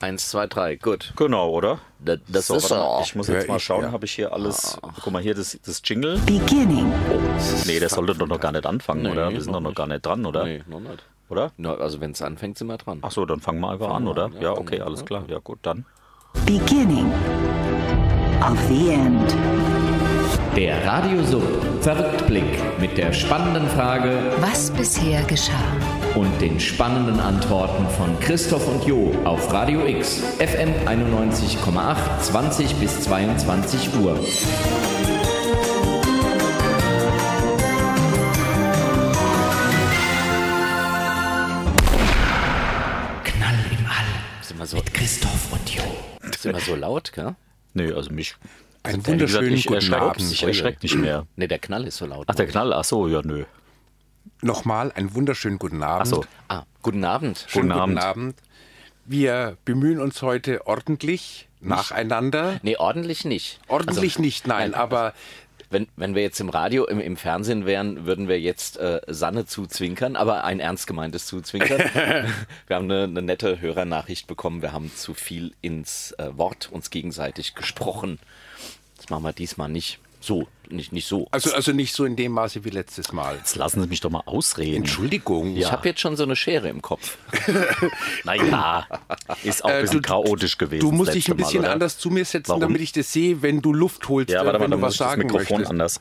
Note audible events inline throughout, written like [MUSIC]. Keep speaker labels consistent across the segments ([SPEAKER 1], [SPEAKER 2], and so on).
[SPEAKER 1] Eins, zwei, drei, gut.
[SPEAKER 2] Genau, oder?
[SPEAKER 1] Das, das
[SPEAKER 2] So,
[SPEAKER 1] ist
[SPEAKER 2] warte
[SPEAKER 1] er.
[SPEAKER 2] mal, ich muss jetzt
[SPEAKER 3] Ja,
[SPEAKER 2] mal
[SPEAKER 3] ich-
[SPEAKER 2] schauen,
[SPEAKER 3] ja.
[SPEAKER 2] habe ich hier alles. Guck mal hier, das, das Jingle.
[SPEAKER 4] Beginning.
[SPEAKER 2] Nee, der sollte doch noch gar nicht anfangen,
[SPEAKER 1] Nee,
[SPEAKER 2] oder? Wir sind doch
[SPEAKER 1] noch
[SPEAKER 2] noch
[SPEAKER 1] nicht.
[SPEAKER 2] gar nicht dran, oder?
[SPEAKER 1] Nee, noch nicht.
[SPEAKER 2] Oder?
[SPEAKER 1] Na, also wenn es anfängt, sind wir dran.
[SPEAKER 2] Ach so, dann fangen wir einfach an,
[SPEAKER 1] wir
[SPEAKER 2] oder?
[SPEAKER 1] an, ja,
[SPEAKER 2] Ja,
[SPEAKER 1] fangen
[SPEAKER 2] okay,
[SPEAKER 1] wir an,
[SPEAKER 2] alles
[SPEAKER 1] ja.
[SPEAKER 2] klar. Ja, gut, dann.
[SPEAKER 4] Beginning. Of the end.
[SPEAKER 5] Der Radio Sub Verrücktblick mit der spannenden Frage
[SPEAKER 6] Was bisher geschah.
[SPEAKER 5] und den spannenden Antworten von Christoph und Jo auf Radio X FM 91,8 20 bis 22 Uhr. Knall im All
[SPEAKER 1] Sind wir so,
[SPEAKER 5] Christoph und Jo.
[SPEAKER 1] sind wir so laut, gell?
[SPEAKER 2] Nee, also mich.
[SPEAKER 3] Einen
[SPEAKER 2] ehrlich gesagt,
[SPEAKER 3] wunderschönen
[SPEAKER 2] mich
[SPEAKER 3] guten
[SPEAKER 2] erschreckt-
[SPEAKER 3] Abend.
[SPEAKER 2] Ich erschreckt nicht mehr.
[SPEAKER 1] Ne, der Knall ist so laut.
[SPEAKER 2] Ach, der Knall, ach so, ja, nö.
[SPEAKER 3] Nochmal einen wunderschönen guten Abend.
[SPEAKER 2] Ach so.
[SPEAKER 1] Ah, guten Abend.
[SPEAKER 3] Schönen
[SPEAKER 2] Guten Abend.
[SPEAKER 3] guten Abend. Wir bemühen uns heute ordentlich, nacheinander.
[SPEAKER 1] Nee, ordentlich nicht.
[SPEAKER 3] Ordentlich
[SPEAKER 1] Also,
[SPEAKER 3] nicht, nein, aber
[SPEAKER 1] Wenn, wenn wir jetzt im Radio, im, im Fernsehen wären, würden wir jetzt äh, Sanne zuzwinkern, aber ein ernst gemeintes
[SPEAKER 3] [LAUGHS]
[SPEAKER 1] Zuzwinkern. wir haben eine, eine nette Hörernachricht bekommen, wir haben zu viel ins äh, Wort uns gegenseitig gesprochen. Das machen wir diesmal nicht so, nicht, nicht so.
[SPEAKER 3] also, also nicht so in dem Maße wie letztes Mal.
[SPEAKER 2] Jetzt lassen Sie mich doch mal ausreden.
[SPEAKER 3] Entschuldigung.
[SPEAKER 1] ich habe jetzt schon so eine Schere im Kopf.
[SPEAKER 2] Naja, ist auch ein
[SPEAKER 3] Äh,
[SPEAKER 2] bisschen
[SPEAKER 3] du-
[SPEAKER 2] chaotisch gewesen.
[SPEAKER 3] Du musst
[SPEAKER 2] das
[SPEAKER 3] dich
[SPEAKER 2] letzte
[SPEAKER 3] ein bisschen
[SPEAKER 2] Mal, oder?
[SPEAKER 3] anders zu mir setzen,
[SPEAKER 2] Warum?
[SPEAKER 3] damit ich das sehe, wenn du Luft holst,
[SPEAKER 2] Ja,
[SPEAKER 3] äh,
[SPEAKER 2] warte mal,
[SPEAKER 3] wenn
[SPEAKER 2] dann muss
[SPEAKER 3] du was
[SPEAKER 2] ich das
[SPEAKER 3] sagen
[SPEAKER 2] Mikrofon
[SPEAKER 3] möchtest.
[SPEAKER 2] anders.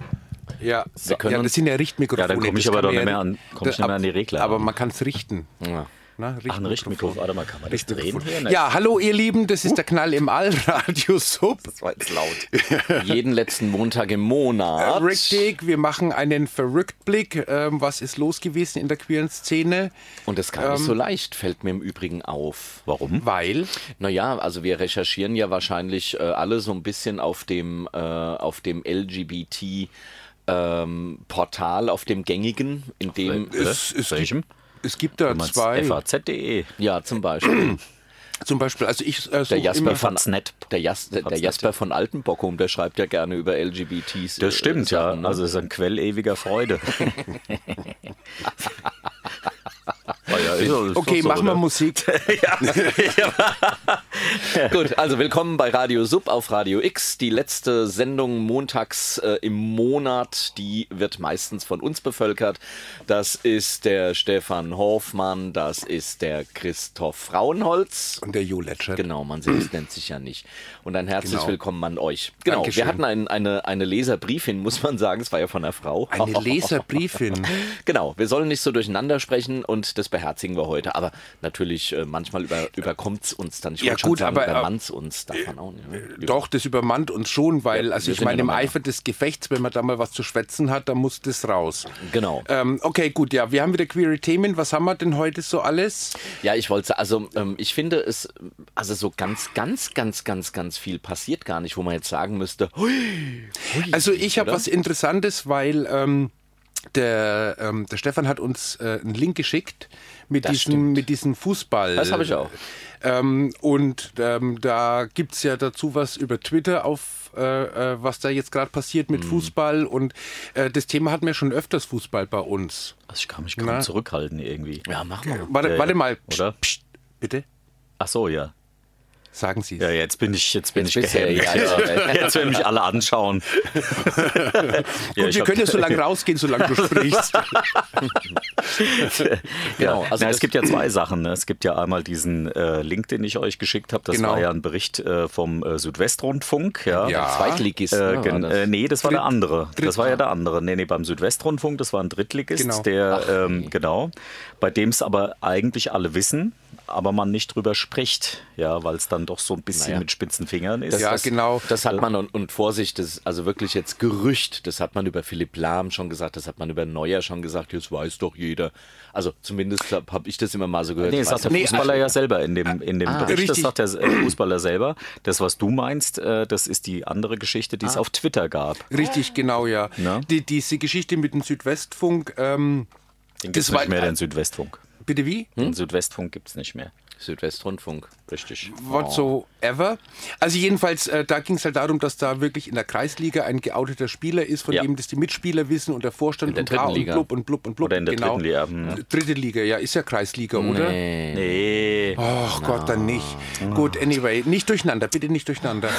[SPEAKER 3] Ja,
[SPEAKER 2] Wir können-
[SPEAKER 3] ja, das sind ja Richtmikrofone.
[SPEAKER 2] Ja, dann komm ich
[SPEAKER 3] das
[SPEAKER 2] aber
[SPEAKER 3] kann
[SPEAKER 2] doch
[SPEAKER 3] man
[SPEAKER 2] nicht
[SPEAKER 3] ja Äh,
[SPEAKER 2] mehr an- komm ich nicht mehr an die Regler
[SPEAKER 3] Aber
[SPEAKER 2] ran.
[SPEAKER 3] man kann es richten. ne?
[SPEAKER 1] Ja.
[SPEAKER 3] Na,
[SPEAKER 2] Ach, ein Richtmikrofon. Warte mal, kann man das drehen? hier? Ne?
[SPEAKER 3] Ja, hallo ihr Lieben, das
[SPEAKER 2] Uh.
[SPEAKER 3] ist der Knall im All, Radio Sub.
[SPEAKER 1] Das war jetzt laut. [LAUGHS] Jeden letzten Montag im Monat.
[SPEAKER 3] Äh, Richtig, wir machen einen Verrücktblick. Ähm, was ist los gewesen in der queeren Szene?
[SPEAKER 1] Und das gar
[SPEAKER 3] Ähm,
[SPEAKER 1] nicht so leicht, fällt mir im Übrigen auf.
[SPEAKER 2] Warum?
[SPEAKER 3] Weil,
[SPEAKER 1] Naja, also wir recherchieren ja wahrscheinlich äh, alle so ein bisschen auf dem, äh, auf dem LGBT. Ähm, Portal auf dem gängigen, in
[SPEAKER 2] Äh,
[SPEAKER 1] dem
[SPEAKER 3] es, es,
[SPEAKER 2] welchem?
[SPEAKER 3] gibt, es gibt da
[SPEAKER 2] Meinst
[SPEAKER 3] zwei. [LAUGHS]
[SPEAKER 2] FAZ.de.
[SPEAKER 1] ja zum
[SPEAKER 2] [COUGHS]
[SPEAKER 1] Beispiel
[SPEAKER 3] Zum Beispiel, also ich äh,
[SPEAKER 1] der
[SPEAKER 3] suche
[SPEAKER 1] Jasper
[SPEAKER 3] immer...
[SPEAKER 1] von
[SPEAKER 2] Faznet.
[SPEAKER 3] E.
[SPEAKER 1] der, Jas der
[SPEAKER 2] Faznet.
[SPEAKER 1] Jasper von Altenbockum, der schreibt ja gerne über LGBTs. äh,
[SPEAKER 2] Das stimmt, ja.
[SPEAKER 1] Sachen, ne?
[SPEAKER 2] Also es ist ein Quell ewiger Freude.
[SPEAKER 3] [LAUGHS]
[SPEAKER 2] Ah ja, ist so- ist
[SPEAKER 3] Okay,
[SPEAKER 2] so,
[SPEAKER 3] machen wir
[SPEAKER 1] [LAUGHS]
[SPEAKER 2] oder?
[SPEAKER 3] Musik.
[SPEAKER 1] [LAUGHS] Gut, also willkommen bei Radio Sub auf Radio X. Die letzte Sendung montags äh, im Monat, die wird meistens von uns bevölkert. Das ist der Stefan Hoffmann, das ist der Christoph Frauenholz.
[SPEAKER 3] Und der Jo Letscher.
[SPEAKER 1] Genau, man selbst nennt sich ja nicht. Und ein herzlich
[SPEAKER 3] Genau.
[SPEAKER 1] willkommen an euch. Genau,
[SPEAKER 3] Dankeschön.
[SPEAKER 1] wir hatten ein, eine, eine Leserbriefin, muss man sagen, es war ja von einer Frau. [LAUGHS]
[SPEAKER 3] Eine Leserbriefin.
[SPEAKER 1] Genau, wir sollen nicht so durcheinander sprechen und das beherzigen wir heute. Aber natürlich, äh, manchmal über, überkommt es uns dann. Ich
[SPEAKER 3] Ja,
[SPEAKER 1] wollte schon
[SPEAKER 3] gut,
[SPEAKER 1] sagen,
[SPEAKER 3] aber, äh,
[SPEAKER 1] Übermannt uns, darf man auch nicht. ne?
[SPEAKER 3] Doch, das übermannt uns schon, weil,
[SPEAKER 1] Ja,
[SPEAKER 3] also
[SPEAKER 1] wir
[SPEAKER 3] ich
[SPEAKER 1] sind
[SPEAKER 3] meine,
[SPEAKER 1] ja
[SPEAKER 3] im
[SPEAKER 1] noch mal da.
[SPEAKER 3] Eifer des Gefechts, wenn man da mal was zu schwätzen hat, dann muss das raus.
[SPEAKER 1] Genau.
[SPEAKER 3] Ähm, okay, gut, ja, wir haben wieder queere Themen. Was haben wir denn heute so alles?
[SPEAKER 1] Ja, ich wollte, also ähm, ich finde es, also so ganz, ganz, ganz, ganz, ganz viel passiert gar nicht, wo man jetzt sagen müsste, hui, hui,
[SPEAKER 3] Also ich habe
[SPEAKER 1] oder?
[SPEAKER 3] was Interessantes, weil ähm, der, ähm, der Stefan hat uns äh, einen Link geschickt mit,
[SPEAKER 1] Das
[SPEAKER 3] diesem,
[SPEAKER 1] stimmt.
[SPEAKER 3] mit diesem Fußball.
[SPEAKER 1] Das habe ich auch.
[SPEAKER 3] Ähm, und ähm, da gibt es ja dazu was über Twitter auf, äh, äh, was da jetzt gerade passiert
[SPEAKER 2] Mhm.
[SPEAKER 3] mit Fußball. Und äh, das Thema hatten wir schon öfters Fußball bei uns.
[SPEAKER 2] Also ich kann mich kaum zurückhalten irgendwie.
[SPEAKER 1] Ja, mach mal.
[SPEAKER 3] Warte,
[SPEAKER 2] Ja,
[SPEAKER 3] warte
[SPEAKER 2] ja.
[SPEAKER 3] mal. Psst,
[SPEAKER 2] Oder?
[SPEAKER 3] psst, bitte?
[SPEAKER 2] Ach so, ja.
[SPEAKER 3] Sagen Sie es.
[SPEAKER 2] Ja, jetzt bin ich, jetzt bin
[SPEAKER 1] Jetzt
[SPEAKER 2] ich
[SPEAKER 1] bist du ja-
[SPEAKER 2] gehemmt.
[SPEAKER 1] ja,
[SPEAKER 2] [LAUGHS]
[SPEAKER 1] ja.
[SPEAKER 2] Jetzt werden mich alle
[SPEAKER 3] [LAUGHS]
[SPEAKER 2] anschauen. [LAUGHS] ja,
[SPEAKER 3] Gut,
[SPEAKER 2] ich
[SPEAKER 3] wir
[SPEAKER 2] hab-
[SPEAKER 3] können ja
[SPEAKER 2] [LAUGHS]
[SPEAKER 3] so lange rausgehen, solange du sprichst.
[SPEAKER 1] Genau,
[SPEAKER 2] ja.
[SPEAKER 1] also
[SPEAKER 2] Na,
[SPEAKER 1] das-
[SPEAKER 2] es gibt ja zwei Sachen. Ne? Es gibt ja einmal diesen äh, Link, den ich euch geschickt habe. Das
[SPEAKER 3] Genau.
[SPEAKER 2] war ja ein Bericht äh, vom äh, Südwestrundfunk. Ja.
[SPEAKER 3] Ja.
[SPEAKER 1] Zweitligisten.
[SPEAKER 2] Äh,
[SPEAKER 1] ne,
[SPEAKER 2] gen-
[SPEAKER 1] war das.
[SPEAKER 2] äh, nee, das war der andere. Das
[SPEAKER 3] Dritt-
[SPEAKER 2] war ja der andere. Nee, nee, beim Südwestrundfunk, das war ein Drittligist,
[SPEAKER 3] Genau.
[SPEAKER 2] der, ähm, genau, bei dem es aber eigentlich alle wissen, aber man nicht drüber spricht, ja, weil es dann doch so ein bisschen
[SPEAKER 1] Naja.
[SPEAKER 2] mit spitzen Fingern ist.
[SPEAKER 3] ja,
[SPEAKER 2] Das-
[SPEAKER 3] genau.
[SPEAKER 1] Das hat man, und, und Vorsicht, das ist also wirklich jetzt Gerücht, das hat man über Philipp Lahm schon gesagt, das hat man über Neuer schon gesagt, jetzt weiß doch jeder. Also zumindest habe hab ich das immer mal so gehört.
[SPEAKER 2] Nee,
[SPEAKER 1] Ich
[SPEAKER 2] das
[SPEAKER 1] weiß
[SPEAKER 2] sagt der
[SPEAKER 1] nicht,
[SPEAKER 2] Fußballer ja selber in dem, in dem Bericht.
[SPEAKER 3] richtig.
[SPEAKER 2] Das sagt der äh, Fußballer selber. Das, was du meinst, äh, das ist die andere Geschichte, die es auf Twitter gab.
[SPEAKER 3] Richtig, genau, ja.
[SPEAKER 2] Na?
[SPEAKER 3] Die, diese Geschichte mit dem Südwestfunk, ähm,
[SPEAKER 2] Den
[SPEAKER 3] Das
[SPEAKER 2] gibt's
[SPEAKER 3] war-
[SPEAKER 2] nicht mehr, den Südwestfunk.
[SPEAKER 3] bitte wie?
[SPEAKER 2] Den Südwestfunk gibt es nicht mehr.
[SPEAKER 1] Südwestrundfunk. Richtig. Oh.
[SPEAKER 3] whatsoever. Also jedenfalls, äh, da ging es halt darum, dass da wirklich in der Kreisliga ein geouteter Spieler ist, von
[SPEAKER 2] Ja.
[SPEAKER 3] dem das die Mitspieler wissen und der Vorstand
[SPEAKER 1] In der
[SPEAKER 3] und bla
[SPEAKER 1] dritten
[SPEAKER 3] und
[SPEAKER 1] Liga.
[SPEAKER 3] blub und blub und blub.
[SPEAKER 2] Oder in der
[SPEAKER 3] genau.
[SPEAKER 2] dritten Liga, hm.
[SPEAKER 3] Dritte Liga, ja, ist ja Kreisliga, oder?
[SPEAKER 1] Nee.
[SPEAKER 2] Nee.
[SPEAKER 3] Ach Gott, dann nicht. Gut, anyway, nicht durcheinander, bitte nicht durcheinander.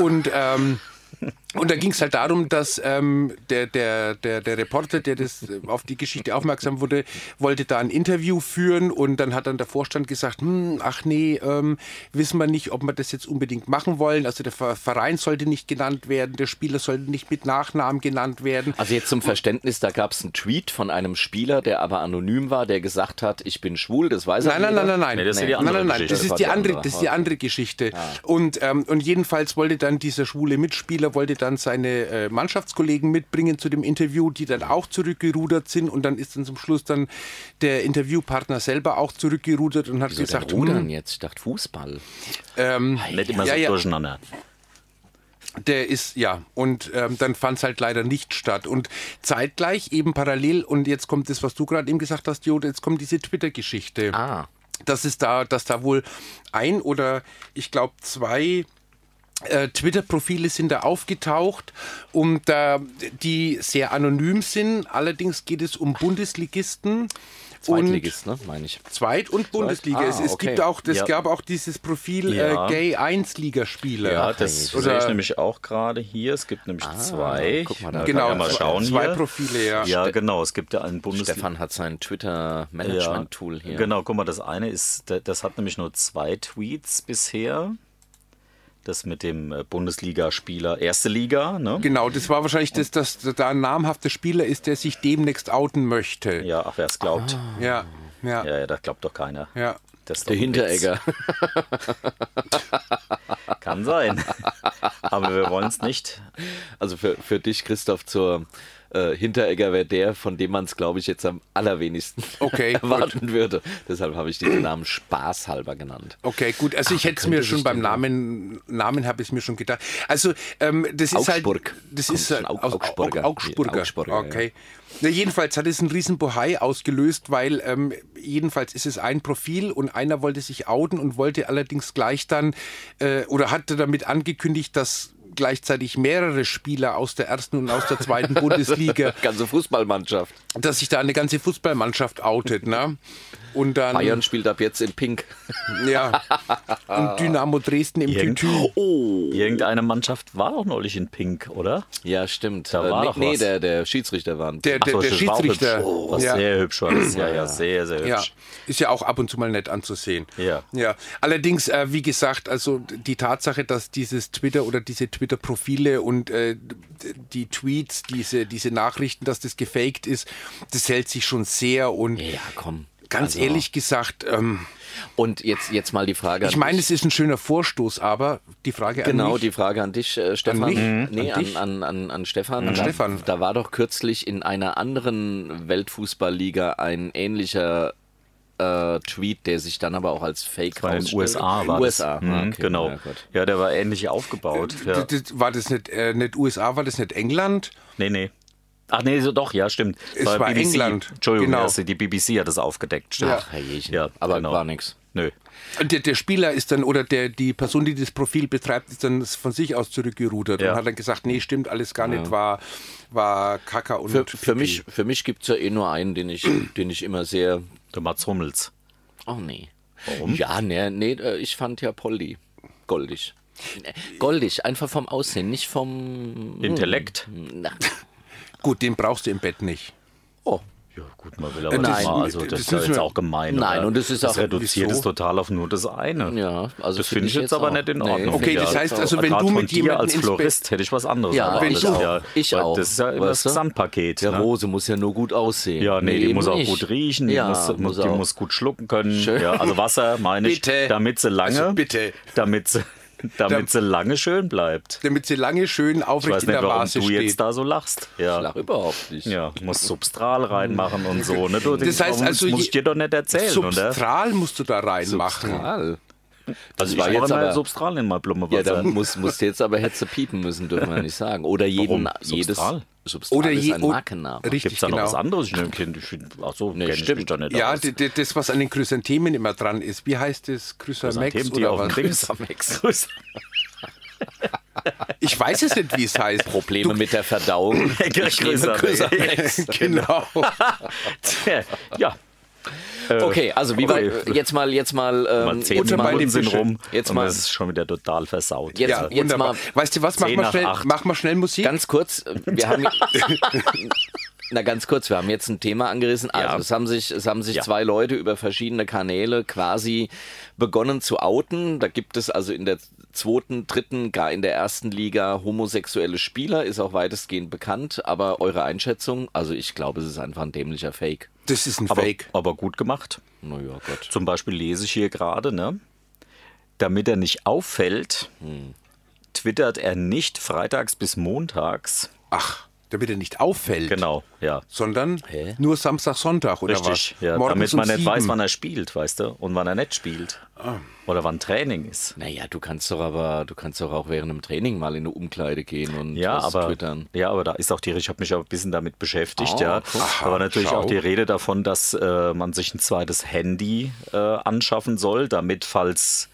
[SPEAKER 3] Und ähm, und da ging es halt darum, dass ähm, der, der, der, der Reporter, der das äh, auf die Geschichte aufmerksam wurde, wollte da ein Interview führen und dann hat dann der Vorstand gesagt, hm, ach nee, ähm, wissen wir nicht, ob wir das jetzt unbedingt machen wollen. Also der Ver- Verein sollte nicht genannt werden, der Spieler sollte nicht mit Nachnamen genannt werden.
[SPEAKER 1] Also jetzt zum Verständnis, da gab es einen Tweet von einem Spieler, der aber anonym war, der gesagt hat, ich bin schwul, das weiß er
[SPEAKER 3] Nein, nein,
[SPEAKER 1] jeder.
[SPEAKER 3] nein, nein, nein.
[SPEAKER 2] Nee, das ist ja die
[SPEAKER 3] nein,
[SPEAKER 2] andere
[SPEAKER 3] nein, nein.
[SPEAKER 2] Geschichte.
[SPEAKER 3] Das
[SPEAKER 1] Das war
[SPEAKER 3] ist die
[SPEAKER 1] die
[SPEAKER 3] andere,
[SPEAKER 1] andere.
[SPEAKER 3] das ist die andere Geschichte. Und, ähm, und jedenfalls wollte dann dieser schwule Mitspieler, wollte dann seine äh, Mannschaftskollegen mitbringen zu dem Interview, die dann auch zurückgerudert sind. Und dann ist dann zum Schluss dann der Interviewpartner selber auch zurückgerudert und hat
[SPEAKER 1] Wieso
[SPEAKER 3] gesagt,
[SPEAKER 1] denn Rudern
[SPEAKER 3] hm,
[SPEAKER 1] jetzt? Ich dachte Fußball.
[SPEAKER 3] ähm,
[SPEAKER 2] Nicht immer
[SPEAKER 3] ja,
[SPEAKER 2] so
[SPEAKER 3] ja.
[SPEAKER 2] durcheinander.
[SPEAKER 3] Der ist, ja, und ähm, dann fand es halt leider nicht statt. Und zeitgleich eben parallel, und jetzt kommt das, was du gerade eben gesagt hast, Jo, jetzt kommt diese Twitter-Geschichte.
[SPEAKER 1] Ah.
[SPEAKER 3] Dass es da, dass da wohl ein oder ich glaube zwei äh, Twitter-Profile sind da aufgetaucht, um da, die sehr anonym sind. Allerdings geht es um Bundesligisten. und
[SPEAKER 1] Zweitligist, ne, meine ich.
[SPEAKER 3] Zweit- und Bundesliga.
[SPEAKER 1] Ah,
[SPEAKER 3] es es
[SPEAKER 1] okay.
[SPEAKER 3] gibt auch, es
[SPEAKER 2] Ja.
[SPEAKER 3] gab auch dieses Profil
[SPEAKER 2] Ja.
[SPEAKER 3] äh, Gay 1-Ligaspieler.
[SPEAKER 2] Ja, das
[SPEAKER 3] Oder-
[SPEAKER 2] sehe ich nämlich auch gerade hier. Es gibt nämlich zwei.
[SPEAKER 1] guck mal, da
[SPEAKER 2] kann
[SPEAKER 3] Genau,
[SPEAKER 2] man mal
[SPEAKER 3] zwei-
[SPEAKER 2] schauen
[SPEAKER 3] zwei
[SPEAKER 2] hier.
[SPEAKER 3] Profile, ja.
[SPEAKER 2] Ja, genau. Es gibt ja einen Bundesliga.
[SPEAKER 1] Stefan hat sein Twitter-Management-Tool hier.
[SPEAKER 2] Genau, guck mal, das eine ist, da- das hat nämlich nur zwei Tweets bisher. Das mit dem äh, Bundesligaspieler, erste Liga, ne?
[SPEAKER 3] Genau, das war wahrscheinlich das, dass da ein namhafter Spieler ist, der sich demnächst outen möchte.
[SPEAKER 2] Ja, ach, wer es glaubt.
[SPEAKER 3] Ja, ja, ja.
[SPEAKER 2] Ja, ja, das glaubt doch keiner. Das ist doch
[SPEAKER 1] Der
[SPEAKER 2] ein
[SPEAKER 1] Hinteregger.
[SPEAKER 2] Witz. Kann sein. Aber wir wollen es nicht.
[SPEAKER 1] Also für, für dich, Christoph, zur äh, Hinteregger wäre der, von dem man es, glaube ich, jetzt am allerwenigsten [LAUGHS]
[SPEAKER 3] Okay, gut.
[SPEAKER 1] erwarten würde. Deshalb habe ich diesen Namen spaßhalber genannt.
[SPEAKER 3] Okay, gut.
[SPEAKER 1] Ah,
[SPEAKER 3] Also ich hätte es mir schon
[SPEAKER 1] genau-
[SPEAKER 3] beim Namen, Namen habe ich es mir schon gedacht. Also ähm, das ist halt,
[SPEAKER 1] Augsburg.
[SPEAKER 3] das
[SPEAKER 1] Kommt
[SPEAKER 3] ist halt
[SPEAKER 1] von Aug-
[SPEAKER 3] Aug-
[SPEAKER 1] Augsburger.
[SPEAKER 3] Aug- Augsburger.
[SPEAKER 1] Augsburger,
[SPEAKER 3] okay. Na, jedenfalls hat es einen riesen Bohai ausgelöst, weil ähm, jedenfalls ist es ein Profil und einer wollte sich outen und wollte allerdings gleich dann äh, oder hatte damit angekündigt, dass gleichzeitig mehrere Spieler aus der ersten und aus
[SPEAKER 1] [LAUGHS]
[SPEAKER 3] der zweiten Bundesliga Ähm.
[SPEAKER 1] Ganze Fußballmannschaft.
[SPEAKER 3] dass sich da eine ganze Fußballmannschaft outet, ne? Und dann
[SPEAKER 1] Bayern spielt ab jetzt in Pink.
[SPEAKER 3] ja
[SPEAKER 2] [LAUGHS]
[SPEAKER 3] und Dynamo Dresden im
[SPEAKER 2] Irgend-
[SPEAKER 3] Tütü.
[SPEAKER 2] Irgendeine Mannschaft war doch neulich in Pink, oder?
[SPEAKER 1] Ja, stimmt. Äh,
[SPEAKER 2] Da war
[SPEAKER 1] nee,
[SPEAKER 2] doch
[SPEAKER 1] nee
[SPEAKER 2] was.
[SPEAKER 1] Der, der Schiedsrichter war ein
[SPEAKER 3] Der,
[SPEAKER 1] Pink.
[SPEAKER 3] der, der
[SPEAKER 2] das war auch
[SPEAKER 3] Schiedsrichter.
[SPEAKER 2] Hübsch. Oh, was
[SPEAKER 3] ja.
[SPEAKER 2] sehr hübsch war das. Ja, ja, sehr, sehr
[SPEAKER 3] Ja,
[SPEAKER 2] hübsch.
[SPEAKER 3] ist ja auch ab und zu mal nett anzusehen.
[SPEAKER 2] Ja.
[SPEAKER 3] ja. Allerdings, äh, wie gesagt, also die Tatsache, dass dieses Twitter oder diese Twitter-Profile und äh, die Tweets, diese, diese Nachrichten, dass das gefaked ist, das hält sich schon sehr und
[SPEAKER 1] ja, komm.
[SPEAKER 3] ganz
[SPEAKER 1] Also-
[SPEAKER 3] ehrlich gesagt, ähm,
[SPEAKER 1] Und jetzt, jetzt mal die Frage. an
[SPEAKER 3] ich meine,
[SPEAKER 1] dich.
[SPEAKER 3] es ist ein schöner Vorstoß, aber die Frage an
[SPEAKER 1] Genau,
[SPEAKER 3] mich,
[SPEAKER 1] die Frage an dich, äh, Stefan.
[SPEAKER 3] mich? Mhm.
[SPEAKER 1] Nee,
[SPEAKER 3] An
[SPEAKER 1] an,
[SPEAKER 3] dich?
[SPEAKER 1] an, an, an Stefan. da,
[SPEAKER 3] Stefan.
[SPEAKER 1] Da war doch kürzlich in einer anderen Weltfußballliga ein ähnlicher äh, Tweet, der sich dann aber auch als Fake
[SPEAKER 2] Bei den
[SPEAKER 1] herausstellte.
[SPEAKER 2] USA war
[SPEAKER 1] USA,
[SPEAKER 2] das. Mhm,
[SPEAKER 1] ah, okay,
[SPEAKER 2] genau.
[SPEAKER 1] ja, gut.
[SPEAKER 2] Ja, der war ähnlich aufgebaut. Ja.
[SPEAKER 3] Äh, D- d- War das nicht, äh, nicht USA, war das nicht England?
[SPEAKER 2] Nee, nee. Ach nee, so doch, ja, stimmt.
[SPEAKER 3] Es war England.
[SPEAKER 2] Entschuldigung,
[SPEAKER 3] Genau.
[SPEAKER 2] ja, die BBC hat das aufgedeckt. Stimmt.
[SPEAKER 1] Ach, Herrjechen. Aber
[SPEAKER 2] genau.
[SPEAKER 1] war nix.
[SPEAKER 2] Nö.
[SPEAKER 3] Und Der, der Spieler ist dann, oder der, die Person, die das Profil betreibt, ist dann von sich aus zurückgerudert
[SPEAKER 2] Ja.
[SPEAKER 3] und hat dann gesagt, nee, stimmt, alles gar nicht, war, war Kaka und
[SPEAKER 1] Für,
[SPEAKER 3] Pipi.
[SPEAKER 1] für mich, für mich gibt es ja eh nur einen, den
[SPEAKER 2] [CLEARS THROAT]
[SPEAKER 1] ich, den ich immer sehr.
[SPEAKER 2] Der Mats Hummels.
[SPEAKER 1] Oh nee. Warum? Ja, nee, nee, äh, ich fand ja Poldi goldig. Nee, Goldig, einfach vom Aussehen, nicht vom. Hm,
[SPEAKER 2] Intellekt.
[SPEAKER 1] Na,
[SPEAKER 3] Gut, den brauchst du im Bett nicht.
[SPEAKER 1] oh.
[SPEAKER 2] Ja, gut, man will aber
[SPEAKER 1] Nein.
[SPEAKER 2] das mal. Also, das,
[SPEAKER 3] Das
[SPEAKER 2] ist ja
[SPEAKER 3] müssen
[SPEAKER 2] jetzt
[SPEAKER 3] wir-
[SPEAKER 2] auch gemein.
[SPEAKER 1] Nein,
[SPEAKER 2] oder?
[SPEAKER 1] und es ist
[SPEAKER 2] das
[SPEAKER 1] auch-
[SPEAKER 2] reduziert
[SPEAKER 1] wieso?
[SPEAKER 2] es total auf nur das eine.
[SPEAKER 1] Ja, also
[SPEAKER 2] das finde ich jetzt aber
[SPEAKER 1] auch-
[SPEAKER 2] nicht in
[SPEAKER 1] nee,
[SPEAKER 2] Ordnung.
[SPEAKER 1] finde
[SPEAKER 3] Okay,
[SPEAKER 1] ich
[SPEAKER 3] das
[SPEAKER 1] jetzt
[SPEAKER 3] heißt
[SPEAKER 1] auch-
[SPEAKER 3] also,
[SPEAKER 2] Aber
[SPEAKER 3] wenn
[SPEAKER 2] gerade
[SPEAKER 3] du
[SPEAKER 2] von
[SPEAKER 3] mit
[SPEAKER 2] dir
[SPEAKER 3] jemandem
[SPEAKER 2] als
[SPEAKER 3] ins
[SPEAKER 2] Florist hätte ich was anderes.
[SPEAKER 1] Ja,
[SPEAKER 2] erwartet,
[SPEAKER 1] ich auch.
[SPEAKER 2] ja.
[SPEAKER 1] Ich
[SPEAKER 2] Weil
[SPEAKER 1] auch.
[SPEAKER 2] Das ist ja immer das
[SPEAKER 1] Weißt du?
[SPEAKER 2] Gesamtpaket.
[SPEAKER 1] Der
[SPEAKER 2] ne?
[SPEAKER 1] Rose muss ja nur gut aussehen.
[SPEAKER 2] Ja, nee, die
[SPEAKER 1] eben
[SPEAKER 2] muss auch
[SPEAKER 1] nicht.
[SPEAKER 2] gut riechen, die,
[SPEAKER 1] ja,
[SPEAKER 2] muss, muss, die
[SPEAKER 1] auch.
[SPEAKER 2] muss gut schlucken können. Ja, also Wasser meine ich,
[SPEAKER 3] Bitte.
[SPEAKER 2] damit sie lange,
[SPEAKER 3] Also bitte.
[SPEAKER 2] damit sie, damit
[SPEAKER 3] Dam-
[SPEAKER 2] sie lange schön bleibt.
[SPEAKER 3] Damit sie lange schön
[SPEAKER 2] Ich
[SPEAKER 3] aufrecht
[SPEAKER 2] weiß
[SPEAKER 3] in
[SPEAKER 2] nicht,
[SPEAKER 3] der
[SPEAKER 2] warum
[SPEAKER 3] Vase
[SPEAKER 2] du
[SPEAKER 3] steht.
[SPEAKER 2] jetzt da so lachst.
[SPEAKER 1] Ich
[SPEAKER 2] Ja.
[SPEAKER 1] lach überhaupt nicht.
[SPEAKER 2] Ja, muss Substral reinmachen und so. Ne? Du,
[SPEAKER 3] Das heißt
[SPEAKER 2] warum-
[SPEAKER 3] also,
[SPEAKER 2] muss
[SPEAKER 3] je-
[SPEAKER 2] ich dir doch nicht erzählen, oder?
[SPEAKER 3] Substral musst du da reinmachen.
[SPEAKER 1] Total. Also ich
[SPEAKER 2] Ich
[SPEAKER 1] war jetzt
[SPEAKER 2] immer
[SPEAKER 1] aber,
[SPEAKER 2] Substral in mein Blume
[SPEAKER 1] ja, da muss, muss jetzt aber hätte piepen müssen, dürfen wir nicht sagen. Oder jeden,
[SPEAKER 2] Warum?
[SPEAKER 1] jedes,
[SPEAKER 2] Substral?
[SPEAKER 1] Substrat
[SPEAKER 3] Oder
[SPEAKER 1] ist
[SPEAKER 3] je-
[SPEAKER 1] ein
[SPEAKER 3] o-
[SPEAKER 1] Markenname.
[SPEAKER 3] Richtig,
[SPEAKER 2] Gibt es da noch
[SPEAKER 3] genau.
[SPEAKER 2] was anderes? Ich nehm, kenn, ich, ach so, nee, ich mich
[SPEAKER 1] stimmt.
[SPEAKER 2] da nicht
[SPEAKER 3] Ja,
[SPEAKER 2] aus.
[SPEAKER 3] d- d- das, was an den Chrysanthemen immer dran ist. Wie heißt das? Chrysamex
[SPEAKER 2] Seitdem die
[SPEAKER 3] oder
[SPEAKER 2] auf
[SPEAKER 3] was?
[SPEAKER 2] dem Dings. Grüß-
[SPEAKER 3] Ich weiß es nicht,
[SPEAKER 2] [LAUGHS]
[SPEAKER 3] wie es heißt.
[SPEAKER 1] Probleme mit der Verdauung. Ich nehme
[SPEAKER 2] [LAUGHS]
[SPEAKER 1] Chrysamex.
[SPEAKER 3] [LAUGHS] Genau.
[SPEAKER 2] Also Tja, ja. Äh,
[SPEAKER 1] Okay, also wie weit?
[SPEAKER 2] okay.
[SPEAKER 1] Jetzt mal, jetzt mal, ähm,
[SPEAKER 2] Mal zehn
[SPEAKER 1] jetzt
[SPEAKER 3] unter
[SPEAKER 1] mal,
[SPEAKER 3] meine
[SPEAKER 2] Minuten sind
[SPEAKER 3] Fische.
[SPEAKER 2] rum
[SPEAKER 1] Jetzt
[SPEAKER 2] und
[SPEAKER 1] mal-
[SPEAKER 2] das ist schon wieder total versaut.
[SPEAKER 1] Jetzt-
[SPEAKER 3] Ja, wunderbar.
[SPEAKER 1] mal-
[SPEAKER 3] Weißt du was? Mach
[SPEAKER 2] Zehn
[SPEAKER 3] mal,
[SPEAKER 2] nach
[SPEAKER 3] schnell,
[SPEAKER 2] acht.
[SPEAKER 3] mach mal schnell Musik.
[SPEAKER 1] ganz kurz. äh, Wir haben, [LAUGHS] na ganz kurz, wir haben jetzt ein Thema angerissen. Also
[SPEAKER 2] Ja.
[SPEAKER 1] es haben sich, es haben sich
[SPEAKER 2] Ja.
[SPEAKER 1] zwei Leute über verschiedene Kanäle quasi begonnen zu outen. Da gibt es also in der zweiten, dritten, gar in der ersten Liga homosexuelle Spieler, ist auch weitestgehend bekannt. Aber eure Einschätzung? Also ich glaube, es ist einfach ein dämlicher Fake.
[SPEAKER 3] das ist ein
[SPEAKER 2] aber,
[SPEAKER 3] Fake.
[SPEAKER 2] aber gut gemacht.
[SPEAKER 1] Naja, Gott.
[SPEAKER 2] Zum Beispiel lese ich hier gerade, ne? Damit er nicht auffällt, twittert er nicht freitags bis montags.
[SPEAKER 3] Ach, damit er nicht auffällt.
[SPEAKER 2] Genau, ja.
[SPEAKER 3] Sondern nur Samstag, Sonntag oder
[SPEAKER 2] Richtig,
[SPEAKER 3] was?
[SPEAKER 2] ja, damit
[SPEAKER 3] um
[SPEAKER 2] man nicht
[SPEAKER 3] sieben. Ah.
[SPEAKER 2] weiß, wann er spielt, weißt du, und wann er nicht spielt. Oder wann Training ist.
[SPEAKER 1] Naja, du kannst doch aber, du kannst doch auch während dem Training mal in eine Umkleide gehen und
[SPEAKER 2] Ja,
[SPEAKER 1] was
[SPEAKER 2] aber,
[SPEAKER 1] twittern.
[SPEAKER 2] ja, aber da ist auch die Rede, ich habe mich auch ein bisschen damit beschäftigt,
[SPEAKER 1] Ah,
[SPEAKER 2] ja.
[SPEAKER 1] guck.
[SPEAKER 2] aber natürlich
[SPEAKER 3] schau.
[SPEAKER 2] auch die Rede davon, dass äh, man sich ein zweites Handy äh, anschaffen soll, damit, falls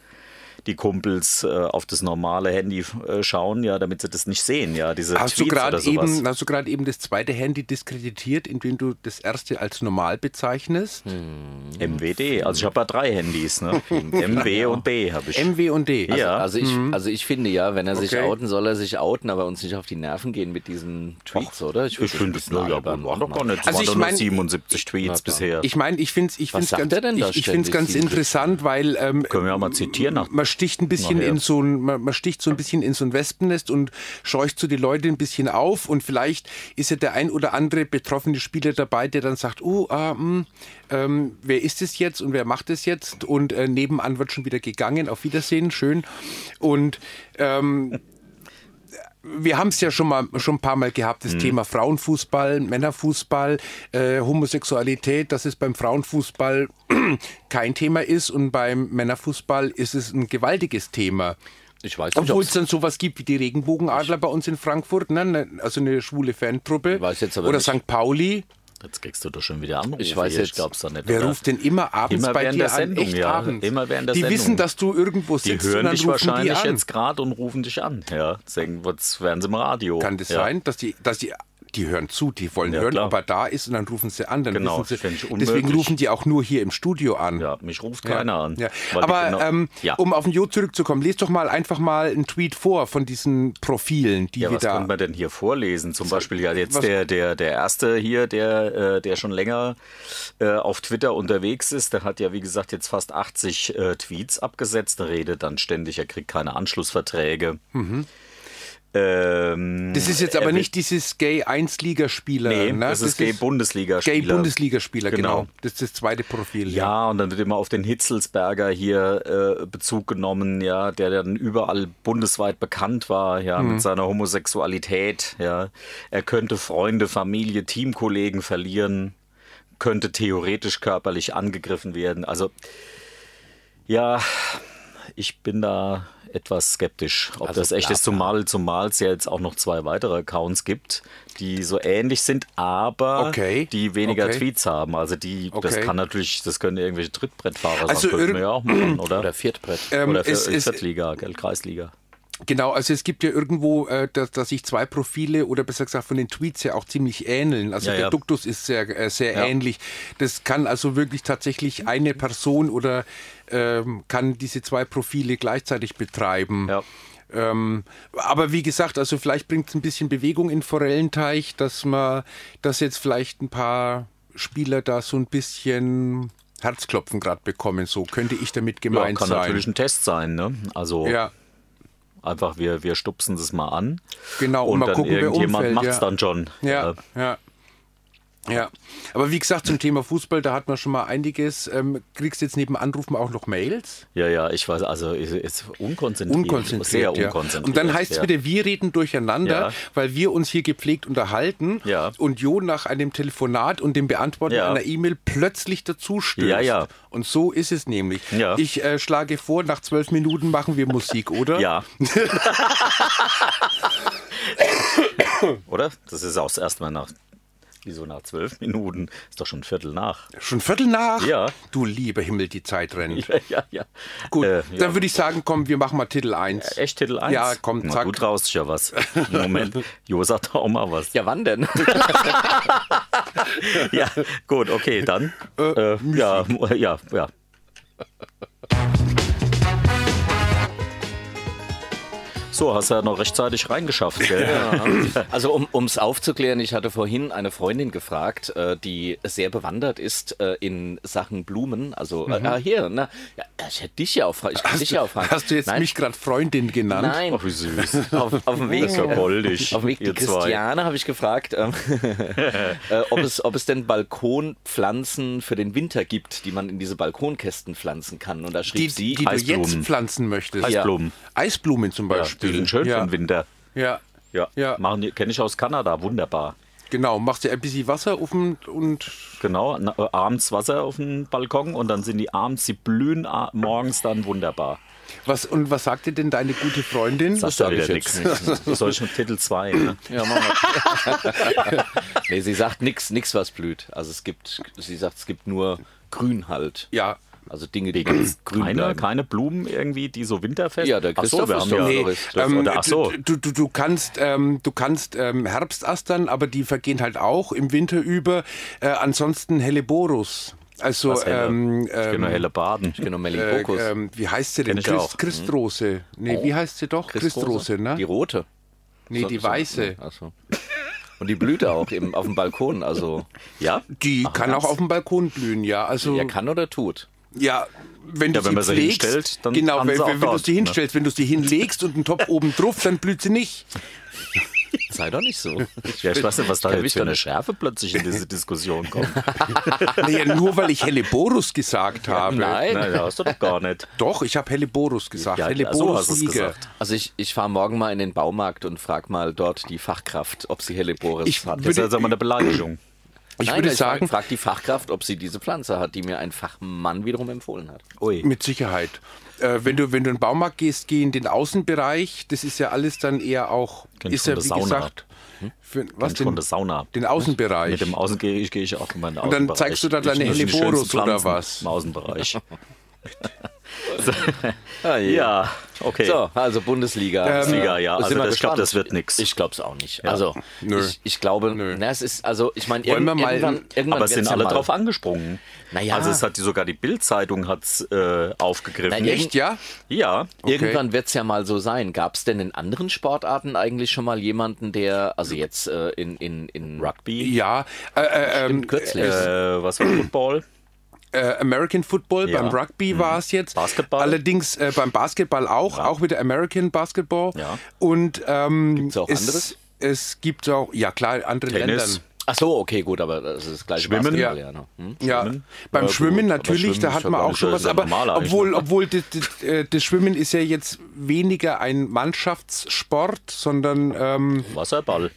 [SPEAKER 2] die Kumpels äh, auf das normale Handy äh, schauen, ja, damit sie das nicht sehen, ja, diese
[SPEAKER 3] Hast du
[SPEAKER 2] Tweets oder
[SPEAKER 3] gerade
[SPEAKER 2] sowas.
[SPEAKER 3] eben, hast du gerade eben das zweite Handy diskreditiert, indem du das erste als normal bezeichnest?
[SPEAKER 2] Hm. MWD, also ich habe ja drei Handys, [LAUGHS] ne? MW und B habe ich.
[SPEAKER 3] MW und D.
[SPEAKER 2] Ja.
[SPEAKER 1] Also ich,
[SPEAKER 3] Mhm.
[SPEAKER 1] also ich finde ja, wenn er sich
[SPEAKER 3] Okay.
[SPEAKER 1] outen, soll er sich outen, aber uns nicht auf die Nerven gehen mit diesen Tweets, oder?
[SPEAKER 2] Ich finde,
[SPEAKER 1] das ein bisschen
[SPEAKER 2] ja,
[SPEAKER 1] albern.
[SPEAKER 2] waren doch gar nicht. Es
[SPEAKER 3] Also
[SPEAKER 2] waren
[SPEAKER 3] ich
[SPEAKER 2] doch nur
[SPEAKER 3] mein-
[SPEAKER 2] 77 Tweets bisher.
[SPEAKER 3] Ich meine, ich finde es ich
[SPEAKER 1] Was
[SPEAKER 3] find's
[SPEAKER 1] sagt
[SPEAKER 3] ganz,
[SPEAKER 1] er denn da
[SPEAKER 3] ich, ich find's
[SPEAKER 1] ständig,
[SPEAKER 3] ganz
[SPEAKER 1] diesen
[SPEAKER 3] interessant, weil ähm,
[SPEAKER 2] Können wir ja mal zitieren nach-
[SPEAKER 3] man sticht ein bisschen
[SPEAKER 2] nachher.
[SPEAKER 3] in so ein man, man sticht so ein bisschen in so ein Wespennest und scheucht so die Leute ein bisschen auf und vielleicht ist ja der ein oder andere betroffene Spieler dabei, der dann sagt, oh, ah, hm, ähm, wer ist es jetzt und wer macht es jetzt und äh, nebenan wird schon wieder gegangen, auf Wiedersehen, schön und ähm, wir haben es ja schon mal schon ein paar Mal gehabt, das Thema Frauenfußball, Männerfußball, äh, Homosexualität, dass es beim Frauenfußball [CLEARS THROAT] kein Thema ist und beim Männerfußball ist es ein gewaltiges Thema.
[SPEAKER 1] Ich weiß nicht,
[SPEAKER 3] Obwohl es
[SPEAKER 1] ob's,
[SPEAKER 3] dann sowas gibt wie die Regenbogenadler bei uns in Frankfurt, ne? ne? also eine schwule Fantruppe.
[SPEAKER 1] Ich weiß jetzt aber
[SPEAKER 3] Oder
[SPEAKER 1] nicht.
[SPEAKER 3] St. Pauli.
[SPEAKER 2] Jetzt kriegst du doch schon wieder Anrufe.
[SPEAKER 1] Ich weiß
[SPEAKER 2] hier,
[SPEAKER 1] jetzt-
[SPEAKER 2] glaub's doch nicht.
[SPEAKER 3] Wer
[SPEAKER 2] oder?
[SPEAKER 3] ruft denn immer abends
[SPEAKER 2] Immer
[SPEAKER 3] bei
[SPEAKER 2] während
[SPEAKER 3] dir
[SPEAKER 2] der Sendung,
[SPEAKER 3] an? Echt
[SPEAKER 2] ja.
[SPEAKER 3] abends.
[SPEAKER 2] Immer während der
[SPEAKER 3] die
[SPEAKER 2] Sendung.
[SPEAKER 3] wissen, dass du irgendwo
[SPEAKER 2] Die
[SPEAKER 3] sitzt und
[SPEAKER 2] hören
[SPEAKER 3] dann
[SPEAKER 2] dich
[SPEAKER 3] rufen die
[SPEAKER 2] wahrscheinlich
[SPEAKER 3] an.
[SPEAKER 2] jetzt gerade und rufen dich an. Ja, deswegen wird's- werden sie im Radio.
[SPEAKER 3] Kann das
[SPEAKER 2] ja.
[SPEAKER 3] sein, dass die, dass die, die hören zu, die wollen
[SPEAKER 2] Ja,
[SPEAKER 3] hören,
[SPEAKER 2] klar.
[SPEAKER 3] ob er da ist und dann rufen sie an. Dann
[SPEAKER 2] Genau,
[SPEAKER 3] wissen
[SPEAKER 2] finde ich
[SPEAKER 3] sie,
[SPEAKER 2] unmöglich.
[SPEAKER 3] deswegen rufen die auch nur hier im Studio an.
[SPEAKER 2] Ja, mich ruft
[SPEAKER 3] Ja.
[SPEAKER 2] keiner an.
[SPEAKER 3] Ja.
[SPEAKER 2] weil die
[SPEAKER 3] Aber
[SPEAKER 2] genau-
[SPEAKER 3] ähm,
[SPEAKER 2] ja.
[SPEAKER 3] um auf den Jo zurückzukommen, lest doch mal einfach mal einen Tweet vor von diesen Profilen, die
[SPEAKER 2] ja,
[SPEAKER 3] wir
[SPEAKER 2] was
[SPEAKER 3] da.
[SPEAKER 2] können wir denn hier vorlesen? Zum Beispiel ja jetzt
[SPEAKER 3] was-
[SPEAKER 2] der, der, der Erste hier, der, äh, der schon länger äh, auf Twitter unterwegs ist, der hat ja wie gesagt jetzt fast 80 äh, Tweets abgesetzt, der redet dann ständig, er kriegt keine Anschlussverträge. Ähm,
[SPEAKER 3] Mhm. Das ist jetzt
[SPEAKER 2] er
[SPEAKER 3] aber
[SPEAKER 2] will-
[SPEAKER 3] nicht dieses Gay-Einstligaspieler.
[SPEAKER 2] Nee,
[SPEAKER 3] ne?
[SPEAKER 2] das, ist Gay-Bundesligaspieler.
[SPEAKER 3] Gay-Bundesligaspieler, genau.
[SPEAKER 2] Genau.
[SPEAKER 3] Das ist das zweite Profil.
[SPEAKER 2] Ja, und dann wird immer auf den Hitzelsberger hier äh, Bezug genommen, ja, der dann überall bundesweit bekannt war, ja,
[SPEAKER 3] Mhm.
[SPEAKER 2] mit seiner Homosexualität, ja. Er könnte Freunde, Familie, Teamkollegen verlieren, könnte theoretisch körperlich angegriffen werden. Also, ja, ich bin da etwas skeptisch, ob
[SPEAKER 3] Also
[SPEAKER 2] das echt ist, zumal zumal es ja jetzt auch noch zwei weitere Accounts gibt, die so ähnlich sind, aber
[SPEAKER 3] Okay.
[SPEAKER 2] die weniger
[SPEAKER 3] Okay.
[SPEAKER 2] Tweets haben. Also die, das
[SPEAKER 3] Okay
[SPEAKER 2] kann natürlich, das können irgendwelche Trittbrettfahrer
[SPEAKER 3] Also
[SPEAKER 2] sein, könnten wir
[SPEAKER 3] irg-
[SPEAKER 2] ja auch machen, oder?
[SPEAKER 1] oder Viertbrett.
[SPEAKER 3] Ähm,
[SPEAKER 2] oder für
[SPEAKER 3] es- es-
[SPEAKER 2] Viertliga, gell, Kreisliga.
[SPEAKER 3] Genau, also es gibt ja irgendwo, äh, dass, dass sich zwei Profile oder besser gesagt von den Tweets ja auch ziemlich ähneln. Also
[SPEAKER 2] Ja,
[SPEAKER 3] der
[SPEAKER 2] ja.
[SPEAKER 3] Duktus ist sehr, äh, sehr
[SPEAKER 2] Ja.
[SPEAKER 3] ähnlich. Das kann also wirklich tatsächlich eine Person oder ähm, kann diese zwei Profile gleichzeitig betreiben.
[SPEAKER 2] Ja.
[SPEAKER 3] Ähm, aber wie gesagt, also vielleicht bringt es ein bisschen Bewegung in den Forellenteich, dass man, dass jetzt vielleicht ein paar Spieler da so ein bisschen Herzklopfen gerade bekommen. So könnte ich damit
[SPEAKER 2] Ja,
[SPEAKER 3] gemeint
[SPEAKER 2] kann
[SPEAKER 3] sein.
[SPEAKER 2] natürlich ein Test sein, ne? Also
[SPEAKER 3] Ja,
[SPEAKER 2] einfach, wir, wir stupsen das mal an.
[SPEAKER 3] genau.
[SPEAKER 2] Und,
[SPEAKER 3] mal
[SPEAKER 2] dann
[SPEAKER 3] gucken, wer
[SPEAKER 2] irgendjemand
[SPEAKER 3] umfällt.
[SPEAKER 2] macht's
[SPEAKER 3] ja.
[SPEAKER 2] dann schon.
[SPEAKER 3] Ja, ja. Ja, aber wie gesagt, zum Thema Fußball, da hat man schon mal einiges. Ähm, kriegst jetzt neben Anrufen auch noch Mails?
[SPEAKER 2] Ja, ja, ich weiß, also ist, ist unkonzentriert.
[SPEAKER 3] Unkonzentriert.
[SPEAKER 2] Sehr
[SPEAKER 3] ja.
[SPEAKER 2] unkonzentriert.
[SPEAKER 3] Und dann heißt es
[SPEAKER 2] ja.
[SPEAKER 3] wieder, wir reden durcheinander,
[SPEAKER 2] Ja.
[SPEAKER 3] weil wir uns hier gepflegt unterhalten
[SPEAKER 2] Ja.
[SPEAKER 3] und Jo nach einem Telefonat und dem Beantworten
[SPEAKER 2] Ja.
[SPEAKER 3] einer E-Mail plötzlich dazu stößt.
[SPEAKER 2] Ja, ja.
[SPEAKER 3] Und so ist es nämlich.
[SPEAKER 2] Ja.
[SPEAKER 3] Ich äh, schlage vor, nach zwölf Minuten machen wir Musik, oder? [LAUGHS]
[SPEAKER 2] Ja. Oder? Das ist auch erstmal nach. Wieso nach zwölf Minuten? Ist doch schon Viertel nach.
[SPEAKER 3] Schon Viertel nach?
[SPEAKER 2] Ja.
[SPEAKER 3] Du lieber Himmel, die Zeit rennt.
[SPEAKER 2] [LAUGHS] Ja, ja, ja.
[SPEAKER 3] Gut,
[SPEAKER 2] Äh,
[SPEAKER 3] dann
[SPEAKER 2] ja.
[SPEAKER 3] würde ich sagen, komm, wir machen mal Titel 1.
[SPEAKER 2] Echt Titel 1?
[SPEAKER 3] Ja, komm,
[SPEAKER 2] Na
[SPEAKER 3] zack.
[SPEAKER 2] gut, raus ist ja was.
[SPEAKER 3] [LAUGHS]
[SPEAKER 2] Moment, Jo sagt auch mal was.
[SPEAKER 1] Ja, wann denn? [LAUGHS]
[SPEAKER 2] Ja, gut, okay, dann. Äh, ja, ja, ja. So, hast du ja noch rechtzeitig reingeschafft, gell?
[SPEAKER 1] Also um es aufzuklären, ich hatte vorhin eine Freundin gefragt, äh, die sehr bewandert ist äh, in Sachen Blumen. Also äh, ah, hier, na, ja, ich hätte dich ja auch fragen. Ich kann dich ja auch fragen.
[SPEAKER 3] Mhm. Hast du jetzt
[SPEAKER 1] Nein,
[SPEAKER 3] mich gerade Freundin genannt?
[SPEAKER 1] Nein.
[SPEAKER 2] Ach, wie
[SPEAKER 3] [LAUGHS]
[SPEAKER 2] süß.
[SPEAKER 1] Auf, auf dem Weg,
[SPEAKER 2] Das ist ja goldig,
[SPEAKER 1] auf dem Weg die
[SPEAKER 2] ihr zwei.
[SPEAKER 1] Christiane habe ich gefragt,
[SPEAKER 2] [LAUGHS]
[SPEAKER 1] ähm, äh, ob, es, ob es denn Balkonpflanzen für den Winter gibt, die man in diese Balkonkästen pflanzen kann. Und da
[SPEAKER 3] die,
[SPEAKER 1] schrieb
[SPEAKER 3] die
[SPEAKER 1] sie,
[SPEAKER 3] du
[SPEAKER 2] Eisblumen.
[SPEAKER 3] jetzt pflanzen möchtest.
[SPEAKER 2] Eisblumen.
[SPEAKER 3] Eisblumen zum
[SPEAKER 2] Ja,
[SPEAKER 3] Beispiel.
[SPEAKER 2] die sind schön
[SPEAKER 3] ja.
[SPEAKER 2] für den Winter.
[SPEAKER 3] Ja.
[SPEAKER 2] Ja,
[SPEAKER 3] Ja.
[SPEAKER 2] machen die, kenne ich aus Kanada, wunderbar.
[SPEAKER 3] Genau, machst dir ein bisschen Wasser auf und, und
[SPEAKER 2] Genau, na, äh, abends Wasser auf dem Balkon und dann sind die abends, sie blühen a- morgens dann wunderbar.
[SPEAKER 3] was und was sagt dir denn deine gute Freundin?
[SPEAKER 2] Das
[SPEAKER 1] sag
[SPEAKER 2] sagt ja
[SPEAKER 1] ich
[SPEAKER 2] wieder
[SPEAKER 1] jetzt
[SPEAKER 2] nichts. Das soll schon Titel 2. Ne?
[SPEAKER 1] [LAUGHS] ja, mach mal. nee, sie sagt nichts, nix, was blüht. Also es gibt, sie sagt, es gibt nur Grün halt.
[SPEAKER 3] Ja.
[SPEAKER 1] Also Dinge, die ganz grün
[SPEAKER 2] Keine,
[SPEAKER 1] bleiben.
[SPEAKER 2] keine Blumen irgendwie, die so winterfest.
[SPEAKER 1] Ja, der
[SPEAKER 2] Ach so,
[SPEAKER 1] Christoph
[SPEAKER 2] wir
[SPEAKER 1] ist
[SPEAKER 2] haben
[SPEAKER 1] doch-
[SPEAKER 2] ja.
[SPEAKER 1] Nee,
[SPEAKER 2] das,
[SPEAKER 3] ähm,
[SPEAKER 2] oder, ach so,
[SPEAKER 3] du, du, du kannst, ähm, du kannst ähm, Herbstastern, aber die vergehen halt auch im Winter über. Äh, ansonsten Helleborus. Also
[SPEAKER 2] was helle.
[SPEAKER 3] ähm,
[SPEAKER 2] ich
[SPEAKER 3] ähm,
[SPEAKER 2] kenne helle Baden.
[SPEAKER 1] Genau,
[SPEAKER 3] äh,
[SPEAKER 1] Mellibokus.
[SPEAKER 3] ähm, wie heißt sie denn?
[SPEAKER 2] Kenn ich auch. Hm?
[SPEAKER 3] Christrose. Nee, wie heißt sie doch? Christrose,
[SPEAKER 1] Die
[SPEAKER 3] ne?
[SPEAKER 1] rote.
[SPEAKER 3] Nee, die weiße.
[SPEAKER 1] Achso. Und die blüht auch eben auf dem Balkon. Also,
[SPEAKER 3] [LAUGHS]
[SPEAKER 2] Ja?
[SPEAKER 3] Die kann auch auf dem Balkon blühen, ja. Also
[SPEAKER 1] wer kann oder tut.
[SPEAKER 3] Ja, wenn du
[SPEAKER 2] Ja, wenn man
[SPEAKER 3] sie
[SPEAKER 2] sie
[SPEAKER 3] pflegst,
[SPEAKER 2] hinstellt, dann
[SPEAKER 3] genau,
[SPEAKER 2] haben
[SPEAKER 3] wenn,
[SPEAKER 2] sie auch
[SPEAKER 3] wenn, wenn du
[SPEAKER 2] dort,
[SPEAKER 3] sie
[SPEAKER 2] ne?
[SPEAKER 3] hinstellst, wenn du sie hinlegst und einen Topf oben drauf, dann blüht sie nicht.
[SPEAKER 1] Sei doch nicht so.
[SPEAKER 2] Ja, ich weiß nicht, was da
[SPEAKER 1] kenn
[SPEAKER 2] jetzt
[SPEAKER 1] mich
[SPEAKER 2] für
[SPEAKER 1] doch
[SPEAKER 2] eine
[SPEAKER 1] nicht.
[SPEAKER 2] Schärfe plötzlich in
[SPEAKER 1] [LAUGHS]
[SPEAKER 2] diese Diskussion kommt.
[SPEAKER 3] Naja, nur weil ich Helleborus gesagt habe.
[SPEAKER 1] Nein.
[SPEAKER 2] Nein, hast du doch gar nicht.
[SPEAKER 3] Doch, ich habe Helleborus gesagt.
[SPEAKER 2] Ja, so
[SPEAKER 3] Helleborus
[SPEAKER 2] hast du es
[SPEAKER 3] Niger.
[SPEAKER 2] gesagt.
[SPEAKER 1] Also ich, ich fahre morgen mal in den Baumarkt und frage mal dort die Fachkraft, ob sie Helleboris
[SPEAKER 3] Ich
[SPEAKER 1] hat.
[SPEAKER 2] Das ist also mal eine Beleidigung.
[SPEAKER 3] Ich
[SPEAKER 1] Nein,
[SPEAKER 3] würde
[SPEAKER 1] ich
[SPEAKER 3] sagen,
[SPEAKER 1] frag die Fachkraft, ob sie diese Pflanze hat, die mir ein Fachmann wiederum empfohlen hat.
[SPEAKER 2] Ui.
[SPEAKER 3] mit Sicherheit. Äh, wenn, du, wenn du in den Baumarkt gehst, geh in den Außenbereich. Das ist ja alles dann eher auch,
[SPEAKER 2] Kennt
[SPEAKER 3] ist
[SPEAKER 2] schon
[SPEAKER 3] ja
[SPEAKER 2] die
[SPEAKER 3] wie
[SPEAKER 2] Sauna. Hm?
[SPEAKER 3] gesagt, für, was
[SPEAKER 2] Von der
[SPEAKER 3] denn?
[SPEAKER 2] Sauna.
[SPEAKER 3] Den Außenbereich.
[SPEAKER 2] Mit dem Außen gehe ich, gehe ich auch immer in den
[SPEAKER 3] dann
[SPEAKER 2] Außenbereich.
[SPEAKER 3] zeigst du da deine
[SPEAKER 2] Ich- das sind die schönsten
[SPEAKER 3] Helleborus oder
[SPEAKER 2] Pflanzen
[SPEAKER 3] was?
[SPEAKER 1] [LAUGHS]
[SPEAKER 2] Im Außenbereich. ja, okay.
[SPEAKER 1] Ah, So, also Bundesliga.
[SPEAKER 2] Bundesliga, ja.
[SPEAKER 1] Sind
[SPEAKER 2] Also
[SPEAKER 1] wir
[SPEAKER 2] das- ich glaub,
[SPEAKER 1] gespannt.
[SPEAKER 2] das wird nix.
[SPEAKER 1] Ich glaube es auch nicht. Also
[SPEAKER 3] Nö.
[SPEAKER 1] ich, ich glaube, na, es ist, also ich meine,
[SPEAKER 3] Wollen wir mal-
[SPEAKER 1] irgendwann, irgendwann
[SPEAKER 2] Aber es sind
[SPEAKER 1] wird's ja
[SPEAKER 2] alle
[SPEAKER 1] mal-
[SPEAKER 2] drauf angesprungen.
[SPEAKER 1] Naja.
[SPEAKER 2] Also es hat die, sogar die Bild-Zeitung hat's, äh, aufgegriffen.
[SPEAKER 1] Nein,
[SPEAKER 3] Echt, ja?
[SPEAKER 2] ja.
[SPEAKER 1] Irgendwann wird es ja mal so sein. Gab es denn in anderen Sportarten eigentlich schon mal jemanden, der, also jetzt äh, in, in, in
[SPEAKER 2] Rugby,
[SPEAKER 3] Ja. Äh, äh, ähm,
[SPEAKER 1] kürzlich,
[SPEAKER 2] äh, was war Football?
[SPEAKER 3] äh, American Football,
[SPEAKER 2] Ja. Hm.
[SPEAKER 3] beim Rugby war es jetzt.
[SPEAKER 2] Basketball?
[SPEAKER 3] Allerdings äh, beim Basketball auch, auch wieder American Basketball.
[SPEAKER 2] Ja.
[SPEAKER 3] Und ähm,
[SPEAKER 1] Gibt's auch
[SPEAKER 3] es,
[SPEAKER 1] anderes?
[SPEAKER 3] Es gibt auch, ja klar, andere
[SPEAKER 2] Tennis.
[SPEAKER 1] Ach so, okay, gut, aber das ist das gleiche
[SPEAKER 2] Schwimmen?
[SPEAKER 1] Basketball,
[SPEAKER 3] Ja.
[SPEAKER 1] ja. ne? Hm?
[SPEAKER 3] Ja, beim
[SPEAKER 2] Ja, gut,
[SPEAKER 3] Schwimmen
[SPEAKER 2] aber
[SPEAKER 3] natürlich,
[SPEAKER 2] Schwimmen
[SPEAKER 3] da
[SPEAKER 2] ist
[SPEAKER 3] hat
[SPEAKER 2] ja
[SPEAKER 3] man
[SPEAKER 2] gar
[SPEAKER 3] auch
[SPEAKER 2] nicht
[SPEAKER 3] schon
[SPEAKER 2] so
[SPEAKER 3] was,
[SPEAKER 2] das
[SPEAKER 3] aber
[SPEAKER 2] Normale eigentlich,
[SPEAKER 3] obwohl,
[SPEAKER 2] ne?
[SPEAKER 3] obwohl das, das, äh, das Schwimmen ist ja jetzt weniger ein Mannschaftssport, sondern ähm,
[SPEAKER 2] Wasserball.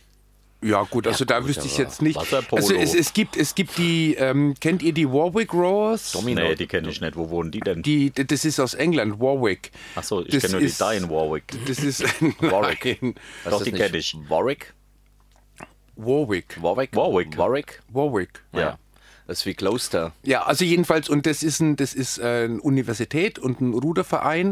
[SPEAKER 3] ja gut, also da wüsste ich jetzt nicht.
[SPEAKER 2] Wasserpolo.
[SPEAKER 3] Also es, es gibt, es gibt die, ähm, kennt ihr die Warwick Rowers?
[SPEAKER 2] Nee, die kenne ich nicht. Wo wohnen die denn?
[SPEAKER 3] Die, das ist aus England, Warwick.
[SPEAKER 2] Ach so, ich
[SPEAKER 3] Das
[SPEAKER 2] kenne nur die
[SPEAKER 3] ist-
[SPEAKER 2] da in Warwick.
[SPEAKER 1] äh,
[SPEAKER 2] [LAUGHS]
[SPEAKER 3] Das ist
[SPEAKER 1] [LAUGHS] Warwick.
[SPEAKER 3] Nein.
[SPEAKER 1] Was
[SPEAKER 2] Doch,
[SPEAKER 1] ist
[SPEAKER 2] die
[SPEAKER 1] nicht?
[SPEAKER 2] kenn ich.
[SPEAKER 1] Warwick?
[SPEAKER 3] Warwick.
[SPEAKER 1] Warwick?
[SPEAKER 2] Warwick.
[SPEAKER 1] Warwick?
[SPEAKER 3] Warwick.
[SPEAKER 1] Ja. Das ist wie Gloucester.
[SPEAKER 3] Ja, also jedenfalls, und das ist ein, das ist äh, eine Universität und ein Ruderverein. Ähm,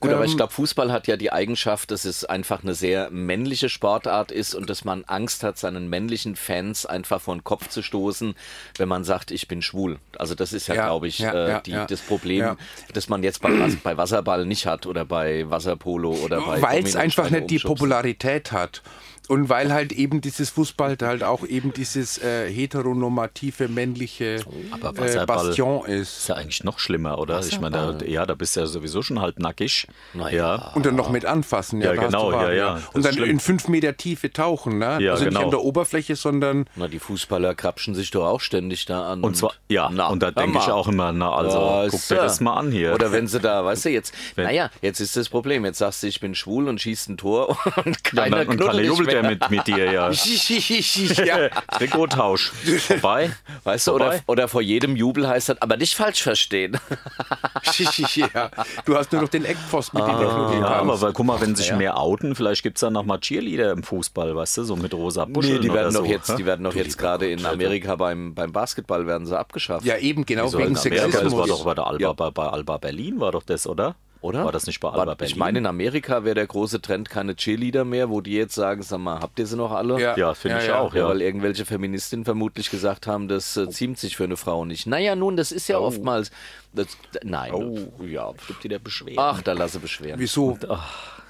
[SPEAKER 1] Gut, aber ich glaube, Fußball hat ja die Eigenschaft, dass es einfach eine sehr männliche Sportart ist und dass man Angst hat, seinen männlichen Fans einfach vor den Kopf zu stoßen, wenn man sagt, ich bin schwul. Also das ist ja,
[SPEAKER 3] Ja,
[SPEAKER 1] glaube ich,
[SPEAKER 3] ja,
[SPEAKER 1] äh,
[SPEAKER 3] ja,
[SPEAKER 1] die,
[SPEAKER 3] ja.
[SPEAKER 1] das Problem,
[SPEAKER 3] Ja.
[SPEAKER 1] das man jetzt bei, Was- bei Wasserball nicht hat oder bei Wasserpolo oder bei
[SPEAKER 3] Weil es
[SPEAKER 1] Dominosteine
[SPEAKER 3] Oh, einfach nicht die
[SPEAKER 1] umschubsen.
[SPEAKER 3] Popularität hat. Und weil halt eben dieses Fußball halt auch eben dieses äh, heteronormative männliche
[SPEAKER 2] Aber
[SPEAKER 3] äh,
[SPEAKER 2] Wasserball-
[SPEAKER 3] Bastion ist.
[SPEAKER 2] Ist ja eigentlich noch schlimmer, oder? Ich meine, da, ja, da bist du ja sowieso schon halb nackig.
[SPEAKER 1] Na ja.
[SPEAKER 3] Und dann noch mit anfassen, ja,
[SPEAKER 2] Ja,
[SPEAKER 3] da hast du
[SPEAKER 2] genau,
[SPEAKER 3] Waden,
[SPEAKER 2] ja, ja. Das
[SPEAKER 3] Und dann
[SPEAKER 2] ist schlimm.
[SPEAKER 3] in fünf Meter Tiefe tauchen, ne?
[SPEAKER 2] Ja,
[SPEAKER 3] also nicht
[SPEAKER 2] genau.
[SPEAKER 3] an der Oberfläche, sondern [LAUGHS]
[SPEAKER 1] Na, die Fußballer krapschen sich doch auch ständig da an.
[SPEAKER 2] Und zwar, ja,
[SPEAKER 1] Na,
[SPEAKER 2] und da
[SPEAKER 1] hör
[SPEAKER 2] denke ich
[SPEAKER 1] mal.
[SPEAKER 2] auch immer, na, also,
[SPEAKER 1] Was,
[SPEAKER 2] guck dir
[SPEAKER 1] äh?
[SPEAKER 2] das mal an hier.
[SPEAKER 1] Oder wenn sie da, weißt du,
[SPEAKER 2] [LAUGHS]
[SPEAKER 1] jetzt, naja, jetzt ist das Problem. Jetzt sagst du, ich bin schwul und schießt ein Tor [LAUGHS] und
[SPEAKER 2] Ja,
[SPEAKER 1] keiner
[SPEAKER 2] dann, und Kalle
[SPEAKER 1] knuddelt dich
[SPEAKER 2] jubelt ja
[SPEAKER 1] mehr.
[SPEAKER 2] mit, mit
[SPEAKER 1] [LAUGHS]
[SPEAKER 2] dir, ja. [LAUGHS]
[SPEAKER 3] ja,
[SPEAKER 2] Trikottausch. Vorbei.
[SPEAKER 1] Weißt du,
[SPEAKER 2] Vorbei.
[SPEAKER 1] oder, oder vor jedem Jubel heißt das, aber nicht falsch verstehen. [LAUGHS]
[SPEAKER 3] ja. Du hast nur noch den Eckpfosten, mit dem du knuddeln
[SPEAKER 2] Ah, Ja, aber
[SPEAKER 3] kannst.
[SPEAKER 2] weil, guck mal, wenn sich mehr outen, vielleicht gibt es dann nochmal Cheerleader im Fußball, weißt du, so mit rosa Buscheln
[SPEAKER 1] die werden
[SPEAKER 2] oder so.
[SPEAKER 1] doch jetzt, die werden doch
[SPEAKER 2] Du
[SPEAKER 1] jetzt
[SPEAKER 2] lieber
[SPEAKER 1] gerade in
[SPEAKER 2] Gott,
[SPEAKER 1] Amerika beim, beim Basketball werden sie abgeschafft.
[SPEAKER 3] Ja, eben, genau,
[SPEAKER 2] Wieso
[SPEAKER 3] wegen
[SPEAKER 2] in Amerika? Das war doch
[SPEAKER 3] Sexismus.
[SPEAKER 2] bei, der Alba,
[SPEAKER 1] Ja.
[SPEAKER 2] bei, bei Alba Berlin, war doch das, oder?
[SPEAKER 1] Oder?
[SPEAKER 2] War das nicht bei
[SPEAKER 1] War-
[SPEAKER 2] Alba Berlin?
[SPEAKER 1] Ich meine, in Amerika wäre der große Trend keine Cheerleader mehr, wo die jetzt sagen, sag mal, habt ihr sie noch alle?
[SPEAKER 3] Ja.
[SPEAKER 2] ja, finde
[SPEAKER 3] Ja,
[SPEAKER 2] ich
[SPEAKER 3] ja.
[SPEAKER 2] auch,
[SPEAKER 1] Ja,
[SPEAKER 2] ja.
[SPEAKER 1] weil irgendwelche Feministinnen vermutlich gesagt haben, das äh, ziemt sich für eine Frau nicht. Naja, nun, das ist ja oftmals. Das, d- nein.
[SPEAKER 2] Oh,
[SPEAKER 1] Ja.
[SPEAKER 2] Gibt dir der Beschwerden?
[SPEAKER 1] Ach, da lasse beschweren.
[SPEAKER 3] Wieso?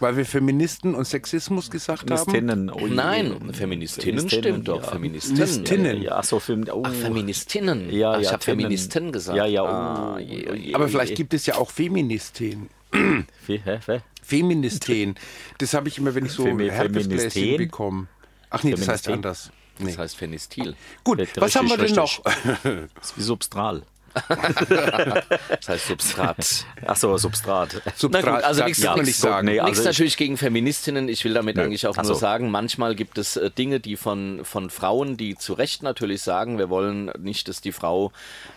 [SPEAKER 3] Weil wir Feministen und Sexismus gesagt haben?
[SPEAKER 2] Feministinnen. Oh je.
[SPEAKER 1] Nein, Feministinnen stimmt doch. Feministinnen.
[SPEAKER 3] Feministinnen.
[SPEAKER 2] Ja, ach so Film. Oh.
[SPEAKER 1] Ach, Feministinnen.
[SPEAKER 2] Ja,
[SPEAKER 1] Ach, ich
[SPEAKER 2] ja,
[SPEAKER 1] habe
[SPEAKER 2] Tinnen.
[SPEAKER 1] Feministinnen gesagt.
[SPEAKER 2] Ja, ja, oh.
[SPEAKER 1] Ah, je, oh je.
[SPEAKER 3] Aber
[SPEAKER 2] Äh,
[SPEAKER 3] vielleicht gibt es ja auch Feministin.
[SPEAKER 2] Fe- hä, hä?
[SPEAKER 3] Feministin. Das habe ich immer, wenn ich so
[SPEAKER 2] Femi-
[SPEAKER 3] Herpesbläschen
[SPEAKER 2] Feministin?
[SPEAKER 3] bekomme. Ach nee, das heißt
[SPEAKER 2] Feministin?
[SPEAKER 3] anders. Nee.
[SPEAKER 1] Das heißt Fenistil.
[SPEAKER 3] Gut,
[SPEAKER 2] Richtig,
[SPEAKER 3] was haben wir denn
[SPEAKER 2] richtig.
[SPEAKER 3] noch?
[SPEAKER 2] Das ist wie Substral.
[SPEAKER 1] Das heißt
[SPEAKER 2] [LAUGHS]
[SPEAKER 1] Substrat.
[SPEAKER 2] Achso, Substrat.
[SPEAKER 3] Substrat
[SPEAKER 1] Na gut, also
[SPEAKER 3] sagt-
[SPEAKER 1] nichts-
[SPEAKER 3] darf man
[SPEAKER 1] nichts-
[SPEAKER 3] nicht sagen.
[SPEAKER 2] nee, Ja,
[SPEAKER 1] Nichts
[SPEAKER 2] also ich-
[SPEAKER 1] natürlich gegen Feministinnen. Ich will damit eigentlich auch
[SPEAKER 2] Ach
[SPEAKER 1] nur
[SPEAKER 2] so.
[SPEAKER 1] sagen, manchmal gibt es äh, Dinge, die von, von Frauen, die zu Recht natürlich sagen, wir wollen nicht, dass die Frau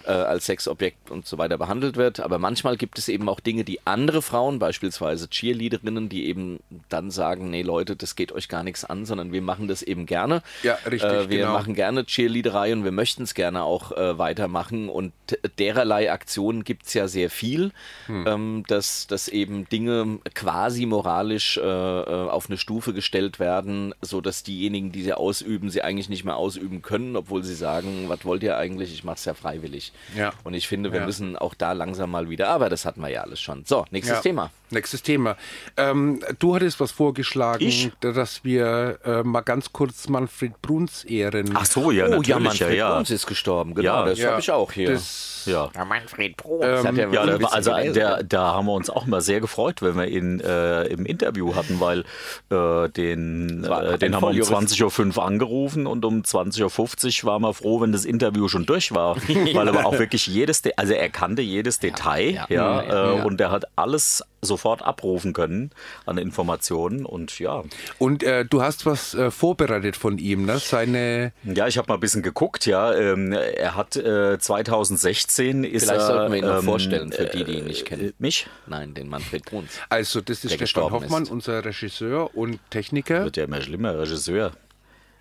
[SPEAKER 1] äh, als Sexobjekt und so weiter behandelt wird. Aber manchmal gibt es eben auch Dinge, die andere Frauen, beispielsweise Cheerleaderinnen, die eben dann sagen, nee Leute, das geht euch gar nichts an, sondern wir machen das eben gerne.
[SPEAKER 3] Ja, richtig,
[SPEAKER 1] Äh, wir
[SPEAKER 3] genau.
[SPEAKER 1] machen gerne Cheerleaderei und wir möchten es gerne auch äh, weitermachen. Und dererlei Aktionen gibt es ja sehr viel,
[SPEAKER 3] Hm.
[SPEAKER 1] ähm, dass, dass eben Dinge quasi moralisch äh, äh, auf eine Stufe gestellt werden, sodass diejenigen, die sie ausüben, sie eigentlich nicht mehr ausüben können, obwohl sie sagen, was wollt ihr eigentlich? Ich mache es ja freiwillig.
[SPEAKER 3] Ja.
[SPEAKER 1] Und ich finde, wir
[SPEAKER 3] Ja.
[SPEAKER 1] müssen auch da langsam mal wieder, aber das hatten wir ja alles schon. So, nächstes
[SPEAKER 3] Ja.
[SPEAKER 1] Thema.
[SPEAKER 3] Nächstes Thema. Ähm, du hattest was vorgeschlagen,
[SPEAKER 2] Ich?
[SPEAKER 3] dass wir äh, mal ganz kurz Manfred Bruns ehren.
[SPEAKER 2] Ach so, ja, natürlich.
[SPEAKER 1] Oh, Manfred
[SPEAKER 2] ja, ja.
[SPEAKER 1] Bruns ist gestorben, genau,
[SPEAKER 2] Ja.
[SPEAKER 1] das
[SPEAKER 3] Ja,
[SPEAKER 1] habe ich auch hier.
[SPEAKER 3] Das, ähm,
[SPEAKER 2] ja.
[SPEAKER 1] das hat
[SPEAKER 2] Ja,
[SPEAKER 1] wohl
[SPEAKER 2] da,
[SPEAKER 1] ein bisschen
[SPEAKER 2] war- also
[SPEAKER 1] gelesen.
[SPEAKER 2] der, da haben wir uns auch mal sehr gefreut, wenn wir ihn äh, im Interview hatten, weil äh, den,
[SPEAKER 1] war
[SPEAKER 2] äh, den
[SPEAKER 1] ein
[SPEAKER 2] haben wir um
[SPEAKER 1] Volljurist.
[SPEAKER 2] 20.05 Uhr angerufen und um 20.50 Uhr waren wir froh, wenn das Interview schon
[SPEAKER 1] [LAUGHS]
[SPEAKER 2] durch war, weil aber auch wirklich jedes, De also er kannte jedes Detail ja,
[SPEAKER 1] ja, Mhm. ja,
[SPEAKER 2] äh, und er hat alles sofort abrufen können an Informationen und ja.
[SPEAKER 3] und äh, du hast was äh, vorbereitet von ihm, ne? Seine.
[SPEAKER 2] Ja, ich habe mal ein bisschen geguckt, ja. Ähm, er hat äh, 2016 ist
[SPEAKER 1] Vielleicht
[SPEAKER 2] er,
[SPEAKER 1] sollten wir ihn noch
[SPEAKER 2] ähm, äh,
[SPEAKER 1] vorstellen, für die, die ihn nicht kennen.
[SPEAKER 2] Mich?
[SPEAKER 1] Nein, den Manfred Bruns.
[SPEAKER 3] Also, das ist
[SPEAKER 1] Der
[SPEAKER 3] Stefan
[SPEAKER 1] gestorben
[SPEAKER 3] Hoffmann,
[SPEAKER 1] ist.
[SPEAKER 3] unser Regisseur und Techniker.
[SPEAKER 2] Wird ja immer schlimmer, Regisseur.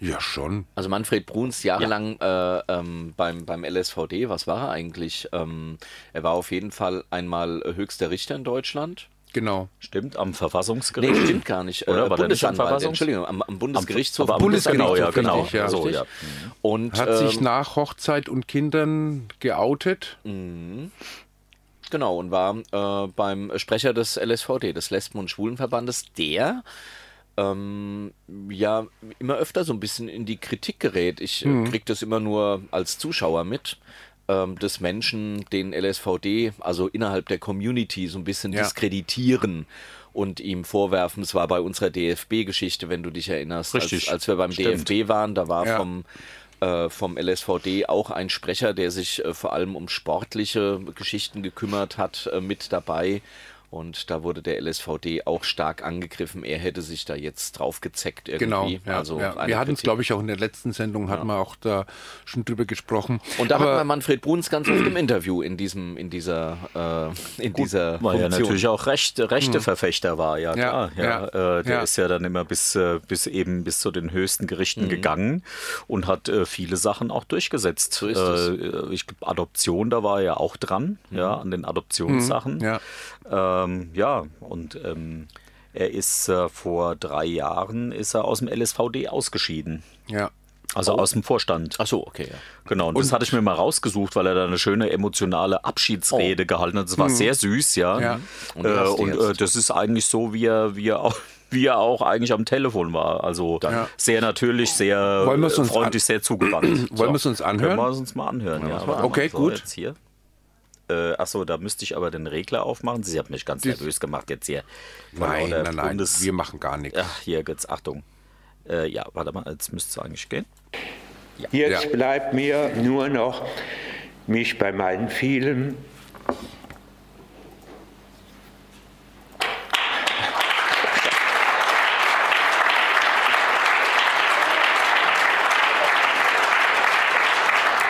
[SPEAKER 3] Ja, schon.
[SPEAKER 1] Also Manfred Bruns jahrelang äh, ähm, beim, beim LSVD, was war er eigentlich? Ähm, er war auf jeden Fall einmal höchster Richter in Deutschland.
[SPEAKER 3] Genau.
[SPEAKER 2] Stimmt, am Verfassungsgericht. [CLEARS THROAT]
[SPEAKER 1] Nee, stimmt gar nicht.
[SPEAKER 2] Oder? War der nicht am
[SPEAKER 1] Bundesanwalt,
[SPEAKER 2] Verfassungs-
[SPEAKER 1] Entschuldigung, am, am Bundesgerichtshof.
[SPEAKER 2] aber am Bundesgerichtshof,
[SPEAKER 3] genau, ja,
[SPEAKER 1] richtig,
[SPEAKER 3] genau.
[SPEAKER 2] So,
[SPEAKER 1] richtig.
[SPEAKER 2] ja.
[SPEAKER 1] Und
[SPEAKER 3] Hat
[SPEAKER 1] ähm,
[SPEAKER 3] sich nach Hochzeit und Kindern geoutet.
[SPEAKER 1] Genau, und war äh, beim Sprecher des LSVD, des Lesben- und Schwulenverbandes, der ähm, ja immer öfter so ein bisschen in die Kritik gerät. Ich äh,
[SPEAKER 2] Mhm.
[SPEAKER 1] krieg das immer nur als Zuschauer mit, ähm, dass Menschen den LSVD, also innerhalb der Community, so ein bisschen
[SPEAKER 3] Ja.
[SPEAKER 1] diskreditieren und ihm vorwerfen, es war bei unserer DFB-Geschichte, wenn du dich erinnerst,
[SPEAKER 2] Richtig.
[SPEAKER 1] Als, als wir beim
[SPEAKER 2] Stimmt.
[SPEAKER 1] DFB waren, da war
[SPEAKER 3] Ja.
[SPEAKER 1] vom äh, vom LSVD auch ein Sprecher, der sich äh, vor allem um sportliche Geschichten gekümmert hat, äh, mit dabei. Und da wurde der LSVD auch stark angegriffen. Er hätte sich da jetzt drauf gezeckt
[SPEAKER 3] Genau.
[SPEAKER 1] irgendwie.
[SPEAKER 3] Ja,
[SPEAKER 1] also
[SPEAKER 3] ja.
[SPEAKER 1] eine
[SPEAKER 3] Wir hatten es,
[SPEAKER 1] Kritik.
[SPEAKER 3] glaube ich, auch in der letzten Sendung, hatten wir auch da schon drüber gesprochen.
[SPEAKER 1] Und da
[SPEAKER 3] Aber-
[SPEAKER 1] hat man Manfred Bruns ganz oft im Interview in diesem, in dieser, äh, in dieser
[SPEAKER 2] Weil er
[SPEAKER 1] Funktion. Hm.
[SPEAKER 2] natürlich auch Recht, Rechteverfechter war, ja,
[SPEAKER 3] Ja,
[SPEAKER 2] klar. Ja,
[SPEAKER 3] ja,
[SPEAKER 2] äh, der
[SPEAKER 3] ja.
[SPEAKER 2] ist ja dann immer bis, äh, bis eben bis zu den höchsten Gerichten
[SPEAKER 1] Mhm.
[SPEAKER 2] gegangen und hat äh, viele Sachen auch durchgesetzt.
[SPEAKER 1] ist es. Mhm.
[SPEAKER 2] Äh, ich glaube, Adoption, da war er ja auch dran, ja, an den Adoptionssachen.
[SPEAKER 3] Mhm, Ja.
[SPEAKER 2] Ähm, ja, und ähm, er ist äh, vor drei Jahren ist er aus dem LSVD ausgeschieden.
[SPEAKER 3] ja.
[SPEAKER 2] Also aus dem Vorstand.
[SPEAKER 1] Ach so, okay. Ja.
[SPEAKER 2] Genau, und, das hatte ich mir mal rausgesucht, weil er da eine schöne emotionale Abschiedsrede gehalten hat. Das war sehr süß, ja.
[SPEAKER 3] Oh.
[SPEAKER 1] Und
[SPEAKER 2] Und,
[SPEAKER 3] Mhm. Ja.
[SPEAKER 2] äh,
[SPEAKER 1] hast du
[SPEAKER 2] und äh,
[SPEAKER 1] jetzt?
[SPEAKER 2] das ist eigentlich so, wie er, wie er auch. [LAUGHS] wie er auch eigentlich am Telefon war. Also
[SPEAKER 3] Ja.
[SPEAKER 2] sehr natürlich, sehr
[SPEAKER 3] Wollen wir's
[SPEAKER 2] äh,
[SPEAKER 3] uns
[SPEAKER 2] freundlich,
[SPEAKER 3] an-
[SPEAKER 2] sehr zugewandt.
[SPEAKER 3] [CLEARS THROAT] Wollen wir's uns anhören?
[SPEAKER 2] Können wir es uns mal anhören, ja. warte
[SPEAKER 3] Okay,
[SPEAKER 2] mal, so,
[SPEAKER 3] gut.
[SPEAKER 2] Jetzt hier. Äh, achso, da müsste ich aber den Regler aufmachen. Sie hat mich ganz nervös gemacht jetzt hier. Von
[SPEAKER 3] Nein,
[SPEAKER 2] lauter
[SPEAKER 3] nein, nein,
[SPEAKER 2] Bundes-
[SPEAKER 3] wir machen gar nichts.
[SPEAKER 2] Ach, hier geht's, Achtung. Äh, ja, warte mal, jetzt müsste es eigentlich gehen.
[SPEAKER 6] Jetzt
[SPEAKER 3] Ja.
[SPEAKER 6] bleibt mir nur noch, mich bei meinen vielen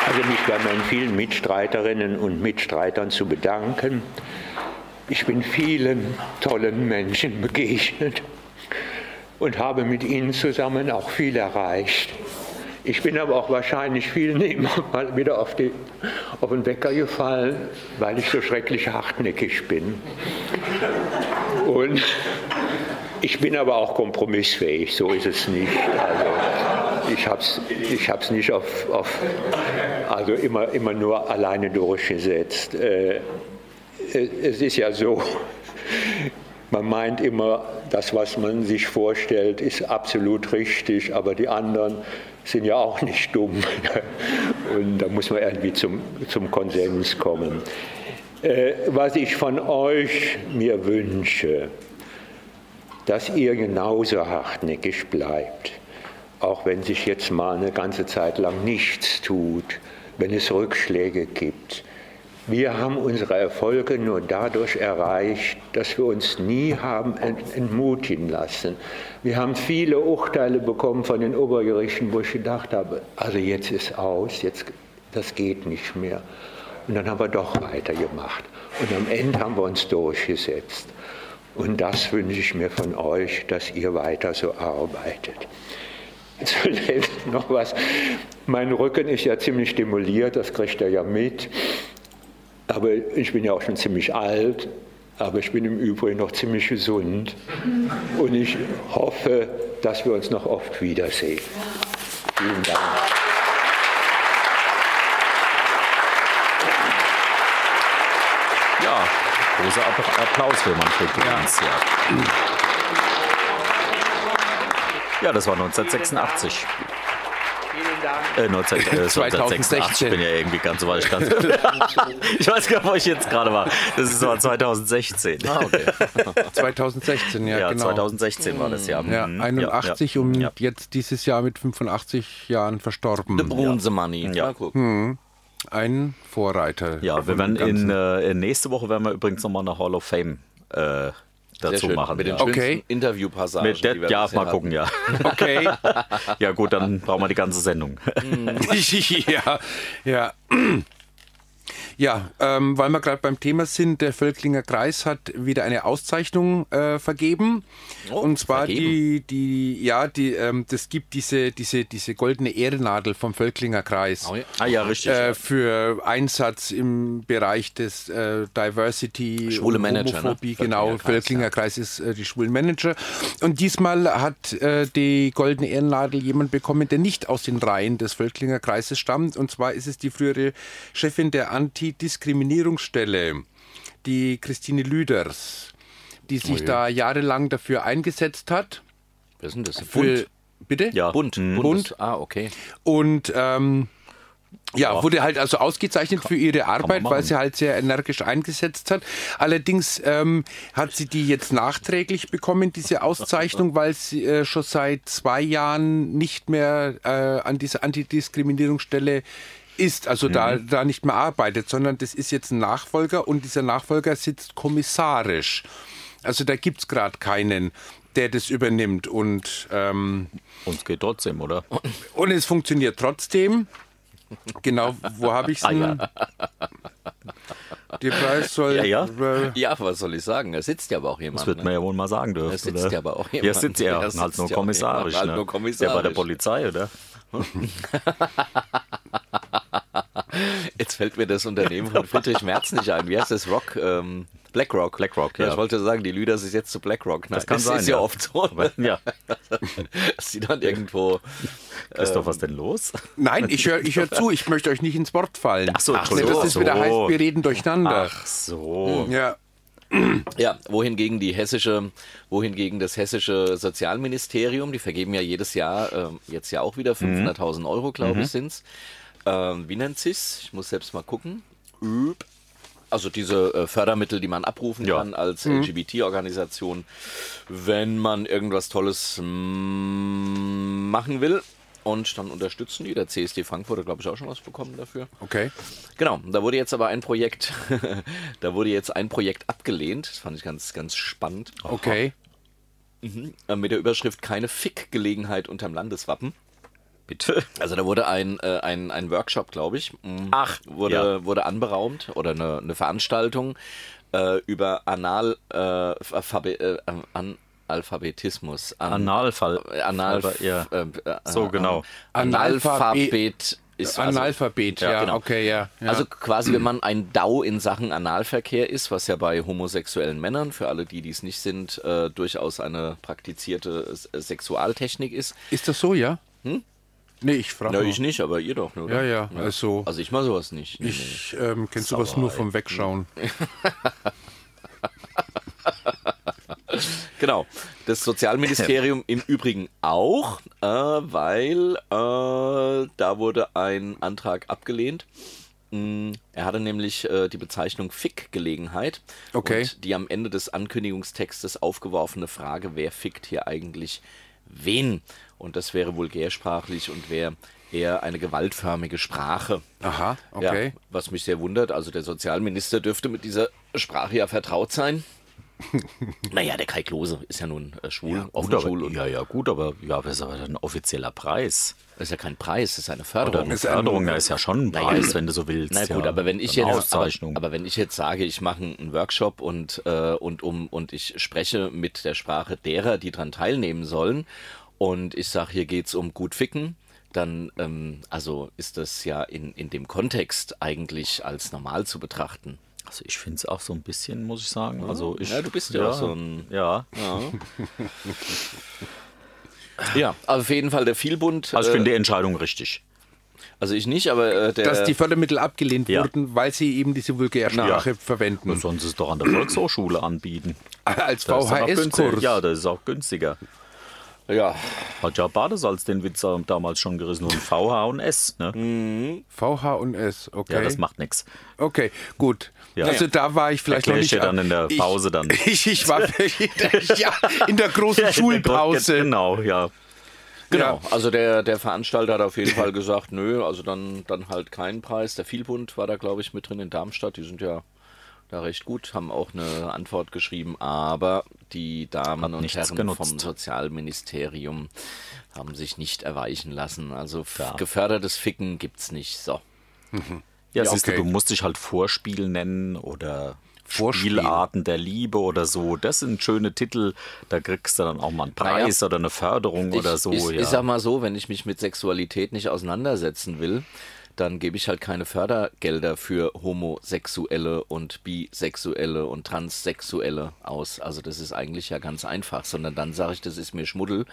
[SPEAKER 6] Also mich bei meinen vielen Mitstreiterinnen und Mitstreitern zu bedanken. Ich bin vielen tollen Menschen begegnet und habe mit ihnen zusammen auch viel erreicht. Ich bin aber auch wahrscheinlich vielen immer mal wieder auf, die, auf den Wecker gefallen, weil ich so schrecklich hartnäckig bin. Und ich bin aber auch kompromissfähig, so ist es nicht. Also ich habe es ich hab's nicht auf, auf also immer, immer nur alleine durchgesetzt. Äh, es ist ja so, man meint immer, das, was man sich vorstellt, ist absolut richtig, aber die anderen sind ja auch nicht dumm. [LAUGHS] Und da muss man irgendwie zum, zum Konsens kommen. Äh, was ich von euch mir wünsche, dass ihr genauso hartnäckig bleibt, auch wenn sich jetzt mal eine ganze Zeit lang nichts tut, wenn es Rückschläge gibt. Wir haben unsere Erfolge nur dadurch erreicht, dass wir uns nie haben ent- entmutigen lassen. Wir haben viele Urteile bekommen von den Obergerichten, wo ich gedacht habe, also jetzt ist aus, jetzt, das geht nicht mehr. Und dann haben wir doch weitergemacht. Und am Ende haben wir uns durchgesetzt. Und das wünsche ich mir von euch, dass ihr weiter so arbeitet. [LAUGHS] Zuletzt noch was. Mein Rücken ist ja ziemlich stimuliert, das kriegt er ja mit. Aber ich bin ja auch schon ziemlich alt, aber ich bin im Übrigen noch ziemlich gesund. Und ich hoffe, dass wir uns noch oft wiedersehen. Vielen Dank.
[SPEAKER 2] Ja, großer App- Applaus für Manfred Clemens. Ja. Ja. das war 1986. Äh, 19, äh, [LAUGHS] 2086.
[SPEAKER 3] 2016.
[SPEAKER 2] Ich bin ja irgendwie ganz [LAUGHS] so weit. Ich, ganz- ich weiß gar nicht, wo ich jetzt gerade war. Das ist war 2016. Ah, okay.
[SPEAKER 3] 2016, ja,
[SPEAKER 2] Ja,
[SPEAKER 3] genau.
[SPEAKER 2] 2016 war das ja.
[SPEAKER 3] ja,
[SPEAKER 2] Mhm.
[SPEAKER 3] 81
[SPEAKER 2] ja,
[SPEAKER 3] und
[SPEAKER 2] ja.
[SPEAKER 3] jetzt dieses Jahr mit 85 Jahren verstorben.
[SPEAKER 1] Brunsemanni.
[SPEAKER 2] Ja. Hm.
[SPEAKER 1] Mal gucken.
[SPEAKER 3] Ein Vorreiter.
[SPEAKER 2] Ja, wir werden
[SPEAKER 1] [LAUGHS]
[SPEAKER 2] in, äh, in nächste Woche werden wir übrigens nochmal eine Hall of Fame äh,
[SPEAKER 1] Sehr
[SPEAKER 2] dazu
[SPEAKER 1] schön.
[SPEAKER 2] machen.
[SPEAKER 1] Mit den
[SPEAKER 2] ja.
[SPEAKER 1] schönsten
[SPEAKER 3] Okay.
[SPEAKER 1] Interviewpassagen.
[SPEAKER 2] Mit der,
[SPEAKER 1] die wir
[SPEAKER 2] ja,
[SPEAKER 1] bisher
[SPEAKER 2] mal gucken, ja.
[SPEAKER 3] Okay.
[SPEAKER 2] Ja gut, dann brauchen wir die ganze Sendung.
[SPEAKER 1] Mhm.
[SPEAKER 3] [LAUGHS] ja, ja. Ja, ähm, weil wir gerade beim Thema sind, der Völklinger Kreis hat wieder eine Auszeichnung äh, vergeben. Und zwar die, die, ja, die, ähm, das gibt diese, diese, diese goldene Ehrennadel vom Völklinger Kreis.
[SPEAKER 1] Oh ja.
[SPEAKER 2] ah ja, richtig.
[SPEAKER 3] äh, für Einsatz im Bereich des äh, Diversity,
[SPEAKER 1] Schwule
[SPEAKER 3] und
[SPEAKER 1] Manager, ne?
[SPEAKER 3] Homophobie,
[SPEAKER 1] Völklinger
[SPEAKER 3] genau.
[SPEAKER 1] Kreis,
[SPEAKER 3] Völklinger Kreis ist äh, die schwulen Manager. Und diesmal hat äh, die goldene Ehrennadel jemand bekommen, der nicht aus den Reihen des Völklinger Kreises stammt. Und zwar ist es die frühere Chefin der Antidiskriminierungsstelle, die Christine Lüders, die
[SPEAKER 1] Oh
[SPEAKER 3] sich da jahrelang dafür eingesetzt hat.
[SPEAKER 1] Wer ist denn das?
[SPEAKER 3] Für,
[SPEAKER 1] Bund.
[SPEAKER 3] bitte?
[SPEAKER 2] ja. Hm.
[SPEAKER 1] Bund. Bundes- Ah, okay.
[SPEAKER 3] Und ähm, ja, wurde halt also ausgezeichnet für ihre Arbeit,
[SPEAKER 2] machen.
[SPEAKER 3] weil sie halt sehr energisch eingesetzt hat. Allerdings ähm, hat sie die jetzt nachträglich bekommen, diese Auszeichnung, weil sie äh, schon seit zwei Jahren nicht mehr äh, an dieser Antidiskriminierungsstelle ist, also da, da nicht mehr arbeitet, sondern das ist jetzt ein Nachfolger und dieser Nachfolger sitzt kommissarisch. Also da gibt's gerade keinen, der das übernimmt. Und ähm,
[SPEAKER 2] Uns geht trotzdem, oder?
[SPEAKER 1] Oh,
[SPEAKER 3] und es funktioniert trotzdem. Genau, wo habe ich es denn?
[SPEAKER 2] [LAUGHS]
[SPEAKER 3] Der Preis soll.
[SPEAKER 2] Ah, Ja, ja.
[SPEAKER 3] Äh,
[SPEAKER 1] Ja, was soll ich sagen? Da sitzt ja aber auch jemand. ne?
[SPEAKER 2] Das wird man ja wohl mal sagen dürfen.
[SPEAKER 1] Da sitzt
[SPEAKER 2] oder?
[SPEAKER 1] ja aber auch
[SPEAKER 2] Ja,
[SPEAKER 1] jemand.
[SPEAKER 2] sitzt er.
[SPEAKER 1] Da
[SPEAKER 2] Halt
[SPEAKER 1] sitzt
[SPEAKER 2] nur
[SPEAKER 1] ja auch
[SPEAKER 2] kommissarisch.
[SPEAKER 1] jemand, halt
[SPEAKER 2] ne?
[SPEAKER 1] nur kommissarisch.
[SPEAKER 2] Der bei der Polizei, oder?
[SPEAKER 1] [LAUGHS] Jetzt fällt mir das Unternehmen von Friedrich Merz nicht ein. Wie heißt das? Rock? Ähm, BlackRock.
[SPEAKER 2] BlackRock, ja.
[SPEAKER 1] Ich wollte sagen, die Lüders ist jetzt zu BlackRock. Nein,
[SPEAKER 2] Das kann
[SPEAKER 1] es
[SPEAKER 2] sein,
[SPEAKER 1] ist ja
[SPEAKER 2] ja.
[SPEAKER 1] oft so.
[SPEAKER 2] Aber, ja.
[SPEAKER 1] [LAUGHS] Dass sie dann irgendwo.
[SPEAKER 2] Christoph, was denn los?
[SPEAKER 3] nein, ich höre ich hör zu, ich möchte euch nicht ins Wort fallen.
[SPEAKER 2] Ach so,
[SPEAKER 3] Nee,
[SPEAKER 2] Entschuldigung.
[SPEAKER 3] das ist wieder
[SPEAKER 2] Ach so.
[SPEAKER 1] Mhm.
[SPEAKER 3] heißt, wir reden durcheinander.
[SPEAKER 2] Ach so.
[SPEAKER 3] Ja.
[SPEAKER 1] Ja, wohingegen die hessische, wohingegen das hessische Sozialministerium, die vergeben ja jedes Jahr, ähm, jetzt ja auch wieder 500.000 Euro, glaube ich, sind's. Ähm, wie nennt sich's? Ich muss selbst mal gucken. Üb. Also diese äh, Fördermittel, die man abrufen
[SPEAKER 2] Ja.
[SPEAKER 1] kann als LGBT-Organisation, wenn man irgendwas Tolles mm, machen will. Und dann unterstützen die. Der CSD Frankfurt hat, glaube ich, auch schon was bekommen dafür.
[SPEAKER 3] Okay.
[SPEAKER 1] Genau, da wurde jetzt aber ein Projekt, [LAUGHS] da wurde jetzt ein Projekt abgelehnt. Das fand ich ganz, ganz spannend.
[SPEAKER 3] Okay.
[SPEAKER 1] Äh, Mit der Überschrift keine Fick-Gelegenheit unterm Landeswappen.
[SPEAKER 2] Bitte.
[SPEAKER 1] Also da wurde ein, äh, ein, ein Workshop, glaube ich, mh,
[SPEAKER 2] Ach,
[SPEAKER 1] wurde,
[SPEAKER 2] ja.
[SPEAKER 1] wurde anberaumt oder eine, eine Veranstaltung äh, über Anal, äh, Alphabe, äh, Analphabetismus. An,
[SPEAKER 2] Analfall.
[SPEAKER 1] Anal,
[SPEAKER 2] Aber, ja.
[SPEAKER 1] äh, äh,
[SPEAKER 2] So, genau.
[SPEAKER 1] An, Analphabet ist also-
[SPEAKER 3] Analphabet, ja,
[SPEAKER 1] genau.
[SPEAKER 3] okay, ja. ja.
[SPEAKER 1] Also quasi, wenn man ein DAU in Sachen Analverkehr ist, was ja bei homosexuellen Männern, für alle die, die es nicht sind, äh, durchaus eine praktizierte äh, Sexualtechnik ist.
[SPEAKER 3] ist das so, ja? Hm? Nee, ich frage.
[SPEAKER 1] Na, ich nicht, aber ihr doch, ne, oder?
[SPEAKER 3] Ja, ja, also-
[SPEAKER 1] Also ich mache sowas nicht. Nee, nee.
[SPEAKER 3] Ich ähm, kenne sowas nur vom Wegschauen.
[SPEAKER 2] Äh,
[SPEAKER 1] Genau. Das
[SPEAKER 3] [LAUGHS]
[SPEAKER 1] Sozialministerium im Übrigen auch, äh, weil äh, da wurde ein Antrag abgelehnt. Mm, Er hatte nämlich äh, die Bezeichnung Fick-Gelegenheit.
[SPEAKER 3] Okay.
[SPEAKER 1] Und die am Ende des Ankündigungstextes aufgeworfene Frage, wer fickt hier eigentlich wen? Und das wäre vulgärsprachlich und wäre eher eine gewaltförmige Sprache.
[SPEAKER 3] Aha, okay.
[SPEAKER 1] Ja, was mich sehr wundert, also der Sozialminister dürfte mit dieser Sprache ja vertraut sein. naja, der Kai Klose ist ja nun äh, schwul, offen
[SPEAKER 2] aber,
[SPEAKER 1] schwul und
[SPEAKER 2] ja, ja, gut, aber ja, was ist aber ein offizieller Preis?
[SPEAKER 1] das ist ja kein Preis, das ist eine Förderung.
[SPEAKER 2] Eine Förderung, da ist ja schon ein Preis, wenn du so willst.
[SPEAKER 1] Na gut,
[SPEAKER 2] ja.
[SPEAKER 1] aber wenn ich
[SPEAKER 2] Eine
[SPEAKER 1] jetzt, aber,
[SPEAKER 2] Auszeichnung.
[SPEAKER 1] aber wenn ich jetzt sage, ich mache einen Workshop und äh, und um und ich spreche mit der Sprache derer, die dran teilnehmen sollen, und ich sage, hier geht's um gut ficken. Dann, ähm, also ist das ja in, in dem Kontext eigentlich als normal zu betrachten.
[SPEAKER 2] also ich finde es auch so ein bisschen, muss ich sagen. Also ich,
[SPEAKER 1] Ja, du bist ja auch so ein-
[SPEAKER 2] Ja, [LAUGHS]
[SPEAKER 1] Ja, auf jeden Fall der Vielbund.
[SPEAKER 2] also ich
[SPEAKER 1] äh,
[SPEAKER 2] finde die Entscheidung richtig.
[SPEAKER 1] Also ich nicht, aber äh, der.
[SPEAKER 3] Dass die Fördermittel abgelehnt
[SPEAKER 2] Ja.
[SPEAKER 3] wurden, weil sie eben diese Vulgärsprache
[SPEAKER 2] Ja.
[SPEAKER 3] verwenden.
[SPEAKER 2] Sonst ist es doch an der
[SPEAKER 1] [LAUGHS]
[SPEAKER 2] Volkshochschule anbieten.
[SPEAKER 3] Als
[SPEAKER 2] Da ist dann auch
[SPEAKER 3] VHS-Kurs.
[SPEAKER 2] günstiger. Ja, das ist auch günstiger.
[SPEAKER 1] ja,
[SPEAKER 2] Hat ja Badesalz den Witz damals schon gerissen und VH und S. Ne?
[SPEAKER 3] VH und S, okay.
[SPEAKER 2] Ja, das macht nichts.
[SPEAKER 3] Okay, gut.
[SPEAKER 2] Ja.
[SPEAKER 3] Also da war ich vielleicht
[SPEAKER 2] Erklär
[SPEAKER 3] noch
[SPEAKER 2] ich
[SPEAKER 3] nicht.
[SPEAKER 2] dir dann in der
[SPEAKER 3] ich-
[SPEAKER 2] Pause dann.
[SPEAKER 3] [LAUGHS] Ich, ich war in der, [LAUGHS] ja, in der großen Schulpause.
[SPEAKER 2] [LAUGHS] Genau, ja.
[SPEAKER 1] genau. Also der, der Veranstalter hat auf jeden Fall gesagt, nö, also dann, dann halt keinen Preis. Der Vielbund war da, glaube ich, mit drin in Darmstadt. Die sind ja da recht gut, haben auch eine Antwort geschrieben, aber die Damen und
[SPEAKER 2] nichts
[SPEAKER 1] Herren vom
[SPEAKER 2] genutzt.
[SPEAKER 1] Sozialministerium haben sich nicht erweichen lassen. Also f- gefördertes Ficken gibt's nicht. So.
[SPEAKER 2] Ja,
[SPEAKER 3] Ja,
[SPEAKER 2] siehst du,
[SPEAKER 3] okay.
[SPEAKER 2] du musst dich halt Vorspiel nennen oder
[SPEAKER 3] Vorspiel.
[SPEAKER 2] Spielarten der Liebe oder so. Das sind schöne Titel. Da kriegst du dann auch mal einen Preis oder eine Förderung oder
[SPEAKER 1] ich,
[SPEAKER 2] so.
[SPEAKER 1] Ich,
[SPEAKER 2] ja.
[SPEAKER 1] ich sag mal so, wenn ich mich mit Sexualität nicht auseinandersetzen will, dann gebe ich halt keine Fördergelder für Homosexuelle und Bisexuelle und Transsexuelle aus. Also das ist eigentlich ja ganz einfach, sondern dann sage ich, das ist mir Schmuddel.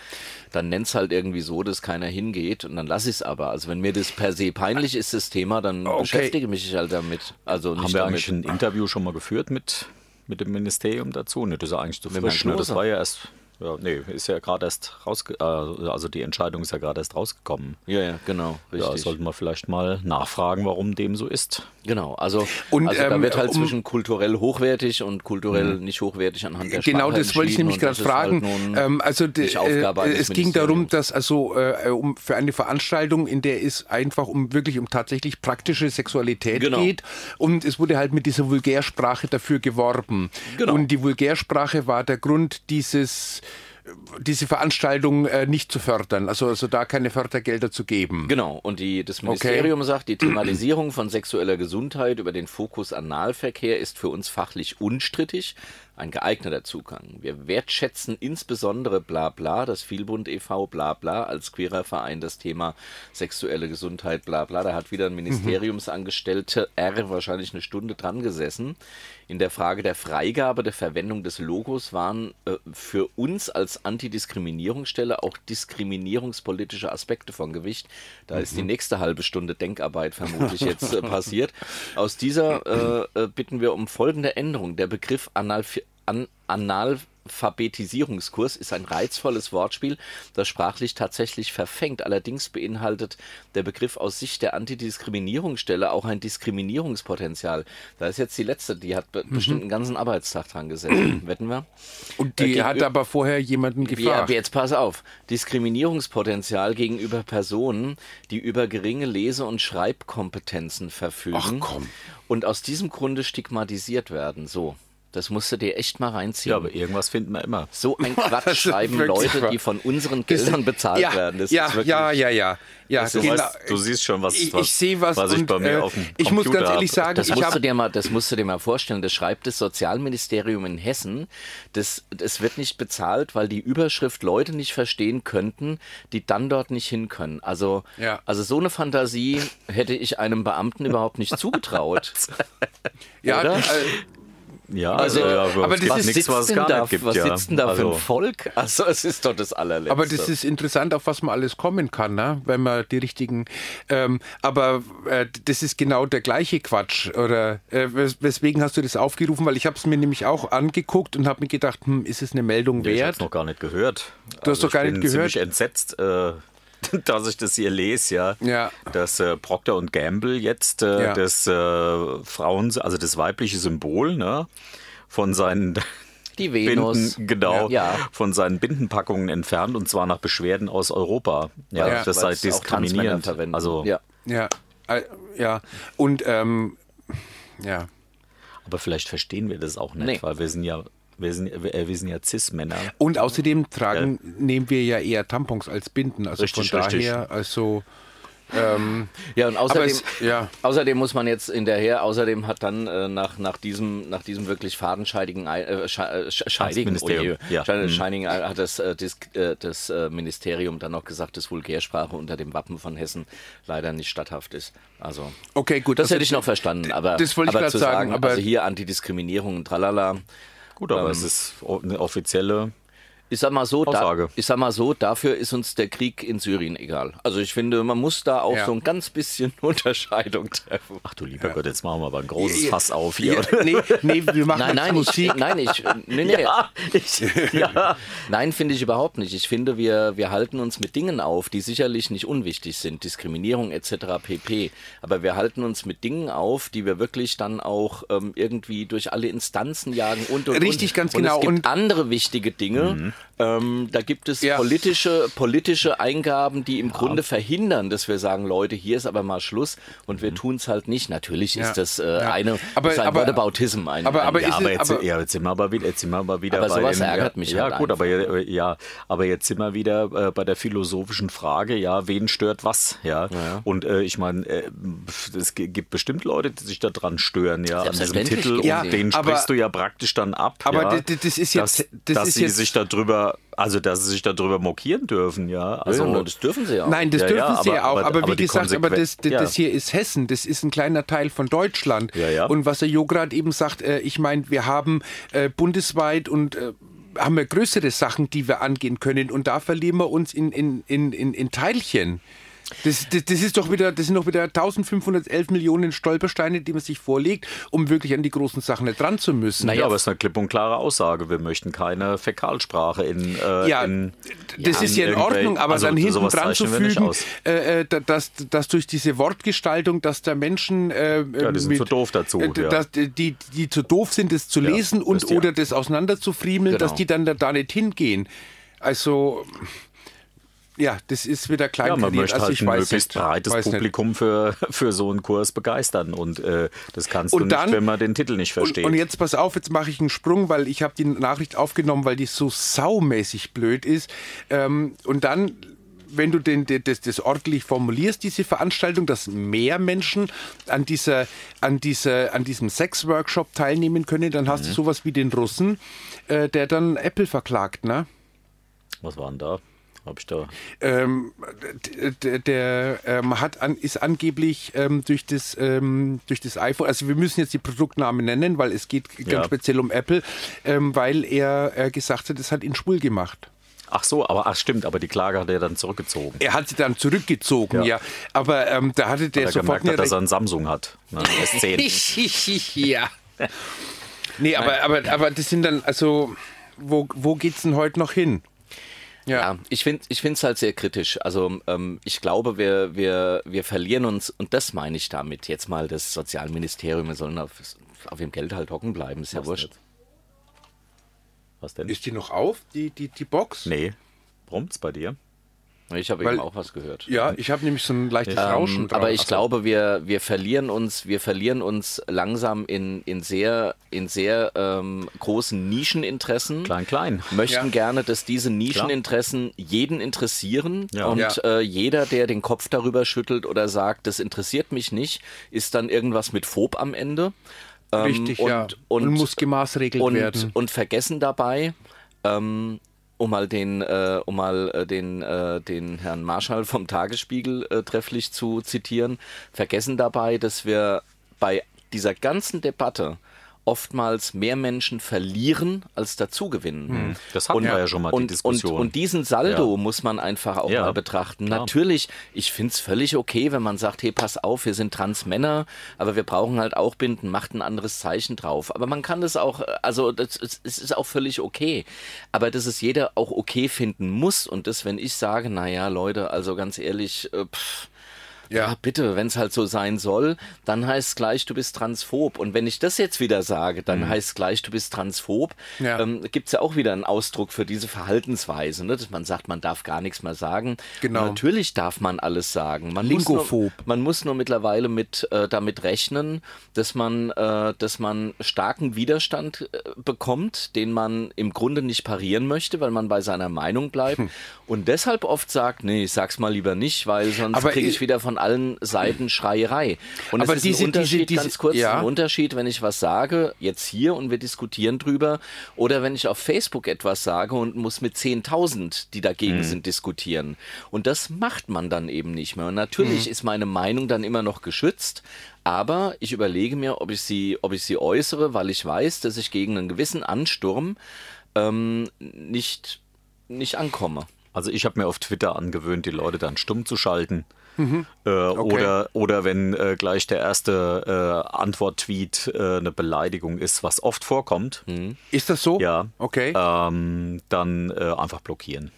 [SPEAKER 1] Dann nennt's halt irgendwie so, dass keiner hingeht und dann lass ich's aber. Also wenn mir das per se peinlich ist, das Thema, dann
[SPEAKER 3] Okay.
[SPEAKER 1] beschäftige mich halt damit. Also nicht
[SPEAKER 2] Haben wir
[SPEAKER 1] damit.
[SPEAKER 2] eigentlich ein Interview schon mal geführt mit, mit dem Ministerium dazu? Ne, das ist ja eigentlich zu
[SPEAKER 1] dem
[SPEAKER 2] frisch. Ne? Das
[SPEAKER 1] Klose.
[SPEAKER 2] war ja erst, ja, nee, ist ja gerade erst rausge äh, also die Entscheidung ist ja gerade erst rausgekommen.
[SPEAKER 1] ja, ja, genau,
[SPEAKER 2] Ja,
[SPEAKER 1] richtig.
[SPEAKER 2] sollten wir vielleicht mal nachfragen, warum dem so ist.
[SPEAKER 1] genau, also,
[SPEAKER 3] Und,
[SPEAKER 1] also da
[SPEAKER 3] ähm,
[SPEAKER 1] wird halt
[SPEAKER 3] um- Mhm.
[SPEAKER 1] zwischen kulturell hochwertig und kulturell nicht hochwertig anhand der
[SPEAKER 3] Genau,
[SPEAKER 1] Sprache
[SPEAKER 3] das wollte ich
[SPEAKER 1] entschieden
[SPEAKER 3] nämlich
[SPEAKER 1] und
[SPEAKER 3] gerade
[SPEAKER 1] das ist halt
[SPEAKER 3] fragen.
[SPEAKER 1] nun
[SPEAKER 3] ähm, also de,
[SPEAKER 1] nicht Aufgabe
[SPEAKER 3] äh,
[SPEAKER 1] eines
[SPEAKER 3] es ging
[SPEAKER 1] Ministeriums.
[SPEAKER 3] darum, dass also äh, um für eine Veranstaltung, in der es einfach um wirklich um tatsächlich praktische Sexualität
[SPEAKER 1] Genau.
[SPEAKER 3] geht, und es wurde halt mit dieser Vulgärsprache dafür geworben.
[SPEAKER 1] Genau.
[SPEAKER 3] Und die Vulgärsprache war der Grund dieses äh, diese Veranstaltung äh, nicht zu fördern, also, also da keine Fördergelder zu geben.
[SPEAKER 1] Genau, und die, das Ministerium sagt, die Thematisierung von sexueller Gesundheit über den Fokus Analverkehr ist für uns fachlich unstrittig, ein geeigneter Zugang. Wir wertschätzen insbesondere bla bla, das Vielbund e.V. bla bla, als queerer Verein das Thema sexuelle Gesundheit bla bla. Da hat wieder ein Ministeriumsangestellter R wahrscheinlich eine Stunde dran gesessen. In der Frage der Freigabe der Verwendung des Logos waren äh, für uns als Antidiskriminierungsstelle auch diskriminierungspolitische Aspekte von Gewicht. Da ist die nächste halbe Stunde Denkarbeit vermutlich jetzt äh, passiert. Aus dieser äh, äh, bitten wir um folgende Änderung. Der Begriff Analf An Analphabetisierungskurs ist ein reizvolles Wortspiel, das sprachlich tatsächlich verfängt. Allerdings beinhaltet der Begriff aus Sicht der Antidiskriminierungsstelle auch ein Diskriminierungspotenzial. Da ist jetzt die letzte, die hat be bestimmt einen ganzen Arbeitstag dran gesessen. Wetten wir?
[SPEAKER 3] Und die
[SPEAKER 1] Okay.
[SPEAKER 3] hat aber vorher jemanden
[SPEAKER 1] Ja,
[SPEAKER 3] gefragt.
[SPEAKER 1] aber jetzt pass auf. Diskriminierungspotenzial gegenüber Personen, die über geringe Lese- und Schreibkompetenzen verfügen
[SPEAKER 3] Ach, komm.
[SPEAKER 1] und aus diesem Grunde stigmatisiert werden. So, das musst du dir echt mal reinziehen.
[SPEAKER 2] Ja, aber irgendwas finden wir immer.
[SPEAKER 1] so ein
[SPEAKER 3] [LAUGHS] Das
[SPEAKER 1] Quatsch
[SPEAKER 3] ist
[SPEAKER 1] schreiben
[SPEAKER 3] wirklich
[SPEAKER 1] Leute,
[SPEAKER 3] wahr.
[SPEAKER 1] die von unseren Geldern bezahlt
[SPEAKER 3] ja,
[SPEAKER 1] werden. Das
[SPEAKER 3] ja,
[SPEAKER 1] ist wirklich,
[SPEAKER 3] ja, ja, ja, ja. genau.
[SPEAKER 2] Du, weißt, du siehst schon, was,
[SPEAKER 3] ich,
[SPEAKER 2] was,
[SPEAKER 3] ich sehe was,
[SPEAKER 2] was
[SPEAKER 3] und,
[SPEAKER 2] ich bei mir
[SPEAKER 3] äh,
[SPEAKER 2] auf dem
[SPEAKER 3] Ich muss
[SPEAKER 2] Computer
[SPEAKER 3] ganz ehrlich
[SPEAKER 2] hab.
[SPEAKER 3] sagen,
[SPEAKER 1] Das
[SPEAKER 3] ich
[SPEAKER 1] musst, du
[SPEAKER 3] habe
[SPEAKER 1] dir mal, das musst du dir mal vorstellen. Das schreibt das Sozialministerium in Hessen. Das, das wird nicht bezahlt, weil die Überschrift Leute nicht verstehen könnten, die dann dort nicht hin können. Also,
[SPEAKER 3] Ja.
[SPEAKER 1] also so eine Fantasie hätte ich einem Beamten überhaupt nicht
[SPEAKER 3] [LAUGHS]
[SPEAKER 1] zugetraut.
[SPEAKER 3] ja,
[SPEAKER 1] oder?
[SPEAKER 3] äh,
[SPEAKER 2] Ja, äh,
[SPEAKER 1] Also,
[SPEAKER 2] ja,
[SPEAKER 3] aber
[SPEAKER 2] es
[SPEAKER 3] das
[SPEAKER 2] gibt
[SPEAKER 3] ist-
[SPEAKER 2] nichts, was es
[SPEAKER 1] denn
[SPEAKER 2] gar
[SPEAKER 1] da,
[SPEAKER 2] nicht gibt.
[SPEAKER 1] was
[SPEAKER 2] ja.
[SPEAKER 1] sitzt denn da für ein
[SPEAKER 2] also,
[SPEAKER 1] Volk? Also es ist doch das allerletzte.
[SPEAKER 3] aber das ist interessant, auf was man alles kommen kann, ne? wenn man die richtigen. Ähm, aber äh, das ist genau der gleiche Quatsch. Oder äh, wes- weswegen hast du das aufgerufen? Weil ich habe es mir nämlich auch angeguckt und habe mir gedacht, hm, ist es eine Meldung
[SPEAKER 2] ja, ich
[SPEAKER 3] wert?
[SPEAKER 2] hab's noch gar nicht gehört. Also
[SPEAKER 3] Du hast doch gar
[SPEAKER 2] ich
[SPEAKER 3] nicht
[SPEAKER 2] bin
[SPEAKER 3] gehört.
[SPEAKER 2] ziemlich entsetzt, äh, [LAUGHS] dass ich das hier lese, ja.
[SPEAKER 3] Ja.
[SPEAKER 2] Dass äh, Procter und Gamble jetzt äh,
[SPEAKER 3] Ja.
[SPEAKER 2] das äh, Frauen, also das weibliche Symbol, ne, von seinen [LAUGHS]
[SPEAKER 1] Die Venus.
[SPEAKER 2] Binden, genau,
[SPEAKER 1] Ja.
[SPEAKER 2] von seinen Bindenpackungen entfernt und zwar nach Beschwerden aus Europa. Ja,
[SPEAKER 3] Ja.
[SPEAKER 2] das sei
[SPEAKER 1] Weil's auch Transmänner
[SPEAKER 2] diskriminierend.
[SPEAKER 1] verwenden.
[SPEAKER 2] Also,
[SPEAKER 1] ja.
[SPEAKER 3] Ja, äh, ja. Und ähm, ja.
[SPEAKER 2] aber vielleicht verstehen wir das auch nicht,
[SPEAKER 1] Nee.
[SPEAKER 2] weil wir sind ja, wir sind, äh, wir sind ja Cis-Männer.
[SPEAKER 3] Und außerdem tragen, nehmen wir ja eher Tampons als Binden. Also
[SPEAKER 2] Richtig,
[SPEAKER 3] von
[SPEAKER 2] richtig.
[SPEAKER 3] daher, also
[SPEAKER 1] Ja, und außerdem,
[SPEAKER 3] es- ja.
[SPEAKER 1] außerdem muss man jetzt hinterher, außerdem hat dann äh, nach, nach, diesem, nach diesem wirklich fadenscheidigen, Ei- äh, sche, äh, sch- scheidigen, oh
[SPEAKER 2] Ministerium,
[SPEAKER 1] je,
[SPEAKER 2] ja.
[SPEAKER 1] sche-
[SPEAKER 2] Mhm.
[SPEAKER 1] scheidigen Ei- hat das, äh, das, äh, das äh, Ministerium dann noch gesagt, dass Vulgärsprache unter dem Wappen von Hessen leider nicht statthaft ist. Also,
[SPEAKER 3] Okay, gut.
[SPEAKER 1] das,
[SPEAKER 3] Also,
[SPEAKER 1] hätte ich noch verstanden, aber,
[SPEAKER 3] das wollte ich
[SPEAKER 1] aber
[SPEAKER 3] grad
[SPEAKER 1] zu
[SPEAKER 3] sagen,
[SPEAKER 1] sagen,
[SPEAKER 3] aber-
[SPEAKER 1] also hier Antidiskriminierung und tralala.
[SPEAKER 2] Gut, aber es ist o- eine offizielle
[SPEAKER 1] Ich sag, mal so, da,
[SPEAKER 2] Aussage.
[SPEAKER 1] ich sag mal so, dafür ist uns der Krieg in Syrien egal. Also ich finde, man muss da auch
[SPEAKER 3] Ja.
[SPEAKER 1] so ein ganz bisschen [LAUGHS] Unterscheidung treffen.
[SPEAKER 2] Ach du lieber Gott, jetzt machen wir aber ein großes Fass auf hier.
[SPEAKER 3] Ja,
[SPEAKER 2] oder?
[SPEAKER 3] nee, nee, wir machen
[SPEAKER 1] Nein,
[SPEAKER 3] jetzt
[SPEAKER 1] nein,
[SPEAKER 3] Musik.
[SPEAKER 1] ich, nein, ich, nee, nee.
[SPEAKER 2] ich, ja.
[SPEAKER 1] [LAUGHS] Nein, finde ich überhaupt nicht. Ich finde, wir, wir halten uns mit Dingen auf, die sicherlich nicht unwichtig sind, Diskriminierung etc. pp. Aber wir halten uns mit Dingen auf, die wir wirklich dann auch ähm, irgendwie durch alle Instanzen jagen und und
[SPEAKER 3] Richtig,
[SPEAKER 1] und.
[SPEAKER 3] ganz
[SPEAKER 1] und
[SPEAKER 3] genau.
[SPEAKER 1] Es gibt
[SPEAKER 3] Und- Mhm.
[SPEAKER 1] andere wichtige Dinge. Ähm, da gibt es
[SPEAKER 3] Ja.
[SPEAKER 1] politische, politische Eingaben, die im Grunde verhindern, dass wir sagen, Leute, hier ist aber mal Schluss und wir tun es halt nicht. Natürlich
[SPEAKER 3] Mhm. Ja.
[SPEAKER 1] ist das äh,
[SPEAKER 3] Ja.
[SPEAKER 1] eine,
[SPEAKER 3] Aber-
[SPEAKER 1] ist ein
[SPEAKER 3] aber-
[SPEAKER 1] Whataboutism. Ein,
[SPEAKER 3] aber-
[SPEAKER 1] ein,
[SPEAKER 3] aber
[SPEAKER 2] Ja,
[SPEAKER 3] ist
[SPEAKER 2] aber
[SPEAKER 3] es-
[SPEAKER 2] jetzt,
[SPEAKER 3] aber-
[SPEAKER 2] ja, jetzt sind wir aber wieder, jetzt sind wir aber wieder
[SPEAKER 1] Aber
[SPEAKER 2] bei
[SPEAKER 1] sowas
[SPEAKER 2] dem,
[SPEAKER 1] ärgert
[SPEAKER 2] ja,
[SPEAKER 1] mich
[SPEAKER 2] Ja,
[SPEAKER 1] halt
[SPEAKER 2] gut,
[SPEAKER 1] einfach.
[SPEAKER 2] aber ja, ja, aber jetzt sind wir wieder äh, bei der philosophischen Frage, ja, wen stört was, ja? Und äh, ich meine, äh, pf, es g- gibt bestimmt Leute, die sich daran stören, ja, an diesem
[SPEAKER 1] Selbstverständlich
[SPEAKER 2] Titel
[SPEAKER 1] gibt's
[SPEAKER 2] und
[SPEAKER 3] die.
[SPEAKER 2] den
[SPEAKER 3] Ja, aber-
[SPEAKER 2] sprichst du ja praktisch dann ab.
[SPEAKER 3] Aber
[SPEAKER 2] ja,
[SPEAKER 3] d- d- das ist jetzt-
[SPEAKER 2] dass,
[SPEAKER 3] das
[SPEAKER 2] dass
[SPEAKER 3] ist
[SPEAKER 2] sie
[SPEAKER 3] jetzt-
[SPEAKER 2] sich darüber, also dass sie sich darüber mokieren dürfen, ja. Also
[SPEAKER 1] also, das dürfen sie auch.
[SPEAKER 3] Nein, das
[SPEAKER 2] Ja,
[SPEAKER 3] dürfen
[SPEAKER 2] ja,
[SPEAKER 3] sie
[SPEAKER 2] aber-
[SPEAKER 3] ja auch. Aber,
[SPEAKER 2] aber- aber
[SPEAKER 3] wie
[SPEAKER 2] die
[SPEAKER 3] gesagt, aber das, das,
[SPEAKER 2] Konsequen-
[SPEAKER 3] das hier ist Hessen. Das ist ein kleiner Teil von Deutschland.
[SPEAKER 2] Ja, ja.
[SPEAKER 3] Und was der Jo gerade eben sagt, äh, ich meine, wir haben äh, bundesweit und äh, haben wir größere Sachen, die wir angehen können. Und da verlieren wir uns in, in, in, in, in Teilchen. Das, das, das ist doch wieder, das sind doch wieder 1511 Millionen Stolpersteine, die man sich vorlegt, um wirklich an die großen Sachen nicht dran zu müssen.
[SPEAKER 2] Ja, aber es ist eine klipp und klare Aussage. Wir möchten keine Fäkalsprache in. Äh,
[SPEAKER 3] Ja,
[SPEAKER 2] in
[SPEAKER 3] das ist ja in
[SPEAKER 2] irgendwel-
[SPEAKER 3] Ordnung, aber
[SPEAKER 2] also
[SPEAKER 3] dann hinten
[SPEAKER 2] sowas
[SPEAKER 3] dran zu
[SPEAKER 2] zeichnen wir nicht
[SPEAKER 3] fügen,
[SPEAKER 2] aus.
[SPEAKER 3] äh, äh, da- dass, dass durch diese Wortgestaltung, dass da Menschen. Äh, ja,
[SPEAKER 2] die sind zu doof dazu, ja.
[SPEAKER 3] dass, die, die die zu doof sind, das zu lesen
[SPEAKER 2] dass
[SPEAKER 3] und
[SPEAKER 2] die- Genau.
[SPEAKER 3] oder das auseinanderzufriemeln, dass die dann da, da nicht hingehen. Also. Ja, das ist wieder klein.
[SPEAKER 2] Ja, man möchte
[SPEAKER 3] also
[SPEAKER 2] halt
[SPEAKER 3] ich
[SPEAKER 2] ein
[SPEAKER 3] weiß
[SPEAKER 2] möglichst
[SPEAKER 3] nicht,
[SPEAKER 2] breites
[SPEAKER 3] weiß nicht.
[SPEAKER 2] Publikum für, für so einen Kurs begeistern. Und äh, das kannst
[SPEAKER 3] Und
[SPEAKER 2] du
[SPEAKER 3] dann-
[SPEAKER 2] nicht, wenn man den Titel nicht versteht.
[SPEAKER 3] Und, und jetzt pass auf, jetzt mache ich einen Sprung, weil ich habe die Nachricht aufgenommen, weil die so saumäßig blöd ist. Ähm, und dann wenn du den, den, das, das ordentlich formulierst, diese Veranstaltung, dass mehr Menschen an, dieser, an, dieser, an diesem Sex-Workshop teilnehmen können, dann hast du sowas wie den Russen, äh, der dann Apple verklagt, ne?
[SPEAKER 2] Was war denn da? Hab ich da.
[SPEAKER 3] ähm, d- d- der ähm, hat an, ist angeblich ähm, durch, das, ähm, durch das iPhone, also wir müssen jetzt die Produktnamen nennen, weil es geht ganz
[SPEAKER 2] Ja.
[SPEAKER 3] speziell um Apple, ähm, weil er äh, gesagt hat, es hat ihn schwul gemacht.
[SPEAKER 2] Ach so, aber ach stimmt, aber die Klage hat er dann zurückgezogen.
[SPEAKER 3] Er hat sie dann zurückgezogen, ja.
[SPEAKER 2] Ja.
[SPEAKER 3] Aber ähm, da hatte der
[SPEAKER 2] Weil er
[SPEAKER 3] sofort
[SPEAKER 2] gemerkt hat, dass er
[SPEAKER 3] Recht-
[SPEAKER 2] einen Samsung hat.
[SPEAKER 3] [LAUGHS]
[SPEAKER 2] Ne, S10. [LAUGHS]
[SPEAKER 3] ja. Nee, aber, aber, aber das sind dann, also, wo, wo geht's denn heute noch hin?
[SPEAKER 1] Ja, ich finde es halt sehr kritisch. Also ähm, ich glaube, wir, wir, wir verlieren uns, und das meine ich damit, jetzt mal das Sozialministerium, wir sollen auf, auf ihrem Geld halt hocken bleiben, ist ja wurscht.
[SPEAKER 2] Was denn?
[SPEAKER 3] Ist die noch auf, die, die, die Box?
[SPEAKER 2] nee. Brummt's bei dir?
[SPEAKER 1] Ich habe
[SPEAKER 3] Weil-
[SPEAKER 1] eben auch was gehört.
[SPEAKER 3] Ja, ich habe nämlich so ein leichtes Rauschen
[SPEAKER 1] Ähm,
[SPEAKER 3] dran.
[SPEAKER 1] aber ich
[SPEAKER 3] Also-
[SPEAKER 1] glaube, wir, wir verlieren uns, wir verlieren uns langsam in, in sehr, in sehr ähm, großen Nischeninteressen.
[SPEAKER 2] Klein, klein.
[SPEAKER 1] Möchten
[SPEAKER 3] Ja.
[SPEAKER 1] gerne, dass diese Nischeninteressen jeden interessieren
[SPEAKER 2] Ja.
[SPEAKER 1] und
[SPEAKER 3] Ja.
[SPEAKER 1] Äh, jeder, der den Kopf darüber schüttelt oder sagt, das interessiert mich nicht, ist dann irgendwas mit Phob am Ende. Ähm,
[SPEAKER 3] Richtig,
[SPEAKER 1] und,
[SPEAKER 3] ja.
[SPEAKER 1] Und,
[SPEAKER 3] Und muss gemaßregelt
[SPEAKER 1] und,
[SPEAKER 3] werden.
[SPEAKER 1] Und vergessen dabei, ähm, um mal den, äh, um mal äh, den, äh, den Herrn Marschall vom Tagesspiegel äh, trefflich zu zitieren, vergessen dabei, dass wir bei dieser ganzen Debatte oftmals mehr Menschen verlieren als dazugewinnen.
[SPEAKER 2] Hm, Das hatten wir ja schon mal, die
[SPEAKER 1] Und, und,
[SPEAKER 2] Diskussion.
[SPEAKER 1] und diesen Saldo
[SPEAKER 2] Ja.
[SPEAKER 1] muss man einfach auch
[SPEAKER 2] Ja,
[SPEAKER 1] mal betrachten.
[SPEAKER 2] klar.
[SPEAKER 1] Natürlich, ich finde es völlig okay, wenn man sagt, hey, pass auf, wir sind Transmänner, aber wir brauchen halt auch Binden, macht ein anderes Zeichen drauf. Aber man kann das auch, also das, ist- es ist auch völlig okay. Aber dass es jeder auch okay finden muss und das, wenn ich sage, naja, Leute, also ganz ehrlich, äh, pff, ja,
[SPEAKER 3] Ja.
[SPEAKER 1] bitte, wenn es halt so sein soll, dann heißt gleich, du bist transphob. Und wenn ich das jetzt wieder sage, dann heißt gleich, du bist transphob.
[SPEAKER 3] Mhm. Ja.
[SPEAKER 1] Ähm, Gibt es ja auch wieder einen Ausdruck für diese Verhaltensweise, ne? dass man sagt, man darf gar nichts mehr sagen.
[SPEAKER 3] Genau.
[SPEAKER 1] Und natürlich darf man alles sagen. Man Muss nur,
[SPEAKER 3] Lingophob.
[SPEAKER 1] man muss nur mittlerweile mit, äh, damit rechnen, dass man, äh, dass man starken Widerstand äh, bekommt, den man im Grunde nicht parieren möchte, weil man bei seiner Meinung bleibt.
[SPEAKER 3] Hm.
[SPEAKER 1] Und deshalb oft sagt, nee, ich sag's mal lieber nicht, weil sonst
[SPEAKER 3] Aber
[SPEAKER 1] kriege ich
[SPEAKER 3] ich-
[SPEAKER 1] wieder von allen Seiten Schreierei. Und
[SPEAKER 3] Aber
[SPEAKER 1] es ist
[SPEAKER 3] diese-
[SPEAKER 1] ein Unterschied,
[SPEAKER 3] diese- diese-
[SPEAKER 1] ganz kurz,
[SPEAKER 3] ja.
[SPEAKER 1] ein Unterschied, wenn ich was sage, jetzt hier und wir diskutieren drüber, oder wenn ich auf Facebook etwas sage und muss mit 10.000, die
[SPEAKER 3] Mhm.
[SPEAKER 1] dagegen sind, diskutieren. Und das macht man dann eben nicht mehr. Und natürlich
[SPEAKER 3] Mhm.
[SPEAKER 1] ist meine Meinung dann immer noch geschützt, aber ich überlege mir, ob ich sie, ob ich sie äußere, weil ich weiß, dass ich gegen einen gewissen Ansturm ähm, nicht, nicht ankomme.
[SPEAKER 2] Also ich habe mir auf Twitter angewöhnt, die Leute dann stumm zu schalten.
[SPEAKER 3] Mhm.
[SPEAKER 2] Äh, oder, oder wenn äh, gleich der erste äh, Antwort-Tweet äh, eine Beleidigung ist, was oft vorkommt,
[SPEAKER 3] Ist das so?
[SPEAKER 2] ja,
[SPEAKER 3] Mhm. Okay. Mhm.
[SPEAKER 2] ähm, dann äh, einfach blockieren.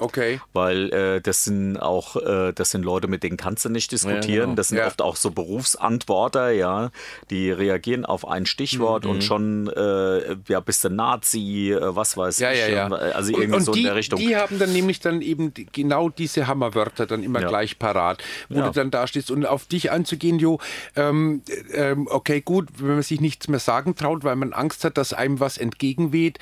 [SPEAKER 3] Okay.
[SPEAKER 2] Weil äh, das sind auch, äh, das sind Leute, mit denen kannst du nicht diskutieren.
[SPEAKER 1] genau.
[SPEAKER 2] Das sind
[SPEAKER 3] Ja.
[SPEAKER 2] oft auch so Berufsantworter, ja. Die reagieren auf ein Stichwort
[SPEAKER 3] Mhm.
[SPEAKER 2] und schon, äh, ja, bist du Nazi, äh, was weiß
[SPEAKER 3] Ja,
[SPEAKER 2] ich.
[SPEAKER 3] ja, ja.
[SPEAKER 2] und, äh, Also irgendwie so
[SPEAKER 3] die,
[SPEAKER 2] in der Richtung.
[SPEAKER 3] Die haben dann nämlich dann eben die, genau diese Hammerwörter dann immer
[SPEAKER 2] Ja.
[SPEAKER 3] gleich parat, wo
[SPEAKER 2] Ja.
[SPEAKER 3] du dann dastehst. Und auf dich anzugehen, Jo, ähm, ähm, okay, gut, wenn man sich nichts mehr sagen traut, weil man Angst hat, dass einem was entgegenweht.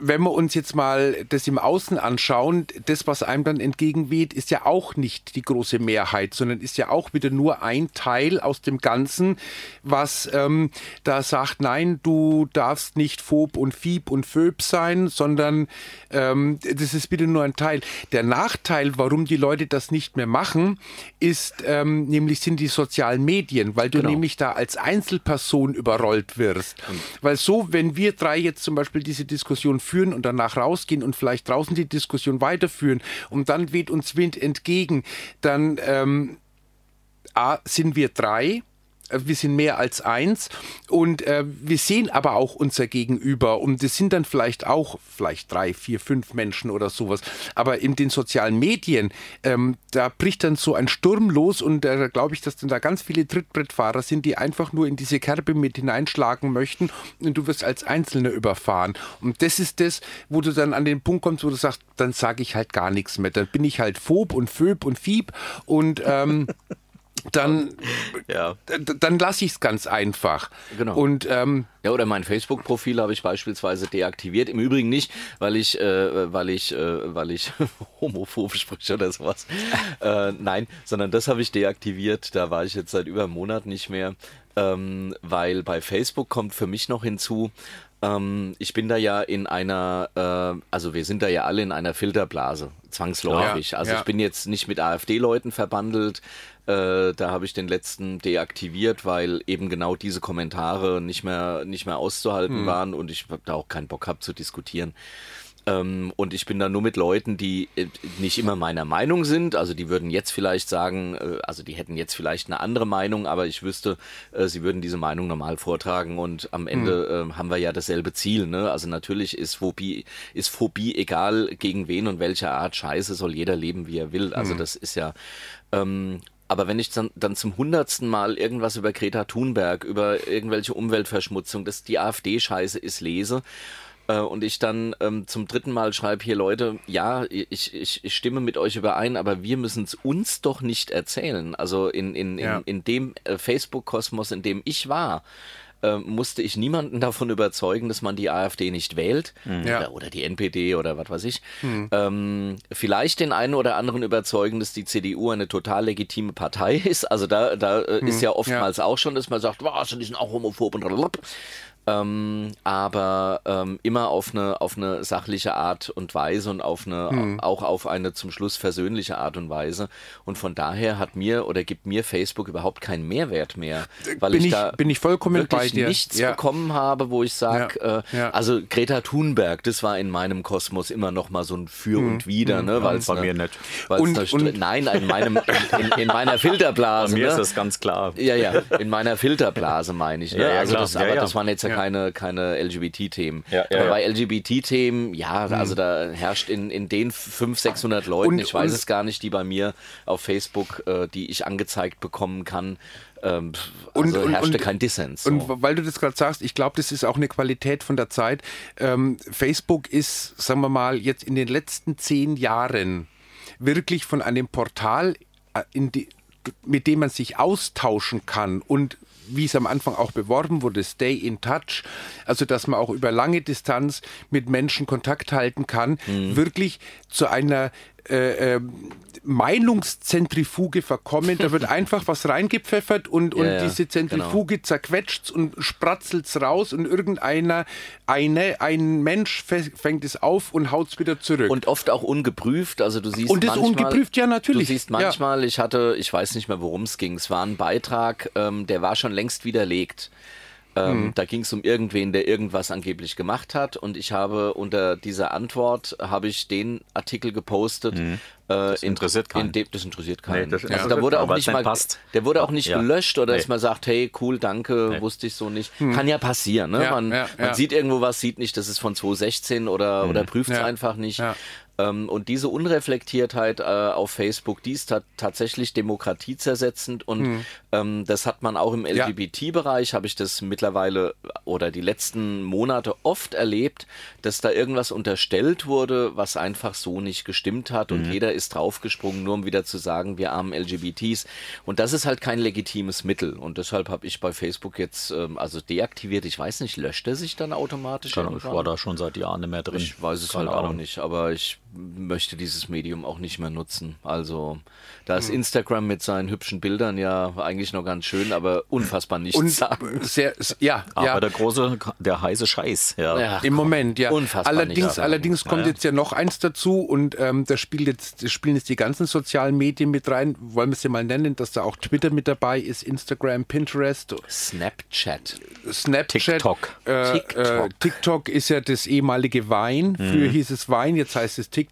[SPEAKER 3] Wenn wir uns jetzt mal das im Außen anschauen, das, was einem dann entgegenweht, ist ja auch nicht die große Mehrheit, sondern ist ja auch wieder nur ein Teil aus dem Ganzen, was ähm, da sagt, nein, du darfst nicht Phob und Fieb und Phöb sein, sondern ähm, das ist wieder nur ein Teil. Der Nachteil, warum die Leute das nicht mehr machen, ist ähm, nämlich sind die sozialen Medien, weil du nämlich da als Einzelperson überrollt wirst. Weil so, wenn wir drei jetzt zum Beispiel diese Diskussion führen und danach rausgehen und vielleicht draußen die Diskussion weiterführen und dann weht uns Wind entgegen, dann ähm, A, sind wir drei, äh, wir sind mehr als eins und äh, wir sehen aber auch unser Gegenüber und das sind dann vielleicht auch vielleicht drei, vier, fünf Menschen oder sowas. Aber in den sozialen Medien, ähm, da bricht dann so ein Sturm los und äh, da glaube ich, dass dann da ganz viele Trittbrettfahrer sind, die einfach nur in diese Kerbe mit hineinschlagen möchten und du wirst als Einzelner überfahren. Und das ist das, wo du dann an den Punkt kommst, wo du sagst, dann sage ich halt gar nichts mehr, dann bin ich halt Phob und Phöb und Fieb und ähm, dann,
[SPEAKER 2] Ja.
[SPEAKER 3] d- dann lasse ich es ganz einfach.
[SPEAKER 1] Genau.
[SPEAKER 3] Und ähm,
[SPEAKER 1] Ja, oder mein Facebook-Profil habe ich beispielsweise deaktiviert. Im Übrigen nicht, weil ich, äh, weil ich, äh, weil ich [LAUGHS] homophob spreche oder
[SPEAKER 3] [LAUGHS]
[SPEAKER 1] sowas. Äh, nein, sondern das habe ich deaktiviert. Da war ich jetzt seit über einem Monat nicht mehr, ähm, weil bei Facebook kommt für mich noch hinzu. Ähm, ich bin da ja in einer, äh, also wir sind da ja alle in einer Filterblase, zwangsläufig.
[SPEAKER 3] Ja,
[SPEAKER 1] also
[SPEAKER 3] ja.
[SPEAKER 1] ich bin jetzt nicht mit AfD-Leuten verbandelt. Äh, da habe ich den letzten deaktiviert, weil eben genau diese Kommentare nicht mehr, nicht mehr auszuhalten waren und ich hab da auch keinen Bock habe zu diskutieren. Ähm, und ich bin da nur mit Leuten, die äh, nicht immer meiner Meinung sind. Also die würden jetzt vielleicht sagen, äh, also die hätten jetzt vielleicht eine andere Meinung, aber ich wüsste, äh, sie würden diese Meinung normal vortragen und am Ende ähm, haben wir ja dasselbe Ziel. Ne? Also natürlich ist Phobie, ist Phobie egal gegen wen und welcher Art Scheiße, soll jeder leben, wie er will. Also das ist ja. Ähm, aber wenn ich dann, dann zum hundertsten Mal irgendwas über Greta Thunberg, über irgendwelche Umweltverschmutzung, dass die AfD-Scheiße ist, lese, äh, und ich dann ähm, zum dritten Mal schreibe hier Leute, ja, ich, ich, ich stimme mit euch überein, aber wir müssen es uns doch nicht erzählen. Also in, in, in,
[SPEAKER 3] Ja.
[SPEAKER 1] in dem äh, Facebook-Kosmos, in dem ich war, äh, musste ich niemanden [LAUGHS] davon überzeugen, dass man die AfD nicht wählt
[SPEAKER 3] Mhm. Ja. Mhm.
[SPEAKER 1] oder, oder die NPD oder was weiß ich. Ähm, vielleicht den einen oder anderen überzeugen, dass die CDU eine total legitime Partei [LAUGHS] ist. Also da, da äh,
[SPEAKER 3] Mhm.
[SPEAKER 1] ist ja oftmals auch schon, dass man sagt, was, die sind auch homophob und blablabla. Ähm, aber ähm, immer auf eine, auf eine sachliche Art und Weise und auf eine, auch auf eine zum Schluss versöhnliche Art und Weise. Und von daher hat mir oder gibt mir Facebook überhaupt keinen Mehrwert mehr, weil
[SPEAKER 3] Bin
[SPEAKER 1] ich,
[SPEAKER 3] ich-
[SPEAKER 1] da
[SPEAKER 3] bin ich vollkommen
[SPEAKER 1] wirklich
[SPEAKER 3] bei dir.
[SPEAKER 1] nichts
[SPEAKER 3] Ja.
[SPEAKER 1] bekommen habe, wo ich sage,
[SPEAKER 3] Ja.
[SPEAKER 1] äh,
[SPEAKER 3] Ja.
[SPEAKER 1] also Greta Thunberg, das war in meinem Kosmos immer noch mal so ein Für und Wider, ne? Weil's
[SPEAKER 2] bei
[SPEAKER 1] ne,
[SPEAKER 2] mir nicht.
[SPEAKER 1] weil's
[SPEAKER 3] Und-
[SPEAKER 1] ne Str-
[SPEAKER 3] und-
[SPEAKER 1] nein, in meinem in, in meiner Filterblase.
[SPEAKER 2] Also Mir
[SPEAKER 1] ne?
[SPEAKER 2] ist
[SPEAKER 3] also,
[SPEAKER 2] das ganz klar.
[SPEAKER 1] Ja, ja, in meiner Filterblase meine ich. Ne?
[SPEAKER 2] Ja, ja,
[SPEAKER 1] also
[SPEAKER 2] klar.
[SPEAKER 1] das,
[SPEAKER 2] Ja,
[SPEAKER 1] aber
[SPEAKER 2] ja.
[SPEAKER 1] das waren jetzt ja, keine, keine LGBT-Themen.
[SPEAKER 2] Ja, ja,
[SPEAKER 1] aber
[SPEAKER 2] ja. Mhm.
[SPEAKER 1] bei LGBT-Themen, ja, also da herrscht in, in den 500, 600 Leuten,
[SPEAKER 3] Und-
[SPEAKER 1] ich weiß
[SPEAKER 3] und-
[SPEAKER 1] es gar nicht, die bei mir auf Facebook, äh, die ich angezeigt bekommen kann, ähm, pf,
[SPEAKER 3] Und-
[SPEAKER 1] also
[SPEAKER 3] und-
[SPEAKER 1] herrschte
[SPEAKER 3] und-
[SPEAKER 1] kein Dissens. So.
[SPEAKER 3] Und w- weil du das gerade sagst, ich glaube, das ist auch eine Qualität von der Zeit. Ähm, Facebook ist, sagen wir mal, jetzt in den letzten zehn Jahren wirklich von einem Portal, äh, in die, mit dem man sich austauschen kann und wie es am Anfang auch beworben wurde, Stay in Touch, also dass man auch über lange Distanz mit Menschen Kontakt halten kann,
[SPEAKER 1] Mhm.
[SPEAKER 3] wirklich zu einer äh, ähm, Meinungszentrifuge verkommen.
[SPEAKER 1] [LAUGHS]
[SPEAKER 3] Da wird einfach was reingepfeffert und, und
[SPEAKER 1] Ja, genau. ja,
[SPEAKER 3] diese Zentrifuge zerquetscht's und spratzelt's raus und irgendeiner, eine, ein Mensch fäng- fängt es auf und haut's wieder zurück.
[SPEAKER 1] Und oft auch ungeprüft. Also du siehst
[SPEAKER 3] Und das
[SPEAKER 1] manchmal,
[SPEAKER 3] ungeprüft, ja, natürlich.
[SPEAKER 1] Du siehst
[SPEAKER 3] Ja.
[SPEAKER 1] manchmal, ich hatte, ich weiß nicht mehr, worum es ging. Es war ein Beitrag, ähm, der war schon längst widerlegt. Ähm,
[SPEAKER 3] Mhm.
[SPEAKER 1] Da ging es um irgendwen, der irgendwas angeblich gemacht hat. Und ich habe unter dieser Antwort habe ich den Artikel gepostet. Das
[SPEAKER 2] Mhm. interessiert
[SPEAKER 1] in,
[SPEAKER 2] keinen.
[SPEAKER 1] dem, das interessiert keinen.
[SPEAKER 2] das
[SPEAKER 1] also
[SPEAKER 2] interessiert
[SPEAKER 1] da wurde
[SPEAKER 2] keinen,
[SPEAKER 1] auch
[SPEAKER 2] weil's
[SPEAKER 1] nicht
[SPEAKER 2] nicht
[SPEAKER 1] mal,
[SPEAKER 2] passt.
[SPEAKER 1] der wurde auch nicht
[SPEAKER 2] Ja.
[SPEAKER 1] gelöscht oder
[SPEAKER 2] Nee.
[SPEAKER 1] dass man sagt, hey, cool, danke, wusste ich so nicht. Kann ja passieren, ne?
[SPEAKER 3] Hm. Ja,
[SPEAKER 1] man,
[SPEAKER 3] ja,
[SPEAKER 1] man
[SPEAKER 3] ja.
[SPEAKER 1] sieht irgendwo was, sieht nicht, das ist von 2016 oder
[SPEAKER 2] Hm.
[SPEAKER 1] oder prüft es
[SPEAKER 3] Ja.
[SPEAKER 1] einfach nicht.
[SPEAKER 3] Ja.
[SPEAKER 1] Ähm, und diese Unreflektiertheit äh, auf Facebook, die ist ta tatsächlich demokratiezersetzend und
[SPEAKER 2] Hm.
[SPEAKER 1] ähm, das hat man auch im
[SPEAKER 3] Ja.
[SPEAKER 1] LGBT-Bereich, habe ich das mittlerweile äh, oder die letzten Monate oft erlebt, dass da irgendwas unterstellt wurde, was einfach so nicht gestimmt hat
[SPEAKER 2] Hm.
[SPEAKER 1] und jeder ist draufgesprungen, nur um wieder zu sagen, wir armen LGBTs. Und das ist halt kein legitimes Mittel und deshalb habe ich bei Facebook jetzt ähm, also deaktiviert, ich weiß nicht, löscht er sich dann automatisch?
[SPEAKER 2] Keine Ahnung, Ich
[SPEAKER 1] irgendwann?
[SPEAKER 2] war da schon seit Jahren nicht mehr drin.
[SPEAKER 1] Ich weiß es
[SPEAKER 2] Keine
[SPEAKER 1] halt auch
[SPEAKER 2] Ahnung.
[SPEAKER 1] nicht, aber ich möchte dieses Medium auch nicht mehr nutzen. Also, da
[SPEAKER 3] Hm.
[SPEAKER 1] ist Instagram mit seinen hübschen Bildern ja eigentlich noch ganz schön, aber unfassbar nichts [LAUGHS]
[SPEAKER 3] Und
[SPEAKER 1] sagen.
[SPEAKER 3] sehr, ja,
[SPEAKER 2] Aber
[SPEAKER 3] ja.
[SPEAKER 2] der große, der heiße Scheiß. Ja.
[SPEAKER 1] Ja.
[SPEAKER 3] Im Moment, ja.
[SPEAKER 1] Unfassbar nicht
[SPEAKER 3] allerdings,
[SPEAKER 1] sagen.
[SPEAKER 3] allerdings kommt jetzt ja noch eins dazu und ähm, da spielt jetzt, das spielen jetzt die ganzen sozialen Medien mit rein. Wollen wir es ja mal nennen, dass da auch Twitter mit dabei ist, Instagram, Pinterest,
[SPEAKER 1] Snapchat.
[SPEAKER 3] Snapchat.
[SPEAKER 2] TikTok.
[SPEAKER 3] Äh,
[SPEAKER 1] TikTok.
[SPEAKER 3] TikTok. Äh, TikTok ist ja das ehemalige Wein. Früher hieß es Wein, jetzt heißt es TikTok.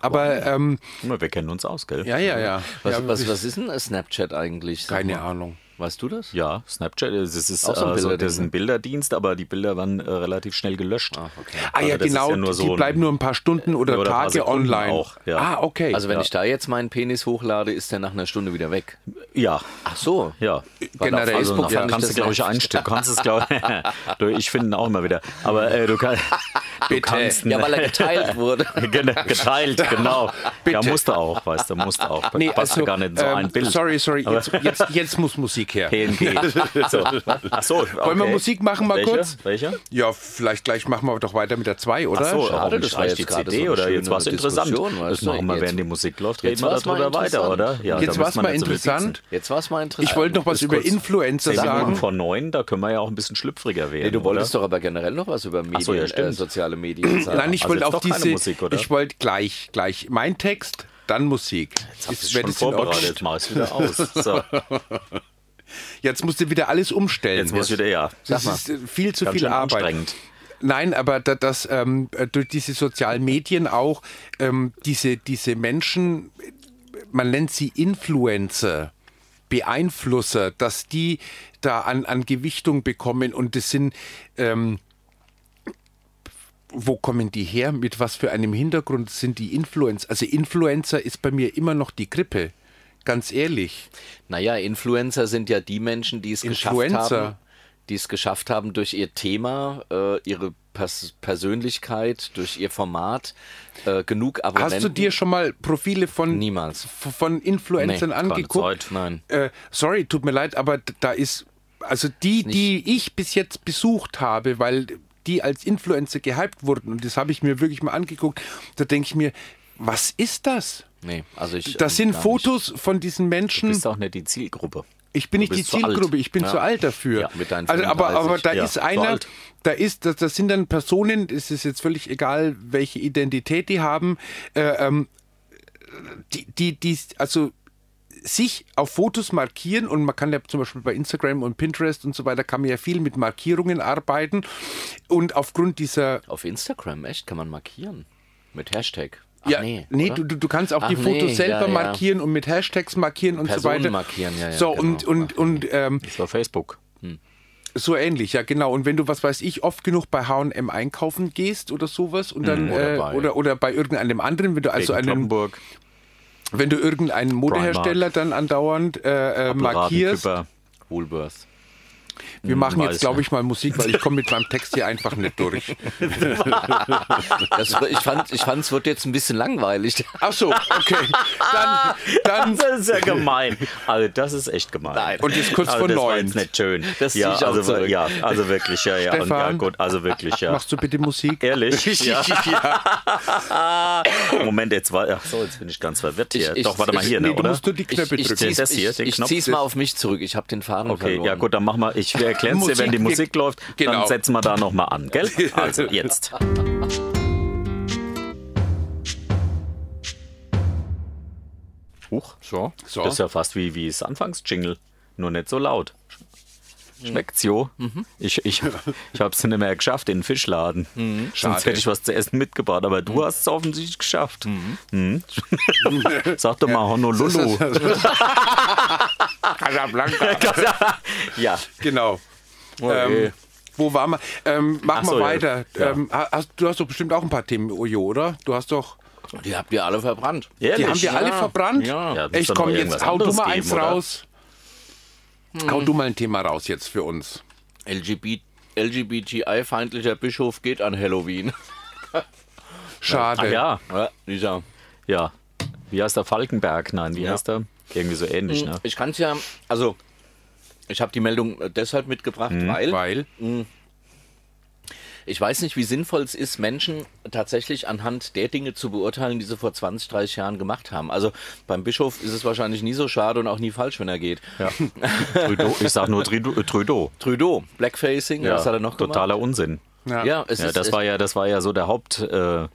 [SPEAKER 3] Aber ähm,
[SPEAKER 2] Wir kennen uns aus, gell?
[SPEAKER 3] ja, ja, ja.
[SPEAKER 1] Was,
[SPEAKER 3] ja
[SPEAKER 1] was, was ist denn Snapchat eigentlich? Sag
[SPEAKER 3] keine
[SPEAKER 1] mal.
[SPEAKER 3] Ahnung.
[SPEAKER 1] Weißt du das?
[SPEAKER 2] Ja, Snapchat, es ist, es ist
[SPEAKER 1] Auch so ein
[SPEAKER 2] äh, so, das
[SPEAKER 1] Bilderdienst,
[SPEAKER 2] ist ein Bilderdienst, aber die Bilder waren äh, relativ schnell gelöscht. Also, Ach, okay.
[SPEAKER 3] Ah ja, genau, die bleiben nur ein paar Stunden oder,
[SPEAKER 2] oder ein paar
[SPEAKER 3] Tage
[SPEAKER 2] Sekunden
[SPEAKER 3] online.
[SPEAKER 2] auch, ja.
[SPEAKER 3] Ah, okay.
[SPEAKER 1] Also wenn ich da jetzt meinen Penis hochlade, ist der nach einer Stunde wieder weg.
[SPEAKER 2] Ja,
[SPEAKER 1] Ach so.
[SPEAKER 2] ja.
[SPEAKER 3] Generell
[SPEAKER 2] also,
[SPEAKER 3] Facebook
[SPEAKER 2] ja,
[SPEAKER 1] fand ich
[SPEAKER 2] kannst du,
[SPEAKER 1] das
[SPEAKER 2] glaube ich,
[SPEAKER 1] nervig.
[SPEAKER 2] einstellen. Kannst es, [LAUGHS] glaube ich. ich finde ihn auch immer wieder. Aber äh, du, kann, du
[SPEAKER 3] Bitte.
[SPEAKER 2] kannst.
[SPEAKER 1] Ja,
[SPEAKER 2] [LAUGHS]
[SPEAKER 1] weil er geteilt wurde.
[SPEAKER 2] Gen- geteilt, genau.
[SPEAKER 3] Bitte.
[SPEAKER 2] Ja, musste auch, weißt du, musste auch.
[SPEAKER 3] Nee,
[SPEAKER 2] Passt
[SPEAKER 3] also,
[SPEAKER 2] gar nicht in so
[SPEAKER 3] ähm,
[SPEAKER 2] ein Bild.
[SPEAKER 3] Sorry, sorry,
[SPEAKER 2] Aber-
[SPEAKER 3] jetzt, jetzt, jetzt muss Musik her.
[SPEAKER 2] PNG. So. Ach so, okay.
[SPEAKER 3] Wollen wir Musik machen mal
[SPEAKER 2] Welche?
[SPEAKER 3] kurz?
[SPEAKER 2] Welche?
[SPEAKER 3] Ja, vielleicht gleich machen wir doch weiter mit der 2, oder?
[SPEAKER 2] Ach so,
[SPEAKER 1] schade,
[SPEAKER 2] warum
[SPEAKER 1] das war
[SPEAKER 2] reicht
[SPEAKER 1] jetzt
[SPEAKER 2] die
[SPEAKER 1] gerade
[SPEAKER 2] CD
[SPEAKER 1] so eine
[SPEAKER 2] oder jetzt
[SPEAKER 1] schöne
[SPEAKER 2] war es interessant.
[SPEAKER 1] Diskussion, weißt
[SPEAKER 2] Das
[SPEAKER 1] du,
[SPEAKER 2] machen wir,
[SPEAKER 1] jetzt-
[SPEAKER 2] während die Musik läuft, reden
[SPEAKER 1] jetzt
[SPEAKER 2] wir
[SPEAKER 1] war's mal
[SPEAKER 2] darüber weiter,
[SPEAKER 1] interessant.
[SPEAKER 2] oder? Ja,
[SPEAKER 3] jetzt
[SPEAKER 2] da
[SPEAKER 3] war
[SPEAKER 2] muss
[SPEAKER 3] es
[SPEAKER 2] man
[SPEAKER 3] mal
[SPEAKER 2] nicht so viel
[SPEAKER 3] interessant.
[SPEAKER 1] Jetzt war es mal interessant.
[SPEAKER 3] Ich wollte noch was
[SPEAKER 2] ist
[SPEAKER 3] über
[SPEAKER 2] kurz.
[SPEAKER 3] Influencer
[SPEAKER 2] pieksen. Zehn Minuten
[SPEAKER 3] sagen.
[SPEAKER 2] vor neun, da können wir ja auch ein bisschen schlüpfriger werden.
[SPEAKER 1] Nee, du wolltest doch aber generell noch was über Medien,
[SPEAKER 2] so, ja,
[SPEAKER 1] äh,
[SPEAKER 2] stimmt.
[SPEAKER 1] soziale Medien sagen.
[SPEAKER 3] Nein, ich
[SPEAKER 2] Also
[SPEAKER 3] wollte
[SPEAKER 2] jetzt
[SPEAKER 3] auf
[SPEAKER 2] doch keine
[SPEAKER 3] diese.
[SPEAKER 2] Musik, oder?
[SPEAKER 3] Ich wollte gleich, gleich. Mein Text, dann Musik. Jetzt,
[SPEAKER 2] Ist schon vorbereitet, mach es wieder
[SPEAKER 1] [LAUGHS]
[SPEAKER 2] aus. So,
[SPEAKER 3] Jetzt musst du wieder alles umstellen.
[SPEAKER 2] jetzt muss ich wieder, ja.
[SPEAKER 3] das ist äh, viel zu
[SPEAKER 2] Ganz
[SPEAKER 3] viel
[SPEAKER 2] schön
[SPEAKER 3] Arbeit.
[SPEAKER 2] anstrengend.
[SPEAKER 3] Nein, aber da, das ähm, äh, durch diese sozialen Medien auch ähm, diese, diese Menschen, man nennt sie Influencer, Beeinflusser, dass die da an, an Gewichtung bekommen und das sind ähm, wo kommen die her? Mit was für einem Hintergrund sind die Influencer? Also Influencer ist bei mir immer noch die Grippe, ganz ehrlich.
[SPEAKER 1] Naja, Influencer sind ja die Menschen, die es geschafft
[SPEAKER 3] Influencer.
[SPEAKER 1] haben, die es geschafft haben, durch ihr Thema, äh, ihre Pers Persönlichkeit, durch ihr Format äh, genug Abonnenten.
[SPEAKER 3] Hast du dir schon mal Profile von
[SPEAKER 1] Niemals.
[SPEAKER 3] f- von Influencern
[SPEAKER 1] Nee, keine
[SPEAKER 3] angeguckt?
[SPEAKER 1] Zeit, nein.
[SPEAKER 3] Äh, sorry, tut mir leid, aber d- da ist also die, die ich bis jetzt besucht habe, weil die als Influencer gehypt wurden und das habe ich mir wirklich mal angeguckt. Da denke ich mir, was ist das?
[SPEAKER 1] Nee, also ich.
[SPEAKER 3] Das
[SPEAKER 1] ähm,
[SPEAKER 3] sind
[SPEAKER 1] gar
[SPEAKER 3] Fotos von diesen
[SPEAKER 2] Du
[SPEAKER 3] Menschen.
[SPEAKER 2] bist auch nicht die Zielgruppe.
[SPEAKER 3] Ich bin nicht die
[SPEAKER 2] bist zu alt.
[SPEAKER 3] Zielgruppe, ich bin zu alt dafür.
[SPEAKER 1] Ja, mit deinen
[SPEAKER 3] also, aber,
[SPEAKER 1] 35,
[SPEAKER 3] aber da
[SPEAKER 2] ja,
[SPEAKER 3] ist
[SPEAKER 2] zu
[SPEAKER 3] einer,
[SPEAKER 2] alt.
[SPEAKER 3] da ist, das, das sind dann Personen, es ist jetzt völlig egal, welche Identität die haben, äh, ähm, die, die, die, also sich auf Fotos markieren und man kann ja zum Beispiel bei Instagram und Pinterest und so weiter, kann man ja viel mit Markierungen arbeiten und aufgrund dieser
[SPEAKER 1] Nicht. Auf Instagram, echt, kann man markieren. Mit Hashtag. Ach,
[SPEAKER 3] ja,
[SPEAKER 1] nee.
[SPEAKER 3] nee,
[SPEAKER 1] oder?
[SPEAKER 3] du, du du kannst auch
[SPEAKER 1] Ach
[SPEAKER 3] die
[SPEAKER 1] nee,
[SPEAKER 3] Fotos
[SPEAKER 1] ja,
[SPEAKER 3] selber
[SPEAKER 1] ja.
[SPEAKER 3] markieren und mit Hashtags markieren und so
[SPEAKER 1] Personen
[SPEAKER 3] weiter.
[SPEAKER 1] markieren, ja, ja,
[SPEAKER 3] so,
[SPEAKER 1] genau.
[SPEAKER 3] und, und, und ähm,
[SPEAKER 2] Das war Facebook.
[SPEAKER 3] So ähnlich, ja genau. Und wenn du, was weiß ich, oft genug bei H&M einkaufen gehst oder sowas und
[SPEAKER 2] Mhm.
[SPEAKER 3] dann
[SPEAKER 1] Oder
[SPEAKER 3] äh,
[SPEAKER 1] bei-
[SPEAKER 3] oder, oder bei irgendeinem anderen, wenn du also
[SPEAKER 2] Gegen
[SPEAKER 3] einen,
[SPEAKER 2] Kloppenburg,
[SPEAKER 3] wenn du irgendeinen Modehersteller dann andauernd äh, äh, markierst.
[SPEAKER 2] Raven, Küpper.
[SPEAKER 1] Woolworth.
[SPEAKER 3] Wir machen
[SPEAKER 2] Mhm, weiß
[SPEAKER 3] jetzt, glaube
[SPEAKER 2] nicht.
[SPEAKER 3] ich, mal Musik, weil ich komme mit meinem Text hier einfach nicht durch.
[SPEAKER 1] Das, Also, ich fand, ich fand, es wird jetzt ein bisschen langweilig.
[SPEAKER 3] Ach so, okay. Dann, dann
[SPEAKER 2] Das ist ja gemein. Also das ist echt gemein.
[SPEAKER 1] Nein.
[SPEAKER 3] Und jetzt kurz
[SPEAKER 2] also,
[SPEAKER 3] vor
[SPEAKER 2] das war
[SPEAKER 3] neun.
[SPEAKER 2] jetzt nicht schön.
[SPEAKER 1] Das
[SPEAKER 2] ja,
[SPEAKER 1] zieh ich auch
[SPEAKER 2] also,
[SPEAKER 1] zurück.
[SPEAKER 2] ja, also wirklich, ja, ja. Und, ja
[SPEAKER 3] Stefan.
[SPEAKER 2] gut, also wirklich, ja.
[SPEAKER 3] machst du bitte Musik.
[SPEAKER 2] Ehrlich?
[SPEAKER 3] Ja.
[SPEAKER 2] Ja. [LAUGHS] Moment, jetzt war. Ach so, jetzt bin ich ganz verwirrt hier.
[SPEAKER 1] Ich- ich-
[SPEAKER 2] Doch, warte mal
[SPEAKER 1] ich-
[SPEAKER 2] hier,
[SPEAKER 3] nee,
[SPEAKER 2] ne,
[SPEAKER 3] du
[SPEAKER 2] oder?
[SPEAKER 3] musst nur die
[SPEAKER 1] Ich,
[SPEAKER 3] Knöpfe
[SPEAKER 1] ich
[SPEAKER 3] drücken.
[SPEAKER 1] zieh's,
[SPEAKER 2] Das hier,
[SPEAKER 1] ich,
[SPEAKER 2] den
[SPEAKER 1] ich
[SPEAKER 2] Knopf?
[SPEAKER 1] zieh's mal auf mich zurück. Ich habe den Faden
[SPEAKER 2] Okay,
[SPEAKER 1] verloren.
[SPEAKER 2] ja gut, dann mach mal. Ich erkläre dir, wenn
[SPEAKER 3] Musik,
[SPEAKER 2] die
[SPEAKER 3] wir-
[SPEAKER 2] Musik läuft,
[SPEAKER 3] Genau.
[SPEAKER 2] dann setzen wir da nochmal an, gell? Also jetzt. Huch, so.
[SPEAKER 3] So.
[SPEAKER 2] Das ist ja fast wie, wie das Anfangsjingle, nur nicht so laut. Schmeckt's, jo? Ich, ich, ich hab's nicht mehr geschafft, in den Fischladen. Sonst hätte ich was zu essen mitgebracht, aber du hast es offensichtlich geschafft. Mhm. [LAUGHS] Sag doch mal
[SPEAKER 3] [LAUGHS]
[SPEAKER 2] Honolulu.
[SPEAKER 3] Casablanca.
[SPEAKER 2] [LAUGHS] ja,
[SPEAKER 3] Genau. Ähm, wo war man? Ähm, mach
[SPEAKER 2] Ach so,
[SPEAKER 3] mal
[SPEAKER 2] ja.
[SPEAKER 3] weiter.
[SPEAKER 2] Ja.
[SPEAKER 3] Ähm, ha- hast, du hast doch bestimmt auch ein paar Themen, Ojo, oder? Du hast doch.
[SPEAKER 1] Die habt ihr alle verbrannt.
[SPEAKER 2] ehrlich.
[SPEAKER 3] Die haben wir alle verbrannt.
[SPEAKER 1] Ja.
[SPEAKER 2] Ja, muss
[SPEAKER 3] ich
[SPEAKER 2] doch
[SPEAKER 3] komme
[SPEAKER 2] noch
[SPEAKER 3] jetzt,
[SPEAKER 2] irgendwas
[SPEAKER 3] hau du
[SPEAKER 2] anderes
[SPEAKER 3] mal
[SPEAKER 2] geben,
[SPEAKER 3] eins
[SPEAKER 2] oder?
[SPEAKER 3] raus. Hau du mal ein Thema raus jetzt für uns.
[SPEAKER 1] LGBT, LGBTI-feindlicher Bischof geht an Halloween.
[SPEAKER 2] Ah,
[SPEAKER 3] Schade.
[SPEAKER 2] [LAUGHS] ja,
[SPEAKER 1] Ja, Lisa.
[SPEAKER 2] ja. Wie heißt der Falkenberg? Nein, wie
[SPEAKER 1] Ja. Mhm.
[SPEAKER 2] heißt er? Irgendwie so ähnlich, ne?
[SPEAKER 1] Ich kann es ja, also ich habe die Meldung äh, deshalb mitgebracht,
[SPEAKER 2] Mhm.
[SPEAKER 1] weil
[SPEAKER 3] Weil.
[SPEAKER 1] ich weiß nicht, wie sinnvoll es ist, Menschen tatsächlich anhand der Dinge zu beurteilen, die sie vor 20, 30 Jahren gemacht haben. Also beim Bischof ist es wahrscheinlich nie so schade und auch nie falsch, wenn er geht.
[SPEAKER 2] Trudeau, ich sag nur Trudeau. Trudeau.
[SPEAKER 1] Trudeau, Blackfacing, was hat er noch
[SPEAKER 2] Totaler
[SPEAKER 1] gemacht?
[SPEAKER 2] Unsinn.
[SPEAKER 1] Ja, es
[SPEAKER 2] Ja,
[SPEAKER 1] ist,
[SPEAKER 2] das
[SPEAKER 1] es,
[SPEAKER 2] war ja, das war ja so der Haupt, äh,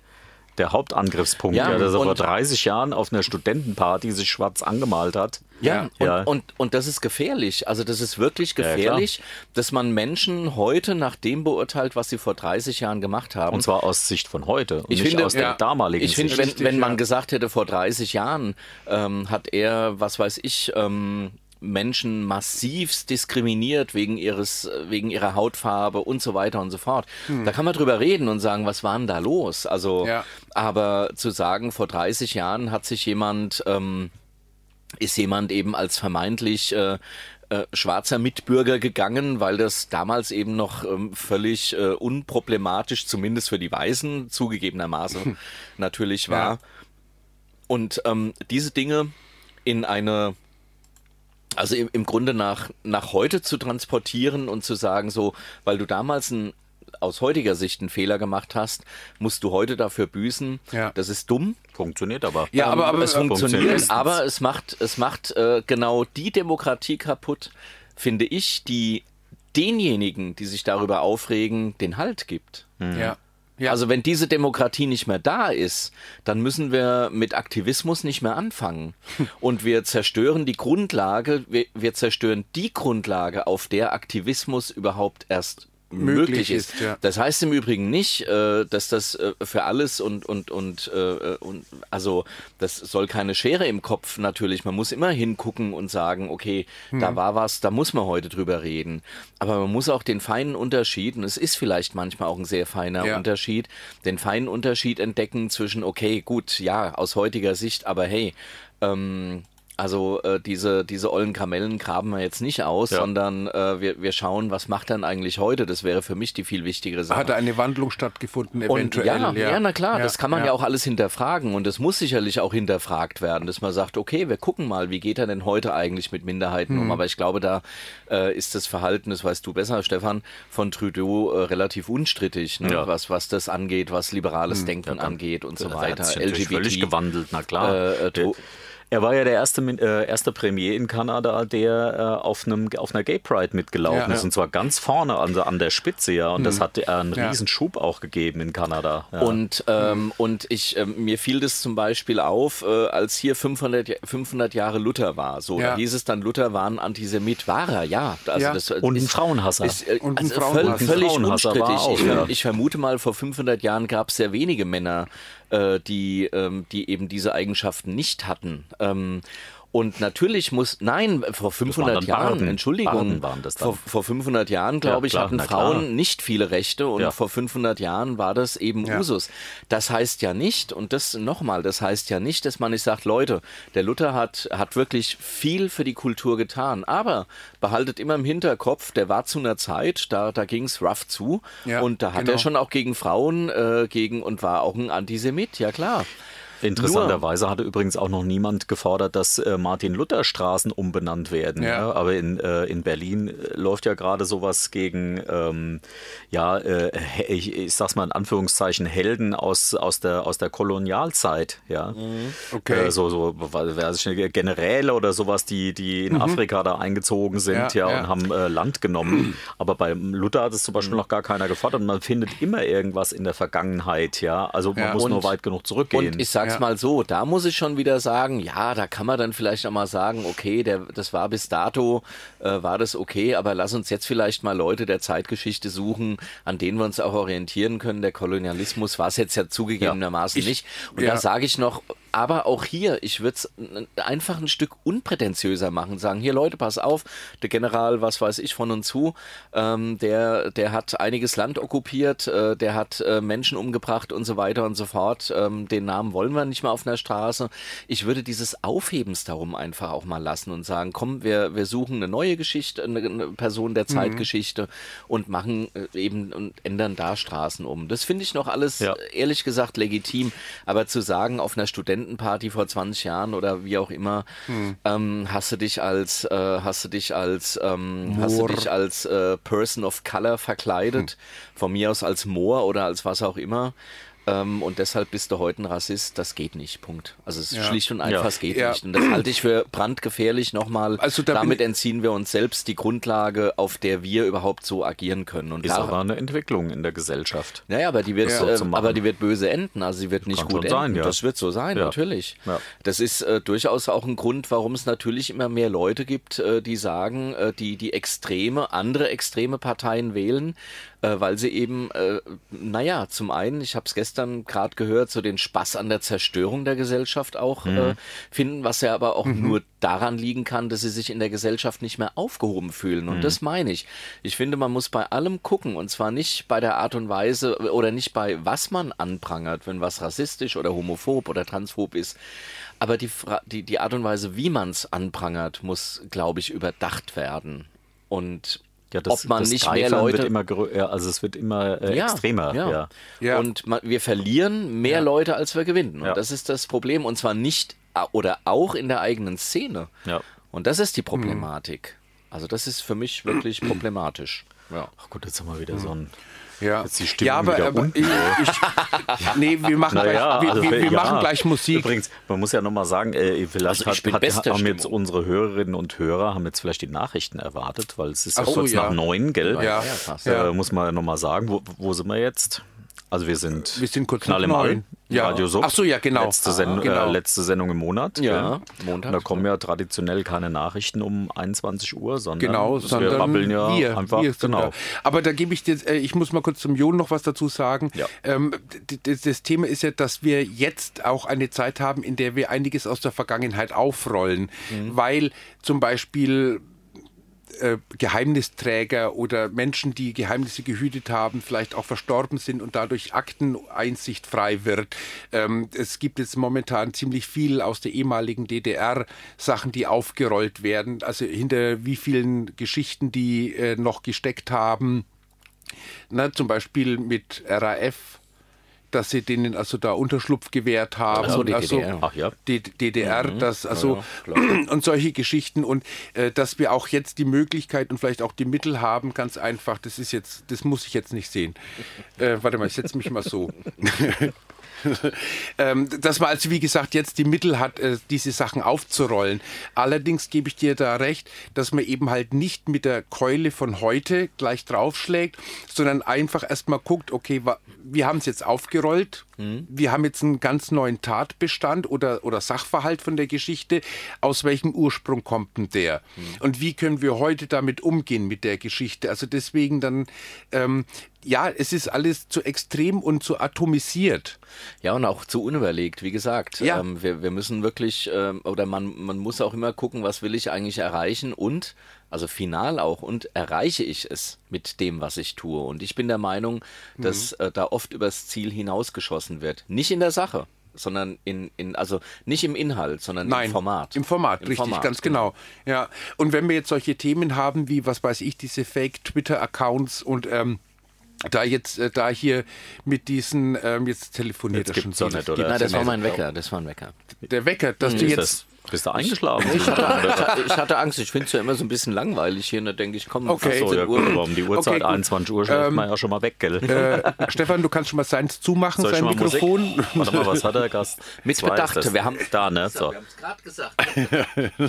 [SPEAKER 2] der Hauptangriffspunkt,
[SPEAKER 1] Ja,
[SPEAKER 2] ja, dass er vor
[SPEAKER 1] und-
[SPEAKER 2] 30 Jahren auf einer Studentenparty sich schwarz angemalt hat.
[SPEAKER 1] Ja, und,
[SPEAKER 2] Ja.
[SPEAKER 1] Und, und das ist gefährlich. Also das ist wirklich
[SPEAKER 2] klar.
[SPEAKER 1] gefährlich, dass man Menschen heute nach dem beurteilt, was sie vor 30 Jahren gemacht haben.
[SPEAKER 2] Und zwar aus Sicht von heute und
[SPEAKER 1] Ich
[SPEAKER 2] nicht
[SPEAKER 1] finde-
[SPEAKER 2] aus der
[SPEAKER 1] ja.
[SPEAKER 2] damaligen
[SPEAKER 1] ich finde,
[SPEAKER 2] Sicht.
[SPEAKER 1] wenn,
[SPEAKER 3] Richtig,
[SPEAKER 1] wenn man
[SPEAKER 3] ja.
[SPEAKER 1] gesagt hätte, vor 30 Jahren ähm, hat er, was weiß ich, ähm, Menschen massivst diskriminiert wegen ihres, wegen ihrer Hautfarbe und so weiter und so fort. Da kann man drüber reden und sagen, was war denn da los? Also,
[SPEAKER 3] Hm. Ja.
[SPEAKER 1] aber zu sagen, vor 30 Jahren hat sich jemand, ähm, ist jemand eben als vermeintlich äh, äh, schwarzer Mitbürger gegangen, weil das damals eben noch ähm, völlig äh, unproblematisch, zumindest für die Weißen
[SPEAKER 3] [LAUGHS]
[SPEAKER 1] zugegebenermaßen natürlich war.
[SPEAKER 3] Ja.
[SPEAKER 1] Und ähm, diese Dinge in eine, also im, im Grunde nach, nach heute zu transportieren und zu sagen, so, weil du damals ein, aus heutiger Sicht einen Fehler gemacht hast, musst du heute dafür büßen.
[SPEAKER 3] Ja.
[SPEAKER 1] Das ist dumm. Ähm,
[SPEAKER 2] Funktioniert aber.
[SPEAKER 3] Ja, aber, aber äh,
[SPEAKER 1] es funktioniert,
[SPEAKER 2] funktioniert.
[SPEAKER 1] aber es macht, es macht äh, genau die Demokratie kaputt, finde ich, die denjenigen, die sich darüber aufregen, den Halt gibt.
[SPEAKER 3] Ja. ja.
[SPEAKER 1] Also wenn diese Demokratie nicht mehr da ist, dann müssen wir mit Aktivismus nicht mehr
[SPEAKER 3] [LAUGHS]
[SPEAKER 1] anfangen. Und wir zerstören die Grundlage, wir, wir zerstören die Grundlage, auf der Aktivismus überhaupt erst möglich, ist.
[SPEAKER 3] ist, ja.
[SPEAKER 1] Das heißt im Übrigen nicht, äh, dass das äh, für alles und und und, äh, und also das soll keine Schere im Kopf natürlich. Man muss immer hingucken und sagen, okay,
[SPEAKER 3] Hm.
[SPEAKER 1] da war was, da muss man heute drüber reden. Aber man muss auch den feinen Unterschied und es ist vielleicht manchmal auch ein sehr feiner
[SPEAKER 3] Ja.
[SPEAKER 1] Unterschied, den feinen Unterschied entdecken zwischen okay, gut, ja, aus heutiger Sicht, aber hey. Ähm, also äh, diese, diese ollen Kamellen graben wir jetzt nicht aus, sondern äh, wir, wir schauen, was macht dann eigentlich heute. Das wäre für mich die viel wichtigere Sache.
[SPEAKER 3] hat da eine Wandlung stattgefunden,
[SPEAKER 1] Und
[SPEAKER 3] eventuell.
[SPEAKER 1] ja, ja. na klar, das kann man ja. auch alles hinterfragen und das muss sicherlich auch hinterfragt werden, dass man sagt, okay, wir gucken mal, wie geht er denn heute eigentlich mit Minderheiten um? Aber ich glaube, da äh, ist das Verhalten, das weißt du besser, Stefan, von Trudeau äh, relativ unstrittig, ne?
[SPEAKER 2] Ja.
[SPEAKER 1] was, was das angeht, was liberales Denken angeht und so
[SPEAKER 2] Da hat
[SPEAKER 1] weiter.
[SPEAKER 2] sich natürlich völlig gewandelt, na klar.
[SPEAKER 1] Äh, äh,
[SPEAKER 2] Der-
[SPEAKER 1] Dro-
[SPEAKER 2] er war ja der erste, Min- äh, erste Premier in Kanada, der äh, auf, einem, auf einer Gay Pride mitgelaufen
[SPEAKER 3] Ja.
[SPEAKER 2] ist. Und zwar ganz vorne an, der- an der Spitze, ja. Und das hat äh, einen
[SPEAKER 3] Ja.
[SPEAKER 2] riesen Schub auch gegeben in Kanada. Ja.
[SPEAKER 1] Mhm. Und, ähm, und ich, ähm, mir fiel das zum Beispiel auf, äh, als hier 500, Ja- 500 Jahre Luther war. So,
[SPEAKER 3] Ja.
[SPEAKER 1] da hieß es dann, Luther war ein Antisemit. War er, ja. Also
[SPEAKER 3] Ja.
[SPEAKER 1] Das,
[SPEAKER 2] Und ein Frauenhasser.
[SPEAKER 1] Ist, äh,
[SPEAKER 3] Und ein
[SPEAKER 1] also
[SPEAKER 3] Frauenhasser.
[SPEAKER 1] völ- völlig
[SPEAKER 2] Frauenhasser war
[SPEAKER 1] unstrittig.
[SPEAKER 2] auch,
[SPEAKER 1] ich, ver-
[SPEAKER 2] ja.
[SPEAKER 1] ich vermute mal, vor 500 Jahren gab es sehr wenige Männer, äh, die, ähm, die eben diese Eigenschaften nicht hatten. Ähm, und natürlich muss, nein, vor
[SPEAKER 2] waren
[SPEAKER 1] 500
[SPEAKER 2] dann
[SPEAKER 1] Jahren,
[SPEAKER 2] Barden.
[SPEAKER 1] Entschuldigung,
[SPEAKER 2] Barden waren das dann.
[SPEAKER 1] vor, vor 500 Jahren, glaube
[SPEAKER 2] Ja,
[SPEAKER 1] ich,
[SPEAKER 2] klar,
[SPEAKER 1] hatten
[SPEAKER 2] na klar.
[SPEAKER 1] Frauen nicht viele Rechte und
[SPEAKER 2] Ja.
[SPEAKER 1] vor 500 Jahren war das eben
[SPEAKER 3] Ja.
[SPEAKER 1] Usus. Das heißt ja nicht, und das nochmal, das heißt ja nicht, dass man nicht sagt, Leute, der Luther hat, hat wirklich viel für die Kultur getan, aber behaltet immer im Hinterkopf, der war zu einer Zeit, da, da ging es rough zu
[SPEAKER 3] Ja,
[SPEAKER 1] und da hat
[SPEAKER 3] genau.
[SPEAKER 1] er schon auch gegen Frauen äh, gegen und war auch ein Antisemit, ja klar.
[SPEAKER 2] Interessanterweise hatte übrigens auch noch niemand gefordert, dass äh, Martin-Luther-Straßen umbenannt werden.
[SPEAKER 3] Ja.
[SPEAKER 2] Ja. Aber in, äh, in Berlin äh, läuft ja gerade sowas gegen, ähm, ja, äh, he- ich, ich sag's mal in Anführungszeichen, Helden aus, aus, der, aus der Kolonialzeit. Ja.
[SPEAKER 3] Mhm. Okay.
[SPEAKER 2] Äh, so, so we- weiß ich nicht, Generäle oder sowas, die, die in Afrika da eingezogen sind
[SPEAKER 3] Mhm. Ja,
[SPEAKER 2] ja,
[SPEAKER 3] ja. Mhm.
[SPEAKER 2] und haben äh, Land genommen. Aber bei Luther hat es zum Beispiel noch gar keiner gefordert. Man findet immer irgendwas in der Vergangenheit. Ja. Also man
[SPEAKER 3] Ja.
[SPEAKER 2] muss
[SPEAKER 1] Und-
[SPEAKER 2] nur weit genug zurückgehen.
[SPEAKER 1] Und ich sag's
[SPEAKER 3] Ja.
[SPEAKER 1] mal so, da muss ich schon wieder sagen, ja, da kann man dann vielleicht auch mal sagen, okay, der, das war bis dato, äh, war das okay, aber lass uns jetzt vielleicht mal Leute der Zeitgeschichte suchen, an denen wir uns auch orientieren können. Der Kolonialismus war es jetzt ja zugegebenermaßen nicht. Und
[SPEAKER 3] ja.
[SPEAKER 1] da sage ich noch, aber auch hier, ich würde es einfach ein Stück unprätentiöser machen, sagen, hier Leute, pass auf, der General, was weiß ich von und zu, ähm, der, der hat einiges Land okkupiert, äh, der hat äh, Menschen umgebracht und so weiter und so fort. Ähm, den Namen wollen wir nicht mehr auf einer Straße. Ich würde dieses Aufhebens darum einfach auch mal lassen und sagen, komm, wir, wir suchen eine neue Geschichte, eine, eine Person der Zeitgeschichte und machen äh, eben und ändern da Straßen um. Das finde ich noch alles
[SPEAKER 2] Ja.
[SPEAKER 1] äh, ehrlich gesagt legitim, aber zu sagen, auf einer Studentenparty vor 20 Jahren oder wie auch immer,
[SPEAKER 3] Hm.
[SPEAKER 1] ähm, hast du dich als, äh, hast du dich als, ähm, hast du
[SPEAKER 3] Moor. Hm.
[SPEAKER 1] dich als äh, Person of Color verkleidet, von mir aus als Moor oder als was auch immer. Ähm, und deshalb bist du heute ein Rassist, das geht nicht, Punkt. Also es ist schlicht und einfach,
[SPEAKER 2] Ja.
[SPEAKER 1] es geht
[SPEAKER 3] Ja.
[SPEAKER 1] nicht. Und das halte ich für brandgefährlich nochmal.
[SPEAKER 3] Also da bin
[SPEAKER 1] Damit
[SPEAKER 3] ich-
[SPEAKER 1] entziehen wir uns selbst die Grundlage, auf der wir überhaupt so agieren können. Und
[SPEAKER 2] Ist
[SPEAKER 1] da-
[SPEAKER 2] aber eine Entwicklung in der Gesellschaft.
[SPEAKER 1] naja, aber die wird,
[SPEAKER 2] so
[SPEAKER 1] äh,
[SPEAKER 2] zu machen.
[SPEAKER 1] aber die wird böse enden. Also sie wird nicht
[SPEAKER 2] kann
[SPEAKER 1] gut
[SPEAKER 2] schon sein,
[SPEAKER 1] enden.
[SPEAKER 2] ja.
[SPEAKER 1] Das wird so sein,
[SPEAKER 2] Ja.
[SPEAKER 1] natürlich.
[SPEAKER 2] Ja.
[SPEAKER 1] Das ist äh, durchaus auch ein Grund, warum es natürlich immer mehr Leute gibt, äh, die sagen, äh, die die extreme, andere extreme Parteien wählen, äh, weil sie eben, äh, naja, zum einen, ich habe es gestern gerade gehört, so den Spaß an der Zerstörung der Gesellschaft auch äh, finden, was ja aber auch nur daran liegen kann, dass sie sich in der Gesellschaft nicht mehr aufgehoben fühlen. Und das meine ich. Ich finde, man muss bei allem gucken und zwar nicht bei der Art und Weise äh, oder nicht bei was man anprangert, wenn was rassistisch oder homophob oder transphob ist. Aber die, Fra die, die Art und Weise, wie man es anprangert, muss, glaube ich, überdacht werden. Und
[SPEAKER 2] Ja, das,
[SPEAKER 1] ob man
[SPEAKER 2] das
[SPEAKER 1] nicht mehr
[SPEAKER 2] Dreifach
[SPEAKER 1] Leute.
[SPEAKER 2] wird immer grö- ja, also es wird immer äh,
[SPEAKER 1] Ja,
[SPEAKER 2] extremer. Ja.
[SPEAKER 1] Ja.
[SPEAKER 3] Ja.
[SPEAKER 1] Und man, wir verlieren mehr Leute, als wir gewinnen. Und das ist das Problem. Und zwar nicht a- oder auch in der eigenen Szene.
[SPEAKER 2] Ja.
[SPEAKER 1] Und das ist die Problematik. Also, das ist für mich wirklich problematisch. Ja.
[SPEAKER 2] Ach gut, jetzt haben wir wieder so
[SPEAKER 1] Hm.
[SPEAKER 2] ein.
[SPEAKER 3] Ja,
[SPEAKER 2] Jetzt die Stimmung
[SPEAKER 3] ja aber,
[SPEAKER 2] wieder
[SPEAKER 3] aber
[SPEAKER 2] unten,
[SPEAKER 3] ich, ich, [LAUGHS] nee, wir machen, gleich,
[SPEAKER 2] Naja,
[SPEAKER 3] wir,
[SPEAKER 2] also,
[SPEAKER 3] wir, wir
[SPEAKER 2] ja.
[SPEAKER 3] machen gleich Musik.
[SPEAKER 2] Übrigens, man muss ja nochmal sagen, äh, vielleicht
[SPEAKER 1] Also ich bin
[SPEAKER 2] hat, hat,
[SPEAKER 1] bester
[SPEAKER 2] haben jetzt
[SPEAKER 1] Stimmung.
[SPEAKER 2] unsere Hörerinnen und Hörer haben jetzt vielleicht die Nachrichten erwartet, weil es ist
[SPEAKER 3] Ach so,
[SPEAKER 2] kurz
[SPEAKER 3] ja.
[SPEAKER 2] nach neun, gell?
[SPEAKER 3] Ja,
[SPEAKER 1] Ja, fast.
[SPEAKER 3] ja.
[SPEAKER 2] Äh, muss man nochmal sagen, wo, wo sind wir jetzt? Also wir sind,
[SPEAKER 3] Wir sind kurz
[SPEAKER 2] Knall
[SPEAKER 3] nach
[SPEAKER 2] im All,
[SPEAKER 3] neun. Ja.
[SPEAKER 2] Radio Sub,
[SPEAKER 3] Ach so, ja, genau.
[SPEAKER 2] Letzte,
[SPEAKER 3] Ah,
[SPEAKER 2] Sendung,
[SPEAKER 3] genau.
[SPEAKER 2] Äh, letzte Sendung im Monat.
[SPEAKER 1] Ja,
[SPEAKER 2] gell?
[SPEAKER 1] montags.
[SPEAKER 2] Und da kommen ja traditionell keine Nachrichten um 21 Uhr, sondern
[SPEAKER 3] Genau,
[SPEAKER 2] wir
[SPEAKER 3] sondern
[SPEAKER 2] babbeln ja
[SPEAKER 3] wir,
[SPEAKER 2] einfach.
[SPEAKER 3] wir sind
[SPEAKER 2] genau.
[SPEAKER 3] da. Aber da gebe ich dir, äh, ich muss mal kurz zum Jon noch was dazu sagen.
[SPEAKER 2] Ja.
[SPEAKER 3] Ähm, d- d- das Thema ist ja, dass wir jetzt auch eine Zeit haben, in der wir einiges aus der Vergangenheit aufrollen,
[SPEAKER 2] Mhm.
[SPEAKER 3] weil zum Beispiel äh, Geheimnisträger oder Menschen, die Geheimnisse gehütet haben, vielleicht auch verstorben sind und dadurch Akteneinsicht frei wird. Ähm, es gibt jetzt momentan ziemlich viel aus der ehemaligen DDR Sachen, die aufgerollt werden. Also hinter wie vielen Geschichten die äh, noch gesteckt haben. Na, zum Beispiel mit RAF, dass sie denen also da Unterschlupf gewährt haben.
[SPEAKER 1] Ach so, die
[SPEAKER 3] also,
[SPEAKER 1] DDR.
[SPEAKER 2] Ach ja.
[SPEAKER 3] D- DDR, das also [CLEARS THROAT] und solche Geschichten und äh, dass wir auch jetzt die Möglichkeit und vielleicht auch die Mittel haben, ganz einfach, das ist jetzt, das muss ich jetzt nicht sehen. Äh, warte mal, ich setze mich mal so. [LAUGHS] ähm, dass man also, wie gesagt, jetzt die Mittel hat, äh, diese Sachen aufzurollen. Allerdings gebe ich dir da recht, dass man eben halt nicht mit der Keule von heute gleich draufschlägt, sondern einfach erstmal guckt, okay, wa- wir haben es jetzt aufgerollt, wir haben jetzt einen ganz neuen Tatbestand oder, oder Sachverhalt von der Geschichte, aus welchem Ursprung kommt denn der? Und wie können wir heute damit umgehen mit der Geschichte? Also deswegen dann, ähm, ja, es ist alles zu extrem und zu atomisiert.
[SPEAKER 1] Ja, und auch zu unüberlegt, wie gesagt.
[SPEAKER 3] Ja.
[SPEAKER 1] Ähm, wir, wir müssen wirklich, ähm, oder man, man muss auch immer gucken, was will ich eigentlich erreichen und, also final auch, und erreiche ich es mit dem, was ich tue. Und ich bin der Meinung,
[SPEAKER 3] Mhm.
[SPEAKER 1] dass äh, da oft übers Ziel hinausgeschossen wird. Nicht in der Sache, sondern in, in also nicht im Inhalt, sondern
[SPEAKER 3] Nein,
[SPEAKER 1] im Format.
[SPEAKER 3] Im Format, richtig, ganz genau. Ja. Und wenn wir jetzt solche Themen haben, wie, was weiß ich, diese Fake-Twitter-Accounts und ähm, da jetzt, äh, da hier mit diesen, ähm, jetzt telefoniert
[SPEAKER 2] Jetzt
[SPEAKER 3] er schon
[SPEAKER 2] gibt's doch
[SPEAKER 3] viel.
[SPEAKER 2] nicht, oder?
[SPEAKER 1] Nein, das war
[SPEAKER 2] SMS.
[SPEAKER 1] mein Wecker, das war ein Wecker.
[SPEAKER 3] Der Wecker, dass du
[SPEAKER 2] Ist
[SPEAKER 3] jetzt.
[SPEAKER 2] das, bist du
[SPEAKER 3] [LAUGHS]
[SPEAKER 2] eingeschlafen?
[SPEAKER 1] Ich hatte, ich hatte Angst, ich finde es ja immer so ein bisschen langweilig hier und da denke ich, komm,
[SPEAKER 3] Okay.
[SPEAKER 2] Ach so, ja,
[SPEAKER 1] 15
[SPEAKER 2] gut,
[SPEAKER 1] Uhr.
[SPEAKER 2] aber um die Uhrzeit,
[SPEAKER 3] Okay, gut.
[SPEAKER 2] 21 Uhr schläft
[SPEAKER 3] Ähm,
[SPEAKER 2] man ja schon mal weg, gell?
[SPEAKER 3] Äh, Stefan, du kannst schon mal seins zumachen,
[SPEAKER 2] Soll ich
[SPEAKER 3] sein
[SPEAKER 2] schon mal
[SPEAKER 3] Mikrofon.
[SPEAKER 2] Musik? Warte mal, was hat der Gast?
[SPEAKER 1] Mit
[SPEAKER 2] Zwei ist
[SPEAKER 1] Bedacht,
[SPEAKER 2] das.
[SPEAKER 1] wir haben-
[SPEAKER 2] Da, ne? So.
[SPEAKER 1] Wir haben es gerade [LAUGHS] gesagt.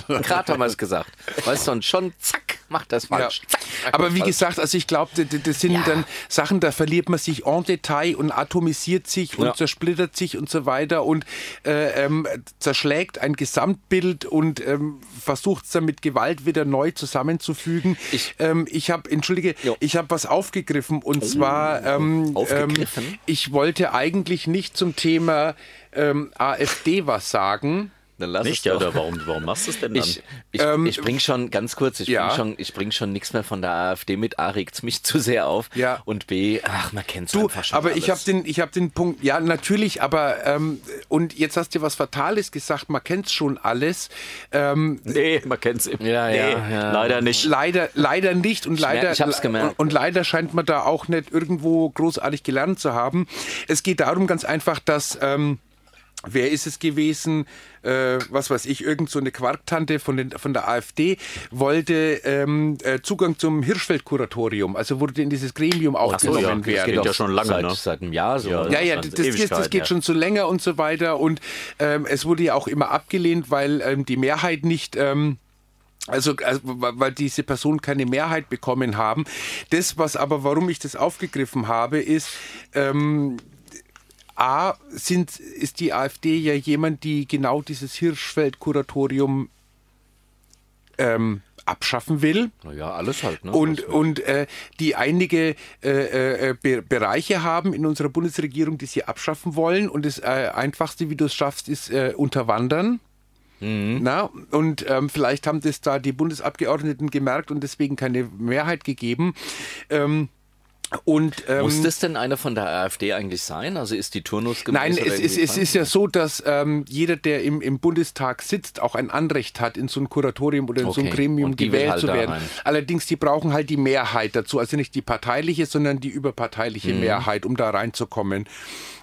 [SPEAKER 1] gerade haben wir es gesagt. Weißt du, und schon zack, macht das
[SPEAKER 3] Ja.
[SPEAKER 1] falsch. Zack,
[SPEAKER 3] Aber wie gesagt, also ich glaube, das, das sind dann Sachen, da verliert man sich en Detail und atomisiert sich und
[SPEAKER 1] Ja.
[SPEAKER 3] zersplittert sich und so weiter und äh, ähm, zerschlägt ein Gesamtbild und ähm, versucht es dann mit Gewalt wieder neu zusammenzufügen.
[SPEAKER 1] Ich-
[SPEAKER 3] ähm, ich habe, entschuldige,
[SPEAKER 1] Jo. Oh,
[SPEAKER 3] ich habe was aufgegriffen und zwar, ähm,
[SPEAKER 1] Aufgegriffen?
[SPEAKER 3] Ähm, ich wollte eigentlich nicht zum Thema ähm, AfD was sagen.
[SPEAKER 1] dann lass
[SPEAKER 2] Nicht,
[SPEAKER 1] es
[SPEAKER 2] ja,
[SPEAKER 1] doch.
[SPEAKER 2] oder warum, warum machst du es denn dann?
[SPEAKER 1] Ich, ich, ich bring schon ganz kurz, ich
[SPEAKER 3] ähm, ja.
[SPEAKER 1] bring schon, ich bring schon nichts mehr von der AfD mit. A regt's mich zu sehr auf.
[SPEAKER 3] Ja.
[SPEAKER 1] Und B, ach, man kennt's
[SPEAKER 3] Du,
[SPEAKER 1] einfach schon.
[SPEAKER 3] aber ich habe
[SPEAKER 1] alles.
[SPEAKER 3] den, ich hab den Punkt, ja, natürlich, aber, ähm, und jetzt hast du was Fatales gesagt, man kennt schon alles. Ähm,
[SPEAKER 2] nee, man kennt es
[SPEAKER 1] Ja,
[SPEAKER 2] nee,
[SPEAKER 1] ja, ja.
[SPEAKER 2] leider nicht.
[SPEAKER 3] leider, leider nicht und leider,
[SPEAKER 1] merk- ich hab's gemerkt.
[SPEAKER 3] Und, und leider scheint man da auch nicht irgendwo großartig gelernt zu haben. Es geht darum ganz einfach, dass. Ähm, Wer ist es gewesen? Äh, was weiß ich, irgend so eine Quarktante von, den, von der AfD wollte ähm, äh, Zugang zum Hirschfeld-Kuratorium, also wurde in dieses Gremium
[SPEAKER 2] so, ja,
[SPEAKER 3] aufgenommen
[SPEAKER 2] das
[SPEAKER 3] werden.
[SPEAKER 2] geht ja schon lange,
[SPEAKER 1] seit,
[SPEAKER 2] ne?
[SPEAKER 1] seit einem Jahr so.
[SPEAKER 2] Ja,
[SPEAKER 1] oder?
[SPEAKER 3] Ja, ja, das,
[SPEAKER 2] Schon
[SPEAKER 3] das, das, das
[SPEAKER 2] Ewigkeiten,
[SPEAKER 3] geht
[SPEAKER 2] ja.
[SPEAKER 3] schon zu länger und so weiter. Und ähm, es wurde ja auch immer abgelehnt, weil ähm, die Mehrheit nicht. Ähm, also, also, weil diese Personen keine Mehrheit bekommen haben. Das, was aber, warum ich das aufgegriffen habe, ist, ähm, A, sind, ist die AfD ja jemand, die genau dieses Hirschfeld-Kuratorium ähm, abschaffen will.
[SPEAKER 1] Naja, alles halt. Ne?
[SPEAKER 3] Und, und äh, die einige äh, äh, Be Bereiche haben in unserer Bundesregierung, die sie abschaffen wollen. Und das äh, Einfachste, wie du es schaffst, ist äh, unterwandern.
[SPEAKER 1] Mhm.
[SPEAKER 3] Na, und ähm, vielleicht haben das da die Bundesabgeordneten gemerkt und deswegen keine Mehrheit gegeben. Ähm, und, ähm,
[SPEAKER 1] Muss das denn einer von der AfD eigentlich sein? Also ist die Turnus
[SPEAKER 3] Nein, es, es, es ist ja so, dass ähm, jeder, der im, im Bundestag sitzt, auch ein Anrecht hat, in so ein Kuratorium oder in so ein
[SPEAKER 1] Okay.
[SPEAKER 3] Gremium
[SPEAKER 1] Und die will
[SPEAKER 3] gewählt
[SPEAKER 1] halt
[SPEAKER 3] um zu
[SPEAKER 1] da
[SPEAKER 3] werden.
[SPEAKER 1] rein.
[SPEAKER 3] Allerdings, die brauchen halt die Mehrheit dazu. Also nicht die parteiliche, sondern die überparteiliche
[SPEAKER 1] Mhm.
[SPEAKER 3] Mehrheit, um da reinzukommen.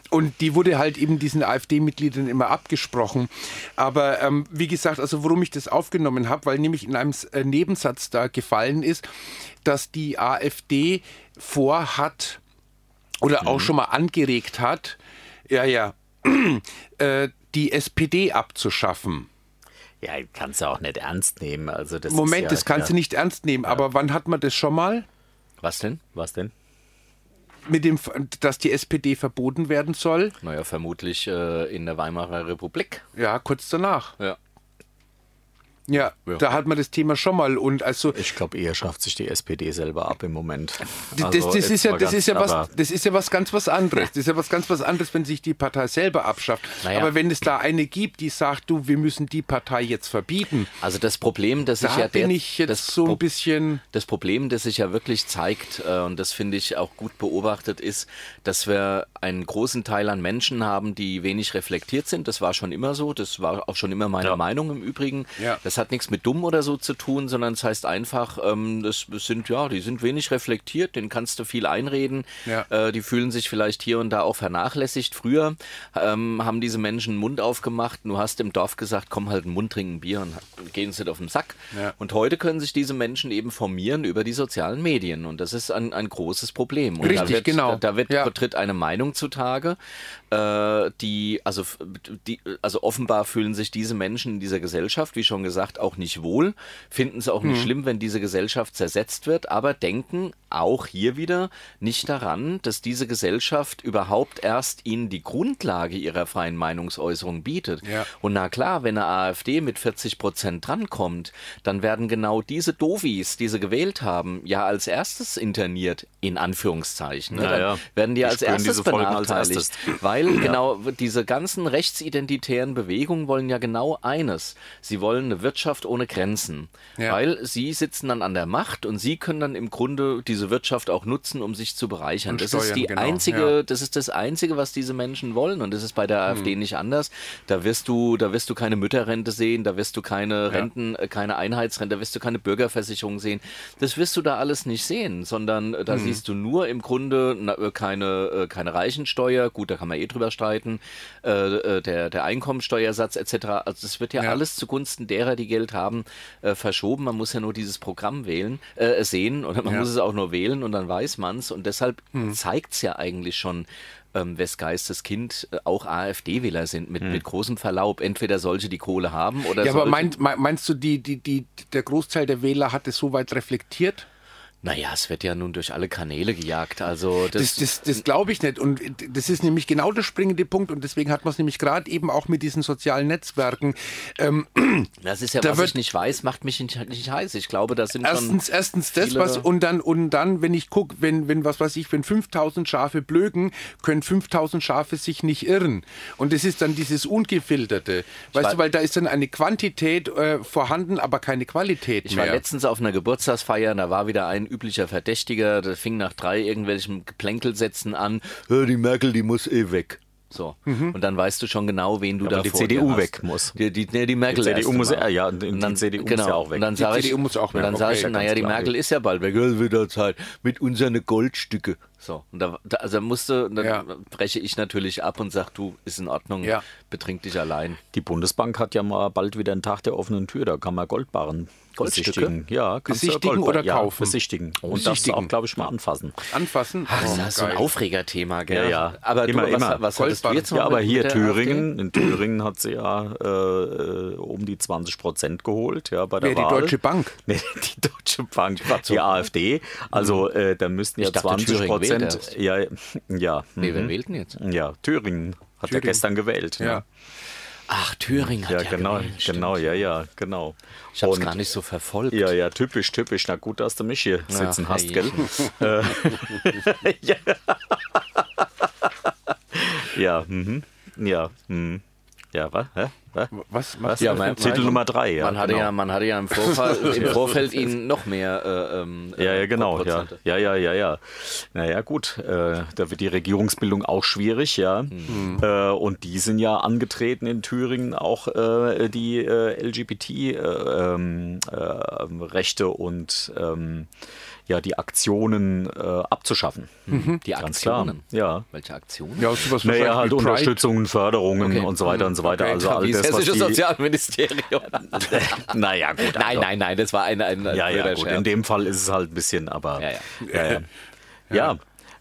[SPEAKER 3] Und die wurde halt eben diesen AfD-Mitgliedern immer abgesprochen. Aber ähm, wie gesagt, also warum ich das aufgenommen habe, weil nämlich in einem S- äh, Nebensatz da gefallen ist, dass die AfD vorhat, oder
[SPEAKER 1] Mhm.
[SPEAKER 3] auch schon mal angeregt hat, ja, ja, [CLEARS THROAT] äh, die SPD abzuschaffen.
[SPEAKER 2] Ja, kannst du auch nicht ernst nehmen. Also das
[SPEAKER 3] Moment,
[SPEAKER 2] ist ja,
[SPEAKER 3] das kannst du
[SPEAKER 2] ja.
[SPEAKER 3] nicht ernst nehmen, aber wann hat man das schon mal?
[SPEAKER 1] Was denn?
[SPEAKER 2] Was denn?
[SPEAKER 3] Mit dem, Ver- dass die SPD verboten werden soll?
[SPEAKER 1] Naja, vermutlich äh, in der Weimarer Republik.
[SPEAKER 3] Ja, kurz danach.
[SPEAKER 1] Ja.
[SPEAKER 3] Ja,
[SPEAKER 1] Ja.
[SPEAKER 3] da hat man das Thema schon mal. Und also
[SPEAKER 2] Ich glaube, eher schafft sich die SPD selber ab im Moment.
[SPEAKER 3] D-
[SPEAKER 1] Also,
[SPEAKER 3] Das, das, ist ja, das, ist ja was, das ist ja was ganz was anderes. Das ist ja was ganz was anderes, wenn sich die Partei selber abschafft.
[SPEAKER 1] Naja.
[SPEAKER 3] Aber wenn es da eine gibt, die sagt, du, wir müssen die Partei jetzt verbieten,
[SPEAKER 1] Also das Problem, das
[SPEAKER 3] da
[SPEAKER 1] ich ja der-
[SPEAKER 3] bin ich jetzt
[SPEAKER 1] das
[SPEAKER 3] so ein
[SPEAKER 1] Pro-
[SPEAKER 3] bisschen.
[SPEAKER 1] Das Problem, das sich ja wirklich zeigt, äh, und das finde ich auch gut beobachtet, ist, dass wir einen großen Teil an Menschen haben, die wenig reflektiert sind. Das war schon immer so. Das war auch schon immer meine Meinung im Übrigen.
[SPEAKER 3] Ja.
[SPEAKER 1] Das hat nichts mit dumm oder so zu tun, sondern es heißt einfach, ähm, das sind, ja, die sind wenig reflektiert, denen kannst du viel einreden.
[SPEAKER 3] Ja.
[SPEAKER 1] Äh, die fühlen sich vielleicht hier und da auch vernachlässigt. Früher ähm, haben diese Menschen einen Mund aufgemacht. und Du hast im Dorf gesagt, komm halt einen Mund, trinken Bier und gehen uns nicht auf den Sack.
[SPEAKER 3] Ja.
[SPEAKER 1] Und heute können sich diese Menschen eben formieren über die sozialen Medien. Und das ist ein, ein großes Problem. Und da
[SPEAKER 3] Richtig,
[SPEAKER 1] wird,
[SPEAKER 3] genau.
[SPEAKER 1] Da, da wird,
[SPEAKER 3] Ja.
[SPEAKER 1] tritt eine Meinung zutage, äh, die, also, f- die, also offenbar fühlen sich diese Menschen in dieser Gesellschaft, wie schon gesagt, auch nicht wohl, finden es auch nicht
[SPEAKER 2] Mhm.
[SPEAKER 1] schlimm, wenn diese Gesellschaft zersetzt wird, aber denken auch hier wieder nicht daran, dass diese Gesellschaft überhaupt erst ihnen die Grundlage ihrer freien Meinungsäußerung bietet.
[SPEAKER 3] Ja.
[SPEAKER 1] Und na klar, wenn eine AfD mit 40 Prozent drankommt, dann werden genau diese Dovis, die sie gewählt haben, ja als erstes interniert, in Anführungszeichen. Ne?
[SPEAKER 2] Ja,
[SPEAKER 1] dann
[SPEAKER 2] ja.
[SPEAKER 1] werden die
[SPEAKER 2] Die
[SPEAKER 1] als
[SPEAKER 2] spüren
[SPEAKER 1] erstes
[SPEAKER 2] diese Folgen als
[SPEAKER 1] benachteiligt.
[SPEAKER 2] erstes.
[SPEAKER 1] Weil genau diese ganzen rechtsidentitären Bewegungen wollen ja genau eines. Sie wollen eine Wirtschaft ohne Grenzen.
[SPEAKER 3] Ja.
[SPEAKER 1] Weil sie sitzen dann an der Macht und sie können dann im Grunde diese Wirtschaft auch nutzen, um sich zu bereichern.
[SPEAKER 3] Und
[SPEAKER 1] das ist
[SPEAKER 3] steuern,
[SPEAKER 1] die
[SPEAKER 3] genau,
[SPEAKER 1] einzige,
[SPEAKER 3] ja.
[SPEAKER 1] das ist das Einzige, was diese Menschen wollen. Und das ist bei der AfD nicht anders. Da wirst du, da wirst du keine Mütterrente sehen, da wirst du keine Renten, äh, keine Einheitsrente, da wirst du keine Bürgerversicherung sehen. Das wirst du da alles nicht sehen, sondern äh, da siehst du nur im Grunde na, äh, keine, äh, keine Reichensteuer. Gut, da kann man eh drüber streiten. Äh, äh, der, der Einkommensteuersatz etc. Also das wird ja,
[SPEAKER 3] Ja.
[SPEAKER 1] alles zugunsten derer, die Geld haben, äh, verschoben. Man muss ja nur dieses Programm wählen, äh, sehen oder man
[SPEAKER 3] Ja. Mhm.
[SPEAKER 1] muss es auch nur wählen und dann weiß man es. Und deshalb zeigt's zeigt es ja eigentlich schon, ähm, wes Geistes Kind äh, auch AfD-Wähler sind, mit, mit großem Verlaub. Entweder solche, die Kohle haben oder
[SPEAKER 3] Mhm. Ja, aber
[SPEAKER 1] solche-
[SPEAKER 3] mein, mein, meinst du, die, die, die, der Großteil der Wähler hat es so weit reflektiert?
[SPEAKER 1] Naja, es wird ja nun durch alle Kanäle gejagt. Also das,
[SPEAKER 3] Das, das, das glaube ich nicht. Und das ist nämlich genau der springende Punkt. Und deswegen hat man es nämlich gerade eben auch mit diesen sozialen Netzwerken. Ähm,
[SPEAKER 1] das ist ja,
[SPEAKER 3] da
[SPEAKER 1] was
[SPEAKER 3] wird-
[SPEAKER 1] ich nicht weiß, macht mich nicht, nicht heiß. Ich glaube, da sind
[SPEAKER 3] erstens,
[SPEAKER 1] schon...
[SPEAKER 3] erstens das,
[SPEAKER 1] viele-
[SPEAKER 3] was und dann, und dann, wenn ich gucke, wenn, wenn, was weiß ich, wenn 5000 Schafe blöken, können 5000 Schafe sich nicht irren. Und das ist dann dieses Ungefilterte. Weißt
[SPEAKER 1] war-
[SPEAKER 3] du, weil da ist dann eine Quantität äh, vorhanden, aber keine Qualität
[SPEAKER 1] Ich war
[SPEAKER 3] mehr.
[SPEAKER 1] letztens auf einer Geburtstagsfeier, da war wieder ein üblicher Verdächtiger, der fing nach drei irgendwelchen Geplänkelsätzen an, "Hö, die Merkel, die muss eh weg. So. Und dann weißt du schon genau, wen du
[SPEAKER 2] Mhm. Aber
[SPEAKER 1] da
[SPEAKER 2] die
[SPEAKER 1] vor
[SPEAKER 2] CDU
[SPEAKER 1] dir hast.
[SPEAKER 2] weg muss.
[SPEAKER 1] Die, die, nee, die Merkel
[SPEAKER 2] Die CDU
[SPEAKER 1] erst
[SPEAKER 2] muss-
[SPEAKER 1] mal.
[SPEAKER 2] ah ja, die-
[SPEAKER 1] Und
[SPEAKER 2] die CDU muss
[SPEAKER 1] genau,
[SPEAKER 2] ja auch weg.
[SPEAKER 1] Und dann
[SPEAKER 3] Die
[SPEAKER 1] sag ich,
[SPEAKER 3] CDU muss auch weg,
[SPEAKER 1] Und dann
[SPEAKER 3] okay,
[SPEAKER 1] sage ich,
[SPEAKER 3] ja, ganz
[SPEAKER 1] naja, die
[SPEAKER 3] klar.
[SPEAKER 1] Merkel ist ja bald weg, "Ja, wieder Zeit mit unseren Goldstücke. So. Und da, da also musste, dann
[SPEAKER 3] Ja.
[SPEAKER 1] breche ich natürlich ab und sag, du, ist in Ordnung,
[SPEAKER 3] Ja.
[SPEAKER 1] betrink dich allein.
[SPEAKER 2] Die Bundesbank hat ja mal bald wieder einen Tag der offenen Tür, da kann man Goldbarren
[SPEAKER 1] Goldstücke?
[SPEAKER 2] besichtigen. Ja, kannst du
[SPEAKER 3] Besichtigen
[SPEAKER 2] Goldbar-
[SPEAKER 3] oder
[SPEAKER 2] ja,
[SPEAKER 3] kaufen?
[SPEAKER 2] Besichtigen.
[SPEAKER 1] Oh,
[SPEAKER 2] Und darfst du
[SPEAKER 3] Besichtigen.
[SPEAKER 2] auch, glaube ich, mal anfassen.
[SPEAKER 3] Anfassen.
[SPEAKER 1] Ach, Ah, das
[SPEAKER 3] Oh,
[SPEAKER 1] ist so ein
[SPEAKER 3] geil.
[SPEAKER 1] Aufregerthema, gell?
[SPEAKER 2] Ja, ja.
[SPEAKER 1] Aber
[SPEAKER 2] Immer,
[SPEAKER 1] du, was,
[SPEAKER 2] immer.
[SPEAKER 1] was hattest du
[SPEAKER 3] Goldbarren.
[SPEAKER 1] jetzt noch
[SPEAKER 2] Ja, aber
[SPEAKER 1] mit-
[SPEAKER 2] hier
[SPEAKER 1] mit der AfD?
[SPEAKER 2] Thüringen, in Thüringen hat sie ja äh, äh, um die 20 Prozent geholt, ja, bei der
[SPEAKER 3] Wer, die
[SPEAKER 2] Wahl.
[SPEAKER 3] Deutsche Bank?
[SPEAKER 2] [LAUGHS] Nee, die Deutsche Bank, die AfD. Also äh, da müssten ja
[SPEAKER 1] Hm. Ich dachte,
[SPEAKER 2] 20
[SPEAKER 1] Thüringen wählt
[SPEAKER 2] Prozent. Ja, ja, Mhm.
[SPEAKER 1] Nee, wer wählt denn jetzt?
[SPEAKER 2] Hm. ja, Thüringen hat ja
[SPEAKER 3] Thüringen.
[SPEAKER 2] gestern gewählt. ne?
[SPEAKER 3] Ja.
[SPEAKER 1] Ach, Thüringen hat
[SPEAKER 2] Ja,
[SPEAKER 1] ja,
[SPEAKER 2] genau,
[SPEAKER 1] gewählt, stimmt.
[SPEAKER 2] genau, ja, ja, genau.
[SPEAKER 1] Ich habe es
[SPEAKER 2] Und-
[SPEAKER 1] gar nicht so verfolgt.
[SPEAKER 2] Ja, ja, typisch, typisch. Na gut, dass du mich hier sitzen hast,
[SPEAKER 1] hey.
[SPEAKER 2] gell?
[SPEAKER 1] [LAUGHS]
[SPEAKER 2] Äh, ja. ja, mhm. Ja, mhm. Ja, was? Hä? Was?
[SPEAKER 3] Was?
[SPEAKER 2] was?
[SPEAKER 3] Ja,
[SPEAKER 1] mein-
[SPEAKER 2] Titel
[SPEAKER 1] mein-
[SPEAKER 2] Nummer drei, ja.
[SPEAKER 1] man, hatte
[SPEAKER 2] genau.
[SPEAKER 1] ja, man hatte ja im
[SPEAKER 2] [LAUGHS]
[SPEAKER 1] Vorfeld, im Vorfeld ihnen noch mehr. Äh, ähm,
[SPEAKER 2] Ja, ja,
[SPEAKER 1] äh,
[SPEAKER 2] genau. Ja,
[SPEAKER 1] Prozente.
[SPEAKER 2] ja, ja, ja. ja. Naja, gut. Äh, da wird die Regierungsbildung auch schwierig, ja.
[SPEAKER 1] Mhm.
[SPEAKER 2] Äh, und die sind ja angetreten in Thüringen auch äh, die äh, LGBT-Rechte ähm, äh, Rechte und ähm, ja, die Aktionen äh, abzuschaffen.
[SPEAKER 1] Die
[SPEAKER 2] Ganz klar.
[SPEAKER 1] Aktionen.
[SPEAKER 2] Ja.
[SPEAKER 1] Welche Aktionen?
[SPEAKER 3] Ja, sowas
[SPEAKER 2] Naja,
[SPEAKER 3] wahrscheinlich
[SPEAKER 2] halt
[SPEAKER 3] wie Pride.
[SPEAKER 2] Unterstützungen, Förderungen und so weiter und so weiter. Also all
[SPEAKER 1] Mhm. Wie
[SPEAKER 2] das, was
[SPEAKER 1] Hessisches
[SPEAKER 2] die, [LAUGHS]
[SPEAKER 1] Sozialministerium.
[SPEAKER 2] naja, gut.
[SPEAKER 1] nein,
[SPEAKER 2] also-
[SPEAKER 1] nein, nein, das war ein, ein
[SPEAKER 2] Ja, ja,
[SPEAKER 1] blöder
[SPEAKER 2] gut.
[SPEAKER 1] Scherz.
[SPEAKER 2] In dem Fall ist es halt ein bisschen, aber.
[SPEAKER 1] Ja, ja.
[SPEAKER 2] ja,
[SPEAKER 1] [LAUGHS]
[SPEAKER 2] ja. ja.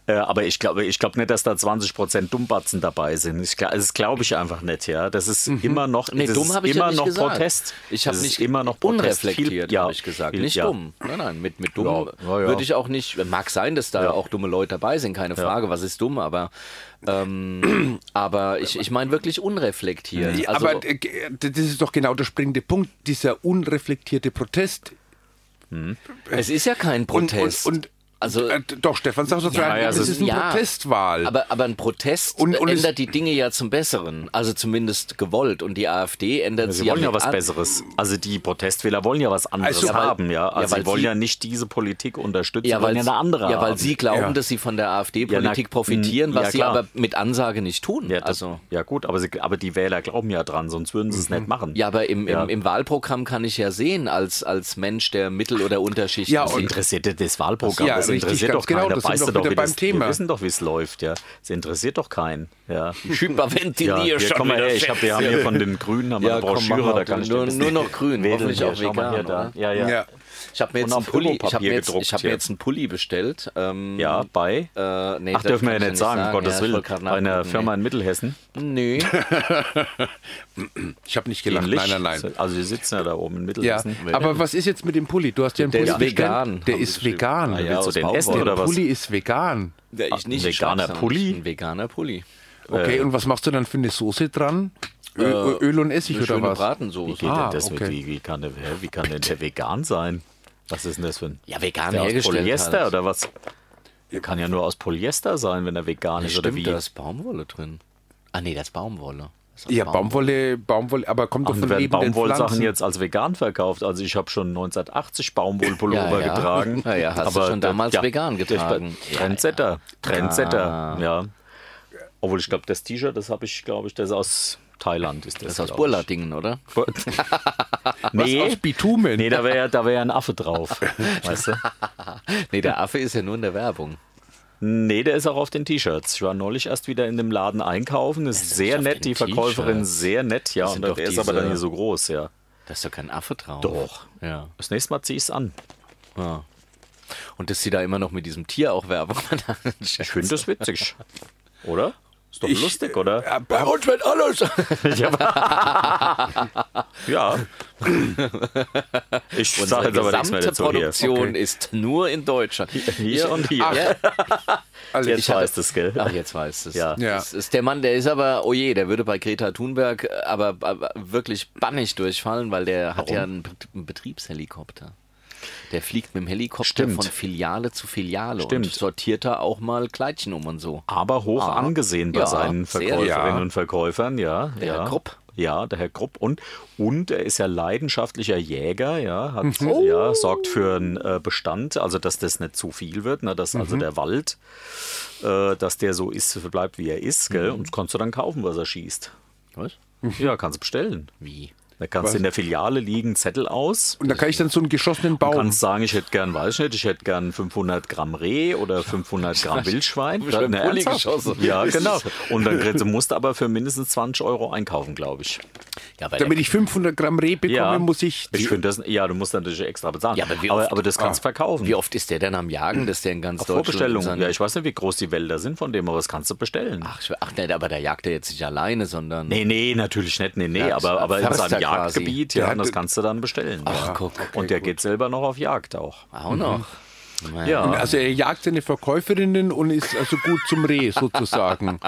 [SPEAKER 2] Äh, aber ich glaube ich glaube nicht, dass da 20% Dummbatzen dabei sind. Ich, gla- das glaube ich einfach nicht, ja. Das ist immer noch,
[SPEAKER 1] Nee,
[SPEAKER 2] das
[SPEAKER 1] dumm
[SPEAKER 2] ist
[SPEAKER 1] habe ich
[SPEAKER 2] immer
[SPEAKER 1] ja nicht
[SPEAKER 2] noch
[SPEAKER 1] gesagt.
[SPEAKER 2] Protest.
[SPEAKER 1] Ich habe
[SPEAKER 2] Das
[SPEAKER 1] nicht
[SPEAKER 2] ist immer noch Protest.
[SPEAKER 1] unreflektiert,
[SPEAKER 2] Viel- ja,
[SPEAKER 1] habe ich gesagt.
[SPEAKER 2] viel-
[SPEAKER 1] Nicht
[SPEAKER 2] ja.
[SPEAKER 1] dumm. Nein, nein, mit, mit dumm
[SPEAKER 2] Ja, ja, ja.
[SPEAKER 1] würde ich auch nicht. Mag sein, dass da auch dumme Leute dabei sind, keine Frage. Was ist dumm? Aber, ähm, [CLEARS THROAT] aber ich, ich meine wirklich unreflektiert.
[SPEAKER 3] Ja,
[SPEAKER 1] also,
[SPEAKER 3] aber äh, g- das ist doch genau der springende Punkt, dieser unreflektierte Protest.
[SPEAKER 1] es ist ja kein Protest.
[SPEAKER 3] Und, und, und
[SPEAKER 1] also,
[SPEAKER 3] äh, doch, Stefan sagt doch,
[SPEAKER 2] ja,
[SPEAKER 3] das
[SPEAKER 2] es
[SPEAKER 3] ist eine
[SPEAKER 1] ja,
[SPEAKER 3] Protestwahl.
[SPEAKER 1] Aber, aber ein Protest
[SPEAKER 3] Und- und es-
[SPEAKER 1] ändert die Dinge ja zum Besseren. Also zumindest gewollt. Und die AfD ändert
[SPEAKER 2] Sie
[SPEAKER 1] sie ja
[SPEAKER 2] wollen ja
[SPEAKER 1] mit
[SPEAKER 2] was
[SPEAKER 1] an-
[SPEAKER 2] Besseres. Also die Protestwähler wollen ja was anderes
[SPEAKER 3] Also- Ja, weil-
[SPEAKER 2] haben, ja. Also
[SPEAKER 1] weil
[SPEAKER 2] sie wollen
[SPEAKER 1] sie-
[SPEAKER 2] ja nicht diese Politik unterstützen,
[SPEAKER 1] Ja,
[SPEAKER 2] wollen
[SPEAKER 1] weil,
[SPEAKER 2] ja eine andere
[SPEAKER 1] ja, weil
[SPEAKER 2] haben.
[SPEAKER 1] sie glauben,
[SPEAKER 3] Ja.
[SPEAKER 1] dass sie von der AfD-Politik
[SPEAKER 2] Ja, na,
[SPEAKER 1] profitieren,
[SPEAKER 2] mh,
[SPEAKER 1] was
[SPEAKER 2] ja,
[SPEAKER 1] sie
[SPEAKER 2] klar.
[SPEAKER 1] aber mit Ansage nicht tun.
[SPEAKER 2] Ja, das,
[SPEAKER 1] also, Mhm.
[SPEAKER 2] ja gut, aber, sie, aber die Wähler glauben ja dran, sonst würden sie es nicht machen.
[SPEAKER 1] ja aber im, im,
[SPEAKER 2] Ja.
[SPEAKER 1] im Wahlprogramm kann ich ja sehen, als, als Mensch der Mittel- oder Unterschicht.
[SPEAKER 3] Ja,
[SPEAKER 1] dass
[SPEAKER 2] Das
[SPEAKER 1] sie-
[SPEAKER 3] und-
[SPEAKER 2] Oh, interessiert dir das Wahlprogramm,
[SPEAKER 3] Ja,
[SPEAKER 2] das
[SPEAKER 3] richtig,
[SPEAKER 2] interessiert
[SPEAKER 3] ganz
[SPEAKER 2] doch keinen.
[SPEAKER 3] genau,
[SPEAKER 2] Da
[SPEAKER 3] das sind
[SPEAKER 2] weißt
[SPEAKER 3] wir
[SPEAKER 2] du doch,
[SPEAKER 3] wieder
[SPEAKER 2] wie
[SPEAKER 3] beim
[SPEAKER 2] das,
[SPEAKER 3] Thema.
[SPEAKER 2] Wir wissen doch, wie es läuft, ja. Das interessiert doch keinen, ja.
[SPEAKER 1] ich
[SPEAKER 2] Ja,
[SPEAKER 1] hyperventiliere
[SPEAKER 2] hier,
[SPEAKER 1] schon
[SPEAKER 2] komm mal
[SPEAKER 1] wieder.
[SPEAKER 2] her, ich hab, wir haben hier von den Grünen haben wir
[SPEAKER 1] Ja,
[SPEAKER 2] eine
[SPEAKER 1] komm, mach
[SPEAKER 2] Broschüre,
[SPEAKER 1] mal.
[SPEAKER 2] da kann ich
[SPEAKER 1] Nur-
[SPEAKER 2] dir ein
[SPEAKER 1] nur
[SPEAKER 2] bisschen
[SPEAKER 1] noch grün,
[SPEAKER 2] wedeln
[SPEAKER 1] hoffentlich auch
[SPEAKER 2] hier. Schau mal
[SPEAKER 1] vegan,
[SPEAKER 2] hier, da.
[SPEAKER 1] oder?
[SPEAKER 2] Ja, ja.
[SPEAKER 3] ja. [LAUGHS]
[SPEAKER 2] ja.
[SPEAKER 1] Ich habe mir,
[SPEAKER 2] Und
[SPEAKER 1] jetzt
[SPEAKER 2] am
[SPEAKER 1] einen Pulli- ich hab
[SPEAKER 2] Pullopapier
[SPEAKER 1] mir, jetzt-
[SPEAKER 2] gedruckt
[SPEAKER 1] ich hab mir
[SPEAKER 2] hier.
[SPEAKER 1] jetzt einen Pulli bestellt. Ähm,
[SPEAKER 2] bei?
[SPEAKER 1] Äh, nee, das
[SPEAKER 2] Ach, dürfen wir ja
[SPEAKER 1] kann ich
[SPEAKER 2] nicht sagen, um Gottes
[SPEAKER 1] Ja, ich
[SPEAKER 2] Willen.
[SPEAKER 1] wollte grad
[SPEAKER 2] Bei einer
[SPEAKER 1] nachgucken,
[SPEAKER 2] Firma in Mittelhessen.
[SPEAKER 1] Nee. nee.
[SPEAKER 3] ich habe nicht
[SPEAKER 2] in
[SPEAKER 3] gelacht.
[SPEAKER 2] Licht.
[SPEAKER 3] Nein, nein, nein.
[SPEAKER 2] Also, die sitzen ja da oben in
[SPEAKER 3] Ja,
[SPEAKER 2] Mittelhessen.
[SPEAKER 3] aber was ist jetzt mit dem Pulli? Du hast ja einen
[SPEAKER 1] Der
[SPEAKER 3] Pulli
[SPEAKER 1] ist
[SPEAKER 3] bestellt.
[SPEAKER 1] vegan,
[SPEAKER 3] Der
[SPEAKER 1] haben
[SPEAKER 3] ist vegan.
[SPEAKER 2] Ah ja, Willst du
[SPEAKER 1] aus
[SPEAKER 2] den
[SPEAKER 1] Baumwolle.
[SPEAKER 2] essen oder
[SPEAKER 3] Der
[SPEAKER 2] was?
[SPEAKER 3] Pulli ist vegan.
[SPEAKER 1] Ja, ich nicht.
[SPEAKER 2] Ein
[SPEAKER 1] ich
[SPEAKER 2] Ah, veganer
[SPEAKER 1] schwör's
[SPEAKER 2] Pulli?
[SPEAKER 1] euch. Ein veganer Pulli.
[SPEAKER 3] Okay,
[SPEAKER 2] Äh.
[SPEAKER 3] und was machst du dann für eine Soße dran? Ö Ö- Öl und Essig
[SPEAKER 1] Eine
[SPEAKER 3] oder
[SPEAKER 1] schöne
[SPEAKER 3] was?
[SPEAKER 2] Wie
[SPEAKER 1] Bratensoße.
[SPEAKER 2] geht
[SPEAKER 3] Ah,
[SPEAKER 2] denn das mit,
[SPEAKER 3] okay.
[SPEAKER 2] wie, wie kann, der, hä, wie kann denn der vegan sein? Was ist denn das für ein...
[SPEAKER 1] Ja, vegan
[SPEAKER 2] der aus
[SPEAKER 1] hergestellt
[SPEAKER 2] Polyester
[SPEAKER 1] halt.
[SPEAKER 2] oder was? Der kann ja nur aus Polyester sein, wenn er vegan ist, oder
[SPEAKER 1] halt. Stimmt,
[SPEAKER 2] wie?
[SPEAKER 1] da ist Baumwolle drin. Ah nee, das ist Baumwolle. Das ist
[SPEAKER 3] Ja, Baumwolle, Baumwolle, aber kommt doch
[SPEAKER 2] Und
[SPEAKER 3] von
[SPEAKER 2] werden
[SPEAKER 3] lebenden
[SPEAKER 2] Baumwollsachen
[SPEAKER 3] Pflanzen.
[SPEAKER 2] jetzt als vegan verkauft. Also ich habe schon 1980 Baumwollpullover
[SPEAKER 1] Ja, ja.
[SPEAKER 2] getragen.
[SPEAKER 1] [LAUGHS] Ja, ja, hast du schon
[SPEAKER 2] da-
[SPEAKER 1] damals vegan getragen. Ah.
[SPEAKER 2] Ich, Trendsetter, Trendsetter, ja. Obwohl ich glaube, das T-Shirt, das habe ich, glaube ich, das ist aus Thailand ist das.
[SPEAKER 1] Das ist aus
[SPEAKER 2] glaub ich.
[SPEAKER 1] Burladingen, oder?
[SPEAKER 2] [LAUGHS]
[SPEAKER 1] [LAUGHS]
[SPEAKER 2] nee,
[SPEAKER 3] Aus Bitumen.
[SPEAKER 2] nee, da wäre ja, da wär ja ein Affe drauf. [LAUGHS] weißt du?
[SPEAKER 1] Nee, der Affe ist ja nur in der Werbung.
[SPEAKER 2] Nee, der ist auch auf den T-Shirts. Ich war neulich erst wieder in dem Laden einkaufen. Ist sehr
[SPEAKER 1] auf
[SPEAKER 2] nett,
[SPEAKER 1] den
[SPEAKER 2] die Verkäuferin
[SPEAKER 1] T-Shirts?
[SPEAKER 2] sehr nett, ja.
[SPEAKER 1] Das
[SPEAKER 2] Und
[SPEAKER 1] sind
[SPEAKER 2] der
[SPEAKER 1] doch
[SPEAKER 2] ist aber
[SPEAKER 1] diese-
[SPEAKER 2] dann hier so groß, ja.
[SPEAKER 1] Da ist doch kein Affe drauf.
[SPEAKER 2] Doch.
[SPEAKER 1] Ja.
[SPEAKER 2] Das nächste Mal zieh ich's an.
[SPEAKER 1] ja. Und dass sie da immer noch mit diesem Tier auch Werbung machen. [LAUGHS]
[SPEAKER 2] Ich finde das witzig. Oder? Ist doch
[SPEAKER 3] Ich-
[SPEAKER 2] lustig, oder?
[SPEAKER 1] äh,
[SPEAKER 3] Ja, Bei uns wird alles.
[SPEAKER 1] [LAUGHS]
[SPEAKER 2] Ja. Ich sage jetzt aber nichts mehr dazu hier.
[SPEAKER 1] Produktion ist nur in Deutschland.
[SPEAKER 2] Hier und hier.
[SPEAKER 3] Also
[SPEAKER 2] jetzt
[SPEAKER 3] ich
[SPEAKER 1] hatte-
[SPEAKER 2] heißt es, gell?
[SPEAKER 1] [LAUGHS] Ach, jetzt weißt du es.
[SPEAKER 2] Ja.
[SPEAKER 3] Ja.
[SPEAKER 1] Das ist der Mann, der ist aber, oh je, der würde bei Greta Thunberg äh, aber, aber wirklich bannig durchfallen, weil der hat ja einen, Bet- einen Betriebshelikopter. Der fliegt mit dem Helikopter
[SPEAKER 2] Stimmt.
[SPEAKER 1] von Filiale zu Filiale und
[SPEAKER 2] Stimmt.
[SPEAKER 1] sortiert da auch mal Kleidchen um und so.
[SPEAKER 2] Aber hoch angesehen bei
[SPEAKER 1] Ja,
[SPEAKER 2] seinen
[SPEAKER 1] sehr.
[SPEAKER 2] Verkäuferinnen
[SPEAKER 3] Ja.
[SPEAKER 2] und Verkäufern, ja.
[SPEAKER 1] Der
[SPEAKER 2] ja.
[SPEAKER 1] Herr Krupp.
[SPEAKER 2] Ja, der Herr Krupp. Und, und er ist ja leidenschaftlicher Jäger, ja, hat,
[SPEAKER 1] Mhm. Oh.
[SPEAKER 2] ja sorgt für einen äh, Bestand, also dass das nicht zu viel wird, ne, dass
[SPEAKER 1] Mhm.
[SPEAKER 2] also der Wald, äh, dass der so ist, bleibt wie er ist, gell? Und das kannst du dann kaufen, was er schießt.
[SPEAKER 1] Mhm. Was?
[SPEAKER 2] Ja, kannst du bestellen.
[SPEAKER 1] Wie?
[SPEAKER 2] Da kannst du in der Filiale liegen, Zettel aus.
[SPEAKER 3] Und da kann ich dann so einen geschossenen
[SPEAKER 2] Du
[SPEAKER 3] Baum.
[SPEAKER 2] kannst sagen, ich hätte gern, weiß ich nicht, ich hätte gern 500 Gramm Reh oder
[SPEAKER 1] [LAUGHS]
[SPEAKER 2] 500 Gramm Wildschwein.
[SPEAKER 1] ich hab
[SPEAKER 2] Na,
[SPEAKER 1] einen Pulli
[SPEAKER 2] ernsthaft?
[SPEAKER 1] geschossen. [LAUGHS]
[SPEAKER 2] Ja, genau. Und dann kriegst du- musst du aber für mindestens 20 Euro einkaufen, glaube ich.
[SPEAKER 1] Ja, weil
[SPEAKER 3] Damit ich 500 Gramm Reh bekomme,
[SPEAKER 2] Ja.
[SPEAKER 3] muss ich.
[SPEAKER 2] ich finde das, ja, du musst natürlich extra bezahlen.
[SPEAKER 1] Ja, aber wie oft-
[SPEAKER 2] aber, das kannst du verkaufen.
[SPEAKER 1] der, wie oft ist der denn am Jagen, dass der in ganz
[SPEAKER 2] Auf
[SPEAKER 1] Deutschland...
[SPEAKER 2] Vorbestellung.
[SPEAKER 1] seine-
[SPEAKER 2] Ja, ich weiß nicht, wie groß die Wälder sind von dem, aber das kannst du bestellen.
[SPEAKER 1] Ach, ich- ach nee, aber der jagt er jetzt nicht alleine, sondern...
[SPEAKER 2] Nee, nee, natürlich nicht. Nee, nee,
[SPEAKER 1] Ja, das
[SPEAKER 2] aber, aber in
[SPEAKER 1] Förster
[SPEAKER 2] seinem Jagdgebiet,
[SPEAKER 3] quasi.
[SPEAKER 2] ja,
[SPEAKER 3] Der
[SPEAKER 2] und das
[SPEAKER 3] hat-
[SPEAKER 2] kannst du dann bestellen.
[SPEAKER 1] Ach,
[SPEAKER 2] ja.
[SPEAKER 1] guck.
[SPEAKER 2] Und der geht selber noch auf Jagd auch.
[SPEAKER 1] Auch noch.
[SPEAKER 2] Ah.
[SPEAKER 3] Und also er jagt seine Verkäuferinnen und ist also gut
[SPEAKER 2] [LAUGHS]
[SPEAKER 3] zum Reh sozusagen.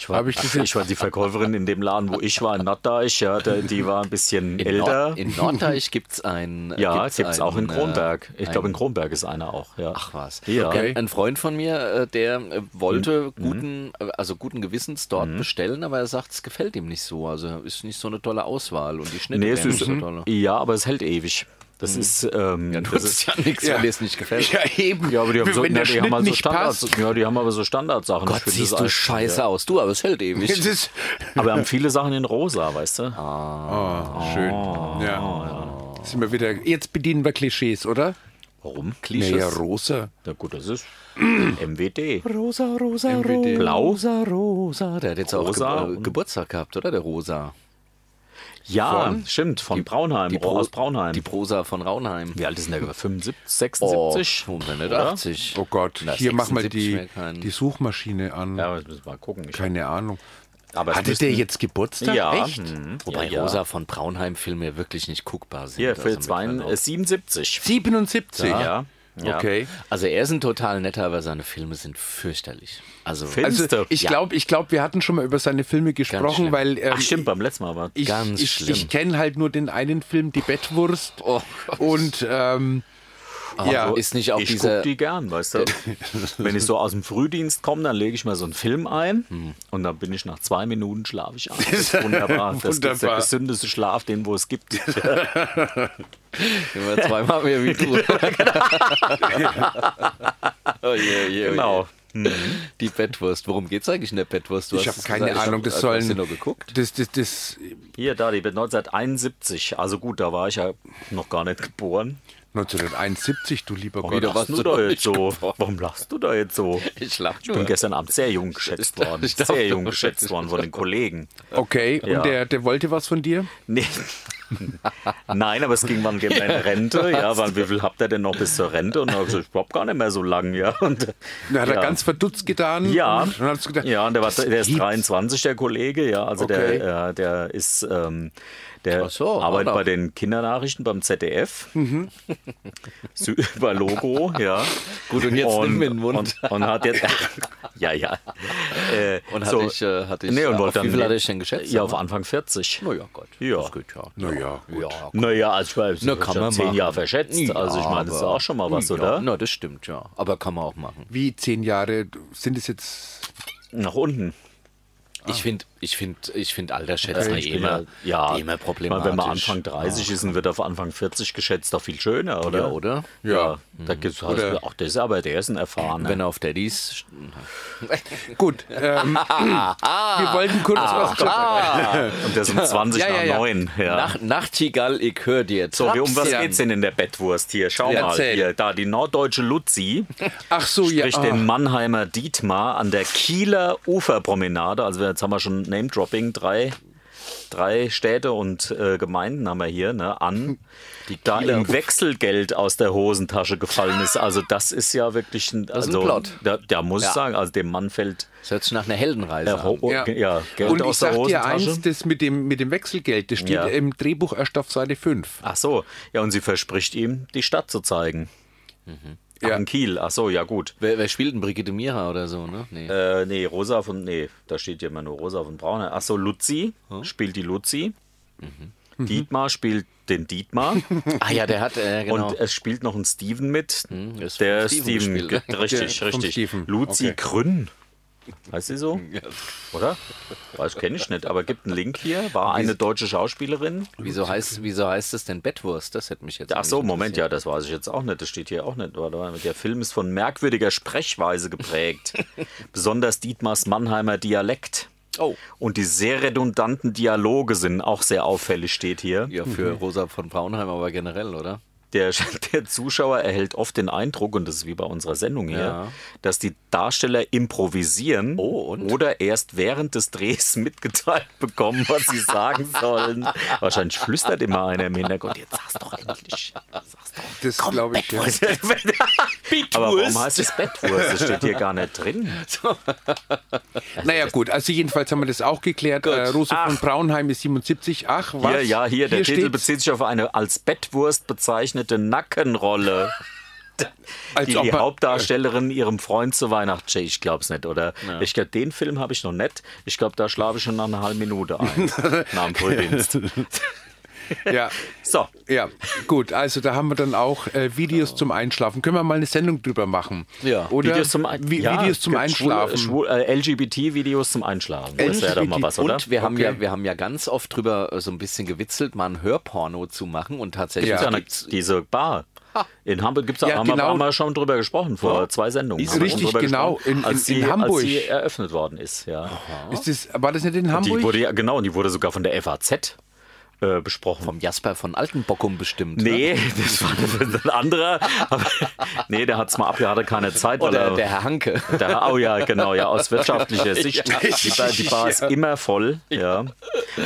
[SPEAKER 2] Ich war,
[SPEAKER 3] Hab ich das jetzt- [LAUGHS]
[SPEAKER 2] ich war die Verkäuferin in dem Laden, wo ich war, in Norddeich, ja, da, die war ein bisschen
[SPEAKER 1] In,
[SPEAKER 2] älter.
[SPEAKER 1] Nord in Norddeich gibt es ein.
[SPEAKER 2] [LAUGHS] ja, gibt's, auch in
[SPEAKER 1] ein, äh,
[SPEAKER 2] Kronberg. Ich glaube, in
[SPEAKER 1] ein-
[SPEAKER 2] Kronberg ist einer auch, ja.
[SPEAKER 1] Ach was.
[SPEAKER 2] Ja. Mhm.
[SPEAKER 3] Okay.
[SPEAKER 1] Ein, ein Freund von mir, äh, der äh, wollte guten, äh, also guten Gewissens dort bestellen, aber er sagt, es gefällt ihm nicht so. Also ist nicht so eine tolle Auswahl und die Schnitte
[SPEAKER 2] Nee, es
[SPEAKER 1] wären
[SPEAKER 2] ist,
[SPEAKER 1] nicht so tolle. [LAUGHS]
[SPEAKER 2] ja, aber es hält ewig. Das ist, ähm, das ist
[SPEAKER 1] Mhm. ja nichts,
[SPEAKER 3] Ja.
[SPEAKER 1] wenn dir es nicht gefällt.
[SPEAKER 3] Ja, eben.
[SPEAKER 2] ja, aber die haben, so,
[SPEAKER 3] Wenn
[SPEAKER 2] na,
[SPEAKER 3] der
[SPEAKER 2] die
[SPEAKER 3] Schnitt
[SPEAKER 2] haben halt so
[SPEAKER 3] nicht
[SPEAKER 2] Standards.
[SPEAKER 3] passt.
[SPEAKER 2] Ja, die haben aber so Standardsachen. Ich
[SPEAKER 1] Gott,
[SPEAKER 2] finde
[SPEAKER 1] siehst
[SPEAKER 2] das
[SPEAKER 1] du
[SPEAKER 2] alles-
[SPEAKER 1] scheiße aus. Du, aber es hält ewig.
[SPEAKER 3] Es ist
[SPEAKER 2] Aber haben viele Sachen in rosa, weißt du?
[SPEAKER 1] Ah.
[SPEAKER 2] Ah.
[SPEAKER 3] Ah, schön. Ja. Sind wir wieder. Jetzt bedienen wir Klischees, oder?
[SPEAKER 2] Warum?
[SPEAKER 3] Naja,
[SPEAKER 2] Klischees?
[SPEAKER 3] rosa.
[SPEAKER 2] Na gut,
[SPEAKER 1] [CLEARS THROAT]
[SPEAKER 2] das ist MWD.
[SPEAKER 1] Rosa, rosa,
[SPEAKER 3] MWD.
[SPEAKER 2] Blau?
[SPEAKER 1] rosa, rosa. Der hat jetzt
[SPEAKER 2] Rosa
[SPEAKER 1] auch Ge äh,
[SPEAKER 2] und-
[SPEAKER 1] Geburtstag gehabt, oder? Der Rosa.
[SPEAKER 2] Ja, stimmt, von Braunheim,
[SPEAKER 3] oh,
[SPEAKER 2] Ro-
[SPEAKER 1] Pro-
[SPEAKER 2] aus Braunheim.
[SPEAKER 1] Die Prosa von Raunheim.
[SPEAKER 2] Wie alt ist denn der? 75,
[SPEAKER 1] Oh,
[SPEAKER 2] 76?
[SPEAKER 1] warum denn nicht
[SPEAKER 2] Oder?
[SPEAKER 1] 80.
[SPEAKER 3] Oh Gott,
[SPEAKER 1] Na,
[SPEAKER 3] hier mach mal
[SPEAKER 1] 76
[SPEAKER 3] die,
[SPEAKER 1] mehr keinen.
[SPEAKER 3] die Suchmaschine an.
[SPEAKER 2] Ja, aber das müssen wir mal gucken. Ich
[SPEAKER 3] Keine Ahnung.
[SPEAKER 2] Aber es
[SPEAKER 3] Oh. Hatte
[SPEAKER 2] müssten-
[SPEAKER 3] der jetzt Geburtstag?
[SPEAKER 2] ja,
[SPEAKER 3] Echt?
[SPEAKER 2] mhm.
[SPEAKER 1] Wobei
[SPEAKER 2] ja,
[SPEAKER 1] Rosa
[SPEAKER 2] Ja.
[SPEAKER 1] von Braunheim Filme wirklich nicht guckbar sind. Also
[SPEAKER 2] Hier, Phil
[SPEAKER 1] mit
[SPEAKER 2] Zwein,
[SPEAKER 1] einer-
[SPEAKER 2] äh, 77.
[SPEAKER 3] 77.
[SPEAKER 2] Ja. ja.
[SPEAKER 3] Okay.
[SPEAKER 1] Also er ist ein total netter, aber seine Filme sind fürchterlich. Also
[SPEAKER 2] Findest
[SPEAKER 3] Also
[SPEAKER 2] du?
[SPEAKER 3] ich glaube, ich glaub, wir hatten schon mal über seine Filme gesprochen,
[SPEAKER 1] schlimm.
[SPEAKER 3] weil ähm,
[SPEAKER 2] Ach, stimmt, beim letzten Mal aber.
[SPEAKER 3] ich,
[SPEAKER 1] ganz
[SPEAKER 3] ich,
[SPEAKER 1] schlimm.
[SPEAKER 3] ich kenne halt nur den einen Film, Die Bettwurst.
[SPEAKER 2] Oh,
[SPEAKER 1] oh,
[SPEAKER 3] und ähm, ja,
[SPEAKER 1] ist nicht auch
[SPEAKER 2] ich
[SPEAKER 1] dieser
[SPEAKER 2] guck die gern, weißt du. Wenn ich so aus dem Frühdienst komme, dann lege ich mal so einen Film ein und dann bin ich nach zwei Minuten schlafe ich ein. Das ist wunderbar. Das ist der
[SPEAKER 3] Wunderbar.
[SPEAKER 2] gesündeste Schlaf, den wo es gibt.
[SPEAKER 1] immer zweimal mehr wie
[SPEAKER 3] [LAUGHS]
[SPEAKER 1] du. oh je, je,
[SPEAKER 2] Genau.
[SPEAKER 1] Je. Die Bettwurst. Worum geht's eigentlich in der Bettwurst? Du
[SPEAKER 3] ich
[SPEAKER 1] hast
[SPEAKER 3] habe
[SPEAKER 1] es
[SPEAKER 3] keine
[SPEAKER 1] gesagt, ich
[SPEAKER 3] Ahnung.
[SPEAKER 1] hab-
[SPEAKER 3] Das
[SPEAKER 1] Hast
[SPEAKER 3] sollen.
[SPEAKER 1] du noch geguckt?
[SPEAKER 3] Das, das, das
[SPEAKER 2] Hier, da, die wird 1971. Also gut, da war ich ja noch gar nicht geboren.
[SPEAKER 3] 1971, du lieber
[SPEAKER 2] Oh,
[SPEAKER 1] Wieder was- warst
[SPEAKER 2] lachst
[SPEAKER 3] Gott.
[SPEAKER 2] du
[SPEAKER 1] du
[SPEAKER 2] da
[SPEAKER 1] doch
[SPEAKER 2] jetzt
[SPEAKER 1] nicht
[SPEAKER 2] so?
[SPEAKER 1] geboren.
[SPEAKER 2] Warum lachst du da jetzt so?
[SPEAKER 1] Ich lach
[SPEAKER 2] Ich bin
[SPEAKER 1] nur.
[SPEAKER 2] gestern Abend sehr jung geschätzt worden.
[SPEAKER 1] ich dachte-
[SPEAKER 2] sehr jung geschätzt worden von den Kollegen.
[SPEAKER 3] Okay,
[SPEAKER 2] Ja.
[SPEAKER 3] und der, der wollte was von dir?
[SPEAKER 1] [LAUGHS]
[SPEAKER 2] Nee. Nein, aber es ging, wann geht meine um Rente? Ja, wann, wie viel habt ihr denn noch bis zur Rente? Und dann hab ich gesagt, ich hab gar nicht mehr so lang, ja. Und,
[SPEAKER 3] Na, hat
[SPEAKER 2] ja.
[SPEAKER 3] er ganz verdutzt getan.
[SPEAKER 2] Ja,
[SPEAKER 3] Und dann hast du gedacht,
[SPEAKER 2] ja und der, war, der ist
[SPEAKER 3] gibt's.
[SPEAKER 2] 23, der Kollege, ja. Also der, äh, der ist, ähm, der
[SPEAKER 1] Ach so, Mhm.
[SPEAKER 2] arbeitet
[SPEAKER 1] auch noch.
[SPEAKER 2] bei den Kindernachrichten beim ZDF. [LAUGHS] Sü- Bei Logo, ja.
[SPEAKER 1] Gut, und jetzt nimm mir den Mund.
[SPEAKER 2] Und, und hat jetzt, [LAUGHS] ja, ja. Äh,
[SPEAKER 1] Und hatte ich, äh, hatte ich-
[SPEAKER 2] nee, und
[SPEAKER 1] auf
[SPEAKER 2] wollte
[SPEAKER 1] wie
[SPEAKER 2] dann-
[SPEAKER 1] viel hatte ich denn geschätzt?
[SPEAKER 2] Ja, auf Anfang 40.
[SPEAKER 1] Oh ja, Gott.
[SPEAKER 2] Ja.
[SPEAKER 1] Das geht ja.
[SPEAKER 3] Naja, gut.
[SPEAKER 1] Ja,
[SPEAKER 2] Naja, also ich weiß,
[SPEAKER 1] Na,
[SPEAKER 2] ich
[SPEAKER 1] kann
[SPEAKER 2] hab
[SPEAKER 1] man
[SPEAKER 2] zehn
[SPEAKER 1] machen.
[SPEAKER 2] Jahre verschätzt. also ich meine, das ist
[SPEAKER 1] aber-
[SPEAKER 2] auch schon mal was,
[SPEAKER 1] ja,
[SPEAKER 2] oder?
[SPEAKER 1] Na, das stimmt, ja. Aber kann man auch machen.
[SPEAKER 3] Wie zehn Jahre sind es jetzt?
[SPEAKER 2] Nach unten.
[SPEAKER 1] Ich finde, ich finde, ich finde Altersschätzung
[SPEAKER 2] Ich
[SPEAKER 1] eh
[SPEAKER 2] bin
[SPEAKER 1] immer,
[SPEAKER 2] ja,
[SPEAKER 1] eh immer
[SPEAKER 2] ich meine,
[SPEAKER 1] problematisch.
[SPEAKER 2] Wenn man Anfang 30 ist und wird auf Anfang 40 geschätzt, doch viel schöner, oder?
[SPEAKER 1] Ja, oder?
[SPEAKER 2] Ja. Da gibt's halt,
[SPEAKER 3] Oder-
[SPEAKER 2] ach, das ist aber, der ist ein Erfahrener.
[SPEAKER 1] Wenn er auf
[SPEAKER 2] [LAUGHS]
[SPEAKER 1] Daddys
[SPEAKER 3] Gut, ähm, wir wollten kurz was.
[SPEAKER 2] und der ist um
[SPEAKER 1] [LAUGHS]
[SPEAKER 2] 20
[SPEAKER 1] Ja, ja,
[SPEAKER 2] nach
[SPEAKER 1] Ah, ja.
[SPEAKER 2] 9. Ja.
[SPEAKER 1] Nacht, Nachtigall, ich höre dir.
[SPEAKER 2] so, wie um was
[SPEAKER 1] Trapsian.
[SPEAKER 2] geht's denn in der Bettwurst hier? Schau mal,
[SPEAKER 3] Erzähl.
[SPEAKER 2] hier, da die
[SPEAKER 1] [LAUGHS]
[SPEAKER 2] norddeutsche Luzi
[SPEAKER 3] Ach so, ja.
[SPEAKER 2] spricht
[SPEAKER 3] ah.
[SPEAKER 2] den Mannheimer Dietmar an der Kieler Uferpromenade. Also jetzt haben wir schon Name-Dropping, drei, drei Städte und äh, Gemeinden haben wir hier, ne, an. da ihm Wechselgeld aus der Hosentasche gefallen ist. Also das ist ja wirklich ein,
[SPEAKER 1] ist ein
[SPEAKER 2] also,
[SPEAKER 1] Plot.
[SPEAKER 2] Da, da muss ich
[SPEAKER 1] Ja.
[SPEAKER 2] sagen, also dem Mann fällt
[SPEAKER 1] Das hört sich nach einer Heldenreise
[SPEAKER 2] der Ho oh,
[SPEAKER 1] an.
[SPEAKER 2] ja.
[SPEAKER 3] Ja.
[SPEAKER 2] Geld
[SPEAKER 3] Und ich
[SPEAKER 2] aus der
[SPEAKER 3] sag dir
[SPEAKER 2] Hosentasche.
[SPEAKER 3] eins, das mit dem, mit dem Wechselgeld, das steht
[SPEAKER 2] Ja.
[SPEAKER 3] im Drehbuch erst auf Seite 5.
[SPEAKER 2] Ach so, ja und sie verspricht ihm, die Stadt zu zeigen.
[SPEAKER 3] Mhm. Ja.
[SPEAKER 2] In Kiel, ach so, ja gut.
[SPEAKER 1] Wer, wer spielt denn Brigitte Mira oder so, ne? Nee.
[SPEAKER 2] [LAUGHS] Äh, nee, Rosa von, nee, da steht ja immer nur Rosa von Brauner. Ach so, Luzi
[SPEAKER 1] Hm?
[SPEAKER 2] spielt die Luzi. Dietmar spielt den Dietmar.
[SPEAKER 1] ah Mhm. [LAUGHS] ja, der hat, äh, genau. Hm,
[SPEAKER 2] Und es spielt noch ein Steven mit.
[SPEAKER 1] ist von
[SPEAKER 2] der
[SPEAKER 1] Steven
[SPEAKER 2] Steven,
[SPEAKER 1] gespielt, ne?
[SPEAKER 2] ge- richtig,
[SPEAKER 3] Der- vom
[SPEAKER 2] richtig.
[SPEAKER 3] Steven,
[SPEAKER 2] Luzi
[SPEAKER 3] okay.
[SPEAKER 2] Grün. Heißt sie so? Oder? Weiß, kenne ich nicht, aber gibt einen Link hier. War eine deutsche Schauspielerin.
[SPEAKER 1] wieso, heißt, wieso heißt es denn Bettwurst? Das hätte mich jetzt.
[SPEAKER 2] Ach so,
[SPEAKER 1] eigentlich
[SPEAKER 2] Moment, ja, das weiß ich jetzt auch nicht. Das steht hier auch nicht. Warte mal, Der Film ist von merkwürdiger Sprechweise
[SPEAKER 1] [LAUGHS]
[SPEAKER 2] geprägt. Besonders Dietmars Mannheimer Dialekt.
[SPEAKER 1] Oh.
[SPEAKER 2] Und die sehr redundanten Dialoge sind auch sehr auffällig, steht hier.
[SPEAKER 1] interessiert. Ja, für Rosa von Braunheim, aber generell, oder?
[SPEAKER 2] Der, [LAUGHS] der Zuschauer erhält oft den Eindruck, und das ist wie bei unserer Sendung hier,
[SPEAKER 1] Ja. Oh,
[SPEAKER 2] dass die Darsteller improvisieren oder erst während des Drehs [LAUGHS] mitgeteilt bekommen, was sie sagen
[SPEAKER 1] [LAUGHS]
[SPEAKER 2] sollen. Wahrscheinlich flüstert immer einer im Hintergrund, jetzt sag's doch endlich. Sag's doch.
[SPEAKER 3] Das glaube ich. Ja. [LAUGHS]
[SPEAKER 2] Aber warum heißt es Bettwurst? Das steht hier gar nicht drin.
[SPEAKER 3] Naja, gut, also jedenfalls haben wir das auch geklärt. Äh, Rose von Braunheim ist 77. Ach, was?
[SPEAKER 2] Hier, ja, hier, der Titel
[SPEAKER 3] steht's.
[SPEAKER 2] bezieht sich auf eine als Bettwurst bezeichnete Nackenrolle.
[SPEAKER 3] [LAUGHS] Als
[SPEAKER 2] die,
[SPEAKER 3] ob
[SPEAKER 2] die
[SPEAKER 3] er-
[SPEAKER 2] Hauptdarstellerin ihrem Freund zu Weihnachten schenkt. Ich glaube es nicht, oder? Ich glaube, den Film habe ich noch nicht. Ich glaube, da schlafe ich schon nach einer halben Minute
[SPEAKER 3] [LAUGHS]
[SPEAKER 2] ein. nach dem Frühdienst.
[SPEAKER 3] Ja.
[SPEAKER 2] So,
[SPEAKER 3] Ja, gut, also da haben wir dann auch äh, Videos zum Einschlafen. Können wir mal eine Sendung drüber machen?
[SPEAKER 1] Ja.
[SPEAKER 3] Oder
[SPEAKER 2] Videos zum, Ein-
[SPEAKER 3] Vi-
[SPEAKER 2] Ja,
[SPEAKER 3] Videos zum
[SPEAKER 2] schwule-
[SPEAKER 3] Einschlafen.
[SPEAKER 2] schwul- äh, LGBT-Videos zum Einschlafen. Das wäre doch mal was, oder?
[SPEAKER 1] Und wir haben,
[SPEAKER 3] Okay.
[SPEAKER 1] ja, wir haben ja ganz oft drüber äh, so ein bisschen gewitzelt, mal ein Hörporno zu machen und tatsächlich
[SPEAKER 3] Ja.
[SPEAKER 2] ja,
[SPEAKER 1] gibt's
[SPEAKER 2] na, diese Bar. In Hamburg gibt es
[SPEAKER 3] Ja,
[SPEAKER 2] ja, haben, wir-
[SPEAKER 3] genau.
[SPEAKER 2] haben wir schon drüber gesprochen, vor zwei Sendungen.
[SPEAKER 3] Ist
[SPEAKER 2] haben wir schon
[SPEAKER 3] richtig,
[SPEAKER 2] drüber
[SPEAKER 3] genau,
[SPEAKER 2] gesprochen,
[SPEAKER 3] in-
[SPEAKER 2] als
[SPEAKER 3] in- in
[SPEAKER 2] die,
[SPEAKER 3] Hamburg.
[SPEAKER 2] Als die eröffnet worden ist, ja.
[SPEAKER 3] Ist das, war das nicht in Hamburg?
[SPEAKER 2] Die wurde ja, genau, und die wurde sogar von der FAZ äh, besprochen.
[SPEAKER 1] vom um Jasper von Altenbockum bestimmt.
[SPEAKER 2] nee,
[SPEAKER 1] Ne?
[SPEAKER 2] das war ein anderer. Aber, nee, der hat es mal ab, der hatte keine Zeit. weil
[SPEAKER 1] Oder
[SPEAKER 2] er-
[SPEAKER 1] der Herr
[SPEAKER 2] [LAUGHS]
[SPEAKER 1] Hanke.
[SPEAKER 2] Der, oh ja, genau, ja, aus
[SPEAKER 3] [LAUGHS]
[SPEAKER 2] wirtschaftlicher Sicht. Die, Bar, die Bar ist immer voll, ja.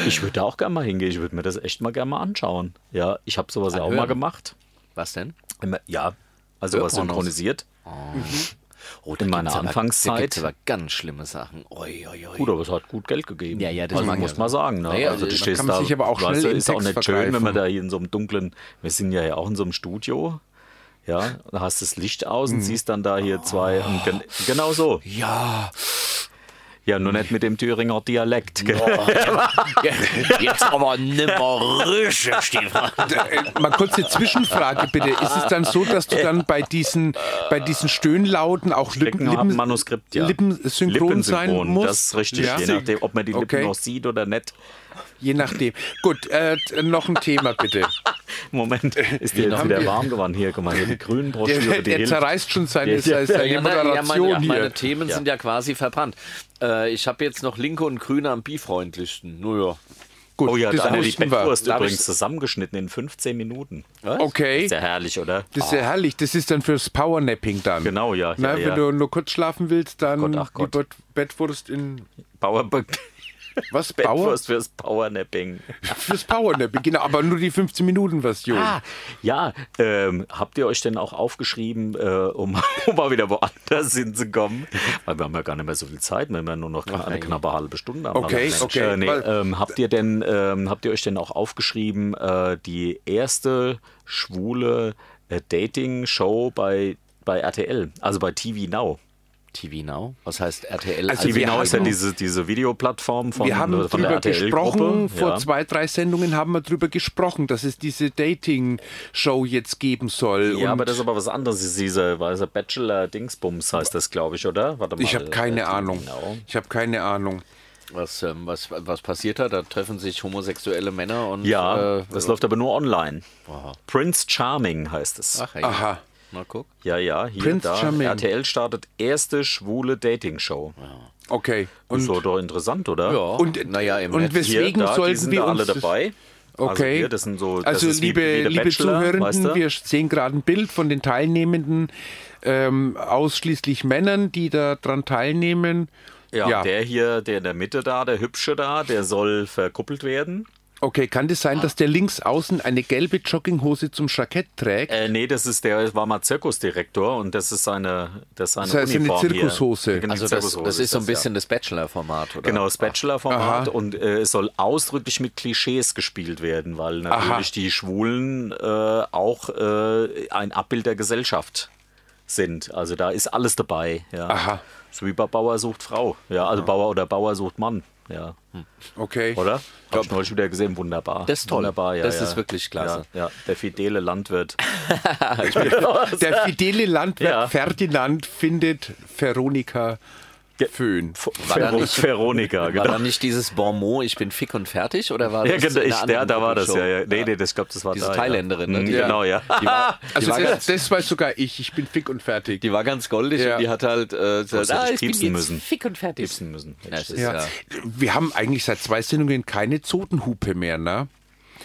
[SPEAKER 2] Ich würde da auch gerne mal hingehen, ich würde mir das echt mal gerne mal anschauen. Ja, ich habe sowas ja auch mal
[SPEAKER 1] Anhören.
[SPEAKER 2] gemacht.
[SPEAKER 1] Was denn?
[SPEAKER 2] Immer, ja, also was
[SPEAKER 1] Hörpornos.
[SPEAKER 2] synchronisiert. Mhm.
[SPEAKER 1] Oh, da
[SPEAKER 2] Ah. In meiner
[SPEAKER 1] gibt's aber-
[SPEAKER 2] Anfangszeit.
[SPEAKER 1] Da gibt's aber ganz schlimme Sachen. Oi, oi, oi.
[SPEAKER 2] Gut, aber es hat gut Geld gegeben.
[SPEAKER 1] Ja, ja, das
[SPEAKER 2] das also,
[SPEAKER 1] mag
[SPEAKER 2] muss
[SPEAKER 1] ja
[SPEAKER 2] man
[SPEAKER 1] sein.
[SPEAKER 2] sagen. Ne?
[SPEAKER 1] Naja,
[SPEAKER 2] also, du
[SPEAKER 1] man
[SPEAKER 2] stehst
[SPEAKER 3] kann
[SPEAKER 2] da,
[SPEAKER 3] sich aber auch
[SPEAKER 2] weißt
[SPEAKER 3] schnell
[SPEAKER 2] du,
[SPEAKER 3] im
[SPEAKER 2] ist auch
[SPEAKER 3] Text
[SPEAKER 2] nicht schön, wenn
[SPEAKER 3] vergreifen.
[SPEAKER 2] man da hier in so einem dunklen, wir sind ja ja auch in so einem Studio. Ja, da hast das Licht aus und siehst dann da hier zwei. Und gen genau so.
[SPEAKER 1] Ja.
[SPEAKER 2] Ja, nur nicht mit dem Thüringer Dialekt. gell?
[SPEAKER 1] Jetzt aber nimmer Rüsche, Stefan.
[SPEAKER 3] Äh, mal kurz eine Zwischenfrage bitte. Ist es dann so, dass du dann bei diesen, bei diesen Stöhnlauten auch Lippen,
[SPEAKER 2] Lippen haben ein
[SPEAKER 3] Lippen,
[SPEAKER 2] Manuskript, ja.
[SPEAKER 3] lippensynchron sein
[SPEAKER 2] Lippensynchron,
[SPEAKER 3] musst?
[SPEAKER 2] Das ist richtig,
[SPEAKER 3] Ja.
[SPEAKER 2] je nachdem, ob man die Lippen
[SPEAKER 3] Okay.
[SPEAKER 2] noch sieht oder nicht.
[SPEAKER 3] Je nachdem. Gut, äh, t- noch ein Thema bitte.
[SPEAKER 2] [LAUGHS] Moment, ist dir jetzt wieder warm geworden hier, guck mal, hier die grünen
[SPEAKER 3] Der,
[SPEAKER 2] Broschüre,
[SPEAKER 3] der,
[SPEAKER 2] die
[SPEAKER 3] der
[SPEAKER 2] hilft.
[SPEAKER 3] zerreißt schon seine,
[SPEAKER 2] Ja, ja,
[SPEAKER 3] seine, seine
[SPEAKER 1] Ja, na, ja, meine,
[SPEAKER 3] Moderation
[SPEAKER 1] ja,
[SPEAKER 3] hier.
[SPEAKER 1] meine Themen sind ja quasi verbrannt. Äh, ich habe jetzt noch Linke und Grüne am bifreundlichsten. Naja.
[SPEAKER 3] Gut,
[SPEAKER 2] Oh ja,
[SPEAKER 3] das
[SPEAKER 2] da hat er die
[SPEAKER 3] wussten wir.
[SPEAKER 2] Bettwurst
[SPEAKER 1] Darf
[SPEAKER 2] übrigens
[SPEAKER 1] ich-
[SPEAKER 2] zusammengeschnitten in 15 Minuten.
[SPEAKER 3] Okay.
[SPEAKER 2] Ist ja herrlich, oder?
[SPEAKER 3] Das ist ja herrlich. Das ist dann fürs Powernapping dann.
[SPEAKER 2] Genau, ja, ja,
[SPEAKER 3] Na, wenn
[SPEAKER 2] ja.
[SPEAKER 3] du nur kurz schlafen willst, dann
[SPEAKER 2] Gott, ach Gott.
[SPEAKER 3] die Bet Bettwurst in
[SPEAKER 2] Power
[SPEAKER 3] was? Power?
[SPEAKER 2] Bettwurst fürs Powernapping.
[SPEAKER 3] Fürs Powernapping, genau. Aber nur die 15-Minuten-Version.
[SPEAKER 2] Ah, ja, ähm, habt ihr euch denn auch aufgeschrieben, äh, um, [LAUGHS] um mal wieder woanders hinzukommen? Weil wir haben ja gar nicht mehr so viel Zeit, wenn wir nur noch eine knappe halbe Stunde haben.
[SPEAKER 3] Okay,
[SPEAKER 2] Aber,
[SPEAKER 3] okay.
[SPEAKER 2] Äh, nee,
[SPEAKER 3] Weil-
[SPEAKER 2] ähm, habt, ihr denn, ähm, habt ihr euch denn auch aufgeschrieben, äh, die erste schwule äh, Dating-Show bei, bei RTL, also bei TV Now?
[SPEAKER 1] TV Now? Was heißt RTL?
[SPEAKER 3] Also
[SPEAKER 2] TV
[SPEAKER 3] wir
[SPEAKER 2] Now ist ja
[SPEAKER 3] hatten-
[SPEAKER 2] diese, diese Videoplattform von, äh,
[SPEAKER 3] wir haben
[SPEAKER 2] von der
[SPEAKER 3] drüber gesprochen,
[SPEAKER 2] RTL-Gruppe.
[SPEAKER 3] vor zwei, drei Sendungen haben wir drüber gesprochen, dass es diese Dating-Show jetzt geben soll.
[SPEAKER 2] Ja,
[SPEAKER 3] Und
[SPEAKER 2] aber das ist aber was anderes. Das ist diese weiß ich, Bachelor-Dingsbums heißt das, glaube ich, oder? Warte mal.
[SPEAKER 3] ich habe keine
[SPEAKER 2] Äh,
[SPEAKER 3] Ahnung.
[SPEAKER 2] Genau.
[SPEAKER 3] Ich habe keine Ahnung.
[SPEAKER 1] was, ähm, was, was passiert da? Da treffen sich homosexuelle Männer und.
[SPEAKER 2] Ja,
[SPEAKER 1] äh,
[SPEAKER 2] das läuft aber nur online. Prince Charming heißt es.
[SPEAKER 1] Ach, ja.
[SPEAKER 3] Aha.
[SPEAKER 1] Na guck.
[SPEAKER 2] Ja, ja, hier
[SPEAKER 3] Prince
[SPEAKER 2] da.
[SPEAKER 3] Charming.
[SPEAKER 2] RTL startet erste schwule Dating-Show.
[SPEAKER 3] Okay.
[SPEAKER 2] Ist doch, doch interessant, oder?
[SPEAKER 1] Ja.
[SPEAKER 3] Und-
[SPEAKER 1] naja, im
[SPEAKER 3] und
[SPEAKER 1] Netz.
[SPEAKER 3] wes-
[SPEAKER 2] Hier,
[SPEAKER 3] Deswegen
[SPEAKER 2] da,
[SPEAKER 3] sollten
[SPEAKER 2] die sind
[SPEAKER 3] wir
[SPEAKER 2] da alle
[SPEAKER 3] uns-
[SPEAKER 2] dabei. Also,
[SPEAKER 3] Okay.
[SPEAKER 2] hier, das sind so, das
[SPEAKER 3] Also,
[SPEAKER 2] ist wie-
[SPEAKER 3] liebe,
[SPEAKER 2] wie der
[SPEAKER 3] liebe
[SPEAKER 2] Bachelor,
[SPEAKER 3] Zuhörenden,
[SPEAKER 2] weißt du?
[SPEAKER 3] wir sehen gerade ein Bild von den Teilnehmenden, ähm, ausschließlich Männern, die daran teilnehmen.
[SPEAKER 2] ja, der hier, der in der Mitte da, der Hübsche da, der soll verkuppelt werden.
[SPEAKER 3] Okay, kann das sein, dass der links außen eine gelbe Jogginghose zum Jackett trägt?
[SPEAKER 2] Äh, nee, das ist der war mal Zirkusdirektor und das ist seine, das ist seine
[SPEAKER 3] Das heißt, eine
[SPEAKER 2] Uniform
[SPEAKER 3] Zirkushose.
[SPEAKER 2] Hier. Genau,
[SPEAKER 1] Also, das,
[SPEAKER 2] Zirkushose
[SPEAKER 1] das ist so ein
[SPEAKER 2] das, ja.
[SPEAKER 1] bisschen das Bachelor-Format, oder?
[SPEAKER 2] Genau, das Bachelor-Format und äh, es soll ausdrücklich mit Klischees gespielt werden, weil natürlich die Schwulen äh, auch äh, ein Abbild der Gesellschaft sind. Also da ist alles dabei. Ja.
[SPEAKER 3] Aha.
[SPEAKER 2] So wie bei Bauer sucht Frau. Ja, also Bauer oder Bauer sucht Mann. Ja.
[SPEAKER 3] Okay.
[SPEAKER 2] Äh, Oder? Hab ich neulich wieder gesehen, wunderbar.
[SPEAKER 1] Das ist toll.
[SPEAKER 2] Wunderbar, ja,
[SPEAKER 1] Das
[SPEAKER 2] ja.
[SPEAKER 1] ist wirklich klasse.
[SPEAKER 2] Ja, ja. Der fidele Landwirt.
[SPEAKER 3] Der
[SPEAKER 2] [LAUGHS]
[SPEAKER 3] fidele Landwirt
[SPEAKER 2] Ja.
[SPEAKER 3] Ferdinand findet Veronika Föhn.
[SPEAKER 1] War da nicht-
[SPEAKER 2] Veronika,
[SPEAKER 1] War
[SPEAKER 2] genau.
[SPEAKER 1] da nicht dieses Bonmot, ich bin fick und fertig? Oder war
[SPEAKER 2] Ja,
[SPEAKER 1] das
[SPEAKER 2] genau,
[SPEAKER 1] in
[SPEAKER 2] ich,
[SPEAKER 1] einer
[SPEAKER 2] der,
[SPEAKER 1] anderen
[SPEAKER 2] da war das,
[SPEAKER 1] Show?
[SPEAKER 2] ja, ja. Nee, nee, das, glaub, das war
[SPEAKER 1] Diese
[SPEAKER 2] da, ja.
[SPEAKER 1] Thailänderin, ne?
[SPEAKER 2] Mhm,
[SPEAKER 1] Die-
[SPEAKER 2] Genau, ja.
[SPEAKER 1] Die war, die
[SPEAKER 3] Also
[SPEAKER 1] war
[SPEAKER 3] das,
[SPEAKER 1] ganz,
[SPEAKER 3] das weiß sogar ich. Ich bin fick und fertig.
[SPEAKER 1] die war ganz goldig
[SPEAKER 3] Ja.
[SPEAKER 1] und die hat halt äh, gesagt,
[SPEAKER 2] hätte
[SPEAKER 1] ah,
[SPEAKER 2] ich
[SPEAKER 1] ich bin
[SPEAKER 2] piepsen
[SPEAKER 1] jetzt
[SPEAKER 2] müssen.
[SPEAKER 1] fick und fertig.
[SPEAKER 2] Gibson müssen.
[SPEAKER 1] Ja, es ist
[SPEAKER 3] ja.
[SPEAKER 1] ja.
[SPEAKER 3] Wir haben eigentlich seit zwei Sendungen keine Zotenhupe mehr, ne?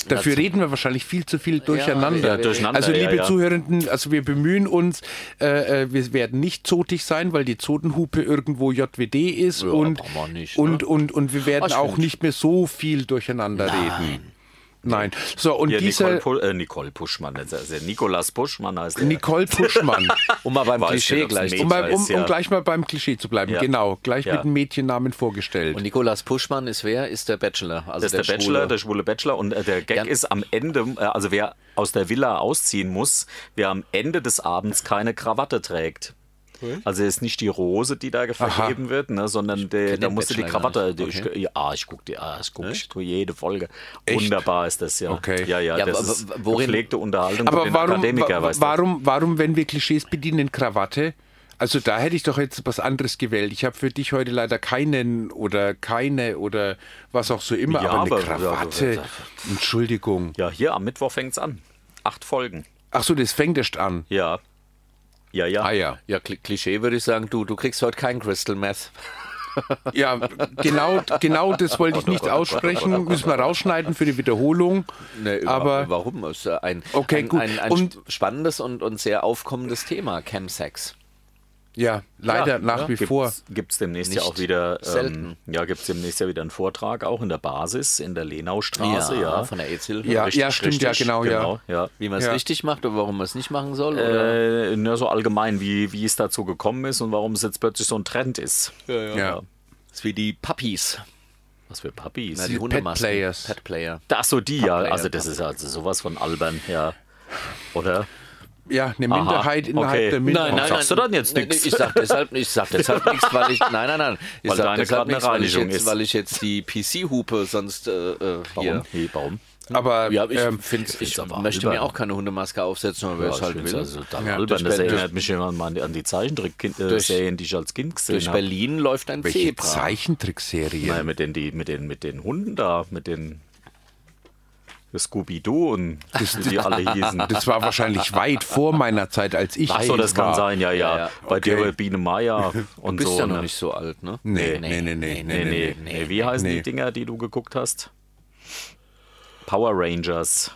[SPEAKER 3] Dafür reden wir wahrscheinlich viel zu viel durcheinander.
[SPEAKER 2] Also- ja, durcheinander,
[SPEAKER 3] also
[SPEAKER 2] ja,
[SPEAKER 3] liebe
[SPEAKER 2] ja.
[SPEAKER 3] Zuhörenden, also wir bemühen uns, äh, äh, wir werden nicht zotig sein, weil die Zotenhupe irgendwo JWD ist und,
[SPEAKER 2] ne?
[SPEAKER 1] brauchen wir nicht,
[SPEAKER 3] und, und, und wir werden
[SPEAKER 1] ich
[SPEAKER 3] auch
[SPEAKER 1] find-
[SPEAKER 3] nicht mehr so viel durcheinander reden. Nein. So, und
[SPEAKER 2] Hier
[SPEAKER 3] diese.
[SPEAKER 2] Nicole, Pu äh, Nicole Puschmann, also Nikolas Puschmann heißt er.
[SPEAKER 3] Nicole Puschmann.
[SPEAKER 1] [LAUGHS] Um mal beim
[SPEAKER 2] Weiß
[SPEAKER 1] Klischee
[SPEAKER 2] ja, das
[SPEAKER 1] gleich.
[SPEAKER 2] Mädchen.
[SPEAKER 1] zu-
[SPEAKER 3] um, mal, um,
[SPEAKER 2] weiß, ja.
[SPEAKER 3] um gleich mal beim Klischee zu bleiben.
[SPEAKER 2] Ja.
[SPEAKER 3] Genau, gleich
[SPEAKER 2] Ja.
[SPEAKER 3] mit dem Mädchennamen vorgestellt.
[SPEAKER 1] Und Nikolas Puschmann ist wer? Ist der Bachelor. Also
[SPEAKER 2] Das ist der,
[SPEAKER 1] Schwule.
[SPEAKER 2] Bachelor, der schwule Bachelor. Und äh, der Gag
[SPEAKER 1] Ja.
[SPEAKER 2] ist am Ende, äh, also wer aus der Villa ausziehen muss, wer am Ende des Abends keine Krawatte trägt. Also ist nicht die Rose, die da vergeben wird, ne, sondern der,
[SPEAKER 1] kenn
[SPEAKER 2] da
[SPEAKER 1] den
[SPEAKER 2] musste die
[SPEAKER 1] Bachelor
[SPEAKER 2] Krawatte.
[SPEAKER 1] gar nicht.
[SPEAKER 2] Ich, ja, ich gucke die, ah, ich guck, ich tu jede Folge. Wunderbar ist das ja.
[SPEAKER 3] Okay.
[SPEAKER 2] Ja, ja,
[SPEAKER 1] Ja,
[SPEAKER 2] das
[SPEAKER 1] aber
[SPEAKER 2] ist
[SPEAKER 1] worin-
[SPEAKER 2] gepflegte Unterhaltung für
[SPEAKER 3] Aber
[SPEAKER 2] den
[SPEAKER 3] warum,
[SPEAKER 2] Akademiker,
[SPEAKER 3] wa-
[SPEAKER 2] weißt du.
[SPEAKER 3] warum, warum, wenn wir Klischees bedienen, Krawatte? Also da hätte ich doch jetzt was anderes gewählt. Ich habe für dich heute leider keinen oder keine oder was auch so immer,
[SPEAKER 2] Ja,
[SPEAKER 3] aber eine
[SPEAKER 2] aber-
[SPEAKER 3] Krawatte.
[SPEAKER 2] ja,
[SPEAKER 3] Entschuldigung.
[SPEAKER 2] Ja, hier am Mittwoch fängt's an. Acht Folgen.
[SPEAKER 3] Ach so, das fängt erst an.
[SPEAKER 2] Ja. Ja, ja.
[SPEAKER 3] Ah ja.
[SPEAKER 1] Ja, Kli- Klischee würde ich sagen, du, du kriegst heute kein Crystal Meth.
[SPEAKER 3] Ja, genau, genau das wollte ich nicht aussprechen. Müssen wir rausschneiden für die Wiederholung.
[SPEAKER 1] Nee, über-
[SPEAKER 3] aber
[SPEAKER 1] warum? Ist äh, ein,
[SPEAKER 3] Okay,
[SPEAKER 1] ein,
[SPEAKER 3] gut.
[SPEAKER 1] ein, ein
[SPEAKER 3] Und-
[SPEAKER 1] sp- spannendes und, und sehr aufkommendes Thema, Chemsex.
[SPEAKER 3] ja, leider nach wie vor.
[SPEAKER 2] Gibt es demnächst ja
[SPEAKER 1] Nicht
[SPEAKER 2] auch wieder, ähm,
[SPEAKER 1] selten.
[SPEAKER 2] ja, gibt's demnächst ja wieder einen Vortrag auch in der Basis, in der Lenaustraße, ja.
[SPEAKER 1] von der EZ-Hilfe.
[SPEAKER 3] Ja,
[SPEAKER 1] Richtig.
[SPEAKER 3] ja stimmt, ja, genau, ja.
[SPEAKER 2] ja.
[SPEAKER 1] Wie man es
[SPEAKER 3] Ja.
[SPEAKER 1] richtig macht oder warum man es nicht machen soll. Oder?
[SPEAKER 2] Äh, na, so allgemein, wie, wie es dazu gekommen ist und warum es jetzt plötzlich so ein Trend ist.
[SPEAKER 3] Ja.
[SPEAKER 1] ist wie die Puppies.
[SPEAKER 2] Was für Puppies.
[SPEAKER 1] Na,
[SPEAKER 3] Die
[SPEAKER 1] die Hundemasken.
[SPEAKER 3] Pet Players.
[SPEAKER 1] Pet Player.
[SPEAKER 2] Ach so, die, ja.
[SPEAKER 1] Papa,
[SPEAKER 2] Also
[SPEAKER 1] ja,
[SPEAKER 2] das
[SPEAKER 1] Papa.
[SPEAKER 2] ist also sowas von albern, ja. Oder?
[SPEAKER 3] ja, eine Minderheit innerhalb
[SPEAKER 2] okay.
[SPEAKER 3] der Minderheit.
[SPEAKER 2] Warum sagst du dann jetzt
[SPEAKER 1] Nein,
[SPEAKER 2] nix?
[SPEAKER 1] Ich sag deshalb, ich sag deshalb nichts, weil ich. Nein, nein, nein. Ich
[SPEAKER 2] Weil
[SPEAKER 1] sag
[SPEAKER 2] deine
[SPEAKER 1] deshalb
[SPEAKER 2] gerade eine
[SPEAKER 1] nichts, weil ich,
[SPEAKER 2] Reinigung
[SPEAKER 1] jetzt,
[SPEAKER 2] ist.
[SPEAKER 1] weil ich jetzt die PC-Hupe sonst äh, äh, hier.
[SPEAKER 2] Warum? Hey, warum?
[SPEAKER 3] Aber
[SPEAKER 1] Ja, ich
[SPEAKER 3] ähm,
[SPEAKER 1] finde, ich,
[SPEAKER 2] find's aber
[SPEAKER 1] möchte
[SPEAKER 2] albern.
[SPEAKER 1] mir auch keine Hundemaske aufsetzen, aber wer es
[SPEAKER 2] ich
[SPEAKER 1] halt
[SPEAKER 2] find's
[SPEAKER 1] will.
[SPEAKER 2] Also dann
[SPEAKER 3] Ja,
[SPEAKER 2] albern.
[SPEAKER 1] durch
[SPEAKER 2] Das
[SPEAKER 1] Ber-
[SPEAKER 2] erinnert mich immer an die, an die
[SPEAKER 1] Durch-
[SPEAKER 2] Zeichentrick-Serien, die ich als Kind gesehen
[SPEAKER 1] Durch
[SPEAKER 2] habe.
[SPEAKER 1] Berlin läuft ein
[SPEAKER 3] welche
[SPEAKER 1] Zebra.
[SPEAKER 3] Zeichentrickserie?
[SPEAKER 2] Nein, mit den, die, mit den, mit den Hunden da, mit den Scooby-Doo und wie die alle hießen.
[SPEAKER 3] Das war wahrscheinlich weit vor meiner Zeit, als ich
[SPEAKER 2] Ach so, das
[SPEAKER 3] Kind
[SPEAKER 2] kann
[SPEAKER 3] war.
[SPEAKER 2] sein, ja, ja.
[SPEAKER 1] Ja, ja.
[SPEAKER 2] Bei dir
[SPEAKER 3] Okay.
[SPEAKER 2] war Biene Meier und
[SPEAKER 1] Du bist
[SPEAKER 2] so.
[SPEAKER 1] ja noch
[SPEAKER 2] ne?
[SPEAKER 1] nicht so alt, ne?
[SPEAKER 3] Nee, nee, nee, nee,
[SPEAKER 2] Nee, nee, nee, Wie heißen
[SPEAKER 3] nee.
[SPEAKER 2] die Dinger, die du geguckt hast? Power Rangers.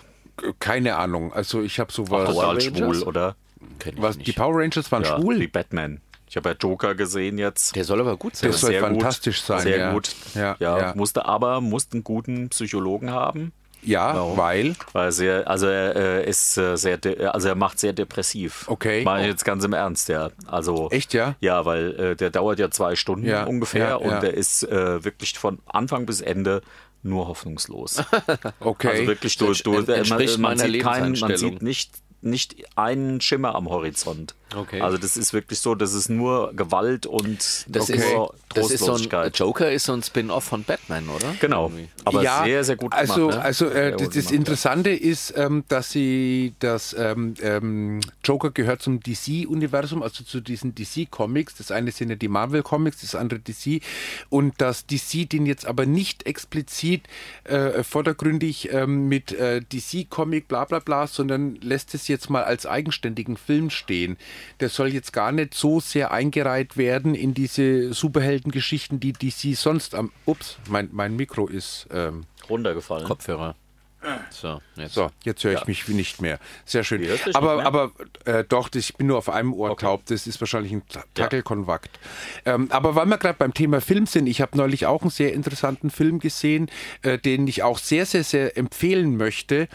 [SPEAKER 3] Keine Ahnung. Also ich habe sowas.
[SPEAKER 2] Das war halt
[SPEAKER 1] Rangers?
[SPEAKER 2] schwul, oder?
[SPEAKER 1] Kenn ich
[SPEAKER 3] was,
[SPEAKER 1] nicht.
[SPEAKER 3] die Power Rangers waren
[SPEAKER 2] Ja,
[SPEAKER 3] schwul.
[SPEAKER 2] wie Batman. Ich habe ja Joker gesehen jetzt.
[SPEAKER 1] Der soll aber gut sein.
[SPEAKER 3] Das soll fantastisch
[SPEAKER 2] gut,
[SPEAKER 3] sein.
[SPEAKER 2] Sehr
[SPEAKER 3] ja.
[SPEAKER 2] gut.
[SPEAKER 3] Ja,
[SPEAKER 2] ja,
[SPEAKER 3] ja.
[SPEAKER 2] Musste aber musste einen guten Psychologen haben.
[SPEAKER 3] ja
[SPEAKER 2] genau.
[SPEAKER 3] weil.
[SPEAKER 2] Weil sehr, also er äh, ist äh, sehr, de- also er macht sehr depressiv.
[SPEAKER 3] Okay.
[SPEAKER 2] Meine ich jetzt ganz im Ernst, ja. Also
[SPEAKER 3] Echt, ja?
[SPEAKER 2] Ja, weil äh, der dauert ja zwei Stunden
[SPEAKER 3] Ja,
[SPEAKER 2] ungefähr
[SPEAKER 3] ja,
[SPEAKER 2] und
[SPEAKER 3] ja.
[SPEAKER 2] der ist äh, wirklich von Anfang bis Ende nur
[SPEAKER 3] [LAUGHS]
[SPEAKER 2] hoffnungslos.
[SPEAKER 3] Okay.
[SPEAKER 2] Also wirklich durch,
[SPEAKER 1] Das
[SPEAKER 2] durch man,
[SPEAKER 1] entspricht
[SPEAKER 2] man,
[SPEAKER 1] meiner
[SPEAKER 2] sieht keinen, man
[SPEAKER 1] Lebenseinstellung.
[SPEAKER 2] sieht nicht nicht einen Schimmer am Horizont.
[SPEAKER 1] Okay.
[SPEAKER 2] Also das ist wirklich so, das ist nur Gewalt und
[SPEAKER 1] Das,
[SPEAKER 2] nur
[SPEAKER 1] ist, das ist so ein
[SPEAKER 2] Trostlosigkeit.
[SPEAKER 1] Joker ist so ein Spin-off von Batman, oder?
[SPEAKER 2] genau. Aber
[SPEAKER 3] ja,
[SPEAKER 2] sehr, sehr gut gemacht.
[SPEAKER 3] also,
[SPEAKER 2] ne?
[SPEAKER 3] Also
[SPEAKER 2] Sehr
[SPEAKER 3] äh,
[SPEAKER 2] gut
[SPEAKER 3] das, das
[SPEAKER 2] gemacht, ja.
[SPEAKER 3] Interessante ist, ähm, dass sie das ähm, ähm, Joker gehört zum DC-Universum, also zu diesen DC-Comics. Das eine sind ja die Marvel-Comics, das andere DC. Und dass DC den jetzt aber nicht explizit äh, vordergründig ähm, mit äh, DC-Comic bla bla bla, sondern lässt es jetzt mal als eigenständigen Film stehen. Der soll jetzt gar nicht so sehr eingereiht werden in diese Superheldengeschichten, die DC sonst am... Ups, mein, mein Mikro ist... Ähm,
[SPEAKER 2] runtergefallen.
[SPEAKER 1] Kopfhörer. So, jetzt.
[SPEAKER 3] so, jetzt höre ich mich nicht mehr. Sehr schön.
[SPEAKER 2] hörst dich
[SPEAKER 3] Aber,
[SPEAKER 2] nicht
[SPEAKER 3] aber äh, doch, das- ich bin nur auf einem Ohr taub. Das ist wahrscheinlich ein Ta- Tackelkonvakt. Ähm, aber weil wir gerade beim Thema Film sind, ich habe neulich auch einen sehr interessanten Film gesehen, äh, den ich auch sehr, sehr, sehr empfehlen möchte.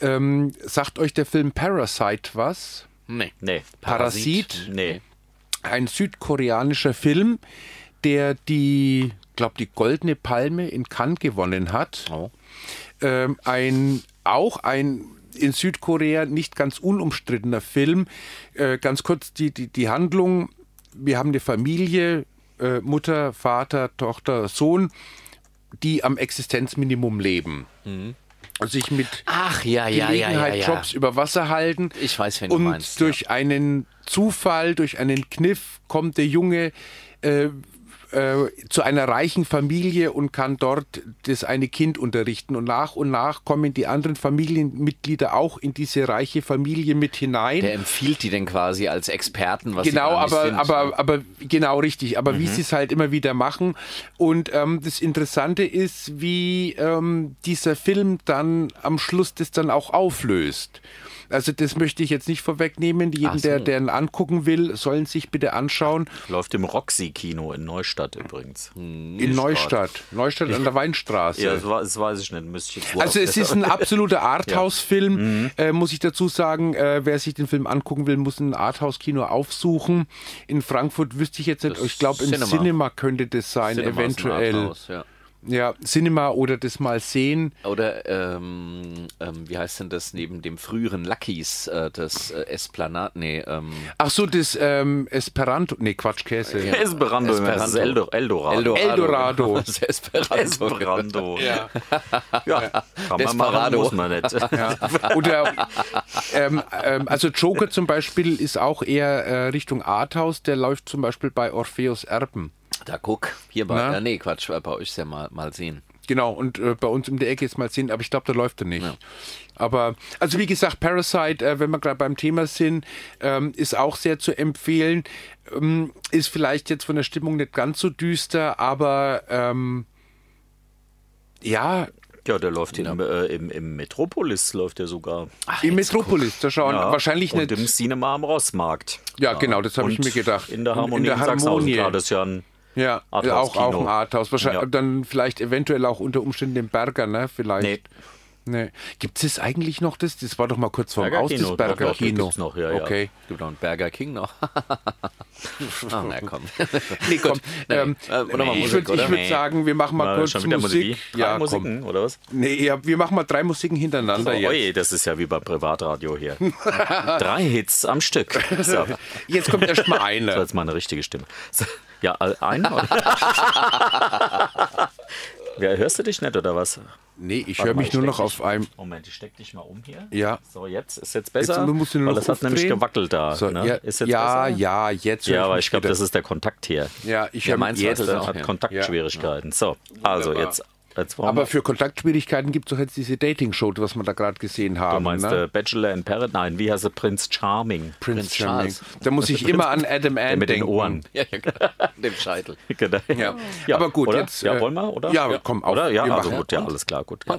[SPEAKER 3] Ähm, sagt euch der Film Parasite was?
[SPEAKER 1] Nee.
[SPEAKER 2] Nee.
[SPEAKER 3] Parasit?
[SPEAKER 2] Nee.
[SPEAKER 3] ein südkoreanischer Film, der die, glaube die Goldene Palme in Cannes gewonnen hat. Ähm, ein auch ein in Südkorea nicht ganz unumstrittener Film. Äh, ganz kurz die, die, die Handlung. Wir haben eine Familie, äh, Mutter, Vater, Tochter, Sohn, die am Existenzminimum leben. Und sich mit
[SPEAKER 1] Ach, ja, ja, ja, ja,
[SPEAKER 3] Gelegenheit,
[SPEAKER 1] ja.
[SPEAKER 3] Jobs über Wasser halten.
[SPEAKER 1] Ich weiß, wen du
[SPEAKER 3] und
[SPEAKER 1] meinst,
[SPEAKER 3] Durch einen Zufall, durch einen Kniff kommt der Junge äh, äh, zu einer reichen Familie und kann dort das eine Kind unterrichten. Und nach und nach kommen die anderen Familienmitglieder auch in diese reiche Familie mit hinein.
[SPEAKER 1] Der empfiehlt die denn quasi als Experten, was sie
[SPEAKER 3] Genau,
[SPEAKER 1] gar nicht
[SPEAKER 3] aber,
[SPEAKER 1] sind. Mhm.
[SPEAKER 3] aber, aber genau richtig. Aber wie sie es halt immer wieder machen. Und ähm, das Interessante ist, wie ähm, dieser Film dann am Schluss das dann auch auflöst. Also das möchte ich jetzt nicht vorwegnehmen. Jeden, der, der ihn angucken will, sollen sich bitte anschauen.
[SPEAKER 2] Läuft im Roxy-Kino in Neustadt übrigens.
[SPEAKER 3] In Neustadt. Neustadt an der Weinstraße.
[SPEAKER 2] Ja, das, war, das weiß ich nicht. Müsste ich jetzt
[SPEAKER 3] Also es
[SPEAKER 1] [LAUGHS]
[SPEAKER 3] ist ein absoluter Arthouse-Film, äh, muss ich dazu sagen. Äh, wer sich den Film angucken will, muss ein Arthouse-Kino aufsuchen. In Frankfurt wüsste ich jetzt nicht, ich glaube im Cinema.
[SPEAKER 1] Cinema.
[SPEAKER 3] könnte das sein,
[SPEAKER 1] Cinema ist ein
[SPEAKER 3] eventuell.
[SPEAKER 1] Arthouse, ja.
[SPEAKER 3] Ja, Cinema oder das mal sehen.
[SPEAKER 1] Oder ähm, ähm, wie heißt denn das neben dem früheren Luckys, äh, das äh, Esplanade? Nee, ähm,
[SPEAKER 3] Ach so, das ähm, Esperanto, nee, Quatschkäse.
[SPEAKER 1] [LAUGHS]
[SPEAKER 2] [LAUGHS] Esperanto, Esperanto. Das ist Eldor Eldorado.
[SPEAKER 3] Eldorado.
[SPEAKER 1] Das Esperanto. [LAUGHS]
[SPEAKER 2] Esperanto. Ja. [LAUGHS] ja. Kann man machen,
[SPEAKER 1] Desperado.
[SPEAKER 2] muss man nicht.
[SPEAKER 3] Oder ähm, ähm, also Joker zum Beispiel ist auch eher äh, Richtung Arthouse, der läuft zum Beispiel bei Orpheus Erben.
[SPEAKER 1] Da guck, hier bei,
[SPEAKER 3] Na?
[SPEAKER 1] ja, nee, Quatsch, äh, bei euch ist ja mal, mal sehen.
[SPEAKER 3] Genau, und äh, bei uns um die Ecke ist mal 10, aber ich glaube, da läuft er nicht. Aber, also wie gesagt, Parasite, äh, wenn wir gerade beim Thema sind, ähm, ist auch sehr zu empfehlen. Ähm, ist vielleicht jetzt von der Stimmung nicht ganz so düster, aber ähm, ja,
[SPEAKER 2] Ja, der läuft im, äh, im, im Metropolis, läuft der sogar.
[SPEAKER 3] im Metropolis, da schauen
[SPEAKER 2] Ja.
[SPEAKER 3] wahrscheinlich
[SPEAKER 2] Und
[SPEAKER 3] nicht.
[SPEAKER 2] im Cinema am Rossmarkt.
[SPEAKER 3] Ja, genau, das habe ich
[SPEAKER 2] Und
[SPEAKER 3] mir gedacht.
[SPEAKER 2] In der Harmonie,
[SPEAKER 3] in der
[SPEAKER 2] in Sachsenhausen,
[SPEAKER 3] Harmonie.
[SPEAKER 2] klar, das ist ja ein
[SPEAKER 3] Ja,
[SPEAKER 2] Arthouse-Kino.
[SPEAKER 3] auch, auch ein Arthouse. Wahrscheinlich,
[SPEAKER 2] Ja.
[SPEAKER 3] Dann vielleicht eventuell auch unter Umständen den Berger, ne? Vielleicht.
[SPEAKER 2] Nee.
[SPEAKER 3] Nee. Gibt es eigentlich noch das? Das war doch mal kurz vorm
[SPEAKER 2] Berger
[SPEAKER 3] Aus,
[SPEAKER 2] Kino.
[SPEAKER 3] das
[SPEAKER 2] Doch,
[SPEAKER 3] Berger
[SPEAKER 2] doch, das
[SPEAKER 3] Kino.
[SPEAKER 2] gibt's noch, ja, ja.
[SPEAKER 3] okay.
[SPEAKER 1] Es gibt auch einen Burger King noch. [LAUGHS] Ah, na
[SPEAKER 3] [LAUGHS]
[SPEAKER 1] komm.
[SPEAKER 3] Nee, komm. Ähm,
[SPEAKER 1] Äh, oder mal
[SPEAKER 3] ich
[SPEAKER 1] Musik,
[SPEAKER 3] würde
[SPEAKER 1] oder?
[SPEAKER 3] würd sagen, wir machen mal
[SPEAKER 2] Mal
[SPEAKER 3] kurz
[SPEAKER 2] schon wieder
[SPEAKER 3] Musik.
[SPEAKER 2] Musik. Drei
[SPEAKER 3] Ja, komm.
[SPEAKER 2] Musiken, oder was?
[SPEAKER 3] Nee, ja, wir machen mal drei Musiken hintereinander
[SPEAKER 2] Oh,
[SPEAKER 3] jetzt.
[SPEAKER 2] je, das ist ja wie beim Privatradio
[SPEAKER 3] [LAUGHS]
[SPEAKER 2] hier. Drei Hits am Stück. So.
[SPEAKER 3] Jetzt kommt erst
[SPEAKER 2] [LAUGHS]
[SPEAKER 3] mal
[SPEAKER 2] Das war
[SPEAKER 3] eine.
[SPEAKER 2] jetzt meine richtige Stimme. So. Ja, all- ein.
[SPEAKER 3] [LAUGHS]
[SPEAKER 2] oder? Ja, hörst du dich nicht oder was?
[SPEAKER 3] Nee, ich
[SPEAKER 2] Warte
[SPEAKER 3] höre
[SPEAKER 2] mal,
[SPEAKER 3] mich nur
[SPEAKER 2] steck
[SPEAKER 3] noch
[SPEAKER 2] dich-
[SPEAKER 3] auf einem.
[SPEAKER 2] Moment, ich steck dich mal um hier.
[SPEAKER 3] Ja.
[SPEAKER 2] So, jetzt ist jetzt besser.
[SPEAKER 3] Jetzt, du musst ihn nur
[SPEAKER 2] weil
[SPEAKER 3] noch
[SPEAKER 2] das hat nämlich
[SPEAKER 3] aufdrehen.
[SPEAKER 2] gewackelt da.
[SPEAKER 3] So,
[SPEAKER 2] ne?
[SPEAKER 3] ja,
[SPEAKER 2] ist jetzt
[SPEAKER 3] ja,
[SPEAKER 2] besser?
[SPEAKER 3] ja, jetzt höre
[SPEAKER 2] Ja, aber
[SPEAKER 3] mich
[SPEAKER 2] ich glaube,
[SPEAKER 3] wieder.
[SPEAKER 2] das ist der Kontakt hier.
[SPEAKER 3] Ja, ich höre
[SPEAKER 1] meins
[SPEAKER 3] mich jetzt.
[SPEAKER 1] war's
[SPEAKER 2] Der
[SPEAKER 1] auch,
[SPEAKER 2] hat
[SPEAKER 1] ja.
[SPEAKER 2] Kontaktschwierigkeiten. So, also
[SPEAKER 3] Wunderbar.
[SPEAKER 2] jetzt. jetzt wollen
[SPEAKER 3] Aber
[SPEAKER 2] wir-
[SPEAKER 3] für Kontaktschwierigkeiten gibt es doch jetzt diese Dating-Show, was wir da gerade gesehen haben.
[SPEAKER 2] du meinst
[SPEAKER 3] ne?
[SPEAKER 2] äh, Bachelor in Paradise? Nein, wie heißt er? Prinz Charming.
[SPEAKER 3] Prince
[SPEAKER 1] Prinz
[SPEAKER 3] Charming.
[SPEAKER 1] Charles.
[SPEAKER 3] Da muss
[SPEAKER 2] [LAUGHS]
[SPEAKER 3] ich immer an Adam
[SPEAKER 2] Der
[SPEAKER 3] Ant
[SPEAKER 2] mit den
[SPEAKER 3] denken.
[SPEAKER 2] Ohren. [LAUGHS]
[SPEAKER 1] ja, ja, genau. Dem Scheitel.
[SPEAKER 2] Genau.
[SPEAKER 3] Ja.
[SPEAKER 2] Ja,
[SPEAKER 3] aber gut,
[SPEAKER 2] oder?
[SPEAKER 3] jetzt.
[SPEAKER 2] Ja,
[SPEAKER 3] äh,
[SPEAKER 2] wollen wir, oder?
[SPEAKER 3] Ja, komm, auf.
[SPEAKER 2] Oder? Ja,
[SPEAKER 3] wir
[SPEAKER 2] also
[SPEAKER 3] machen.
[SPEAKER 2] gut, ja, alles klar, gut. Ja.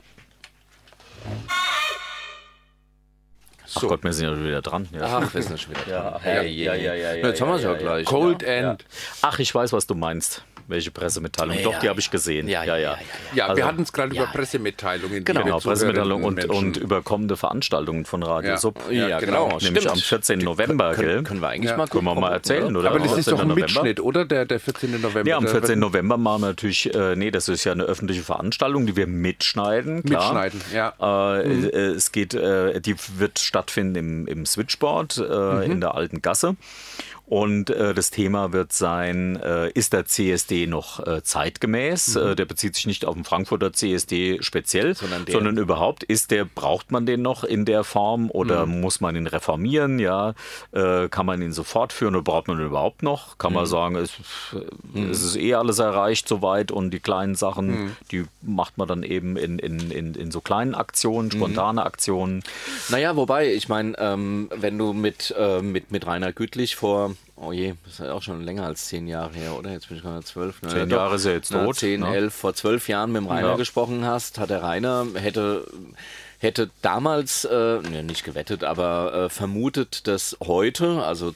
[SPEAKER 2] Ach
[SPEAKER 3] So.
[SPEAKER 2] Gott, wir sind ja wieder dran. Ja.
[SPEAKER 1] Ach, wir sind schon wieder dran.
[SPEAKER 2] ja, ja, ja, ja,
[SPEAKER 1] Jetzt haben wir es ja, gleich.
[SPEAKER 3] Cold End.
[SPEAKER 2] Ach, ich weiß, was du meinst. Welche Pressemitteilung? Doch, die habe ich gesehen. Ja, ja, ja.
[SPEAKER 3] Ja, wir
[SPEAKER 2] Also-
[SPEAKER 3] hatten es gerade über Pressemitteilungen.
[SPEAKER 2] Genau,
[SPEAKER 3] die wir zu
[SPEAKER 2] Pressemitteilung und,
[SPEAKER 3] hörenden
[SPEAKER 2] und
[SPEAKER 3] Menschen-
[SPEAKER 2] über kommende Veranstaltungen von Radio
[SPEAKER 3] Ja.
[SPEAKER 2] Sub.
[SPEAKER 3] Ja, genau.
[SPEAKER 2] Nämlich am 14. November, gell?
[SPEAKER 1] Können, können wir eigentlich
[SPEAKER 3] Ja.
[SPEAKER 1] mal gucken.
[SPEAKER 2] Können wir mal erzählen, oder?
[SPEAKER 3] Aber das ist
[SPEAKER 2] 14.
[SPEAKER 3] doch ein
[SPEAKER 2] November?
[SPEAKER 3] Mitschnitt, oder? Der, der 14. November. Äh,
[SPEAKER 2] Ja, um am
[SPEAKER 3] Der-
[SPEAKER 2] 14. November machen wir natürlich, äh, nee, das ist ja eine öffentliche Veranstaltung, die wir mitschneiden. Klar.
[SPEAKER 3] Mitschneiden, ja.
[SPEAKER 2] Äh, äh, Es geht, äh, die wird stattfinden im, im Switchboard
[SPEAKER 3] Mhm.
[SPEAKER 2] äh, in der alten Gasse. Und äh, das Thema wird sein, äh, ist der CSD noch äh,
[SPEAKER 3] Mhm.
[SPEAKER 2] zeitgemäß? Äh, der bezieht sich nicht auf den Frankfurter CSD speziell, sondern,
[SPEAKER 1] der-
[SPEAKER 2] überhaupt, ist der, braucht man den noch in der Form oder muss man ihn reformieren? Ja, äh, kann man ihn so fortführen oder braucht man ihn überhaupt noch? Kann man sagen, es, äh, es ist eh alles erreicht soweit und die kleinen Sachen, die macht man dann eben in, in, in, in so kleinen Aktionen, spontane Aktionen.
[SPEAKER 1] Naja, wobei, ich meine, ähm, wenn du mit, äh, mit, mit Rainer Güttlich vor, oh je, das ist ja auch schon länger als zehn Jahre her, oder? Jetzt bin ich gerade zwölf. Ne?
[SPEAKER 2] Zehn
[SPEAKER 1] Ja,
[SPEAKER 2] Jahre
[SPEAKER 1] doch.
[SPEAKER 2] ist er jetzt
[SPEAKER 1] Na,
[SPEAKER 2] tot,
[SPEAKER 1] Zehn,
[SPEAKER 2] ne?
[SPEAKER 1] elf, vor zwölf Jahren mit dem Rainer
[SPEAKER 2] Ja.
[SPEAKER 1] gesprochen hast, hat der Rainer, hätte, hätte damals, äh, ne, nicht gewettet, aber äh, vermutet, dass heute, also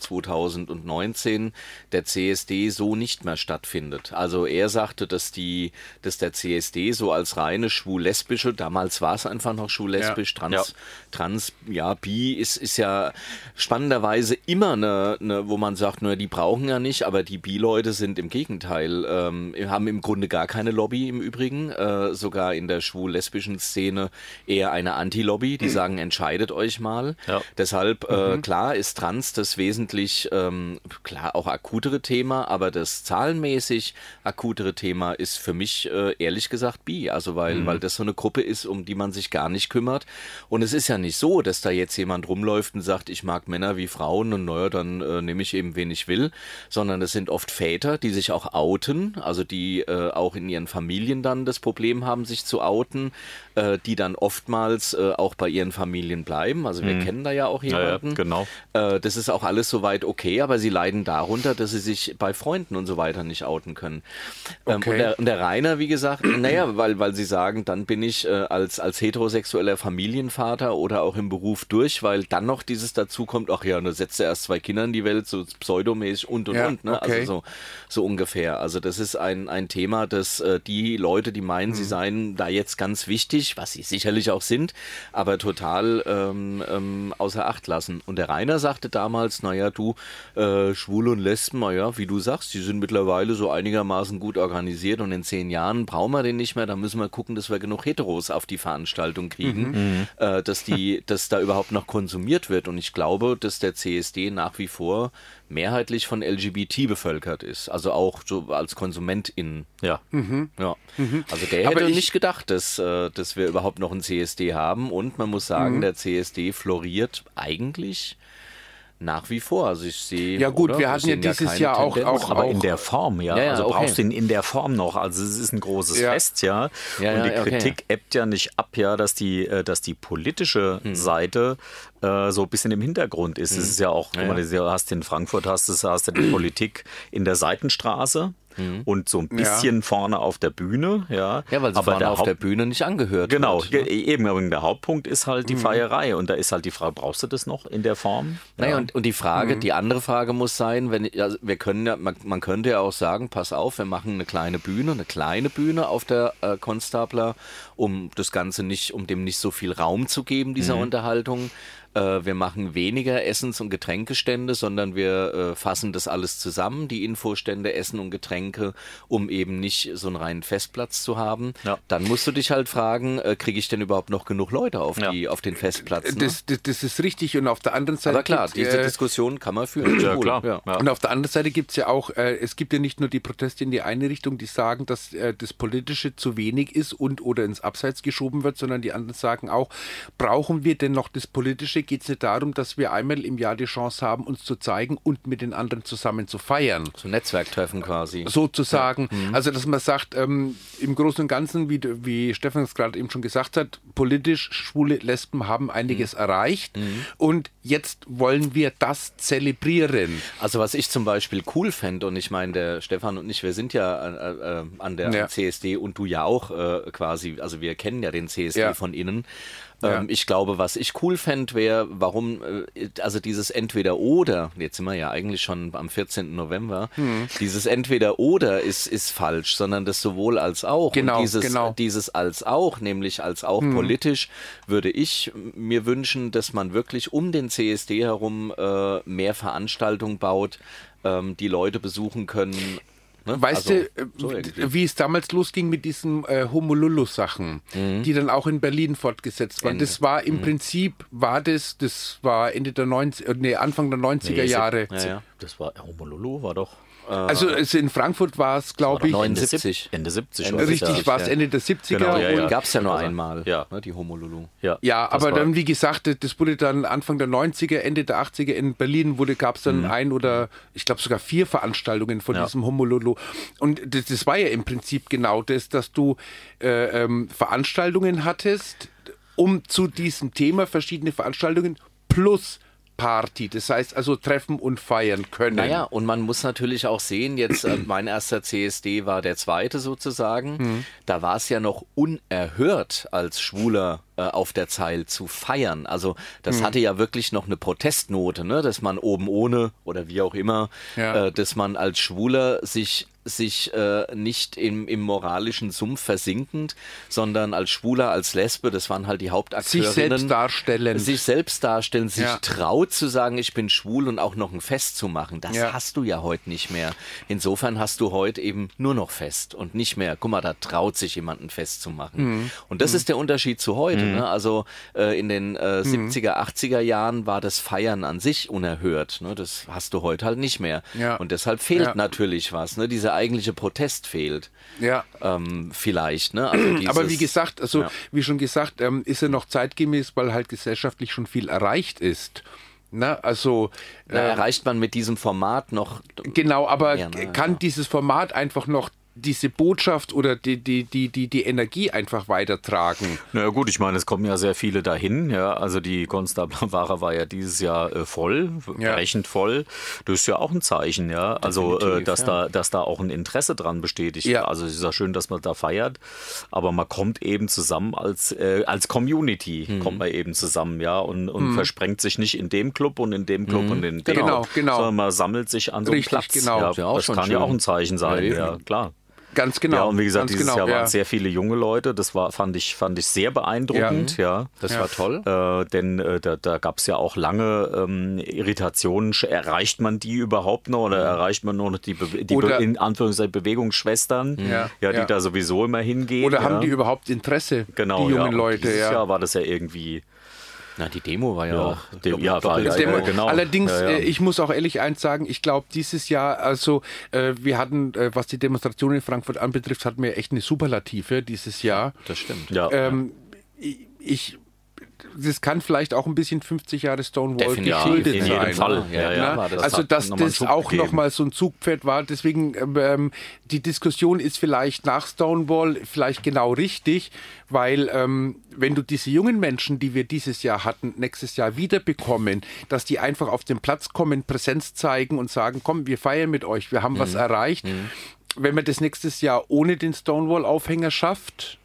[SPEAKER 1] 2019, der CSD so nicht mehr stattfindet. Also er sagte, dass die, dass der CSD so als reine schwul-lesbische, damals war es einfach noch schwul-lesbisch, trans,
[SPEAKER 2] Ja.
[SPEAKER 1] Trans, ja, Bi ist, ist ja spannenderweise immer eine, eine, wo man sagt, nur die brauchen ja nicht, aber die Bi-Leute sind im Gegenteil, ähm, haben im Grunde gar keine Lobby im Übrigen, äh, sogar in der schwul-lesbischen Szene eher eine Anti-Lobby, die sagen, entscheidet euch mal.
[SPEAKER 2] Mhm. Ja. Mhm.
[SPEAKER 1] Deshalb, äh, klar, ist Trans das wesentlich, ähm, klar, auch akutere Thema, aber das zahlenmäßig akutere Thema ist für mich äh, ehrlich gesagt Bi, also weil,
[SPEAKER 2] Mhm.
[SPEAKER 1] weil das so eine Gruppe ist, um die man sich gar nicht kümmert. Und es ist ja nicht so, dass da jetzt jemand rumläuft und sagt, ich mag Männer wie Frauen und naja, dann äh, nehme ich eben, wen ich will, sondern es sind oft Väter, die sich auch outen, also die äh, auch in ihren Familien dann das Problem haben, sich zu outen, äh, die dann oftmals jetzt äh, auch bei ihren Familien bleiben. Also wir kennen da ja auch
[SPEAKER 2] Mhm. ja,
[SPEAKER 1] jemanden.
[SPEAKER 2] genau.
[SPEAKER 1] Äh, das ist auch alles soweit okay, aber sie leiden darunter, dass sie sich bei Freunden und so weiter nicht outen können. Ähm,
[SPEAKER 3] Okay.
[SPEAKER 1] und, der, und der Rainer, wie gesagt, [CLEARS THROAT] naja, weil, weil sie sagen, dann bin ich äh, als, als heterosexueller Familienvater oder auch im Beruf durch, weil dann noch dieses dazu kommt, ach ja, und da setzt er erst zwei Kinder in die Welt, so pseudomäßig und und
[SPEAKER 3] Ja,
[SPEAKER 1] und. Ne?
[SPEAKER 3] okay.
[SPEAKER 1] Also so, so ungefähr. Also das ist ein, ein Thema, dass äh, die Leute, die meinen,
[SPEAKER 3] Mhm.
[SPEAKER 1] sie seien da jetzt ganz wichtig, was sie sicherlich auch sind, aber total ähm, ähm, außer Acht lassen. Und der Rainer sagte damals, naja, du, äh, Schwule und Lesben, naja, wie du sagst, die sind mittlerweile so einigermaßen gut organisiert und in zehn Jahren brauchen wir den nicht mehr, da müssen wir gucken, dass wir genug Heteros auf die Veranstaltung kriegen,
[SPEAKER 3] Mhm.
[SPEAKER 1] äh, dass,
[SPEAKER 3] [LAUGHS]
[SPEAKER 1] die, dass da überhaupt noch konsumiert wird. Und ich glaube, dass der CSD nach wie vor mehrheitlich von LGBT bevölkert ist, also auch so als KonsumentInnen.
[SPEAKER 2] Ja.
[SPEAKER 1] Ja. Also der
[SPEAKER 3] Mhm. Aber
[SPEAKER 1] hätte
[SPEAKER 3] ich-
[SPEAKER 1] nicht gedacht, dass, äh, dass wir überhaupt noch einen CSD haben und man muss sagen,
[SPEAKER 3] Mhm.
[SPEAKER 1] der CSD floriert eigentlich nach wie vor. Also ich sehe
[SPEAKER 3] Ja, gut,
[SPEAKER 1] oder?
[SPEAKER 3] wir hatten ja
[SPEAKER 1] sehen
[SPEAKER 3] dieses
[SPEAKER 1] keine
[SPEAKER 3] Jahr auch-
[SPEAKER 1] Tendenz.
[SPEAKER 3] auch-
[SPEAKER 2] Aber
[SPEAKER 3] auch-
[SPEAKER 2] in der Form, ja.
[SPEAKER 1] Ja, ja,
[SPEAKER 2] also
[SPEAKER 1] okay.
[SPEAKER 2] brauchst du ihn in der Form noch. Also es ist ein großes
[SPEAKER 3] Ja.
[SPEAKER 2] Fest, ja.
[SPEAKER 1] Ja,
[SPEAKER 2] und
[SPEAKER 1] ja,
[SPEAKER 2] die
[SPEAKER 1] okay.
[SPEAKER 2] Kritik ebbt ja nicht ab, ja, dass die, äh, dass die politische
[SPEAKER 1] Hm.
[SPEAKER 2] Seite äh, so ein bisschen im Hintergrund ist. Es ist ja auch, guck mal, du hast in Frankfurt hast, du- hast
[SPEAKER 1] [CLEARS THROAT]
[SPEAKER 2] du die Politik in der Seitenstraße. Und so ein bisschen vorne auf der Bühne, ja.
[SPEAKER 1] Hm. ja, weil sie
[SPEAKER 2] aber
[SPEAKER 1] vorne
[SPEAKER 2] der
[SPEAKER 1] auf
[SPEAKER 2] Haupt-
[SPEAKER 1] der Bühne nicht angehört
[SPEAKER 2] Genau,
[SPEAKER 1] wird, ne? Hm.
[SPEAKER 2] ge- eben, aber der Hauptpunkt ist halt die Feierei. Und da ist halt die Frage, brauchst du das noch in der Form?
[SPEAKER 1] Naja, und, und die Frage,
[SPEAKER 2] Mhm.
[SPEAKER 1] die andere Frage muss sein, wenn also wir können ja, man, man könnte ja auch sagen, pass auf, wir machen eine kleine Bühne, eine kleine Bühne auf der äh, Konstabler, um das Ganze nicht, um dem nicht so viel Raum zu geben, dieser
[SPEAKER 2] Mhm.
[SPEAKER 1] Unterhaltung. Äh, wir machen weniger Essens- und Getränkestände, sondern wir äh, fassen das alles zusammen, die Infostände, Essen und Getränke, um eben nicht so einen reinen Festplatz zu haben.
[SPEAKER 2] Ja.
[SPEAKER 1] Dann musst du dich halt fragen, äh, kriege ich denn überhaupt noch genug Leute auf,
[SPEAKER 2] Ja. Äh,
[SPEAKER 1] die, auf den Festplatz? Ne?
[SPEAKER 3] Das, das, das ist richtig. Und auf der anderen Seite.
[SPEAKER 1] Aber klar,
[SPEAKER 3] gibt's,
[SPEAKER 1] diese
[SPEAKER 3] äh,
[SPEAKER 1] Diskussion kann man
[SPEAKER 3] [CLEARS THROAT]
[SPEAKER 1] führen.
[SPEAKER 2] Ja,
[SPEAKER 1] Wohl,
[SPEAKER 2] klar.
[SPEAKER 1] Ja.
[SPEAKER 2] Ja.
[SPEAKER 3] Und auf der anderen Seite gibt es ja auch, äh, es gibt ja nicht nur die Proteste in die eine Richtung, die sagen, dass äh, das Politische zu wenig ist und oder ins Abseits geschoben wird, sondern die anderen sagen auch, brauchen wir denn noch das Politische? Geht es nicht darum, dass wir einmal im Jahr die Chance haben, uns zu zeigen und mit den anderen zusammen zu feiern?
[SPEAKER 1] So Netzwerktreffen quasi.
[SPEAKER 3] Hm. sozusagen.
[SPEAKER 1] Hm.
[SPEAKER 3] Also, dass man sagt, ähm, im Großen und Ganzen, wie, du- wie Stefan es gerade eben schon gesagt hat, politisch schwule Lesben haben einiges
[SPEAKER 1] Hm.
[SPEAKER 3] erreicht und jetzt wollen wir das zelebrieren.
[SPEAKER 1] Also was ich zum Beispiel cool fände, und ich meine, der Stefan und ich, wir sind ja äh, äh, an der
[SPEAKER 3] Ja.
[SPEAKER 1] CSD und du ja auch äh, quasi, also wir kennen ja den CSD
[SPEAKER 3] Ja.
[SPEAKER 1] von innen.
[SPEAKER 3] Ja.
[SPEAKER 1] Ähm, Ich glaube, was ich cool fände, wäre, warum, äh, also dieses Entweder-Oder, jetzt sind wir ja eigentlich schon am 14. November,
[SPEAKER 3] Hm.
[SPEAKER 1] dieses Entweder-Oder ist, ist falsch, sondern das sowohl als auch.
[SPEAKER 3] Genau,
[SPEAKER 1] und dieses,
[SPEAKER 3] genau. Hm.
[SPEAKER 1] dieses als auch, nämlich als auch politisch, würde ich mir wünschen, dass man wirklich um den CSD herum äh, mehr Veranstaltungen baut, ähm, die Leute besuchen können. Ne?
[SPEAKER 3] Weißt
[SPEAKER 1] Also,
[SPEAKER 3] du, äh,
[SPEAKER 1] so irgendwie.
[SPEAKER 3] wie es damals losging mit diesen äh, Homolulu-Sachen,
[SPEAKER 1] Hm.
[SPEAKER 3] die dann auch in Berlin fortgesetzt waren? Das war im Prinzip, war das, das war Ende der 90, äh, nee, Anfang der 90er Jahre.
[SPEAKER 1] ja, ja.
[SPEAKER 2] Das war Homololo, war doch
[SPEAKER 3] Also es, in Frankfurt war es, glaube ich,
[SPEAKER 1] 79.
[SPEAKER 2] Ende 70. oder?
[SPEAKER 3] richtig, war es
[SPEAKER 1] ja.
[SPEAKER 3] Ende der 70er.
[SPEAKER 1] Ja,
[SPEAKER 2] Genau, Ja,
[SPEAKER 1] ja.
[SPEAKER 2] ja.
[SPEAKER 1] Gab es ja nur einmal,
[SPEAKER 2] Ja.
[SPEAKER 1] ne, die Homolulu.
[SPEAKER 2] Ja,
[SPEAKER 3] Ja,
[SPEAKER 2] das
[SPEAKER 3] aber
[SPEAKER 2] war-
[SPEAKER 3] dann, wie gesagt, das wurde dann Anfang der 90er, Ende der 80er in Berlin wurde, gab es dann ein oder ich glaube sogar vier Veranstaltungen von diesem Homololo. Und das, das war ja im Prinzip genau das, dass du äh, ähm, Veranstaltungen hattest, um zu diesem Thema verschiedene Veranstaltungen plus Party. Das heißt also treffen und feiern können.
[SPEAKER 1] Naja, und man muss natürlich auch sehen, jetzt äh, mein erster CSD war der zweite sozusagen.
[SPEAKER 3] Mhm.
[SPEAKER 1] Da war es ja noch unerhört als Schwuler äh, auf der Zeil zu feiern. Also
[SPEAKER 3] Mhm.
[SPEAKER 1] das hatte ja wirklich noch eine Protestnote, ne? dass man oben ohne oder wie auch immer,
[SPEAKER 3] Ja.
[SPEAKER 1] äh, dass man als Schwuler sich sich äh, nicht im, im moralischen Sumpf versinkend, sondern als Schwuler, als Lesbe, das waren halt die Hauptakteurinnen.
[SPEAKER 3] selbst darstellend.
[SPEAKER 1] Sich selbst darstellen, sich
[SPEAKER 3] Ja.
[SPEAKER 1] traut zu sagen, ich bin schwul und auch noch ein Fest zu machen. Das
[SPEAKER 3] Ja.
[SPEAKER 1] hast du ja heute nicht mehr. Insofern hast du heute eben nur noch Fest und nicht mehr, guck mal, da traut sich jemand ein Fest zu machen.
[SPEAKER 3] Mhm.
[SPEAKER 1] Und das ist der Unterschied zu heute. Ne? Also äh, in den
[SPEAKER 3] Mhm.
[SPEAKER 1] äh, 70er, 80er Jahren war das Feiern an sich unerhört. Ne? Das hast du heute halt nicht mehr.
[SPEAKER 3] Ja.
[SPEAKER 1] Und deshalb fehlt
[SPEAKER 3] Ja.
[SPEAKER 1] natürlich was. Ne? Dieser eigentliche Protest fehlt.
[SPEAKER 3] Ja.
[SPEAKER 1] Ähm, vielleicht. Ne?
[SPEAKER 3] [CLEARS THROAT]
[SPEAKER 1] Also dieses,
[SPEAKER 3] Aber wie gesagt, also
[SPEAKER 1] Ja.
[SPEAKER 3] wie schon gesagt, ähm, ist er noch zeitgemäß, weil halt gesellschaftlich schon viel erreicht ist. Na, also
[SPEAKER 1] da erreicht man mit diesem Format noch
[SPEAKER 3] Genau, aber
[SPEAKER 1] Ja, na ja,
[SPEAKER 3] kann
[SPEAKER 1] klar.
[SPEAKER 3] dieses Format einfach noch diese Botschaft oder die, die, die, die, die Energie einfach weitertragen.
[SPEAKER 2] Na ja, gut, ich meine, es kommen ja sehr viele dahin. Ja, also die Konstablerware war ja dieses Jahr äh, voll,
[SPEAKER 3] Ja.
[SPEAKER 2] brechend voll. Das ist ja auch ein Zeichen, ja. Also, äh, dass, da, dass da auch ein Interesse dran besteht. Ich,
[SPEAKER 3] Ja.
[SPEAKER 2] Also, es ist ja schön, dass man da feiert, aber man kommt eben zusammen als, äh, als Community, kommt man eben zusammen, ja, und, und versprengt sich nicht in dem Club und in dem Club und in dem
[SPEAKER 3] Hm. Genau,
[SPEAKER 2] Club,
[SPEAKER 3] genau.
[SPEAKER 2] sondern man sammelt sich an so einem
[SPEAKER 3] Richtig,
[SPEAKER 2] Platz.
[SPEAKER 3] genau.
[SPEAKER 2] Hm. Ja,
[SPEAKER 3] Ist ja
[SPEAKER 1] auch
[SPEAKER 2] das
[SPEAKER 1] schon
[SPEAKER 2] kann ja
[SPEAKER 1] schön.
[SPEAKER 2] auch ein Zeichen sein, ja klar.
[SPEAKER 3] Ganz genau.
[SPEAKER 2] Ja, und wie gesagt,
[SPEAKER 3] ganz
[SPEAKER 2] dieses
[SPEAKER 3] genau,
[SPEAKER 2] Jahr waren
[SPEAKER 3] ja.
[SPEAKER 2] es sehr viele junge Leute. Das war, fand, ich, fand ich sehr beeindruckend, ja.
[SPEAKER 1] Das war toll.
[SPEAKER 2] Äh, denn äh, da, da gab es ja auch lange ähm, Irritationen. Sch- Erreicht man die überhaupt noch oder erreicht man nur noch die, Be die Be
[SPEAKER 3] Mhm. Oder-
[SPEAKER 2] in Anführungszeichen Bewegungsschwestern,
[SPEAKER 3] Ja,
[SPEAKER 2] die
[SPEAKER 3] ja.
[SPEAKER 2] da sowieso immer hingehen?
[SPEAKER 3] Oder haben
[SPEAKER 2] ja.
[SPEAKER 3] die überhaupt Interesse,
[SPEAKER 2] genau,
[SPEAKER 3] die jungen
[SPEAKER 2] ja. Und
[SPEAKER 3] Leute?
[SPEAKER 2] Dieses
[SPEAKER 3] Ja.
[SPEAKER 2] Jahr war das ja irgendwie.
[SPEAKER 1] Na, die Demo war ja,
[SPEAKER 2] Ja,
[SPEAKER 1] auch.
[SPEAKER 2] die- ja, war
[SPEAKER 1] doppelt
[SPEAKER 2] ja-
[SPEAKER 1] so
[SPEAKER 2] ja,
[SPEAKER 1] hoch.
[SPEAKER 2] ja, genau.
[SPEAKER 3] Allerdings,
[SPEAKER 2] Ja, ja.
[SPEAKER 3] Äh, ich muss auch ehrlich eins sagen, ich glaube, dieses Jahr, also äh, wir hatten, äh, was die Demonstration in Frankfurt anbetrifft, hatten wir echt eine Superlative dieses Jahr.
[SPEAKER 1] Das stimmt.
[SPEAKER 2] Ja,
[SPEAKER 3] Ähm, ich- ich, das kann vielleicht auch ein bisschen 50 Jahre Stonewall
[SPEAKER 1] Definitiv,
[SPEAKER 3] geschuldet
[SPEAKER 2] in
[SPEAKER 3] sein.
[SPEAKER 2] jedem Fall. Ja, ja,
[SPEAKER 3] Na,
[SPEAKER 2] war das-
[SPEAKER 3] also
[SPEAKER 2] hat
[SPEAKER 3] dass
[SPEAKER 2] nochmal einen
[SPEAKER 3] das
[SPEAKER 2] Schub
[SPEAKER 3] auch
[SPEAKER 2] gegeben.
[SPEAKER 3] nochmal so ein Zugpferd war. Deswegen ähm, die Diskussion ist vielleicht nach Stonewall vielleicht genau richtig, weil ähm, wenn du diese jungen Menschen, die wir dieses Jahr hatten, nächstes Jahr wieder bekommen, dass die einfach auf den Platz kommen, Präsenz zeigen und sagen, komm, wir feiern mit euch, wir haben was
[SPEAKER 2] Mhm.
[SPEAKER 3] erreicht. Wenn man das nächstes Jahr ohne den Stonewall-Aufhänger schafft,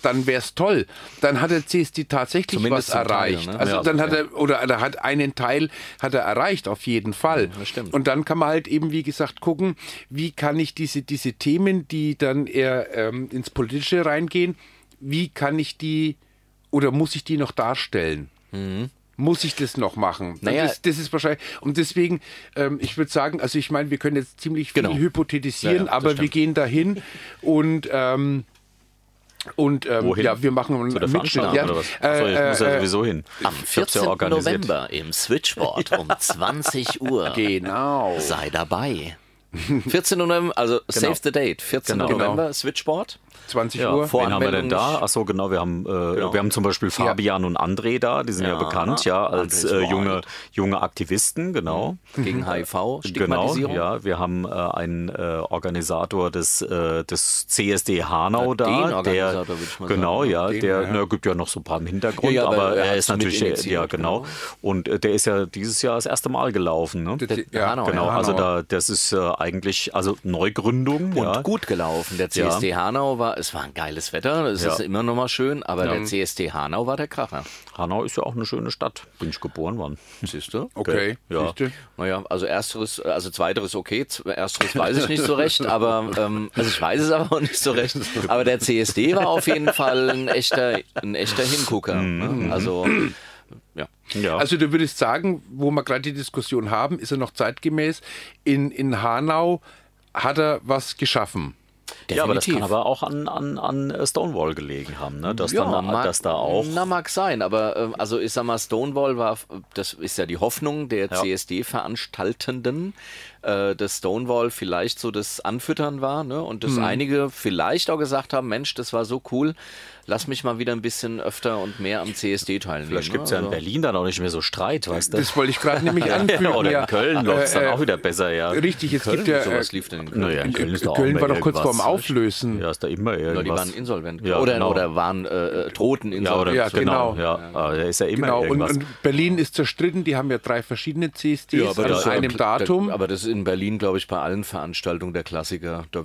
[SPEAKER 3] dann wäre es toll. Dann hat der CSD tatsächlich
[SPEAKER 1] Zumindest
[SPEAKER 3] was
[SPEAKER 1] zum Teil,
[SPEAKER 3] erreicht.
[SPEAKER 1] ne?
[SPEAKER 3] Also
[SPEAKER 1] Ja,
[SPEAKER 3] dann hat er oder er hat einen Teil hat er erreicht auf jeden Fall.
[SPEAKER 1] das stimmt.
[SPEAKER 3] Und dann kann man halt eben wie gesagt gucken, wie kann ich diese diese Themen, die dann eher ähm, ins Politische reingehen, wie kann ich die oder muss ich die noch darstellen? Muss ich das noch machen?
[SPEAKER 1] Mhm. Naja.
[SPEAKER 3] Das, das ist wahrscheinlich. Und deswegen, ähm, ich würde sagen, also ich meine, wir können jetzt ziemlich viel
[SPEAKER 1] Genau. Ja, ja,
[SPEAKER 3] hypothetisieren,
[SPEAKER 1] das
[SPEAKER 3] aber wir
[SPEAKER 1] stimmt.
[SPEAKER 3] gehen dahin und ähm, und ähm,
[SPEAKER 2] Wohin?
[SPEAKER 3] ja, wir machen einen
[SPEAKER 2] zu der
[SPEAKER 3] Mitschnitt.
[SPEAKER 2] Veranstaltung
[SPEAKER 3] Ja.
[SPEAKER 2] oder was?
[SPEAKER 3] Äh,
[SPEAKER 2] Achso, ich muss ja
[SPEAKER 3] äh,
[SPEAKER 2] sowieso hin.
[SPEAKER 7] Am
[SPEAKER 2] Ich hab's
[SPEAKER 7] 14. November im Switchboard
[SPEAKER 2] [LAUGHS]
[SPEAKER 7] um 20 Uhr.
[SPEAKER 3] Genau.
[SPEAKER 7] Sei dabei.
[SPEAKER 1] 14. November, also save the date. 14.
[SPEAKER 2] Genau.
[SPEAKER 1] November, Switchboard.
[SPEAKER 3] 20
[SPEAKER 2] Ja,
[SPEAKER 3] Uhr.
[SPEAKER 2] wen haben wir
[SPEAKER 1] Voranmeldung
[SPEAKER 2] denn da?
[SPEAKER 1] nicht.
[SPEAKER 2] Achso, genau, wir haben, äh, wir haben zum Beispiel Fabian und André da, die sind ja, bekannt, ja, als
[SPEAKER 1] André
[SPEAKER 2] äh,
[SPEAKER 1] ist
[SPEAKER 2] junge,
[SPEAKER 1] wild.
[SPEAKER 2] junge Aktivisten, genau.
[SPEAKER 1] Gegen HIV,
[SPEAKER 2] Genau,
[SPEAKER 1] Stigmatisierung.
[SPEAKER 2] ja, wir haben äh, einen äh, Organisator des, äh, des CSD Hanau
[SPEAKER 1] den
[SPEAKER 2] da, der,
[SPEAKER 1] Organisator, würde ich mal
[SPEAKER 2] genau,
[SPEAKER 1] sagen,
[SPEAKER 2] ja, der na, gibt ja noch so ein paar im Hintergrund,
[SPEAKER 1] Ja, ja, aber
[SPEAKER 2] aber
[SPEAKER 1] er
[SPEAKER 2] er
[SPEAKER 1] hat's
[SPEAKER 2] ist natürlich,
[SPEAKER 1] mitinitiiert,
[SPEAKER 2] ja, genau. und äh, der ist ja dieses Jahr das erste Mal gelaufen, ne?
[SPEAKER 3] Der- ja,
[SPEAKER 1] Hanauer,
[SPEAKER 2] genau,
[SPEAKER 1] ja.
[SPEAKER 2] also da, das ist äh, eigentlich, also Neugründung,
[SPEAKER 1] Und
[SPEAKER 2] ja.
[SPEAKER 1] gut gelaufen. Der CSD Hanau war, es war ein geiles Wetter, es
[SPEAKER 2] Ja.
[SPEAKER 1] ist immer noch mal schön, aber der CSD Hanau war der Kracher.
[SPEAKER 2] Hanau ist ja auch eine schöne Stadt, bin ich geboren worden.
[SPEAKER 1] Siehst du?
[SPEAKER 3] Okay.
[SPEAKER 2] Ja.
[SPEAKER 3] Siehst du?
[SPEAKER 1] Naja, also ersteres, also zweiteres okay, z- ersteres weiß ich
[SPEAKER 3] [LAUGHS]
[SPEAKER 1] nicht so recht, aber ähm, also ich weiß es aber auch nicht so recht. Aber der CSD war auf jeden Fall ein echter, ein echter Hingucker.
[SPEAKER 3] Mhm.
[SPEAKER 1] Ne? Also ja.
[SPEAKER 2] Ja.
[SPEAKER 3] Also du würdest sagen, wo wir gerade die Diskussion haben, ist er noch zeitgemäß. In, in Hanau hat er was geschaffen.
[SPEAKER 2] Ja, aber das kann
[SPEAKER 1] Definitiv.
[SPEAKER 2] aber auch an, an, an Stonewall gelegen haben, ne? dass, dann,
[SPEAKER 1] mag-
[SPEAKER 2] dass da auch.
[SPEAKER 1] Na, mag sein, aber ähm, also ich sag mal, Stonewall war, das ist ja die Hoffnung der CSD-Veranstaltenden, äh, dass Stonewall vielleicht so das Anfüttern war ne? und
[SPEAKER 2] Hm.
[SPEAKER 1] dass einige vielleicht auch gesagt haben, Mensch, das war so cool, lass mich mal wieder ein bisschen öfter und mehr am CSD teilnehmen.
[SPEAKER 2] Vielleicht gibt es
[SPEAKER 1] ne?
[SPEAKER 2] ja in
[SPEAKER 1] also,
[SPEAKER 2] Berlin dann auch nicht mehr so Streit, weißt du?
[SPEAKER 3] Das wollte ich gerade nämlich anfügen.
[SPEAKER 2] [LAUGHS] ja, oder
[SPEAKER 3] ja. Äh,
[SPEAKER 2] in Köln läuft es dann auch wieder besser, ja.
[SPEAKER 3] Richtig, es gibt ja.
[SPEAKER 1] Köln, sowas
[SPEAKER 3] äh,
[SPEAKER 1] lief denn in Köln.
[SPEAKER 2] Naja, in Köln ist doch auch
[SPEAKER 3] Köln
[SPEAKER 2] immer
[SPEAKER 3] war doch kurz
[SPEAKER 2] irgendwas.
[SPEAKER 3] vorm Auflösen.
[SPEAKER 2] Ja, ist da immer irgendwas.
[SPEAKER 1] Ja, die waren insolvent.
[SPEAKER 2] Ja,
[SPEAKER 1] oder,
[SPEAKER 2] genau.
[SPEAKER 1] oder waren äh, äh, Toten
[SPEAKER 2] ja,
[SPEAKER 1] insolvent.
[SPEAKER 2] oder
[SPEAKER 3] Ja,
[SPEAKER 2] genau.
[SPEAKER 3] genau.
[SPEAKER 2] Ja, Ah, da ist ja immer
[SPEAKER 3] Genau, und,
[SPEAKER 2] irgendwas.
[SPEAKER 3] und Berlin ist zerstritten, die haben ja drei verschiedene CSDs an
[SPEAKER 1] ist
[SPEAKER 3] einem
[SPEAKER 1] ja-
[SPEAKER 3] Datum.
[SPEAKER 1] aber das ist in Berlin, glaube ich, bei allen Veranstaltungen der Klassiker. Da,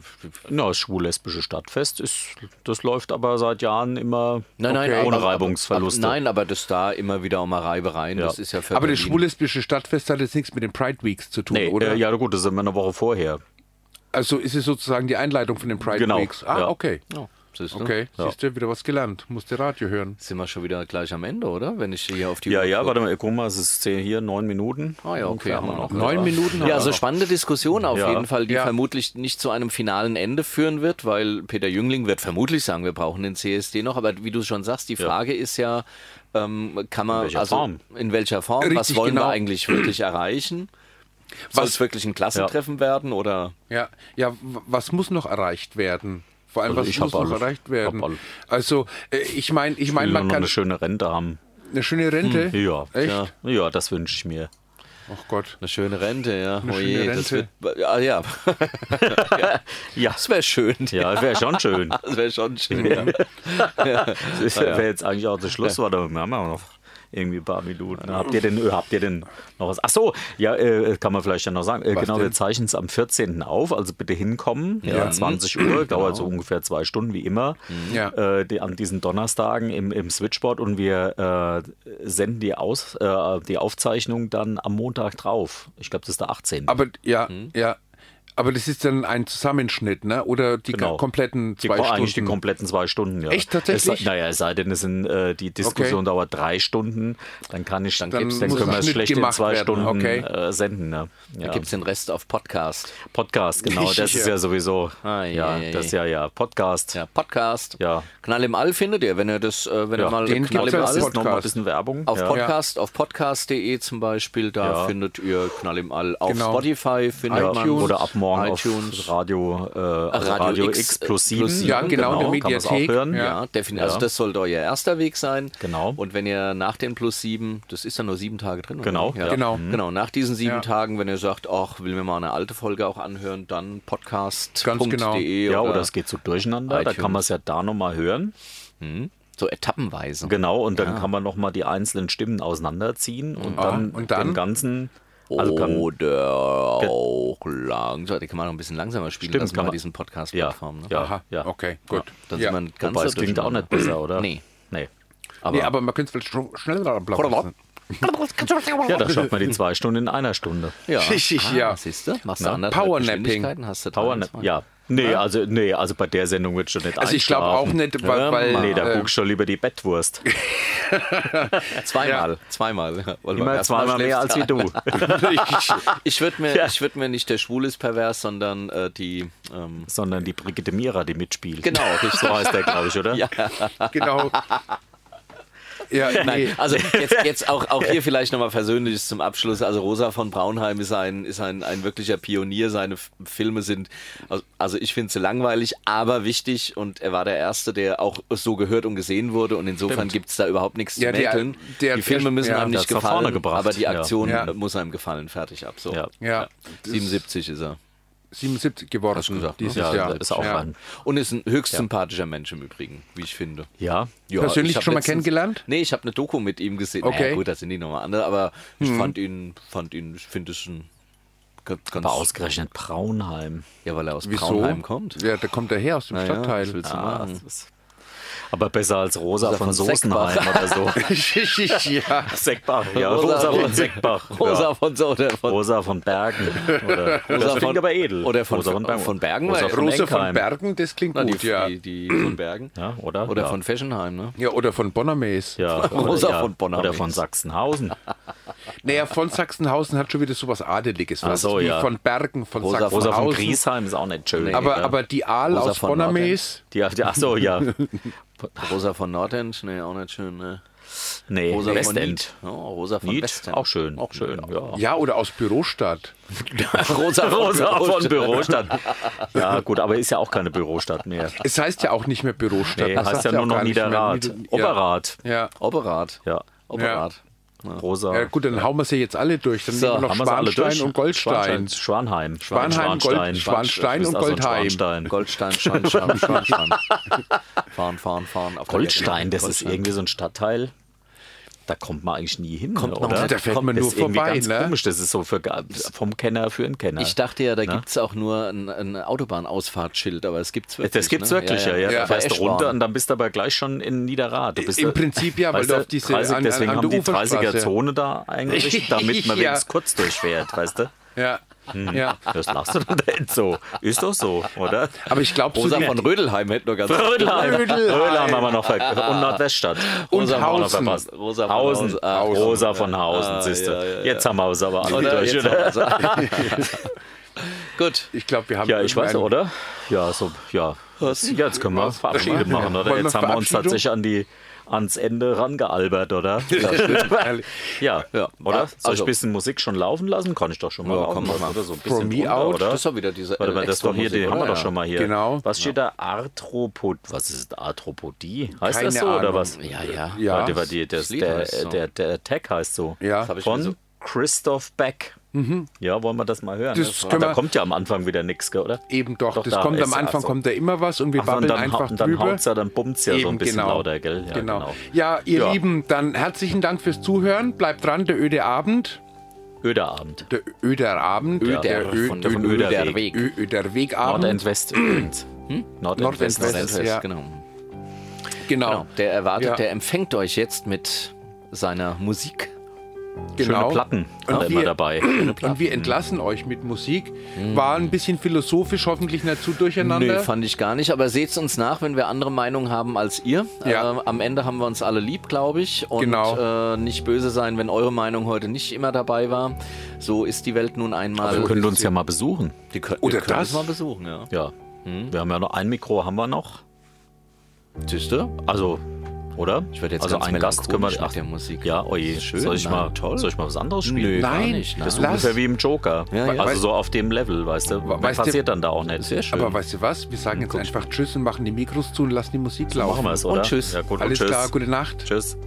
[SPEAKER 2] Na, das schwul-lesbische Stadtfest, ist, das läuft aber seit Jahren immer
[SPEAKER 1] Nein, nein,
[SPEAKER 2] ohne
[SPEAKER 1] aber-
[SPEAKER 2] Reibungsverluste.
[SPEAKER 1] Aber, nein, aber das da immer wieder um Reibereien, das ist ja für
[SPEAKER 3] aber das
[SPEAKER 1] Berlin.
[SPEAKER 3] schwulesbische Stadtfest hat jetzt nichts mit den Pride Weeks zu tun,
[SPEAKER 2] nee,
[SPEAKER 3] oder?
[SPEAKER 2] äh, ja gut, das ist immer eine Woche vorher.
[SPEAKER 3] Also ist es sozusagen die Einleitung von den Pride
[SPEAKER 2] Genau,
[SPEAKER 3] Weeks. Ah,
[SPEAKER 2] ja.
[SPEAKER 3] okay.
[SPEAKER 1] Ja, siehst du?
[SPEAKER 3] Okay, siehst du, wieder was gelernt. Musste Radio hören.
[SPEAKER 1] Sind wir schon wieder gleich am Ende, oder? Wenn ich hier auf die
[SPEAKER 2] Ja,
[SPEAKER 1] Uhr
[SPEAKER 2] ja,
[SPEAKER 1] gucke.
[SPEAKER 2] warte mal, guck mal, es ist hier neun Minuten.
[SPEAKER 1] Ah ja, okay, haben wir noch.
[SPEAKER 3] Neun Minuten haben
[SPEAKER 1] Ja,
[SPEAKER 3] wir
[SPEAKER 1] also
[SPEAKER 3] noch.
[SPEAKER 1] spannende Diskussion auf
[SPEAKER 2] Ja.
[SPEAKER 1] jeden Fall, die
[SPEAKER 3] Ja.
[SPEAKER 1] vermutlich nicht zu einem finalen Ende führen wird, weil Peter Jüngling wird vermutlich sagen, wir brauchen den CSD noch. Aber wie du schon sagst, die Frage ist ja, ähm, kann man, in
[SPEAKER 2] welcher
[SPEAKER 1] also
[SPEAKER 2] Form?
[SPEAKER 1] in welcher Form, was
[SPEAKER 3] Richtig,
[SPEAKER 1] wollen
[SPEAKER 3] genau.
[SPEAKER 1] wir eigentlich wirklich erreichen? Soll es wirklich ein Klassentreffen werden oder?
[SPEAKER 3] Ja, ja, w- was muss noch erreicht werden? Vor allem,
[SPEAKER 2] Also
[SPEAKER 3] was
[SPEAKER 2] ich
[SPEAKER 3] muss
[SPEAKER 2] hab
[SPEAKER 3] noch
[SPEAKER 2] alles.
[SPEAKER 3] erreicht werden?
[SPEAKER 2] Hab alles.
[SPEAKER 3] Also, äh, ich meine, ich
[SPEAKER 2] Ich
[SPEAKER 3] meine,
[SPEAKER 2] will nur
[SPEAKER 3] man
[SPEAKER 2] noch
[SPEAKER 3] kann
[SPEAKER 2] eine schöne Rente haben.
[SPEAKER 3] eine schöne Rente.
[SPEAKER 2] Ja,
[SPEAKER 3] Echt?
[SPEAKER 2] ja, ja das wünsche ich mir.
[SPEAKER 3] Ach Gott.
[SPEAKER 1] Eine schöne Rente, ja.
[SPEAKER 3] Eine
[SPEAKER 1] oh
[SPEAKER 3] schöne
[SPEAKER 1] je, das
[SPEAKER 3] Rente.
[SPEAKER 1] wird. Ja, ja. [LAUGHS]
[SPEAKER 2] Ja.
[SPEAKER 1] Das wäre schön.
[SPEAKER 2] Ja, wäre schon schön.
[SPEAKER 1] [LAUGHS] Das wäre schon schön. Ja. [LAUGHS]
[SPEAKER 2] Das wäre jetzt eigentlich auch das Schlusswort, aber wir haben ja noch irgendwie ein paar Minuten. Habt ihr denn, habt ihr denn noch was? Ach so, ja, äh, kann man vielleicht ja noch sagen. Äh,
[SPEAKER 3] Was
[SPEAKER 2] genau, wir
[SPEAKER 3] denn?
[SPEAKER 2] zeichnen es am 14. auf, also bitte hinkommen. Ja.
[SPEAKER 3] Ja. Mhm. Genau.
[SPEAKER 2] 20 Uhr, dauert so ungefähr zwei Stunden, wie immer.
[SPEAKER 3] Ja.
[SPEAKER 2] Äh, die, an diesen Donnerstagen im, im Switchboard und wir äh, senden die, Aus, äh, die Aufzeichnung dann am Montag drauf. Ich glaube, das ist der 18.
[SPEAKER 3] Aber ja,
[SPEAKER 2] Hm.
[SPEAKER 3] ja. Aber das ist dann ein Zusammenschnitt, ne? Oder die
[SPEAKER 2] Genau.
[SPEAKER 3] kompletten
[SPEAKER 2] Die-
[SPEAKER 3] zwei Stunden.
[SPEAKER 2] Eigentlich die kompletten zwei Stunden, ja.
[SPEAKER 3] Echt, tatsächlich?
[SPEAKER 2] Es sei- naja, es sei denn, es sind, äh, die Diskussion
[SPEAKER 3] Okay.
[SPEAKER 2] dauert drei Stunden, dann kann ich, dann,
[SPEAKER 3] Dann
[SPEAKER 2] gibt's, dann
[SPEAKER 3] muss
[SPEAKER 2] können
[SPEAKER 3] ein
[SPEAKER 2] wir es
[SPEAKER 3] Schnitt
[SPEAKER 2] schlecht in
[SPEAKER 3] gemacht
[SPEAKER 2] zwei
[SPEAKER 3] werden,
[SPEAKER 2] Stunden
[SPEAKER 3] okay.
[SPEAKER 2] äh, senden. Ne? Ja.
[SPEAKER 1] Da gibt es den Rest auf Podcast.
[SPEAKER 2] Podcast, genau, das ist ja sowieso.
[SPEAKER 1] Ah, je,
[SPEAKER 2] ja,
[SPEAKER 1] je, je.
[SPEAKER 2] das ist ja, ja, Podcast.
[SPEAKER 1] Ja, Podcast.
[SPEAKER 2] Ja.
[SPEAKER 1] Knall im All findet ihr, wenn ihr das, äh, wenn
[SPEAKER 2] Ja.
[SPEAKER 1] ihr mal
[SPEAKER 3] Den
[SPEAKER 1] Knall
[SPEAKER 3] gibt's
[SPEAKER 1] im
[SPEAKER 3] als
[SPEAKER 1] All
[SPEAKER 2] Jetzt noch mal ein
[SPEAKER 3] Podcast.
[SPEAKER 2] bisschen Werbung.
[SPEAKER 1] Auf
[SPEAKER 2] ja.
[SPEAKER 1] Podcast, auf podcast.de zum Beispiel, da
[SPEAKER 2] Ja.
[SPEAKER 1] findet ihr Knall im All. Auf
[SPEAKER 3] Genau.
[SPEAKER 1] Spotify findet
[SPEAKER 2] Ja,
[SPEAKER 1] man
[SPEAKER 2] oder ab morgen
[SPEAKER 1] iTunes.
[SPEAKER 2] auf Radio, äh, also Radio, X, plus 7.
[SPEAKER 1] sieben,
[SPEAKER 3] Ja, genau, in der
[SPEAKER 2] kann man's
[SPEAKER 3] Mediathek.
[SPEAKER 2] Auch hören.
[SPEAKER 3] Ja.
[SPEAKER 1] ja, definitiv. Also
[SPEAKER 2] Ja.
[SPEAKER 1] das sollte euer erster Weg sein.
[SPEAKER 2] Genau.
[SPEAKER 1] Und wenn ihr nach den plus sieben, das ist dann nur sieben Tage drin. oder?
[SPEAKER 2] Genau,
[SPEAKER 1] ja.
[SPEAKER 2] ja.
[SPEAKER 1] genau.
[SPEAKER 3] Genau.
[SPEAKER 1] Genau. Nach diesen sieben
[SPEAKER 3] Ja.
[SPEAKER 1] Tagen, wenn ihr sagt, ach, will mir mal eine alte Folge auch anhören,
[SPEAKER 3] genau.
[SPEAKER 1] dann podcast.de
[SPEAKER 3] Ganz genau.
[SPEAKER 2] Ja, oder es geht so durcheinander, da kann man es ja da nochmal hören.
[SPEAKER 1] so etappenweise.
[SPEAKER 2] Mhm. Genau, und dann kann man nochmal die einzelnen Stimmen auseinanderziehen und, dann
[SPEAKER 3] und dann?
[SPEAKER 2] den ganzen.
[SPEAKER 1] Oh,
[SPEAKER 2] Also kann,
[SPEAKER 1] oder auch langsam. Die kann man auch ein bisschen langsamer spielen
[SPEAKER 2] Stimmt,
[SPEAKER 1] lassen
[SPEAKER 2] kann
[SPEAKER 1] bei
[SPEAKER 2] man-
[SPEAKER 1] diesen
[SPEAKER 2] ja,
[SPEAKER 1] Podcast-Plattformen. Ne?
[SPEAKER 2] ja,
[SPEAKER 3] Aha,
[SPEAKER 2] ja.
[SPEAKER 3] okay, gut.
[SPEAKER 1] Dann
[SPEAKER 3] ja.
[SPEAKER 1] sieht man ganz
[SPEAKER 2] Wobei es klingt auch nicht besser, oder?
[SPEAKER 1] Nee.
[SPEAKER 2] Nee.
[SPEAKER 1] Aber
[SPEAKER 3] nee, aber man könnte es vielleicht schn- schneller ablaufen.
[SPEAKER 2] Ja, da schafft man die zwei Stunden in einer Stunde.
[SPEAKER 1] ja,
[SPEAKER 3] Schisch,
[SPEAKER 1] ah,
[SPEAKER 3] [LAUGHS] ja.
[SPEAKER 1] siehst du? Machst du
[SPEAKER 2] Na,
[SPEAKER 1] anderthalb
[SPEAKER 3] Powernapping.
[SPEAKER 1] Geschwindigkeiten, hast du
[SPEAKER 2] Power,
[SPEAKER 1] 23.
[SPEAKER 2] ja. Nee, also, nee, also bei der Sendung wird schon nicht
[SPEAKER 3] Also ich glaube auch
[SPEAKER 2] einschlafen.
[SPEAKER 3] nicht, weil- weil,
[SPEAKER 2] nee, da
[SPEAKER 3] äh,
[SPEAKER 2] guckst du schon lieber die Bettwurst.
[SPEAKER 1] Zweimal, zweimal. ja. Weil beim
[SPEAKER 2] Immer
[SPEAKER 1] ersten Mal
[SPEAKER 2] zweimal mehr als
[SPEAKER 1] schläfst
[SPEAKER 2] wie du.
[SPEAKER 3] [LAUGHS]
[SPEAKER 1] Ah, Ich würde mir,
[SPEAKER 2] Ja.
[SPEAKER 1] ich würd mir nicht der Schwul ist pervers, sondern äh, die. Ähm,
[SPEAKER 2] [LAUGHS] Sondern die Brigitte Mira, die mitspielt.
[SPEAKER 1] Genau, richtig.
[SPEAKER 2] [LAUGHS] So heißt der, glaube ich, oder?
[SPEAKER 1] ja,
[SPEAKER 2] [LAUGHS]
[SPEAKER 3] Genau. ja, nee.
[SPEAKER 1] nein. Also jetzt, jetzt auch,
[SPEAKER 2] [LAUGHS]
[SPEAKER 1] auch hier vielleicht nochmal Versöhnliches zum Abschluss. Also Rosa von Braunheim ist ein, ist ein, ein wirklicher Pionier. Seine F Filme sind, also- also ich finde sie langweilig, aber wichtig. Und er war der Erste, der auch so gehört und gesehen wurde. Und insofern gibt es da überhaupt nichts
[SPEAKER 3] Ja,
[SPEAKER 1] zu
[SPEAKER 3] der-
[SPEAKER 1] mäkeln.
[SPEAKER 3] der-
[SPEAKER 1] die Filme müssen
[SPEAKER 3] ja,
[SPEAKER 1] einem nicht
[SPEAKER 2] der hat's nach vorne
[SPEAKER 1] gefallen,
[SPEAKER 2] gebracht.
[SPEAKER 1] aber die
[SPEAKER 2] Ja.
[SPEAKER 1] Aktion
[SPEAKER 3] Ja.
[SPEAKER 1] muss einem gefallen. Fertig, ab so.
[SPEAKER 2] Ja.
[SPEAKER 3] ja.
[SPEAKER 1] 77 ist er.
[SPEAKER 3] 77 geworden
[SPEAKER 1] gesagt, ne?
[SPEAKER 3] Hm, dieses
[SPEAKER 2] Ja,
[SPEAKER 3] Jahr.
[SPEAKER 2] ist auch
[SPEAKER 3] ja.
[SPEAKER 2] ein.
[SPEAKER 1] Und ist ein höchst sympathischer Mensch im Übrigen, wie ich finde.
[SPEAKER 2] Ja.
[SPEAKER 1] Ja,
[SPEAKER 3] Persönlich
[SPEAKER 1] ich hab
[SPEAKER 3] schon mal
[SPEAKER 1] letztens-
[SPEAKER 3] kennengelernt?
[SPEAKER 1] Nee, ich habe eine Doku mit ihm gesehen. Okay. Naja,
[SPEAKER 3] Okay.
[SPEAKER 1] gut, das sind die nochmal andere, aber ich fand ihn, fand ihn, ich finde es ein ganz, ganz
[SPEAKER 2] Aber ausgerechnet Braunheim.
[SPEAKER 1] Ja, weil er aus
[SPEAKER 3] Wieso?
[SPEAKER 1] Braunheim kommt.
[SPEAKER 3] Ja, da kommt er her aus dem
[SPEAKER 1] Naja,
[SPEAKER 3] Stadtteil.
[SPEAKER 1] was willst du
[SPEAKER 2] Ah,
[SPEAKER 3] [LAUGHS]
[SPEAKER 1] machen?
[SPEAKER 2] das ist- aber besser als Rosa
[SPEAKER 1] Rosa
[SPEAKER 2] von,
[SPEAKER 1] von
[SPEAKER 2] Soßenheim
[SPEAKER 1] Seckbach.
[SPEAKER 2] oder so.
[SPEAKER 3] ja.
[SPEAKER 2] Seckbach, ja.
[SPEAKER 1] Rosa
[SPEAKER 2] Rosa,
[SPEAKER 1] von-
[SPEAKER 2] von Seckbach.
[SPEAKER 1] [LAUGHS] Rosa
[SPEAKER 2] ja.
[SPEAKER 1] von so oder von
[SPEAKER 2] Rosa von Bergen. Oder, Rosa das
[SPEAKER 1] von-
[SPEAKER 2] klingt aber edel.
[SPEAKER 1] oder von-
[SPEAKER 2] Bergen.
[SPEAKER 1] von Bergen,
[SPEAKER 2] Rosa
[SPEAKER 1] weil-
[SPEAKER 2] von,
[SPEAKER 3] Rose
[SPEAKER 2] Enkheim.
[SPEAKER 3] von Bergen, das klingt
[SPEAKER 1] Na,
[SPEAKER 3] gut,
[SPEAKER 1] die,
[SPEAKER 3] ja.
[SPEAKER 1] die, die von Bergen.
[SPEAKER 2] Ja, oder?
[SPEAKER 1] Oder
[SPEAKER 2] ja.
[SPEAKER 1] von Fashionheim, ne?
[SPEAKER 3] Ja, oder von Bonnermäß.
[SPEAKER 2] ja,
[SPEAKER 1] Rosa
[SPEAKER 2] ja.
[SPEAKER 1] von Bonner
[SPEAKER 2] Oder
[SPEAKER 1] Mix.
[SPEAKER 2] von Sachsenhausen.
[SPEAKER 3] Naja, von Sachsenhausen hat schon wieder sowas Adeliges.
[SPEAKER 2] Ach
[SPEAKER 3] was.
[SPEAKER 2] so,
[SPEAKER 3] Wie
[SPEAKER 2] ja.
[SPEAKER 3] Von Bergen, von
[SPEAKER 1] Rosa-
[SPEAKER 3] Sachsenhausen.
[SPEAKER 2] Rosa von Griesheim ist auch nicht schön.
[SPEAKER 3] Aber,
[SPEAKER 2] ja.
[SPEAKER 3] aber die Aal
[SPEAKER 1] Rosa
[SPEAKER 3] aus
[SPEAKER 1] von
[SPEAKER 3] Bonnermäß,
[SPEAKER 2] Die, die, ach so, ja.
[SPEAKER 1] Rosa von Nordend, nee, auch nicht schön, ne?
[SPEAKER 2] Nee,
[SPEAKER 1] Rosa von
[SPEAKER 2] Westend.
[SPEAKER 1] Nied. Oh, Rosa von
[SPEAKER 2] Nied,
[SPEAKER 1] Westend.
[SPEAKER 2] auch schön. Auch schön, ja.
[SPEAKER 3] ja, oder aus Bürostadt.
[SPEAKER 1] [LAUGHS] Rosa von
[SPEAKER 2] Rosa
[SPEAKER 1] Bürostadt.
[SPEAKER 2] von Bürostadt. Ja, gut, aber ist ja auch keine Bürostadt mehr.
[SPEAKER 3] Es heißt ja auch nicht mehr Bürostadt.
[SPEAKER 2] Nee,
[SPEAKER 3] Das
[SPEAKER 2] heißt
[SPEAKER 3] sagt
[SPEAKER 2] ja nur
[SPEAKER 3] auch
[SPEAKER 2] noch
[SPEAKER 3] gar nicht mehr.
[SPEAKER 2] Niederrad.
[SPEAKER 3] Nieder-
[SPEAKER 2] Oberrat.
[SPEAKER 3] Ja.
[SPEAKER 1] Operat.
[SPEAKER 2] Ja.
[SPEAKER 1] Operat.
[SPEAKER 2] Rosa.
[SPEAKER 3] ja, gut, dann hauen wir sie jetzt alle durch. Dann
[SPEAKER 1] So,
[SPEAKER 3] nehmen wir noch
[SPEAKER 2] Haben wir sie alle
[SPEAKER 3] Schwanstein
[SPEAKER 2] durch?
[SPEAKER 3] und Goldstein.
[SPEAKER 2] Schwanstein, Schwanheim.
[SPEAKER 3] Schwanheim,
[SPEAKER 2] Schwanstein.
[SPEAKER 3] Gold- Schwanstein
[SPEAKER 2] Das ist
[SPEAKER 3] und
[SPEAKER 2] also ein
[SPEAKER 3] Goldheim.
[SPEAKER 2] Schwanstein.
[SPEAKER 1] Goldstein, Schwan, [LAUGHS] Schwan, Schwan, Schwan. Fahren, fahren, fahren. Auf der
[SPEAKER 2] Goldstein, das ist
[SPEAKER 1] Goldstein.
[SPEAKER 2] irgendwie so ein Stadtteil. Da kommt man eigentlich nie hin,
[SPEAKER 1] Kommt man
[SPEAKER 2] oder?
[SPEAKER 1] nicht,
[SPEAKER 3] da fährt man
[SPEAKER 2] das
[SPEAKER 3] nur
[SPEAKER 2] ist irgendwie
[SPEAKER 3] vorbei,
[SPEAKER 2] ganz
[SPEAKER 3] ne?
[SPEAKER 2] komisch, das ist so für, vom Kenner für einen Kenner.
[SPEAKER 1] Ich dachte ja, da gibt es auch nur ein, ein Autobahnausfahrtsschild, aber es gibt es wirklich.
[SPEAKER 2] das gibt's
[SPEAKER 1] ne?
[SPEAKER 2] wirklich, ja. ja.
[SPEAKER 3] Ja.
[SPEAKER 2] Da fährst du
[SPEAKER 1] Eschborn.
[SPEAKER 2] runter und dann bist du aber gleich schon in Niederrad. Du bist
[SPEAKER 3] Im
[SPEAKER 2] da-
[SPEAKER 3] Prinzip ja, weil
[SPEAKER 2] weißt
[SPEAKER 3] du auf diese-
[SPEAKER 2] 30,
[SPEAKER 3] an- an-
[SPEAKER 2] deswegen
[SPEAKER 3] an
[SPEAKER 2] haben die
[SPEAKER 3] der Uferstraße.
[SPEAKER 2] 30er-Zone da
[SPEAKER 3] [LAUGHS]
[SPEAKER 2] eingerichtet, damit man
[SPEAKER 3] Ja.
[SPEAKER 2] wenigstens kurz durchfährt, weißt du?
[SPEAKER 3] Ja.
[SPEAKER 2] Hm.
[SPEAKER 3] ja.
[SPEAKER 2] Das lachst du dann denn so. Ist doch so,
[SPEAKER 3] [LAUGHS]
[SPEAKER 2] oder?
[SPEAKER 3] Aber ich glaube, so
[SPEAKER 1] Rosa
[SPEAKER 3] die-
[SPEAKER 1] von Rödelheim hätte nur ganz.
[SPEAKER 2] Rödelheim.
[SPEAKER 3] Rödelheim.
[SPEAKER 2] Rödelheim haben wir noch
[SPEAKER 1] Ah,
[SPEAKER 2] verpasst. Und Nordweststadt.
[SPEAKER 3] Und
[SPEAKER 2] Rosa haben wir noch
[SPEAKER 3] Hausen.
[SPEAKER 2] verpasst.
[SPEAKER 1] Rosa von
[SPEAKER 2] Hausen.
[SPEAKER 1] Hausen. Ah,
[SPEAKER 2] Rosa von Hausen, siehst du.
[SPEAKER 1] ja, ja, also. ja.
[SPEAKER 2] Jetzt haben wir es aber alle
[SPEAKER 1] Oder?
[SPEAKER 2] durch,
[SPEAKER 1] Jetzt
[SPEAKER 2] oder? [LAUGHS]
[SPEAKER 1] haben wir's. Gut.
[SPEAKER 3] Ich glaube, wir haben.
[SPEAKER 2] Ja, ich weiß,
[SPEAKER 3] irgendeinen-
[SPEAKER 2] oder? Ja, so, ja. Ja, Jetzt können wir Verabschiede
[SPEAKER 3] machen wir.
[SPEAKER 2] machen, oder?
[SPEAKER 3] Wollen wir
[SPEAKER 2] Jetzt haben wir uns
[SPEAKER 3] Verabschiedung?
[SPEAKER 2] tatsächlich an die, ans Ende rangealbert,
[SPEAKER 1] [LAUGHS]
[SPEAKER 2] oder? Ja,
[SPEAKER 1] Ja.
[SPEAKER 2] ja. oder?
[SPEAKER 1] Ah,
[SPEAKER 2] Soll ich
[SPEAKER 1] also-
[SPEAKER 2] ein bisschen Musik schon laufen lassen? Kann ich doch schon mal
[SPEAKER 1] Ja, komm,
[SPEAKER 2] laufen
[SPEAKER 1] mach
[SPEAKER 2] lassen,
[SPEAKER 1] mal.
[SPEAKER 2] oder? So ein
[SPEAKER 3] Throw
[SPEAKER 2] bisschen
[SPEAKER 3] me
[SPEAKER 2] drunter,
[SPEAKER 3] out,
[SPEAKER 2] oder?
[SPEAKER 1] Das ist doch wieder diese. äh,
[SPEAKER 2] Warte mal, das ist doch hier, den haben wir
[SPEAKER 1] oder?
[SPEAKER 2] doch schon mal hier.
[SPEAKER 3] Genau.
[SPEAKER 2] Was steht da? Arthropod. Was ist das? Arthropodie? Heißt
[SPEAKER 3] Keine
[SPEAKER 2] das so oder
[SPEAKER 3] Ahnung.
[SPEAKER 2] was?
[SPEAKER 1] Ja, ja.
[SPEAKER 3] Ja.
[SPEAKER 2] Warte, warte, das,
[SPEAKER 1] Lied
[SPEAKER 2] der,
[SPEAKER 1] heißt so.
[SPEAKER 2] der, der Tag heißt so.
[SPEAKER 3] Ja.
[SPEAKER 1] Hab ich mir
[SPEAKER 2] Von
[SPEAKER 1] so-
[SPEAKER 2] Christoph Beck. Ja, wollen wir das mal hören?
[SPEAKER 3] Das können
[SPEAKER 2] da
[SPEAKER 3] wir-
[SPEAKER 2] kommt ja am Anfang wieder nichts, oder?
[SPEAKER 3] Eben doch, das
[SPEAKER 2] da
[SPEAKER 3] kommt am
[SPEAKER 2] ist-
[SPEAKER 3] Anfang,
[SPEAKER 2] also-
[SPEAKER 3] kommt da immer was und wir
[SPEAKER 2] Ach so, und
[SPEAKER 3] babbeln
[SPEAKER 2] dann,
[SPEAKER 3] einfach
[SPEAKER 2] einfach dann
[SPEAKER 3] drüber.
[SPEAKER 2] haut's ja, dann bummt's ja so ein bisschen lauter, gell?
[SPEAKER 3] Ja, genau. Ja, ihr
[SPEAKER 2] Ja.
[SPEAKER 3] Lieben, dann herzlichen Dank fürs Zuhören. Bleibt dran, der öde Abend.
[SPEAKER 2] Öder Abend.
[SPEAKER 3] Der öder Abend.
[SPEAKER 1] Öder,
[SPEAKER 3] der Ö-
[SPEAKER 1] von-
[SPEAKER 3] Ö-
[SPEAKER 2] von
[SPEAKER 3] Öder-
[SPEAKER 2] Öder
[SPEAKER 1] Weg.
[SPEAKER 3] Ö- öder
[SPEAKER 2] Nord
[SPEAKER 3] Wegabend.
[SPEAKER 2] and West übrigens.
[SPEAKER 1] Hm?
[SPEAKER 2] Nord and
[SPEAKER 3] Nord and
[SPEAKER 2] West.
[SPEAKER 3] West.
[SPEAKER 1] Senfest,
[SPEAKER 3] ja.
[SPEAKER 1] genau.
[SPEAKER 3] Genau,
[SPEAKER 1] genau. Der erwartet,
[SPEAKER 3] Ja.
[SPEAKER 1] der empfängt euch jetzt mit seiner Musik.
[SPEAKER 2] Schöne
[SPEAKER 3] genau.
[SPEAKER 2] Platten
[SPEAKER 3] Und
[SPEAKER 2] haben wir immer
[SPEAKER 3] wir- [CLEARS THROAT]
[SPEAKER 2] dabei. Hm.
[SPEAKER 3] Und wir entlassen euch mit Musik. War ein bisschen philosophisch, hoffentlich nicht zu durcheinander.
[SPEAKER 1] Nee, fand ich gar nicht. Aber seht's uns nach, wenn wir andere Meinungen haben als ihr.
[SPEAKER 3] Ja.
[SPEAKER 1] Äh, am Ende haben wir uns alle lieb, glaube ich. Und
[SPEAKER 3] Genau.
[SPEAKER 1] äh, nicht böse sein, wenn eure Meinung heute nicht immer dabei war. So ist die Welt nun einmal.
[SPEAKER 2] Wir können Also uns ja mal besuchen.
[SPEAKER 1] die können,
[SPEAKER 3] Oder
[SPEAKER 1] wir können
[SPEAKER 3] das?
[SPEAKER 1] uns mal besuchen, ja.
[SPEAKER 2] Ja.
[SPEAKER 3] Hm?
[SPEAKER 2] Wir haben ja noch ein Mikro, haben wir noch.
[SPEAKER 1] Tüste?
[SPEAKER 2] Also, oder?
[SPEAKER 1] Ich werd jetzt
[SPEAKER 2] also
[SPEAKER 1] ganz
[SPEAKER 2] einen Gast können wir
[SPEAKER 1] melancholisch mit
[SPEAKER 2] ach,
[SPEAKER 1] der Musik.
[SPEAKER 2] Ja, oje.
[SPEAKER 1] Schön,
[SPEAKER 2] soll, ich
[SPEAKER 1] nein,
[SPEAKER 2] mal,
[SPEAKER 1] toll.
[SPEAKER 2] soll ich mal was anderes spielen?
[SPEAKER 1] Nö, gar
[SPEAKER 3] Nein,
[SPEAKER 1] nicht.
[SPEAKER 2] Das ist
[SPEAKER 3] lass-
[SPEAKER 2] ungefähr wie im Joker.
[SPEAKER 1] Ja, ja.
[SPEAKER 2] Also so auf dem Level, weißt du. Mehr
[SPEAKER 3] weißt du-
[SPEAKER 2] passiert dann da auch nicht. Sehr schön.
[SPEAKER 3] Aber weißt du was? Wir sagen jetzt einfach Tschüss und machen die Mikros zu und lassen die Musik laufen.
[SPEAKER 2] Machen wir es, oder?
[SPEAKER 1] tschüss.
[SPEAKER 2] Ja, gut,
[SPEAKER 3] Alles
[SPEAKER 2] und tschüss.
[SPEAKER 3] klar, gute Nacht.
[SPEAKER 2] Tschüss.